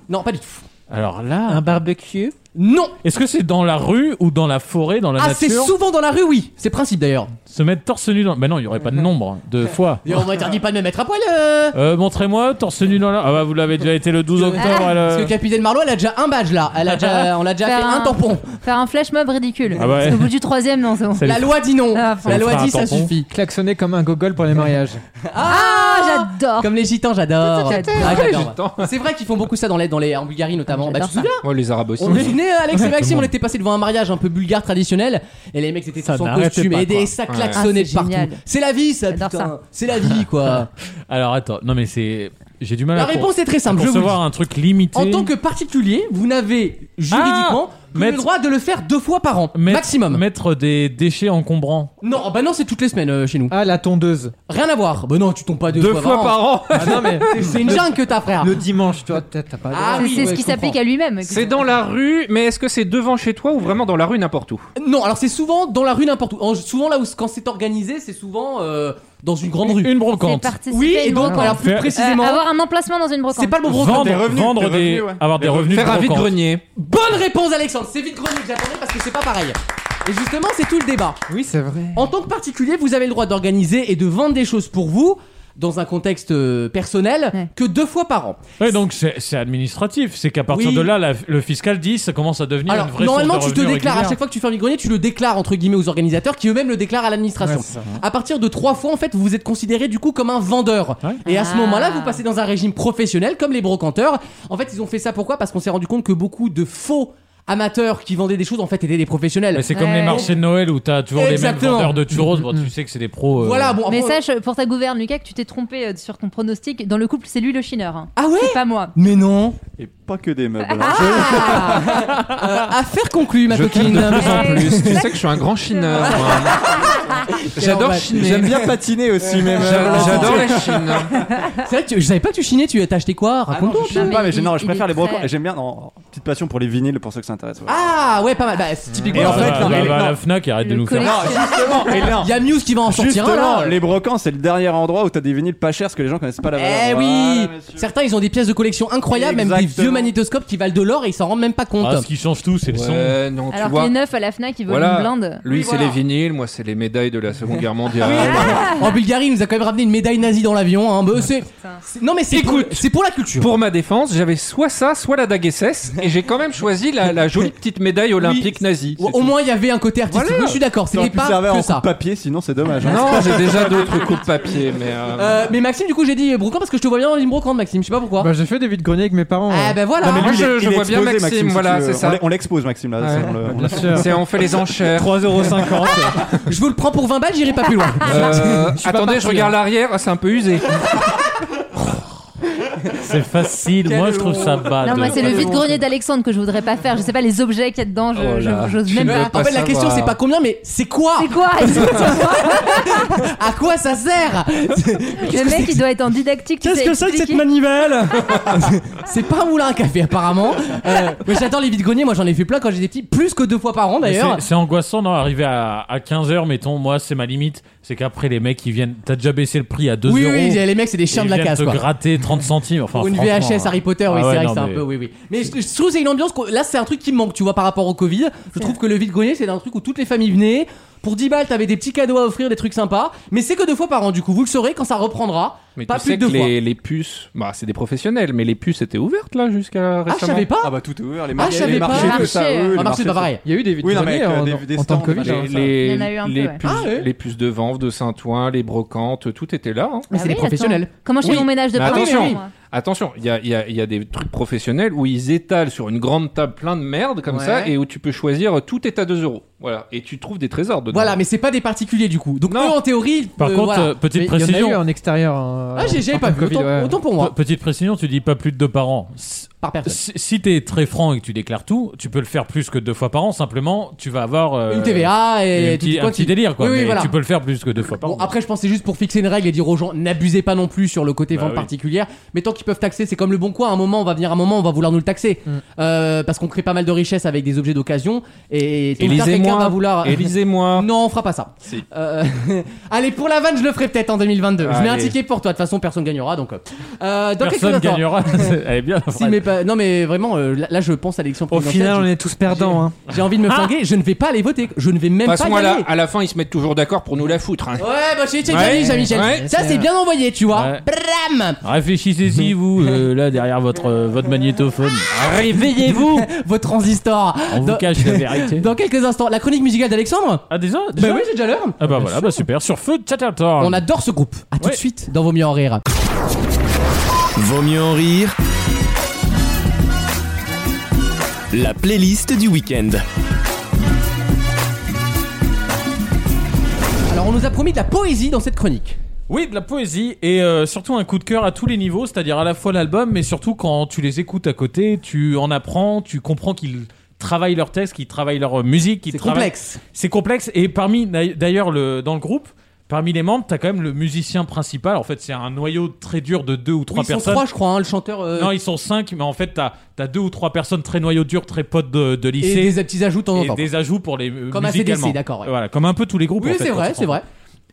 [SPEAKER 1] Non, pas du tout.
[SPEAKER 3] Alors là, un
[SPEAKER 1] barbecue Non.
[SPEAKER 3] Est-ce que c'est dans la rue ou dans la forêt, dans la
[SPEAKER 1] Ah, c'est
[SPEAKER 3] nature
[SPEAKER 1] souvent dans la rue, oui. C'est principe d'ailleurs.
[SPEAKER 3] Se mettre torse nu dans. Bah non, il y aurait pas de nombre de fois.
[SPEAKER 1] Et on m'interdit pas de me mettre à poil. euh.
[SPEAKER 3] Euh, Montrez-moi torse nu dans la. Ah bah vous l'avez déjà été le 12 octobre.
[SPEAKER 1] Ah,
[SPEAKER 3] elle, euh.
[SPEAKER 1] Parce que Capitaine Marlowe, elle a déjà un badge là. Elle a déjà, on l'a déjà fait
[SPEAKER 8] Faire
[SPEAKER 1] un,
[SPEAKER 8] un-
[SPEAKER 1] tampon.
[SPEAKER 8] Faire un flash mob ridicule.
[SPEAKER 3] Ah ouais.
[SPEAKER 8] Parce qu'au bout du troisième, non, c'est bon.
[SPEAKER 5] Ça lui
[SPEAKER 1] La loi dit non.
[SPEAKER 8] Ah, enfin.
[SPEAKER 1] La loi dit ça suffit.
[SPEAKER 5] Klaxonner comme un gogol pour les mariages.
[SPEAKER 8] Ah, j'adore.
[SPEAKER 1] Comme les gitans, Oh. j'adore.
[SPEAKER 8] J'adore.
[SPEAKER 1] Ah, j'adore.
[SPEAKER 4] Les gitans.
[SPEAKER 1] C'est vrai qu'ils font beaucoup ça dans les, dans les, en Bulgarie notamment. Bah, tu te souviens
[SPEAKER 4] Ouais, les Arabes aussi. hein.
[SPEAKER 1] On se souvenait, Alex et Maxime,
[SPEAKER 4] Exactement.
[SPEAKER 1] on était passé devant un mariage un peu bulgare traditionnel, et les mecs étaient
[SPEAKER 3] Ça
[SPEAKER 1] tous en
[SPEAKER 3] n'arrêtait
[SPEAKER 1] costume
[SPEAKER 3] pas,
[SPEAKER 1] et, des-
[SPEAKER 3] quoi.
[SPEAKER 1] et ça
[SPEAKER 3] Ouais.
[SPEAKER 1] klaxonnait
[SPEAKER 8] Ah,
[SPEAKER 1] de
[SPEAKER 8] c'est
[SPEAKER 1] partout.
[SPEAKER 8] génial.
[SPEAKER 1] C'est la vie, ça,
[SPEAKER 8] J'adore
[SPEAKER 1] putain.
[SPEAKER 8] ça.
[SPEAKER 1] C'est la vie, quoi.
[SPEAKER 3] Alors attends, non mais c'est. J'ai du mal
[SPEAKER 1] La
[SPEAKER 3] à.
[SPEAKER 1] réponse est très simple, je vous
[SPEAKER 3] Recevoir un truc limité.
[SPEAKER 1] en tant que particulier, vous n'avez juridiquement
[SPEAKER 3] Ah
[SPEAKER 1] que
[SPEAKER 3] Mettre-
[SPEAKER 1] le droit de le faire deux fois par an,
[SPEAKER 3] Mettre-
[SPEAKER 1] maximum.
[SPEAKER 3] Mettre des déchets encombrants.
[SPEAKER 1] Non, oh bah non, c'est toutes les semaines euh, chez nous.
[SPEAKER 5] Ah, la tondeuse.
[SPEAKER 1] Rien à voir. Bah non, tu tombes pas deux,
[SPEAKER 4] Deux fois par an.
[SPEAKER 5] Ah non, mais
[SPEAKER 1] C'est- C'est une jungle que t'as, frère.
[SPEAKER 5] le dimanche, tu vois, peut-être t'as pas. le
[SPEAKER 1] Ah
[SPEAKER 5] droit.
[SPEAKER 1] oui,
[SPEAKER 8] C'est ce
[SPEAKER 1] ouais,
[SPEAKER 8] qui
[SPEAKER 1] je comprends.
[SPEAKER 8] s'applique à lui-même.
[SPEAKER 4] C'est dans la rue, mais est-ce que c'est devant chez toi ou vraiment dans la rue n'importe où
[SPEAKER 1] Non, alors c'est souvent dans la rue n'importe où. En- souvent là où quand c'est organisé, c'est souvent euh, dans une grande rue.
[SPEAKER 3] Une
[SPEAKER 8] C'est
[SPEAKER 3] brocante.
[SPEAKER 8] participer
[SPEAKER 1] Oui,
[SPEAKER 8] à une
[SPEAKER 1] et donc
[SPEAKER 8] brocante.
[SPEAKER 1] alors plus
[SPEAKER 3] Faire-
[SPEAKER 1] précisément,
[SPEAKER 8] Euh, avoir un emplacement dans une brocante.
[SPEAKER 1] c'est pas le bon brocante.
[SPEAKER 3] Vendre,
[SPEAKER 2] Des revenus,
[SPEAKER 3] vendre
[SPEAKER 2] des
[SPEAKER 3] des,
[SPEAKER 2] revenus, ouais.
[SPEAKER 3] avoir des
[SPEAKER 2] Des
[SPEAKER 3] revenus.
[SPEAKER 4] Faire
[SPEAKER 3] de
[SPEAKER 4] un
[SPEAKER 3] brocante.
[SPEAKER 4] vide-grenier.
[SPEAKER 1] Bonne réponse, Alexandre. C'est vite grenier que j'attendais parce que c'est pas pareil. Et justement, c'est tout le débat.
[SPEAKER 5] Oui, c'est vrai.
[SPEAKER 1] En tant que particulier, vous avez le droit d'organiser et de vendre des choses pour vous dans un contexte euh, personnel
[SPEAKER 8] Ouais.
[SPEAKER 1] que deux fois par an.
[SPEAKER 3] Ouais, donc c'est c'est administratif. C'est qu'à partir
[SPEAKER 1] Oui.
[SPEAKER 3] de là, la- le fiscal dit ça commence à devenir
[SPEAKER 1] Alors
[SPEAKER 3] une vraie
[SPEAKER 1] normalement,
[SPEAKER 3] source
[SPEAKER 1] tu
[SPEAKER 3] de
[SPEAKER 1] te
[SPEAKER 3] revenus
[SPEAKER 1] déclares à
[SPEAKER 3] régulière.
[SPEAKER 1] chaque fois que tu fais un grenier, tu le déclares entre guillemets aux organisateurs qui eux-mêmes le déclarent à l'administration.
[SPEAKER 5] Ouais, c'est ça.
[SPEAKER 1] à partir de trois fois, en fait, vous êtes considéré du coup comme un vendeur.
[SPEAKER 3] Ouais.
[SPEAKER 1] Et à ce
[SPEAKER 8] Ah.
[SPEAKER 1] moment-là, vous passez dans un régime professionnel comme les brocanteurs. En fait, ils ont fait ça pourquoi Parce qu'on s'est rendu compte que beaucoup de faux amateurs qui vendaient des choses en fait étaient des professionnels.
[SPEAKER 3] Mais c'est comme
[SPEAKER 8] Ouais.
[SPEAKER 3] les marchés de Noël où t'as toujours les
[SPEAKER 1] Exactement. Mm.
[SPEAKER 3] mêmes vendeurs de churros. Bon, tu sais que c'est des pros. euh,
[SPEAKER 1] Voilà, bon.
[SPEAKER 8] Mais
[SPEAKER 1] après-
[SPEAKER 8] sache, pour ta gouverne, Lucas, que tu t'es trompé euh, sur ton pronostic. Dans le couple, c'est lui le chineur. hein.
[SPEAKER 1] Ah ouais
[SPEAKER 8] C'est pas moi.
[SPEAKER 1] Mais non.
[SPEAKER 2] Et pas que des meubles. hein.
[SPEAKER 1] Euh, affaire conclue, ma
[SPEAKER 4] Je kiffe
[SPEAKER 1] coquine.
[SPEAKER 4] de plus en plus. tu sais que je suis un grand chineur. moi. J'adore
[SPEAKER 1] Ouais.
[SPEAKER 4] chiner.
[SPEAKER 2] J'aime bien patiner aussi, même.
[SPEAKER 4] J'a- J'adore la Chine.
[SPEAKER 1] C'est vrai que tu- je savais pas que tu chinais. Tu t'as acheté quoi
[SPEAKER 2] Ah non,
[SPEAKER 1] Raconte-nous.
[SPEAKER 2] je chine
[SPEAKER 8] mais
[SPEAKER 2] pas, mais
[SPEAKER 8] il-
[SPEAKER 2] j'ai- non, je
[SPEAKER 8] il
[SPEAKER 2] préfère
[SPEAKER 8] est
[SPEAKER 2] les brocantes.
[SPEAKER 8] très-
[SPEAKER 2] J'aime bien, non, petite passion pour les vinyles pour ceux que ça intéresse. ouais.
[SPEAKER 1] Ah ouais, pas mal. Bah, c'est typiquement.
[SPEAKER 2] Et en
[SPEAKER 1] ça,
[SPEAKER 2] fait,
[SPEAKER 3] bah,
[SPEAKER 1] non,
[SPEAKER 2] non,
[SPEAKER 3] bah,
[SPEAKER 2] mais
[SPEAKER 3] bah,
[SPEAKER 2] non.
[SPEAKER 3] la Fnac, arrête de
[SPEAKER 8] Le
[SPEAKER 3] nous faire.
[SPEAKER 2] Non, justement, et non.
[SPEAKER 1] Il y a Muse qui va en sortir un
[SPEAKER 2] Justement,
[SPEAKER 1] là.
[SPEAKER 2] les brocants, c'est le dernier endroit où t'as des vinyles pas chers parce que les gens connaissent pas la valeur.
[SPEAKER 1] Eh oui
[SPEAKER 2] Voilà, messieurs.
[SPEAKER 1] Certains ils ont des pièces de collection incroyables, même des
[SPEAKER 2] Exactement.
[SPEAKER 1] vieux magnétoscopes qui valent de l'or et ils s'en rendent même pas compte.
[SPEAKER 3] Ah, ce qui change tout, c'est le son.
[SPEAKER 4] Ouais, non, tu
[SPEAKER 8] Alors que
[SPEAKER 4] vois.
[SPEAKER 8] les neufs à la Fnac, ils veulent
[SPEAKER 4] Voilà.
[SPEAKER 8] une blinde.
[SPEAKER 4] Lui,
[SPEAKER 1] Oui,
[SPEAKER 4] c'est
[SPEAKER 1] voilà.
[SPEAKER 4] les vinyles, moi, c'est les médailles de la Seconde Guerre mondiale.
[SPEAKER 1] en Bulgarie, il nous a quand même ramené une médaille nazie dans l'avion. Hein. Bah, c'est- c'est- Non mais c'est pour,
[SPEAKER 4] Écoute.
[SPEAKER 1] c'est pour la culture.
[SPEAKER 4] Pour ma défense, j'avais soit ça, soit la dague SS, et j'ai quand même choisi la, la jolie petite médaille olympique nazie.
[SPEAKER 1] Au- Au moins il y avait un côté artistique.
[SPEAKER 4] Voilà.
[SPEAKER 1] Oui, je suis d'accord,
[SPEAKER 2] Ça aurait
[SPEAKER 1] c'était
[SPEAKER 2] pu servir
[SPEAKER 1] pas
[SPEAKER 2] Ah en
[SPEAKER 1] que
[SPEAKER 2] coupe
[SPEAKER 1] ça.
[SPEAKER 2] papier, sinon c'est dommage. hein.
[SPEAKER 4] Non, j'ai déjà d'autres coups de papier, mais. euh,
[SPEAKER 1] Euh, mais Maxime, du coup, j'ai dit brocante parce que je te vois bien dans une brocante, Maxime. Je sais pas pourquoi.
[SPEAKER 5] Bah, j'ai fait des vides greniers avec mes parents.
[SPEAKER 1] ah
[SPEAKER 5] ouais.
[SPEAKER 1] bah voilà.
[SPEAKER 4] Non, mais
[SPEAKER 2] Lui,
[SPEAKER 4] Moi,
[SPEAKER 2] il est-
[SPEAKER 4] je- je
[SPEAKER 2] il est
[SPEAKER 4] vois bien
[SPEAKER 2] exposé,
[SPEAKER 4] Maxime,
[SPEAKER 2] si
[SPEAKER 4] voilà,
[SPEAKER 2] tu veux.
[SPEAKER 4] c'est ça.
[SPEAKER 2] On l'e- On l'expose, Maxime, là.
[SPEAKER 4] Ouais.
[SPEAKER 2] ça, on le- on
[SPEAKER 5] Bien sûr.
[SPEAKER 4] C'est on fait les enchères.
[SPEAKER 5] 3,50€.
[SPEAKER 1] Je vous le prends pour 20 balles, j'irai pas plus loin.
[SPEAKER 4] Euh,
[SPEAKER 1] suis pas
[SPEAKER 4] attendez,
[SPEAKER 1] parti, hein.
[SPEAKER 4] je regarde l'arrière, ah, c'est un peu usé.
[SPEAKER 3] C'est facile.
[SPEAKER 1] Quel
[SPEAKER 3] Moi, je trouve ça bad.
[SPEAKER 8] Non, moi, c'est le vide-grenier d'Alexandre que je voudrais pas faire. Je sais pas les objets qu'il y a dedans, je-
[SPEAKER 4] Oh là,
[SPEAKER 8] je- j'ose
[SPEAKER 4] tu
[SPEAKER 8] même
[SPEAKER 4] veux
[SPEAKER 8] pas.
[SPEAKER 4] pas
[SPEAKER 1] en fait, la
[SPEAKER 4] savoir.
[SPEAKER 1] question c'est pas combien, mais c'est quoi
[SPEAKER 8] C'est quoi exactement
[SPEAKER 1] À quoi ça sert
[SPEAKER 8] Le mec, il doit être en didactique. tu sais, expliquer.
[SPEAKER 1] manivelle C'est pas un moulin à café apparemment. Euh, mais j'adore les vides greniers, moi j'en ai fait plein quand j'étais petit, plus que deux fois par an
[SPEAKER 3] Mais
[SPEAKER 1] d'ailleurs.
[SPEAKER 3] c'est- C'est angoissant d'en arriver à, 15h, mettons, moi c'est ma limite, c'est qu'après les mecs ils viennent, t'as déjà baissé le prix à 2
[SPEAKER 1] Oui,
[SPEAKER 3] euros.
[SPEAKER 1] oui, les mecs c'est des
[SPEAKER 3] ils
[SPEAKER 1] chiens de la
[SPEAKER 3] viennent
[SPEAKER 1] casse
[SPEAKER 3] te
[SPEAKER 1] quoi.
[SPEAKER 3] gratter 30 centimes. Enfin,
[SPEAKER 1] Ou une
[SPEAKER 3] franchement,
[SPEAKER 1] VHS Harry Potter, oui,
[SPEAKER 3] Ah ouais,
[SPEAKER 1] c'est vrai
[SPEAKER 3] non,
[SPEAKER 1] que c'est un
[SPEAKER 3] mais-
[SPEAKER 1] peu, oui, oui. Mais je, je trouve que c'est une ambiance, qu'on- là c'est un truc qui me manque, tu vois, par rapport au Covid. Je trouve que le vide-grenier c'est un truc où toutes les familles venaient. Pour 10 balles, t'avais des petits cadeaux à offrir, des trucs sympas. Mais c'est que deux fois par an, du coup, vous le saurez quand ça reprendra.
[SPEAKER 4] Mais
[SPEAKER 1] pas
[SPEAKER 4] tu
[SPEAKER 1] plus
[SPEAKER 4] sais
[SPEAKER 1] de
[SPEAKER 4] que
[SPEAKER 1] deux fois.
[SPEAKER 4] les, les puces, bah, c'est des professionnels, mais les puces étaient ouvertes là jusqu'à récemment.
[SPEAKER 1] je savais pas.
[SPEAKER 4] Ah bah tout est ouvert,
[SPEAKER 1] les Ah, marchés- je savais les pas. marchés, tout ça, Marché, oui, euh, les marchés, c'est pas pareil.
[SPEAKER 5] Il y a eu des
[SPEAKER 4] Oui, non, mais avec,
[SPEAKER 5] vidéos
[SPEAKER 4] euh,
[SPEAKER 5] en,
[SPEAKER 4] des- des
[SPEAKER 5] en temps
[SPEAKER 4] stands,
[SPEAKER 5] de Covid.
[SPEAKER 4] machin,
[SPEAKER 5] hein.
[SPEAKER 4] ça. les,
[SPEAKER 8] Il y en a eu un peu,
[SPEAKER 4] les
[SPEAKER 8] ouais.
[SPEAKER 4] puces,
[SPEAKER 8] Ah, ouais.
[SPEAKER 4] les puces de Vanves, de Saint-Ouen, les brocantes, tout était là. hein.
[SPEAKER 8] Mais Ah c'est des oui, professionnels. attends. Comment je fais mon ménage de
[SPEAKER 4] Mais
[SPEAKER 8] Paris,
[SPEAKER 4] Attention,
[SPEAKER 8] moi
[SPEAKER 4] attention, il y a, il y a- il y a des trucs professionnels où ils étalent sur une grande table plein de merde comme
[SPEAKER 1] Ouais.
[SPEAKER 4] ça et où tu peux choisir tout est à 2 euros. Voilà, et tu trouves des trésors dedans.
[SPEAKER 1] Voilà, mais c'est pas des particuliers du coup. Donc eux, en théorie,
[SPEAKER 4] Par
[SPEAKER 1] euh,
[SPEAKER 4] contre,
[SPEAKER 1] voilà.
[SPEAKER 4] euh, petite
[SPEAKER 1] Mais-
[SPEAKER 4] précision.
[SPEAKER 5] Il y en a eu en extérieur. hein,
[SPEAKER 1] Ah, j'ai- j'avais
[SPEAKER 5] en
[SPEAKER 1] pas
[SPEAKER 5] temps
[SPEAKER 1] vu,
[SPEAKER 5] de Covid,
[SPEAKER 1] autant-
[SPEAKER 5] ouais.
[SPEAKER 1] autant pour moi.
[SPEAKER 3] Pe- Petite précision, tu dis pas plus de deux par an.
[SPEAKER 1] Par personne.
[SPEAKER 3] Si, si t'es très franc et que tu déclares tout, tu peux le faire plus que deux fois par an. Simplement, tu vas avoir euh,
[SPEAKER 1] Une TVA et
[SPEAKER 3] une
[SPEAKER 1] tout
[SPEAKER 3] petit-
[SPEAKER 1] quoi,
[SPEAKER 3] un petit
[SPEAKER 1] tu-
[SPEAKER 3] délire quoi.
[SPEAKER 1] Oui, oui,
[SPEAKER 3] mais
[SPEAKER 1] voilà.
[SPEAKER 3] Tu peux le faire plus que deux fois par
[SPEAKER 1] Bon,
[SPEAKER 3] an.
[SPEAKER 1] après, je pensais juste pour fixer une règle et dire aux gens, n'abusez pas non plus sur le côté
[SPEAKER 3] Bah
[SPEAKER 1] vente
[SPEAKER 3] oui.
[SPEAKER 1] particulière. Mais tant qu'ils peuvent taxer, c'est comme le bon coin. À un moment, on va venir un moment, on va vouloir nous le taxer.
[SPEAKER 3] Mm.
[SPEAKER 1] Euh, parce qu'on crée pas mal de richesses avec des objets d'occasion. Et tôt ou tard, quelqu'un va vouloir.
[SPEAKER 4] Élisez-moi.
[SPEAKER 1] Non, on fera pas ça. Euh, Allez, pour la vanne, je le ferai peut-être en 2022. Je mets un
[SPEAKER 3] Allez.
[SPEAKER 1] ticket pour toi. De toute façon, personne gagnera. Donc, euh, euh, dans quelques
[SPEAKER 3] Personne
[SPEAKER 1] instants.
[SPEAKER 3] gagnera. Elle est bien. la
[SPEAKER 1] Si, mais pas- non, mais vraiment, euh, là, là, je pense à l'élection
[SPEAKER 5] Au
[SPEAKER 1] présidentielle.
[SPEAKER 5] final, on
[SPEAKER 1] J'ai-
[SPEAKER 5] est tous perdants. hein.
[SPEAKER 1] J'ai envie de me
[SPEAKER 5] Ah
[SPEAKER 1] flinguer. Je ne vais pas aller voter. Je ne vais même
[SPEAKER 4] De toute
[SPEAKER 1] pas
[SPEAKER 4] façon,
[SPEAKER 1] y
[SPEAKER 4] à la,
[SPEAKER 1] aller.
[SPEAKER 4] à la fin, ils se mettent toujours d'accord pour nous la foutre. hein.
[SPEAKER 1] Ouais, bah, c'est c'est
[SPEAKER 4] Ouais.
[SPEAKER 1] bien dit, Jean-Michel.
[SPEAKER 4] Ouais.
[SPEAKER 1] Ça, c'est bien envoyé, tu vois.
[SPEAKER 3] Ouais.
[SPEAKER 1] Bram
[SPEAKER 3] Réfléchissez-y, vous, euh, là, derrière votre, euh, votre magnétophone.
[SPEAKER 1] Réveillez-vous Vos transistors
[SPEAKER 3] On vous cache la vérité.
[SPEAKER 1] Dans quelques instants, la chronique musicale d'Alexandre
[SPEAKER 3] Ah, déjà,
[SPEAKER 1] Bah oui, c'est déjà l'heure
[SPEAKER 3] Ah bah voilà, bah super. Sur feu, Chatterton.
[SPEAKER 1] On adore ce groupe. À tout de suite dans Vos mieux en rire.
[SPEAKER 6] Vaut mieux en rire. La playlist du week-end.
[SPEAKER 1] Alors, on nous a promis de la poésie dans cette chronique.
[SPEAKER 3] Oui, de la poésie et euh, surtout un coup de cœur à tous les niveaux, c'est-à-dire à la fois l'album, mais surtout quand tu les écoutes à côté, tu en apprends, tu comprends qu'ils travaillent leur texte, qu'ils travaillent leur euh, musique, qu'ils
[SPEAKER 1] C'est
[SPEAKER 3] travaillent-
[SPEAKER 1] complexe.
[SPEAKER 3] C'est complexe et parmi d'ailleurs le dans le groupe. Parmi les membres, t'as quand même le musicien principal. En fait, c'est un noyau très dur de deux ou trois
[SPEAKER 1] Ils sont
[SPEAKER 3] personnes.
[SPEAKER 1] trois, je crois, hein, le chanteur. euh,
[SPEAKER 3] Non, ils sont cinq, mais en fait, t'as as deux ou trois personnes très noyaux durs, très potes de, de lycée.
[SPEAKER 1] des petits ajouts de temps en
[SPEAKER 3] Et
[SPEAKER 1] temps,
[SPEAKER 3] des ajouts pour les euh,
[SPEAKER 1] Comme ACDC,
[SPEAKER 3] musicalement.
[SPEAKER 1] d'accord, ouais.
[SPEAKER 3] Voilà, comme un peu tous les groupes.
[SPEAKER 1] Oui,
[SPEAKER 3] en fait,
[SPEAKER 1] c'est
[SPEAKER 3] quand
[SPEAKER 1] vrai,
[SPEAKER 3] tu prends.
[SPEAKER 1] c'est vrai.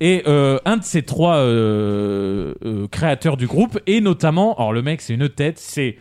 [SPEAKER 3] Et euh, un de ces trois euh, euh, créateurs du groupe, et notamment, alors le mec, c'est une tête, c'est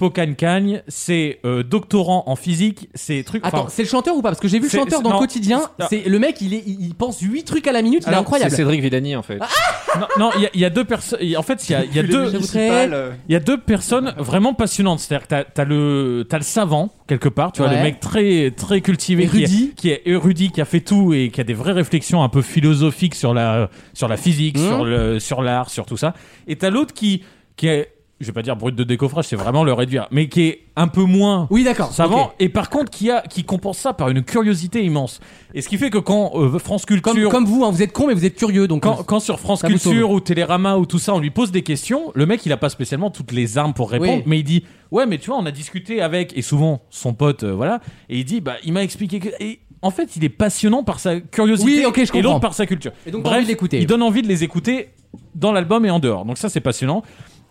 [SPEAKER 3] Hippocancagne, c'est euh, doctorant en physique, c'est truc.
[SPEAKER 1] Attends, c'est le chanteur ou pas Parce que j'ai vu le
[SPEAKER 3] C'est-
[SPEAKER 1] chanteur dans
[SPEAKER 3] non,
[SPEAKER 1] Quotidien.
[SPEAKER 3] c'est-
[SPEAKER 1] C'est le mec, il, est, il il pense 8 trucs à la minute. il est incroyable.
[SPEAKER 4] Ah
[SPEAKER 1] Ah
[SPEAKER 4] C'est Cédric Villani en fait.
[SPEAKER 3] Non, non, il y a- il y, a deux personnes. En fait, il y a, il y a
[SPEAKER 4] Plus les
[SPEAKER 3] deux.
[SPEAKER 4] municipales, euh.
[SPEAKER 3] Il y a deux personnes vraiment passionnantes. C'est-à-dire que t'as- t'as le, t'as le savant quelque part. Tu vois,
[SPEAKER 1] Ouais.
[SPEAKER 3] le mec très, très cultivé,
[SPEAKER 1] Érudit.
[SPEAKER 3] qui est, qui est érudit, qui a fait tout et qui a des vraies réflexions un peu philosophiques sur la, sur la physique,
[SPEAKER 1] Mhm.
[SPEAKER 3] sur le, sur l'art, sur tout ça. Et t'as l'autre qui, qui est, je vais pas dire brut de décoffrage, c'est vraiment le réduire, mais qui est un peu moins
[SPEAKER 1] Oui, d'accord.
[SPEAKER 3] savant.
[SPEAKER 1] ok.
[SPEAKER 3] Et par contre, qui a, qui compense ça par une curiosité immense. Et ce qui fait que quand euh, France Culture,
[SPEAKER 1] Comme, comme vous, hein, vous êtes con, mais vous êtes curieux. Donc euh,
[SPEAKER 3] quand, quand sur France
[SPEAKER 1] Ça vous
[SPEAKER 3] Culture
[SPEAKER 1] sauve.
[SPEAKER 3] ou Télérama ou tout ça, on lui pose des questions, le mec il a pas spécialement toutes les armes pour répondre,
[SPEAKER 1] Oui.
[SPEAKER 3] mais il dit ouais mais tu vois on a discuté avec et souvent son pote euh, voilà et il dit bah il m'a expliqué que et en fait il est passionnant par sa curiosité
[SPEAKER 1] Oui, ok, je
[SPEAKER 3] et
[SPEAKER 1] comprends.
[SPEAKER 3] l'autre par sa culture.
[SPEAKER 1] Et donc, t'as
[SPEAKER 3] Bref,
[SPEAKER 1] envie de l'écouter.
[SPEAKER 3] il donne envie de les écouter dans l'album et en dehors. Donc ça c'est passionnant.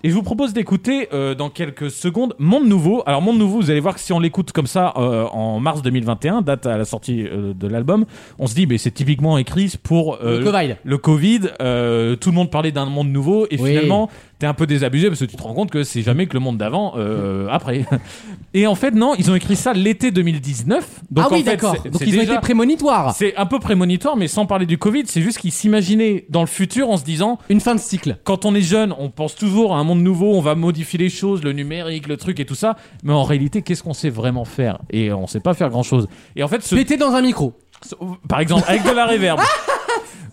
[SPEAKER 3] Et je vous propose d'écouter euh, dans quelques secondes Monde Nouveau. Alors Monde Nouveau, vous allez voir que si on l'écoute comme ça euh, en mars 2021, date à la sortie euh, de l'album, on se dit mais c'est typiquement écrit pour euh,
[SPEAKER 1] Le Covid.
[SPEAKER 3] le Covid, euh, tout le monde parlait d'un monde nouveau et
[SPEAKER 1] Oui.
[SPEAKER 3] finalement t'es un peu désabusé parce que tu te rends compte que c'est jamais que le monde d'avant euh, après. Et en fait non, ils ont écrit ça l'été 2019. Donc
[SPEAKER 1] ah oui,
[SPEAKER 3] en fait,
[SPEAKER 1] d'accord.
[SPEAKER 3] c'est-
[SPEAKER 1] Donc
[SPEAKER 3] c'est
[SPEAKER 1] ils ont
[SPEAKER 3] déjà-
[SPEAKER 1] été prémonitoires.
[SPEAKER 3] C'est un peu prémonitoire, mais sans parler du Covid, c'est juste qu'ils s'imaginaient dans le futur en se disant
[SPEAKER 1] une fin de cycle.
[SPEAKER 3] Quand on est jeune, on pense toujours à un monde nouveau, on va modifier les choses, le numérique, le truc et tout ça, mais en réalité, qu'est-ce qu'on sait vraiment faire Et on sait pas faire grand chose. Et en fait, ce-
[SPEAKER 1] Pété dans un micro.
[SPEAKER 3] par exemple, avec de la réverb.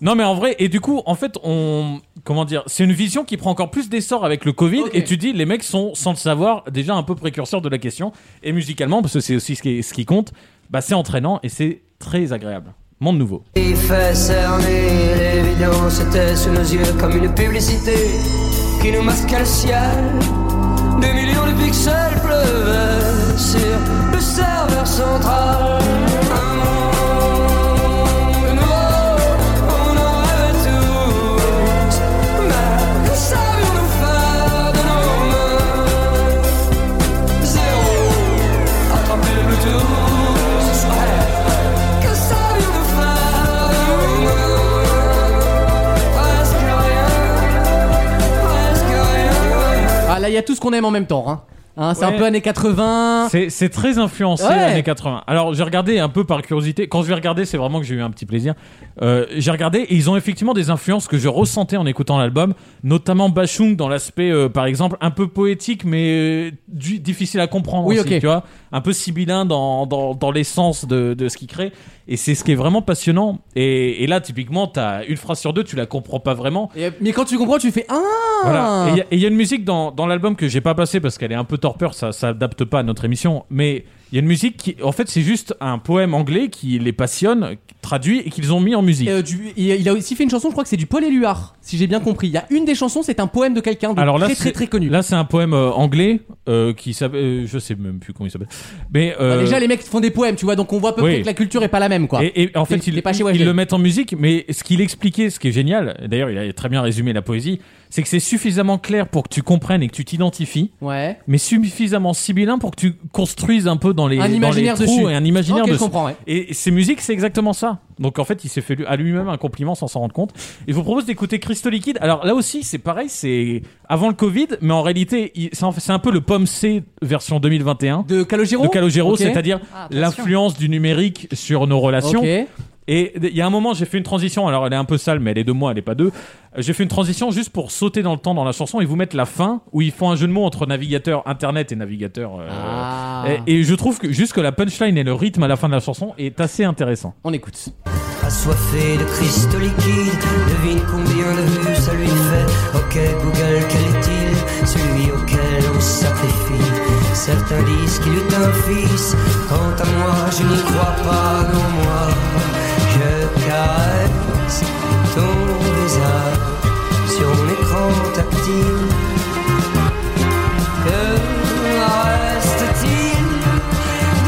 [SPEAKER 3] Non mais en vrai et du coup en fait on comment dire c'est une vision qui prend encore plus d'essor avec le Covid et tu dis les mecs sont sans le savoir déjà un peu précurseurs de la question et musicalement parce que c'est aussi ce qui, est- ce qui compte bah c'est entraînant et c'est très agréable monde nouveau
[SPEAKER 19] Il fait cerner l'évidence était sous nos yeux comme une publicité qui nous masquait le ciel. Des millions de pixels pleuvaient sur le serveur central. Un monde nouveau, on en rêvait tous. Mais que savions-nous faire de nos mains Zéro, attraper le Bluetooth. Ouais. Que savions-nous faire de nos mains Presque rien, presque rien.
[SPEAKER 1] Ah là, il y a tout ce qu'on aime en même temps. hein. Hein, c'est un
[SPEAKER 3] Ouais.
[SPEAKER 1] peu années 80.
[SPEAKER 3] C'est, c'est très influencé
[SPEAKER 1] Hein. Ouais.
[SPEAKER 3] les années 80. Alors j'ai regardé un peu par curiosité. Quand je vais regarder, c'est vraiment que j'ai eu un petit plaisir. Euh, j'ai regardé et ils ont effectivement des influences que je ressentais en écoutant l'album, notamment Bachung dans l'aspect, euh, par exemple, un peu poétique mais euh, du- difficile à comprendre.
[SPEAKER 1] Oui,
[SPEAKER 3] aussi,
[SPEAKER 1] ok.
[SPEAKER 3] Tu vois, un peu sibyllin dans, dans, dans l'essence de, de ce qu'il crée. Et c'est ce qui est vraiment passionnant. Et, et là, typiquement, t'as une phrase sur deux, tu la comprends pas vraiment.
[SPEAKER 1] Et- mais quand tu comprends, tu fais Ah
[SPEAKER 3] Voilà. Et il y a- Et il y, a une musique dans, dans l'album que j'ai pas passée parce qu'elle est un peu torpeur, ça s'adapte pas à notre émission. Mais il y a une musique qui, en fait, c'est juste un poème anglais qui les passionne, traduit et qu'ils ont mis en musique.
[SPEAKER 1] Et, euh, du- il il a aussi fait une chanson, je crois que c'est du Paul Éluard, si j'ai bien compris. Il y a une des chansons, c'est un poème de quelqu'un de
[SPEAKER 3] Alors là,
[SPEAKER 1] très
[SPEAKER 3] c'est
[SPEAKER 1] très très connu.
[SPEAKER 3] Là, c'est un poème euh, anglais euh, qui s'appelle, euh, je sais même plus comment il s'appelle. Mais
[SPEAKER 1] Bah,
[SPEAKER 3] euh,
[SPEAKER 1] déjà, les mecs font des poèmes, tu vois, donc on voit à peu
[SPEAKER 3] oui.
[SPEAKER 1] près que la culture est pas la même, quoi.
[SPEAKER 3] Et, et en fait,
[SPEAKER 1] Il- il
[SPEAKER 3] ils
[SPEAKER 1] est pas chez Wagner.
[SPEAKER 3] ils le mettent en musique, mais ce qu'il expliquait, ce qui est génial, et d'ailleurs, il a très bien résumé la poésie, c'est que c'est suffisamment clair pour que tu comprennes et que tu t'identifies,
[SPEAKER 1] Ouais.
[SPEAKER 3] mais suffisamment sibyllin pour que tu construises un peu dans les,
[SPEAKER 1] Un
[SPEAKER 3] dans les
[SPEAKER 1] imaginaire
[SPEAKER 3] trous
[SPEAKER 1] dessus.
[SPEAKER 3] et un imaginaire
[SPEAKER 1] Ok, je
[SPEAKER 3] dessus.
[SPEAKER 1] comprends, ouais.
[SPEAKER 3] Et ces musiques, c'est exactement ça. Donc en fait, il s'est fait lui- à lui-même un compliment sans s'en rendre compte. Et je vous propose d'écouter Crystal Liquide. Alors là aussi, c'est pareil, c'est avant le Covid, mais en réalité, il- c'est en fait- c'est un peu le pomme C version 2021
[SPEAKER 1] de Calogero.
[SPEAKER 3] de Calogero,
[SPEAKER 1] Ok.
[SPEAKER 3] c'est-à-dire
[SPEAKER 1] Ah, attention.
[SPEAKER 3] l'influence du numérique sur nos relations.
[SPEAKER 1] Ok.
[SPEAKER 3] Et il y a un moment, j'ai fait une transition. Alors, elle est un peu sale, mais elle est de moi, elle est pas d'eux. Euh, J'ai fait une transition juste pour sauter dans le temps dans la chanson et vous mettre la fin où ils font un jeu de mots entre navigateur internet et navigateur. euh,
[SPEAKER 1] Ah.
[SPEAKER 3] et, et je trouve que juste que la punchline et le rythme à la fin de la chanson est assez intéressant.
[SPEAKER 1] On écoute.
[SPEAKER 19] Assoiffé de cristaux liquides, devine combien de vues ça lui fait. Ok Google, quel est-il Celui auquel on sacrifie. Certains disent qu'il est un fils. Quant à moi, je n'y crois pas, non moi. Je caresse ton visage sur mon écran tactile. Que reste-t-il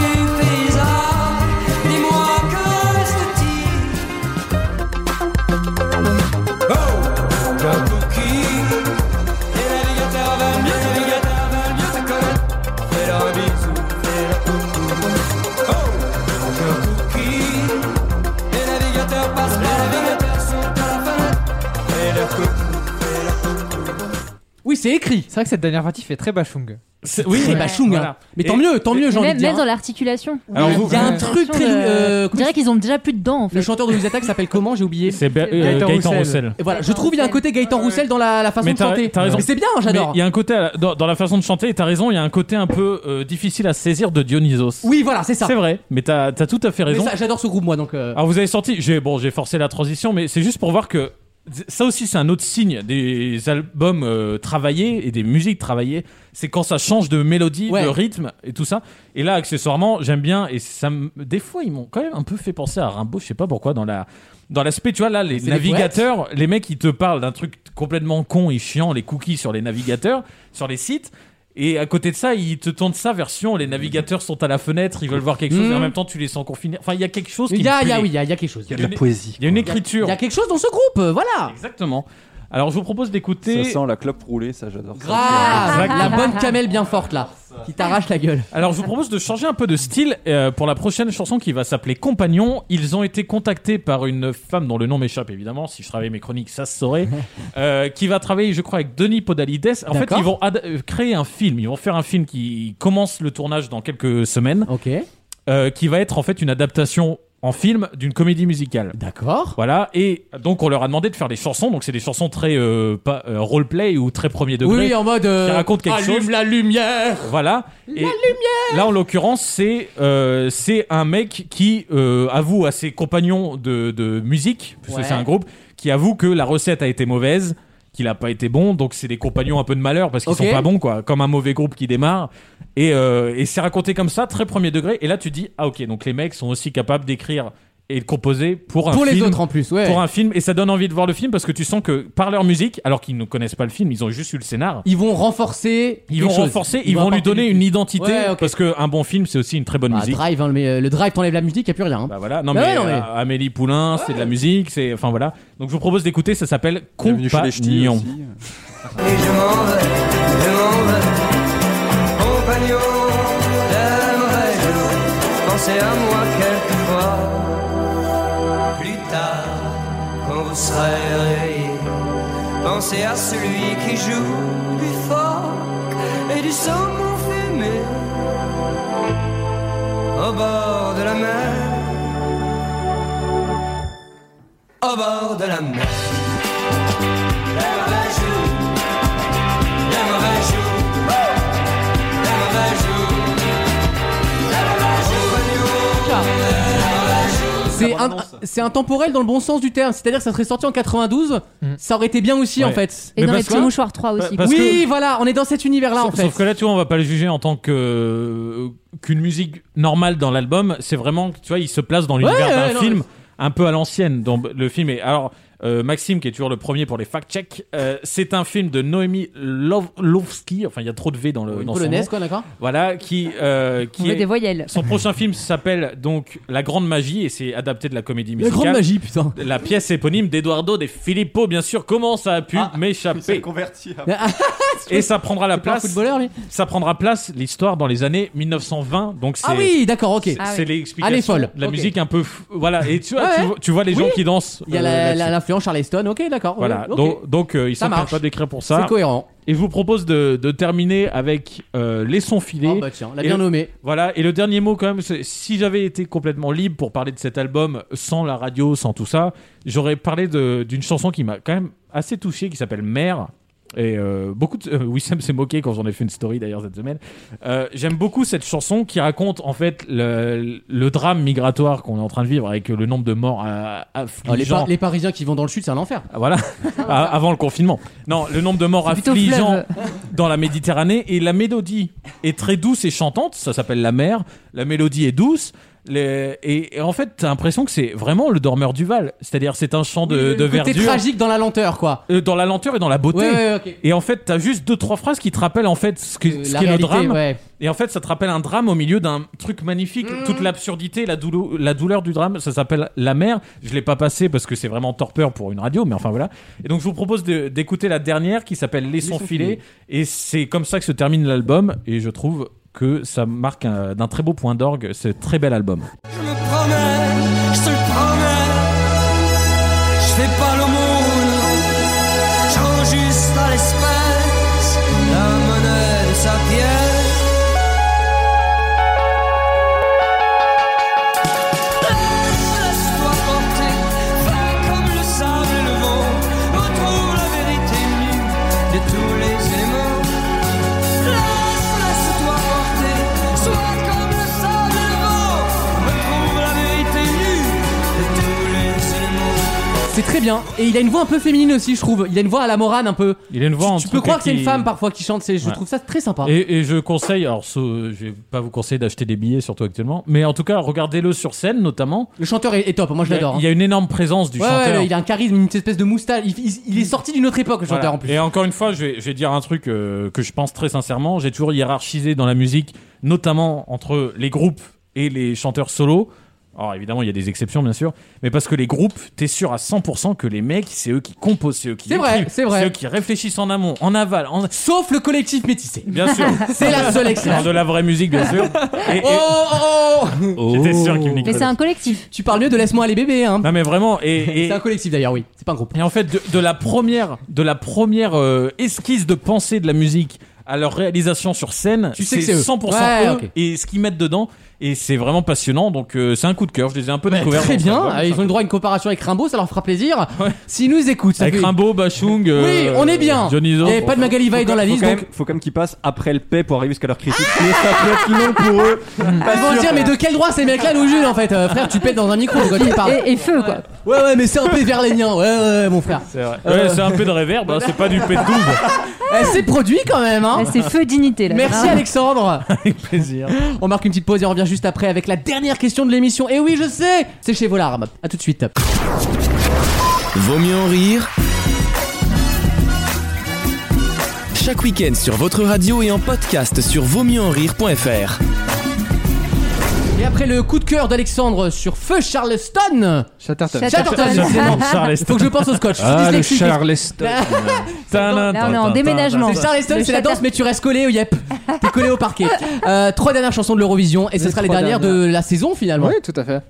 [SPEAKER 19] du paysage Dis-moi que reste-t-il
[SPEAKER 1] Oui, c'est écrit.
[SPEAKER 5] C'est vrai que cette dernière partie fait très Bachung.
[SPEAKER 3] C'est
[SPEAKER 1] Oui, c'est Bachung, hein. Mais tant mieux, tant mieux, j'ai envie
[SPEAKER 8] Même,
[SPEAKER 1] de dire. hein.
[SPEAKER 8] même dans l'articulation.
[SPEAKER 1] Alors, vous- Il y a un truc très- euh,
[SPEAKER 8] Je dirais qu'ils ont déjà plus de dents en fait.
[SPEAKER 1] Le chanteur de Louis Attaque s'appelle comment J'ai oublié.
[SPEAKER 3] C'est Ba- euh, Gaëtan Gaëtan Roussel. Roussel.
[SPEAKER 1] Et voilà, je trouve il y a un côté Gaëtan Roussel dans la, la façon
[SPEAKER 3] Mais
[SPEAKER 1] de
[SPEAKER 3] t'as-
[SPEAKER 1] chanter.
[SPEAKER 3] t'as raison.
[SPEAKER 1] Mais c'est bien, hein,
[SPEAKER 3] Mais
[SPEAKER 1] j'adore.
[SPEAKER 3] Il y a un côté à la- dans, dans la façon de chanter, et t'as raison, il y a un côté un peu euh, difficile à saisir de Dionysos.
[SPEAKER 1] Oui, voilà, c'est ça.
[SPEAKER 3] C'est vrai, mais t'as t'as tout à fait
[SPEAKER 1] Mais
[SPEAKER 3] raison. Ah,
[SPEAKER 1] ça, J'adore ce groupe, moi, donc. euh,
[SPEAKER 3] Alors vous avez sorti, j'ai bon, j'ai forcé la transition, mais c'est juste pour voir que ça aussi c'est un autre signe des albums euh, travaillés et des musiques travaillées, c'est quand ça change de mélodie,
[SPEAKER 1] Ouais.
[SPEAKER 3] de rythme et tout ça. Et là accessoirement, j'aime bien et ça me- des fois ils m'ont quand même un peu fait penser à Rimbaud, je sais pas pourquoi dans la dans l'aspect, tu vois là les
[SPEAKER 1] C'est des
[SPEAKER 3] navigateurs, les mecs ils te parlent d'un truc complètement con et chiant, les cookies sur les navigateurs, sur les sites. Et à côté de ça, ils te tournent sa version. Les navigateurs sont à la fenêtre, ils veulent voir quelque chose,
[SPEAKER 1] Mhm.
[SPEAKER 3] et en même temps, tu les sens confinés. Enfin, il y a quelque chose qui
[SPEAKER 1] Il y a,
[SPEAKER 3] me
[SPEAKER 1] il y a,
[SPEAKER 3] plaît.
[SPEAKER 1] oui, il y a, il y a quelque chose.
[SPEAKER 3] Il y a une- Il y a une écriture.
[SPEAKER 1] Il y a quelque chose dans ce groupe, euh, voilà.
[SPEAKER 3] Exactement. Alors, je vous propose d'écouter.
[SPEAKER 2] Ça sent la clope roulée, ça j'adore. ça.
[SPEAKER 1] Grave.
[SPEAKER 3] Exactement.
[SPEAKER 1] Ah, La bonne camelle bien forte là, qui t'arrache la gueule.
[SPEAKER 3] Alors, je vous propose de changer un peu de style euh, pour la prochaine chanson qui va s'appeler Compagnon. Ils ont été contactés par une femme dont le nom m'échappe évidemment. Si je travaillais mes chroniques, ça se saurait. euh, qui va travailler, je crois, avec Denis Podalides. En fait,
[SPEAKER 1] D'accord.
[SPEAKER 3] ils vont ad- euh, créer un film. Ils vont faire un film qui commence le tournage dans quelques semaines.
[SPEAKER 1] Ok.
[SPEAKER 3] euh, qui va être en fait une adaptation en film d'une comédie musicale.
[SPEAKER 1] D'accord.
[SPEAKER 3] Voilà. Et donc on leur a demandé de faire des chansons. Donc c'est des chansons très euh, pas euh, roleplay ou très premier degré.
[SPEAKER 1] Oui, en mode. euh,
[SPEAKER 3] qui racontent quelque
[SPEAKER 1] allume
[SPEAKER 3] chose.
[SPEAKER 1] la lumière.
[SPEAKER 3] Voilà. Et Là en l'occurrence c'est euh, c'est un mec qui euh, avoue à ses compagnons de, de musique parce
[SPEAKER 1] Ouais.
[SPEAKER 3] que c'est un groupe qui avoue que la recette a été mauvaise qu'il a pas été bon donc c'est des compagnons un peu de malheur parce qu'ils
[SPEAKER 1] Ok.
[SPEAKER 3] sont pas bons quoi comme un mauvais groupe qui démarre et, euh, et c'est raconté comme ça très premier degré et là tu dis ah ok donc les mecs sont aussi capables d'écrire et de composer pour un
[SPEAKER 1] Pour les
[SPEAKER 3] film
[SPEAKER 1] autres, en plus, ouais.
[SPEAKER 3] pour un film et ça donne envie de voir le film parce que tu sens que par leur musique alors qu'ils ne connaissent pas le film ils ont juste eu le scénar
[SPEAKER 1] Ils vont renforcer.
[SPEAKER 3] ils
[SPEAKER 1] quelque
[SPEAKER 3] vont
[SPEAKER 1] chose.
[SPEAKER 3] renforcer, ils, vont lui
[SPEAKER 1] apporter
[SPEAKER 3] donner
[SPEAKER 1] du-
[SPEAKER 3] une identité
[SPEAKER 1] Ouais, ok.
[SPEAKER 3] parce que un bon film c'est aussi une très bonne
[SPEAKER 1] Bah,
[SPEAKER 3] musique.
[SPEAKER 1] drive, hein, mais euh, le drive t'enlève la musique, y a plus rien. hein.
[SPEAKER 3] Bah voilà, non
[SPEAKER 1] Bah
[SPEAKER 3] mais,
[SPEAKER 1] ouais, non, mais-
[SPEAKER 3] euh, Amélie Poulain, c'est de la musique, c'est enfin voilà. Donc je vous propose d'écouter, ça s'appelle Compagnon.
[SPEAKER 19] Et je m'en vais, je m'en vais, compagnon de mauvais jour, pensez à moi quelquefois. Plus tard, quand vous serez réveillé, pensez à celui qui joue du phoque et du saumon fumée au bord de la mer. Au bord de la mer. Les mauvais jours, les mauvais jours, les mauvais jours, les mauvais jours, les mauvais
[SPEAKER 3] ah,
[SPEAKER 19] jours.
[SPEAKER 1] C'est un- c'est intemporel dans le bon sens du terme, c'est-à-dire que ça serait sorti en 92, ça aurait été bien aussi en
[SPEAKER 3] Ouais.
[SPEAKER 1] fait.
[SPEAKER 3] Mm. Et Mais dans parce les petits que- mouchoirs
[SPEAKER 8] 3
[SPEAKER 3] aussi, quoi. parce
[SPEAKER 1] Oui,
[SPEAKER 3] que-
[SPEAKER 1] voilà, on est dans cet univers-là en
[SPEAKER 3] Sauf-
[SPEAKER 1] fait.
[SPEAKER 3] Sauf que là, tu vois, on va pas le juger en tant que euh, qu'une musique normale dans l'album. C'est vraiment, tu vois, il se place dans l'univers
[SPEAKER 1] Ouais,
[SPEAKER 3] d'un
[SPEAKER 1] ouais, non,
[SPEAKER 3] film un peu à l'ancienne. dont le film est alors. euh, Maxime, qui est toujours le premier pour les fact-check, euh, c'est un film de Noémie Lovski. Enfin, il y a trop de V dans le. dans son
[SPEAKER 1] polonaise,
[SPEAKER 3] nom.
[SPEAKER 1] quoi, d'accord
[SPEAKER 3] Voilà, qui. euh, qui
[SPEAKER 8] On veut
[SPEAKER 3] est-
[SPEAKER 8] des voyelles.
[SPEAKER 3] Son prochain film s'appelle donc La Grande Magie et c'est adapté de la comédie
[SPEAKER 1] La
[SPEAKER 3] musicale.
[SPEAKER 1] grande magie, putain.
[SPEAKER 3] La pièce éponyme d'Eduardo de Filippo, bien sûr. Comment ça a pu
[SPEAKER 1] Ah,
[SPEAKER 3] m'échapper
[SPEAKER 2] converti.
[SPEAKER 3] et ça prendra la
[SPEAKER 1] pas un
[SPEAKER 3] place.
[SPEAKER 1] footballeur, lui
[SPEAKER 3] Ça prendra place l'histoire dans les années 1920. Donc c'est.
[SPEAKER 1] Ah oui, d'accord, ok.
[SPEAKER 3] C'est
[SPEAKER 1] Ah oui.
[SPEAKER 3] c'est l'explication.
[SPEAKER 1] Allez, folle.
[SPEAKER 3] de La
[SPEAKER 1] Ok.
[SPEAKER 3] musique un peu. f- Voilà. Et tu vois,
[SPEAKER 1] Ouais,
[SPEAKER 3] tu,
[SPEAKER 1] ouais.
[SPEAKER 3] vois, tu vois les
[SPEAKER 1] Oui.
[SPEAKER 3] gens qui dansent.
[SPEAKER 1] Il y a
[SPEAKER 3] euh,
[SPEAKER 1] la-
[SPEAKER 3] là-dessus.
[SPEAKER 1] la- l'influence Charleston, ok, d'accord.
[SPEAKER 3] Voilà.
[SPEAKER 1] ok.
[SPEAKER 3] Donc, donc euh, ils
[SPEAKER 1] Ça
[SPEAKER 3] sont
[SPEAKER 1] marche.
[SPEAKER 3] capables d'écrire pour ça.
[SPEAKER 1] C'est cohérent.
[SPEAKER 3] Et je vous propose de, de terminer avec euh, les sons filés.
[SPEAKER 1] bah tiens, on l'a
[SPEAKER 3] Et
[SPEAKER 1] bien
[SPEAKER 3] le-
[SPEAKER 1] nommé.
[SPEAKER 3] Voilà. Et le dernier mot quand même, c'est si j'avais été complètement libre pour parler de cet album sans la radio, sans tout ça, j'aurais parlé de- d'une chanson qui m'a quand même assez touché, qui s'appelle Mère. Et euh, beaucoup de. euh, Wissem s'est moqué quand j'en ai fait une story d'ailleurs cette semaine. Euh, J'aime beaucoup cette chanson qui raconte en fait le, le drame migratoire qu'on est en train de vivre avec le nombre de morts euh, à,
[SPEAKER 1] Ah, les, Par- les Parisiens qui vont dans le sud, c'est un enfer.
[SPEAKER 3] ah, Voilà, A- avant le confinement. Non, le nombre de morts
[SPEAKER 1] C'est plutôt
[SPEAKER 3] affligeants
[SPEAKER 1] fleuve.
[SPEAKER 3] dans la Méditerranée et la mélodie est très douce et chantante. Ça s'appelle la mer. La mélodie est douce. Les- Et, et en fait, t'as l'impression que c'est vraiment le dormeur du Val. C'est-à-dire, c'est un chant de, de
[SPEAKER 1] Le côté
[SPEAKER 3] verdure.
[SPEAKER 1] tragique dans la lenteur, quoi.
[SPEAKER 3] Euh, dans la lenteur et dans la beauté.
[SPEAKER 1] Ouais, ouais, ok. Euh,
[SPEAKER 3] Et en fait, t'as juste deux trois phrases qui te rappellent en fait ce que- ce
[SPEAKER 1] la
[SPEAKER 3] qu'est le
[SPEAKER 1] réalité,
[SPEAKER 3] drame.
[SPEAKER 1] ouais.
[SPEAKER 3] Et en fait, ça te rappelle un drame au milieu d'un truc magnifique.
[SPEAKER 1] Mm.
[SPEAKER 3] Toute l'absurdité, la, doulou- la douleur du drame, ça s'appelle La Mer. Je l'ai pas passé parce que c'est vraiment torpeur pour une radio, mais enfin voilà. Et donc, je vous propose de- d'écouter la dernière qui s'appelle Laissons
[SPEAKER 1] Laissons
[SPEAKER 3] filer.
[SPEAKER 1] filer.
[SPEAKER 3] Et c'est comme ça que se termine l'album. Et je trouve que ça marque un- d'un très beau point d'orgue ce très bel album.
[SPEAKER 19] promets, je te le promets. Je fais pas l'aumône, je rends juste à l'espèce la monnaie de sa pièce. Laisse-toi porter, fais comme le sable et le vent, retrouve la vérité nue de tous les éléments. Laisse, laisse-toi porter, sois comme le sable et le vent, retrouve la vérité nue de tous les éléments.
[SPEAKER 1] C'est très bien. Et il a une voix un peu féminine aussi, je trouve. Il a une voix à la Morane un peu.
[SPEAKER 3] Il a une voix
[SPEAKER 1] Tu-
[SPEAKER 3] en
[SPEAKER 1] Tu,
[SPEAKER 3] tout
[SPEAKER 1] peux
[SPEAKER 3] cas
[SPEAKER 1] croire que c'est
[SPEAKER 3] qui-
[SPEAKER 1] une femme parfois qui chante. c'est- Je
[SPEAKER 3] Ouais.
[SPEAKER 1] trouve ça très sympa.
[SPEAKER 3] Et, et je conseille, alors ce- je vais pas vous conseiller d'acheter des billets, surtout actuellement, mais en tout cas, regardez-le sur scène notamment.
[SPEAKER 1] Le chanteur est, est top. Moi,
[SPEAKER 3] Il
[SPEAKER 1] je
[SPEAKER 3] y a-
[SPEAKER 1] l'adore. hein.
[SPEAKER 3] Il y a une énorme présence du
[SPEAKER 1] Ouais,
[SPEAKER 3] chanteur. Mm.
[SPEAKER 1] ouais, il a un charisme, une espèce de moustache. Il, il- il est sorti d'une autre époque, le chanteur
[SPEAKER 3] Voilà.
[SPEAKER 1] en plus.
[SPEAKER 3] Et encore une fois, je vais, je vais dire un truc euh, que je pense très sincèrement. J'ai toujours hiérarchisé dans la musique, notamment entre les groupes et les chanteurs solos. Alors évidemment, il y a des exceptions, bien sûr, mais parce que les groupes, t'es sûr à 100% que les mecs, c'est eux qui composent, c'est eux qui
[SPEAKER 1] C'est vrai,
[SPEAKER 3] écrivent,
[SPEAKER 1] c'est vrai.
[SPEAKER 3] eux qui réfléchissent en amont, en aval, en...
[SPEAKER 1] Sauf le collectif métissé.
[SPEAKER 3] bien sûr.
[SPEAKER 1] C'est la seule
[SPEAKER 3] exception.
[SPEAKER 1] exception.
[SPEAKER 3] de la vraie musique, bien sûr. Et- et-
[SPEAKER 1] Oh, oh, oh
[SPEAKER 3] J'étais sûr qu'il me niquerait.
[SPEAKER 8] Mais c'est un collectif.
[SPEAKER 1] Tu parles mieux de Laisse-moi aller bébé, hein.
[SPEAKER 3] Non mais vraiment et,
[SPEAKER 1] C'est un collectif d'ailleurs oui, c'est pas un groupe.
[SPEAKER 3] Et en fait de, de la première de la première euh, esquisse de pensée de la musique à leur réalisation sur scène,
[SPEAKER 1] Tu sais que
[SPEAKER 3] c'est
[SPEAKER 1] c'est eux.
[SPEAKER 3] 100%
[SPEAKER 1] Ouais,
[SPEAKER 3] eux
[SPEAKER 1] ok.
[SPEAKER 3] et ce qu'ils mettent dedans et c'est vraiment passionnant donc euh, c'est un coup de cœur, je les ai un peu
[SPEAKER 1] Bah,
[SPEAKER 3] découverts.
[SPEAKER 1] très
[SPEAKER 3] dans cet
[SPEAKER 1] bien,
[SPEAKER 3] album.
[SPEAKER 1] euh, ils ont le droit à une comparaison avec Rimbaud, ça leur fera plaisir. S'ils nous écoutent, ça
[SPEAKER 3] avec
[SPEAKER 1] fait-
[SPEAKER 3] Rimbaud, Bachung,
[SPEAKER 4] euh,
[SPEAKER 1] Oui, on est bien.
[SPEAKER 3] Johnny
[SPEAKER 1] Il y
[SPEAKER 3] Zo.
[SPEAKER 1] avait pas de Magali Vaille dans la liste, donc Ah,
[SPEAKER 2] faut quand même qu'ils passent après le paix pour arriver jusqu'à leur critique. Mais ça peut être long pour eux. Pas
[SPEAKER 1] ils vont
[SPEAKER 2] sûr.
[SPEAKER 1] dire mais de quel droit ces mecs-là nous jugent en fait, Euh, frère, tu pètes dans un micro de quoi tu parles.
[SPEAKER 8] Et, et feu, quoi.
[SPEAKER 1] Ouais ouais, mais c'est un peu verlénien, ouais ouais mon frère.
[SPEAKER 3] C'est vrai. Ouais, c'est un peu de réverb, hein, c'est pas du P12.
[SPEAKER 1] Eh, c'est produit quand même, hein.
[SPEAKER 8] Eh, C'est feu dignité, là.
[SPEAKER 1] Merci Alexandre.
[SPEAKER 3] avec plaisir.
[SPEAKER 1] On marque une petite pause et on revient juste après avec la dernière question de l'émission. Et oui, je sais, c'est chez vos larmes. À tout de suite.
[SPEAKER 6] Vaut mieux en rire. Chaque week-end sur votre radio et en podcast sur vaumieuxenrire.fr.
[SPEAKER 1] Et après le coup de cœur d'Alexandre sur Feu Charleston.
[SPEAKER 5] Chatterton.
[SPEAKER 1] Chatterton.
[SPEAKER 5] Chatterton.
[SPEAKER 1] excusez-moi.
[SPEAKER 5] Charleston.
[SPEAKER 1] Faut que je pense au scotch. Je suis
[SPEAKER 5] Ah, le
[SPEAKER 1] dyslexique.
[SPEAKER 5] Charleston.
[SPEAKER 8] Là, on est en déménagement.
[SPEAKER 1] C'est Charleston,
[SPEAKER 8] Le
[SPEAKER 1] c'est la danse,
[SPEAKER 8] Chatter-
[SPEAKER 1] mais tu restes collé au yep. T'es collé au parquet. Euh, trois dernières chansons de l'Eurovision et ce
[SPEAKER 5] Les
[SPEAKER 1] sera les
[SPEAKER 5] trois
[SPEAKER 1] dernières de
[SPEAKER 5] dernières.
[SPEAKER 1] la saison finalement.
[SPEAKER 5] Oui, tout à fait.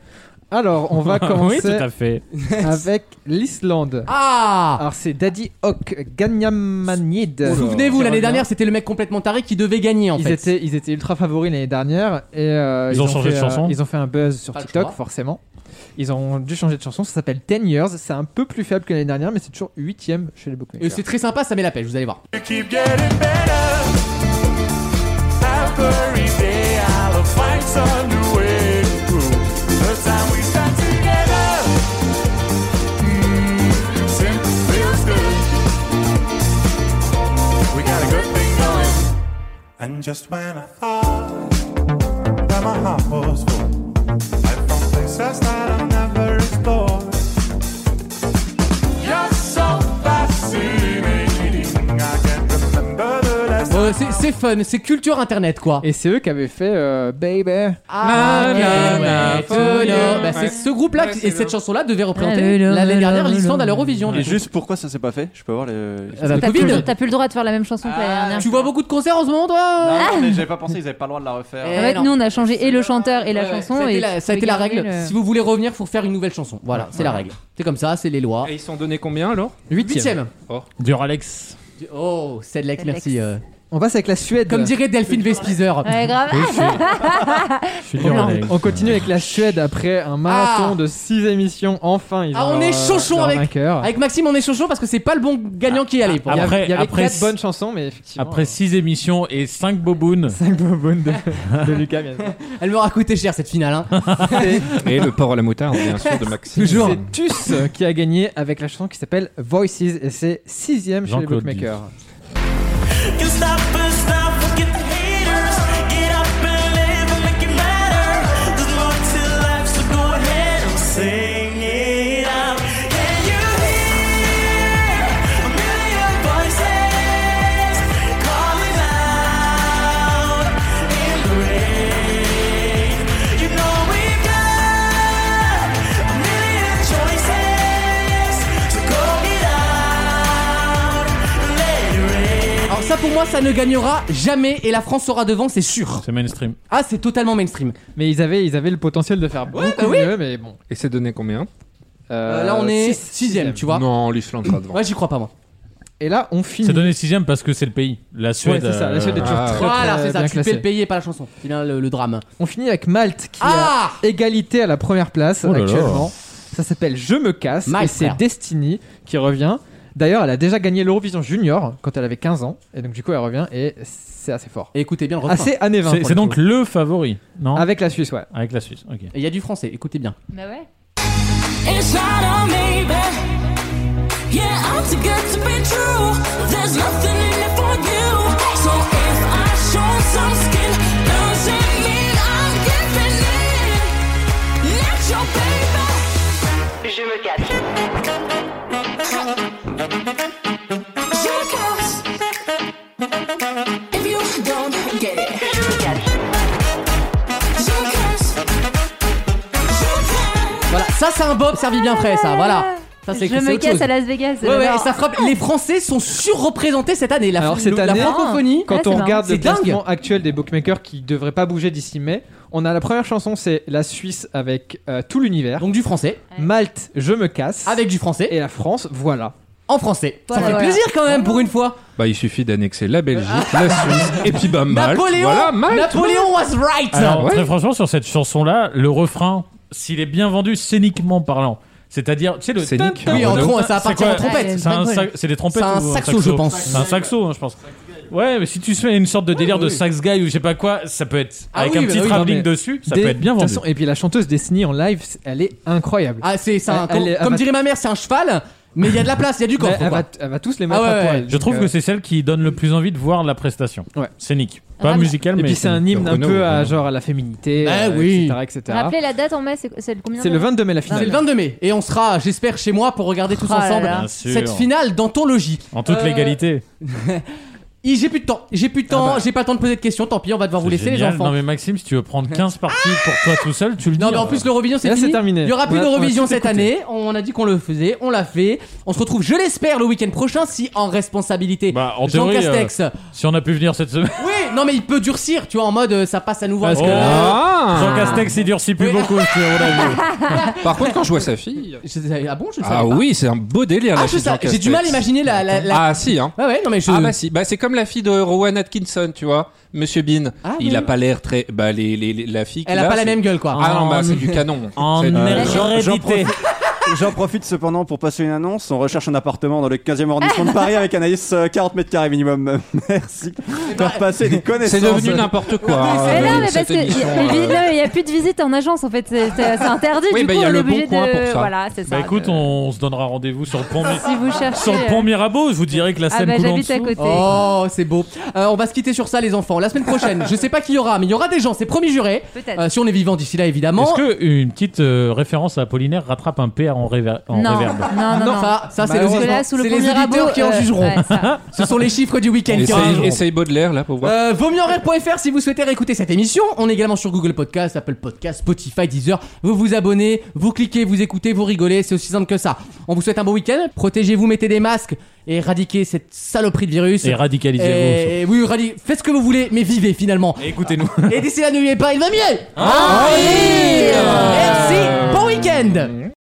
[SPEAKER 5] Alors, on va
[SPEAKER 11] Oui,
[SPEAKER 5] commencer
[SPEAKER 11] tout à fait.
[SPEAKER 5] avec l'Islande.
[SPEAKER 1] Ah
[SPEAKER 5] Alors, c'est Daddy Ok Ganyamanid.
[SPEAKER 1] Souvenez-vous, l'année dernière, c'était le mec complètement taré qui devait gagner en
[SPEAKER 5] ils
[SPEAKER 1] fait.
[SPEAKER 5] étaient, ils étaient ultra favoris l'année dernière et euh,
[SPEAKER 1] Ils ont changé
[SPEAKER 5] fait,
[SPEAKER 1] de
[SPEAKER 5] euh,
[SPEAKER 1] chanson
[SPEAKER 5] ils ont fait un buzz sur
[SPEAKER 1] Pas le
[SPEAKER 5] TikTok,
[SPEAKER 1] choix.
[SPEAKER 5] forcément. Ils ont dû changer de chanson. Ça s'appelle 10 Years. C'est un peu plus faible que l'année dernière, mais c'est toujours 8 chez les
[SPEAKER 1] Et
[SPEAKER 5] bookmakers.
[SPEAKER 1] c'est très sympa, ça met la pêche, vous allez voir.
[SPEAKER 12] You keep getting better. Every day I'll find some new way to prove the time we spent together. Mm, simply feels good. We got a good thing going. And just when I thought that my heart was full, I found places that I never explored. You're so fascinating. I can't remember the last
[SPEAKER 1] Euh, c'est- c'est fun, c'est culture internet quoi.
[SPEAKER 5] Et c'est eux qui avaient fait euh, Baby.
[SPEAKER 1] Ah,
[SPEAKER 5] Na, na, na,
[SPEAKER 1] ouais,
[SPEAKER 5] follow.
[SPEAKER 1] follow. Bah,
[SPEAKER 5] Ouais.
[SPEAKER 1] c'est ce groupe-là qui- et cette chanson-là devait représenter
[SPEAKER 8] Ouais, le, le,
[SPEAKER 1] l'année
[SPEAKER 8] le,
[SPEAKER 1] dernière
[SPEAKER 8] le,
[SPEAKER 1] l'Islande
[SPEAKER 8] le.
[SPEAKER 1] à l'Eurovision.
[SPEAKER 2] Et
[SPEAKER 1] du coup.
[SPEAKER 2] juste pourquoi ça s'est pas fait Je peux voir le.
[SPEAKER 1] Ah bah,
[SPEAKER 8] T'as plus,
[SPEAKER 1] Covid.
[SPEAKER 8] le- t'as plus le droit de faire la même chanson que la dernière.
[SPEAKER 1] Tu vois beaucoup de concerts en ce moment, toi
[SPEAKER 2] Ah,
[SPEAKER 8] Ah Eh,
[SPEAKER 2] mais j'avais pas pensé, ils avaient pas le droit de la refaire.
[SPEAKER 8] En fait, nous, on a changé et le chanteur et la
[SPEAKER 1] Ouais, ouais,
[SPEAKER 8] chanson.
[SPEAKER 1] ça a été
[SPEAKER 8] et
[SPEAKER 1] la,
[SPEAKER 8] tu
[SPEAKER 1] ça a
[SPEAKER 8] peux
[SPEAKER 1] été la
[SPEAKER 8] garder
[SPEAKER 1] règle.
[SPEAKER 8] le-
[SPEAKER 1] Si vous voulez revenir, faut faire une nouvelle chanson. Voilà, c'est la
[SPEAKER 4] Voilà.
[SPEAKER 1] règle. C'est comme ça, c'est les lois.
[SPEAKER 4] Et ils sont donnés combien alors
[SPEAKER 1] Huitième.
[SPEAKER 4] Oh.
[SPEAKER 3] Dur Alex.
[SPEAKER 1] Oh, c'est de l'ex,
[SPEAKER 8] Sedlec.
[SPEAKER 1] merci. euh.
[SPEAKER 5] On passe avec la Suède.
[SPEAKER 1] Comme dirait Delphine Vespizer.
[SPEAKER 8] Ouais, grave.
[SPEAKER 5] On-
[SPEAKER 1] dur avec.
[SPEAKER 5] on continue avec la Suède après un marathon de 6 émissions. Enfin, ils
[SPEAKER 1] Ah,
[SPEAKER 5] ont
[SPEAKER 1] on
[SPEAKER 5] leur-
[SPEAKER 1] est chonchon
[SPEAKER 5] leur
[SPEAKER 1] avec,
[SPEAKER 5] vainqueur.
[SPEAKER 1] avec Maxime, on est chonchon parce que c'est pas le bon gagnant qui est allé. Pour
[SPEAKER 5] Il y a-
[SPEAKER 1] moi.
[SPEAKER 3] Après-
[SPEAKER 5] il y avait
[SPEAKER 3] après
[SPEAKER 5] quatre
[SPEAKER 3] six-
[SPEAKER 5] bonnes chansons, mais effectivement.
[SPEAKER 3] Après 6 émissions et 5 bobounes.
[SPEAKER 5] 5 bobounes de, de Lucas, bien sûr.
[SPEAKER 1] Elle m'aura coûté cher cette finale. hein.
[SPEAKER 4] Et le port à la moutarde, bien sûr, de Maxime. euh,
[SPEAKER 5] Toujours. C'est Tus qui a gagné avec la chanson qui s'appelle Voices et c'est sixième chez les
[SPEAKER 4] Jean-Claude
[SPEAKER 5] bookmakers.
[SPEAKER 12] You stop and stop, forget the haters. Get up and live and make it matter. There's more to life, so go ahead and sing it out. Can you hear a million voices calling out in the rain? You know we've got a million choices, so go get out and let it rain.
[SPEAKER 1] Alors ça pour moi ça ne gagnera jamais et la France sera devant c'est sûr.
[SPEAKER 3] C'est mainstream.
[SPEAKER 1] Ah c'est totalement mainstream.
[SPEAKER 5] Mais ils avaient, ils avaient le potentiel de faire beaucoup
[SPEAKER 1] bah oui.
[SPEAKER 5] mieux, mais bon.
[SPEAKER 4] Et c'est donné combien
[SPEAKER 1] Euh, là, on est sixième, tu vois.
[SPEAKER 4] Non, l'Islande sera devant.
[SPEAKER 1] Ouais j'y crois pas moi.
[SPEAKER 5] Et là on finit.
[SPEAKER 3] C'est donné 6 parce que c'est le pays. La Suède. euh, Ah,
[SPEAKER 5] c'est ça, la Suède est toujours très,
[SPEAKER 1] Voilà
[SPEAKER 5] très
[SPEAKER 1] c'est ça
[SPEAKER 5] bien
[SPEAKER 1] tu fais
[SPEAKER 5] classé.
[SPEAKER 1] le payer pas la chanson. C'est bien le, le drame.
[SPEAKER 5] On finit avec Malte qui
[SPEAKER 1] Ah
[SPEAKER 5] a égalité à la première place
[SPEAKER 1] Oh là là.
[SPEAKER 5] actuellement. Ça s'appelle Je me casse
[SPEAKER 1] Malte,
[SPEAKER 5] et c'est
[SPEAKER 1] frère.
[SPEAKER 5] Destiny qui revient. D'ailleurs, elle a déjà gagné l'Eurovision Junior quand elle avait 15 ans et donc du coup elle revient et c'est assez fort.
[SPEAKER 1] Et écoutez bien le refrain.
[SPEAKER 5] Assez années 20.
[SPEAKER 3] C'est-
[SPEAKER 5] pour
[SPEAKER 3] C'est
[SPEAKER 5] le
[SPEAKER 3] donc
[SPEAKER 5] coup.
[SPEAKER 3] le favori, non
[SPEAKER 5] avec la Suisse, ouais.
[SPEAKER 3] Avec la Suisse, ok.
[SPEAKER 1] Et il y a du français écoutez bien.
[SPEAKER 8] Bah ouais.
[SPEAKER 12] It's not on me, babe. Yeah, I'm too good to be true. There's nothing in it for you. So if I show some skin, doesn't mean I'm giving in. Not your baby. Je me casse. Je casse. If you don't get it. Je me casse. Je casse.
[SPEAKER 1] Voilà ça c'est un bob servi bien frais ça voilà. Ça c'est
[SPEAKER 8] Je me
[SPEAKER 1] c'est autre
[SPEAKER 8] casse
[SPEAKER 1] chose.
[SPEAKER 8] à Las Vegas.
[SPEAKER 1] Ouais, ouais,
[SPEAKER 8] j'adore.
[SPEAKER 1] et ça frappe. Les Français sont surreprésentés cette année. La,
[SPEAKER 5] Alors cette
[SPEAKER 1] la
[SPEAKER 5] année,
[SPEAKER 1] francophonie.
[SPEAKER 5] quand on regarde le
[SPEAKER 1] c'est dingue.
[SPEAKER 5] classement actuel des bookmakers qui devrait pas bouger d'ici mai, on a la première chanson, c'est la Suisse avec euh, tout l'univers.
[SPEAKER 1] Donc du français.
[SPEAKER 5] Malte, je me casse.
[SPEAKER 1] Avec du français.
[SPEAKER 5] Et la France, voilà.
[SPEAKER 1] En français.
[SPEAKER 8] Voilà,
[SPEAKER 1] ça fait
[SPEAKER 8] voilà.
[SPEAKER 1] plaisir quand même pour une fois.
[SPEAKER 4] Bah, il suffit d'annexer la Belgique,
[SPEAKER 1] Ah.
[SPEAKER 4] la Suisse, et puis bah, Malte.
[SPEAKER 1] Napoléon.
[SPEAKER 4] Voilà, Malte.
[SPEAKER 1] Napoléon was right.
[SPEAKER 3] Alors,
[SPEAKER 4] ouais.
[SPEAKER 3] très franchement, sur cette chanson-là, le refrain, s'il est bien vendu scéniquement parlant, c'est-à-dire, tu sais, le.
[SPEAKER 4] Scénique,
[SPEAKER 3] Tin, tin,
[SPEAKER 4] Oui, en
[SPEAKER 3] tin,
[SPEAKER 1] gros,
[SPEAKER 3] tin,
[SPEAKER 1] ça va
[SPEAKER 3] c'est
[SPEAKER 1] partir
[SPEAKER 3] quoi
[SPEAKER 1] en trompette.
[SPEAKER 3] C'est un
[SPEAKER 1] Ouais.
[SPEAKER 3] sac- C'est des trompettes
[SPEAKER 1] C'est un
[SPEAKER 3] ou
[SPEAKER 1] saxo, je pense.
[SPEAKER 3] C'est un saxo, hein, je pense. Ouais, mais si tu fais une sorte de délire de sax guy ou je sais pas quoi, ça peut être.
[SPEAKER 1] Ah
[SPEAKER 3] avec
[SPEAKER 1] oui,
[SPEAKER 3] un
[SPEAKER 1] bah
[SPEAKER 3] petit
[SPEAKER 1] oui, non,
[SPEAKER 3] travelling
[SPEAKER 5] mais
[SPEAKER 3] dessus, ça
[SPEAKER 5] Des-
[SPEAKER 3] peut être bien
[SPEAKER 5] de toute
[SPEAKER 3] vendu.
[SPEAKER 5] façon, et puis la chanteuse Destiny en live, elle est incroyable.
[SPEAKER 1] Ah, c'est c'est un-
[SPEAKER 5] Elle- elle
[SPEAKER 1] Comme,
[SPEAKER 5] est-
[SPEAKER 1] comme
[SPEAKER 5] elle
[SPEAKER 1] dirait ma mère, c'est un cheval, mais il y a de la place, il y a du
[SPEAKER 5] Mais
[SPEAKER 1] coffre.
[SPEAKER 5] elle,
[SPEAKER 1] quoi.
[SPEAKER 5] va, elle va tous les mettre
[SPEAKER 1] Ah ouais,
[SPEAKER 5] à poil.
[SPEAKER 1] ouais.
[SPEAKER 3] Je
[SPEAKER 5] donc,
[SPEAKER 3] trouve
[SPEAKER 5] euh,
[SPEAKER 3] que c'est celle qui donne le plus envie de voir la prestation.
[SPEAKER 5] Ouais.
[SPEAKER 3] Scénique. Pas
[SPEAKER 8] Rappel-
[SPEAKER 3] musicale, mais.
[SPEAKER 5] Et puis c'est un
[SPEAKER 3] scénique.
[SPEAKER 5] hymne un
[SPEAKER 3] Renaud,
[SPEAKER 5] peu à
[SPEAKER 3] Renaud.
[SPEAKER 5] genre à la féminité,
[SPEAKER 1] Ah
[SPEAKER 5] euh,
[SPEAKER 1] oui.
[SPEAKER 5] etc., etc.
[SPEAKER 8] Rappelez la date en mai, c'est c'est le combien
[SPEAKER 5] C'est le 22 mai la
[SPEAKER 1] C'est le
[SPEAKER 5] finale.
[SPEAKER 1] 22 mai et on sera, j'espère, chez moi pour regarder tous
[SPEAKER 8] Oh là
[SPEAKER 1] ensemble
[SPEAKER 8] là.
[SPEAKER 3] Bien sûr.
[SPEAKER 1] cette finale d'anthologie.
[SPEAKER 3] En toute
[SPEAKER 1] Euh,
[SPEAKER 3] légalité. Ah bah.
[SPEAKER 1] Ih, J'ai plus de temps, j'ai plus de temps, j'ai pas le temps de poser de questions. Tant pis, on va devoir vous laisser
[SPEAKER 3] Génial.
[SPEAKER 1] les enfants.
[SPEAKER 3] Non, mais Maxime, si tu veux prendre 15 parties pour toi tout seul, tu le dis. hein.
[SPEAKER 1] Non, mais en plus, l'Eurovision, c'est
[SPEAKER 5] Là, c'est
[SPEAKER 1] fini.
[SPEAKER 5] terminé.
[SPEAKER 1] Il y aura
[SPEAKER 5] On
[SPEAKER 1] plus
[SPEAKER 5] a- on a
[SPEAKER 1] d'Eurovision
[SPEAKER 5] tout
[SPEAKER 1] cette
[SPEAKER 5] écouté.
[SPEAKER 1] année. On a dit qu'on le faisait, on l'a fait. On se retrouve, je l'espère, le week-end prochain, si en responsabilité.
[SPEAKER 3] Bah, en
[SPEAKER 1] Jean
[SPEAKER 3] théorie, euh,
[SPEAKER 1] Castex.
[SPEAKER 3] si on a pu venir cette semaine.
[SPEAKER 1] Oui, non, non, mais il peut durcir, tu vois, en mode euh, ça passe à nouveau.
[SPEAKER 3] Parce que
[SPEAKER 1] Oh.
[SPEAKER 3] là, Jean Castex, il durcit plus beaucoup. c'est- on l'a vu.
[SPEAKER 4] Ah.
[SPEAKER 8] Ah,
[SPEAKER 4] Par contre, quand je vois sa fille.
[SPEAKER 1] Ah bon, je ne savais
[SPEAKER 4] Ah
[SPEAKER 1] pas.
[SPEAKER 4] oui, c'est un beau délire.
[SPEAKER 1] Ah,
[SPEAKER 4] la
[SPEAKER 1] je
[SPEAKER 4] fille de
[SPEAKER 1] sais-
[SPEAKER 4] Jean
[SPEAKER 1] j'ai du
[SPEAKER 4] Castex.
[SPEAKER 1] mal à imaginer la. la- la-
[SPEAKER 4] Ah si hein.
[SPEAKER 1] Ouais, ouais, non mais je.
[SPEAKER 4] Ah bah si, bah c'est comme la fille de Rowan Atkinson, tu vois, Monsieur Bean. il
[SPEAKER 1] Ah, oui.
[SPEAKER 4] a pas l'air très, bah les, les- les- la fille.
[SPEAKER 1] Elle a
[SPEAKER 4] a
[SPEAKER 1] pas la même gueule, quoi.
[SPEAKER 4] Ah non,
[SPEAKER 1] En-
[SPEAKER 4] bah c'est du canon.
[SPEAKER 3] En
[SPEAKER 4] C'est du-
[SPEAKER 2] Euh, J'en profite- J'en profite cependant pour passer une annonce. On recherche un appartement dans le 15e arrondissement de Paris avec Anaïs euh, 40 mètres carrés minimum. Merci d'avoir passé des connaissances.
[SPEAKER 4] C'est devenu n'importe quoi. hein,
[SPEAKER 8] Mais Eh non,
[SPEAKER 4] euh,
[SPEAKER 8] mais parce
[SPEAKER 4] cette
[SPEAKER 8] qu'il n'y
[SPEAKER 4] émission, euh.
[SPEAKER 8] a, plus de visite en agence en fait, c'est c'est- c'est interdit.
[SPEAKER 4] Oui,
[SPEAKER 8] du
[SPEAKER 4] bah,
[SPEAKER 8] coup,
[SPEAKER 4] il y a
[SPEAKER 8] on
[SPEAKER 4] le
[SPEAKER 8] est
[SPEAKER 4] bon
[SPEAKER 8] obligé
[SPEAKER 4] coin
[SPEAKER 8] de.
[SPEAKER 4] pour ça.
[SPEAKER 8] Voilà, c'est
[SPEAKER 3] Bah
[SPEAKER 8] ça.
[SPEAKER 3] écoute, on se donnera rendez-vous sur le pont Mi-
[SPEAKER 8] Si vous cherchez,
[SPEAKER 3] Sur le
[SPEAKER 8] euh,
[SPEAKER 3] pont Mirabeau, je vous dirais que la
[SPEAKER 8] Ah
[SPEAKER 3] scène
[SPEAKER 8] bah,
[SPEAKER 3] coule en
[SPEAKER 8] j'habite à
[SPEAKER 3] dessous.
[SPEAKER 8] côté.
[SPEAKER 1] Oh, c'est beau. Euh, on va se quitter sur ça, les enfants. La semaine prochaine, je sais pas qui y aura, mais il y aura des gens, c'est promis juré.
[SPEAKER 8] Peut-être.
[SPEAKER 1] Euh, si on est vivant d'ici là, évidemment.
[SPEAKER 3] Est-ce que une petite euh, référence à Apollinaire rattrape un PR en, réver- en
[SPEAKER 8] Non,
[SPEAKER 3] réverb
[SPEAKER 5] Ah
[SPEAKER 8] non, non, non.
[SPEAKER 1] Ça, ça c'est
[SPEAKER 8] Parce
[SPEAKER 1] les,
[SPEAKER 8] que là, sous le
[SPEAKER 1] c'est
[SPEAKER 8] premier
[SPEAKER 1] les auditeurs
[SPEAKER 8] rabot,
[SPEAKER 1] qui en
[SPEAKER 8] euh,
[SPEAKER 1] jugeront.
[SPEAKER 8] ouais, ça.
[SPEAKER 1] Ce sont les chiffres du week-end qui en
[SPEAKER 4] Essaye,
[SPEAKER 1] jugeront.
[SPEAKER 4] essaye Baudelaire là pour voir.
[SPEAKER 1] Euh, vaut mieux en rire .fr si vous souhaitez réécouter cette émission. On est également sur Google Podcast, Apple Podcast, Spotify, Deezer. Vous vous abonnez, vous cliquez, vous écoutez, vous rigolez. C'est aussi simple que ça. On vous souhaite un bon week-end. Protégez-vous, mettez des masques et éradiquez cette saloperie de virus.
[SPEAKER 3] Et radicalisez-vous
[SPEAKER 1] Et- Oui, radi- faites ce que vous voulez, mais vivez finalement.
[SPEAKER 3] Et Écoutez-nous.
[SPEAKER 1] Et d'ici là, n'oubliez pas, il va mieux.
[SPEAKER 3] Ah oui
[SPEAKER 1] Merci. Bon week-end.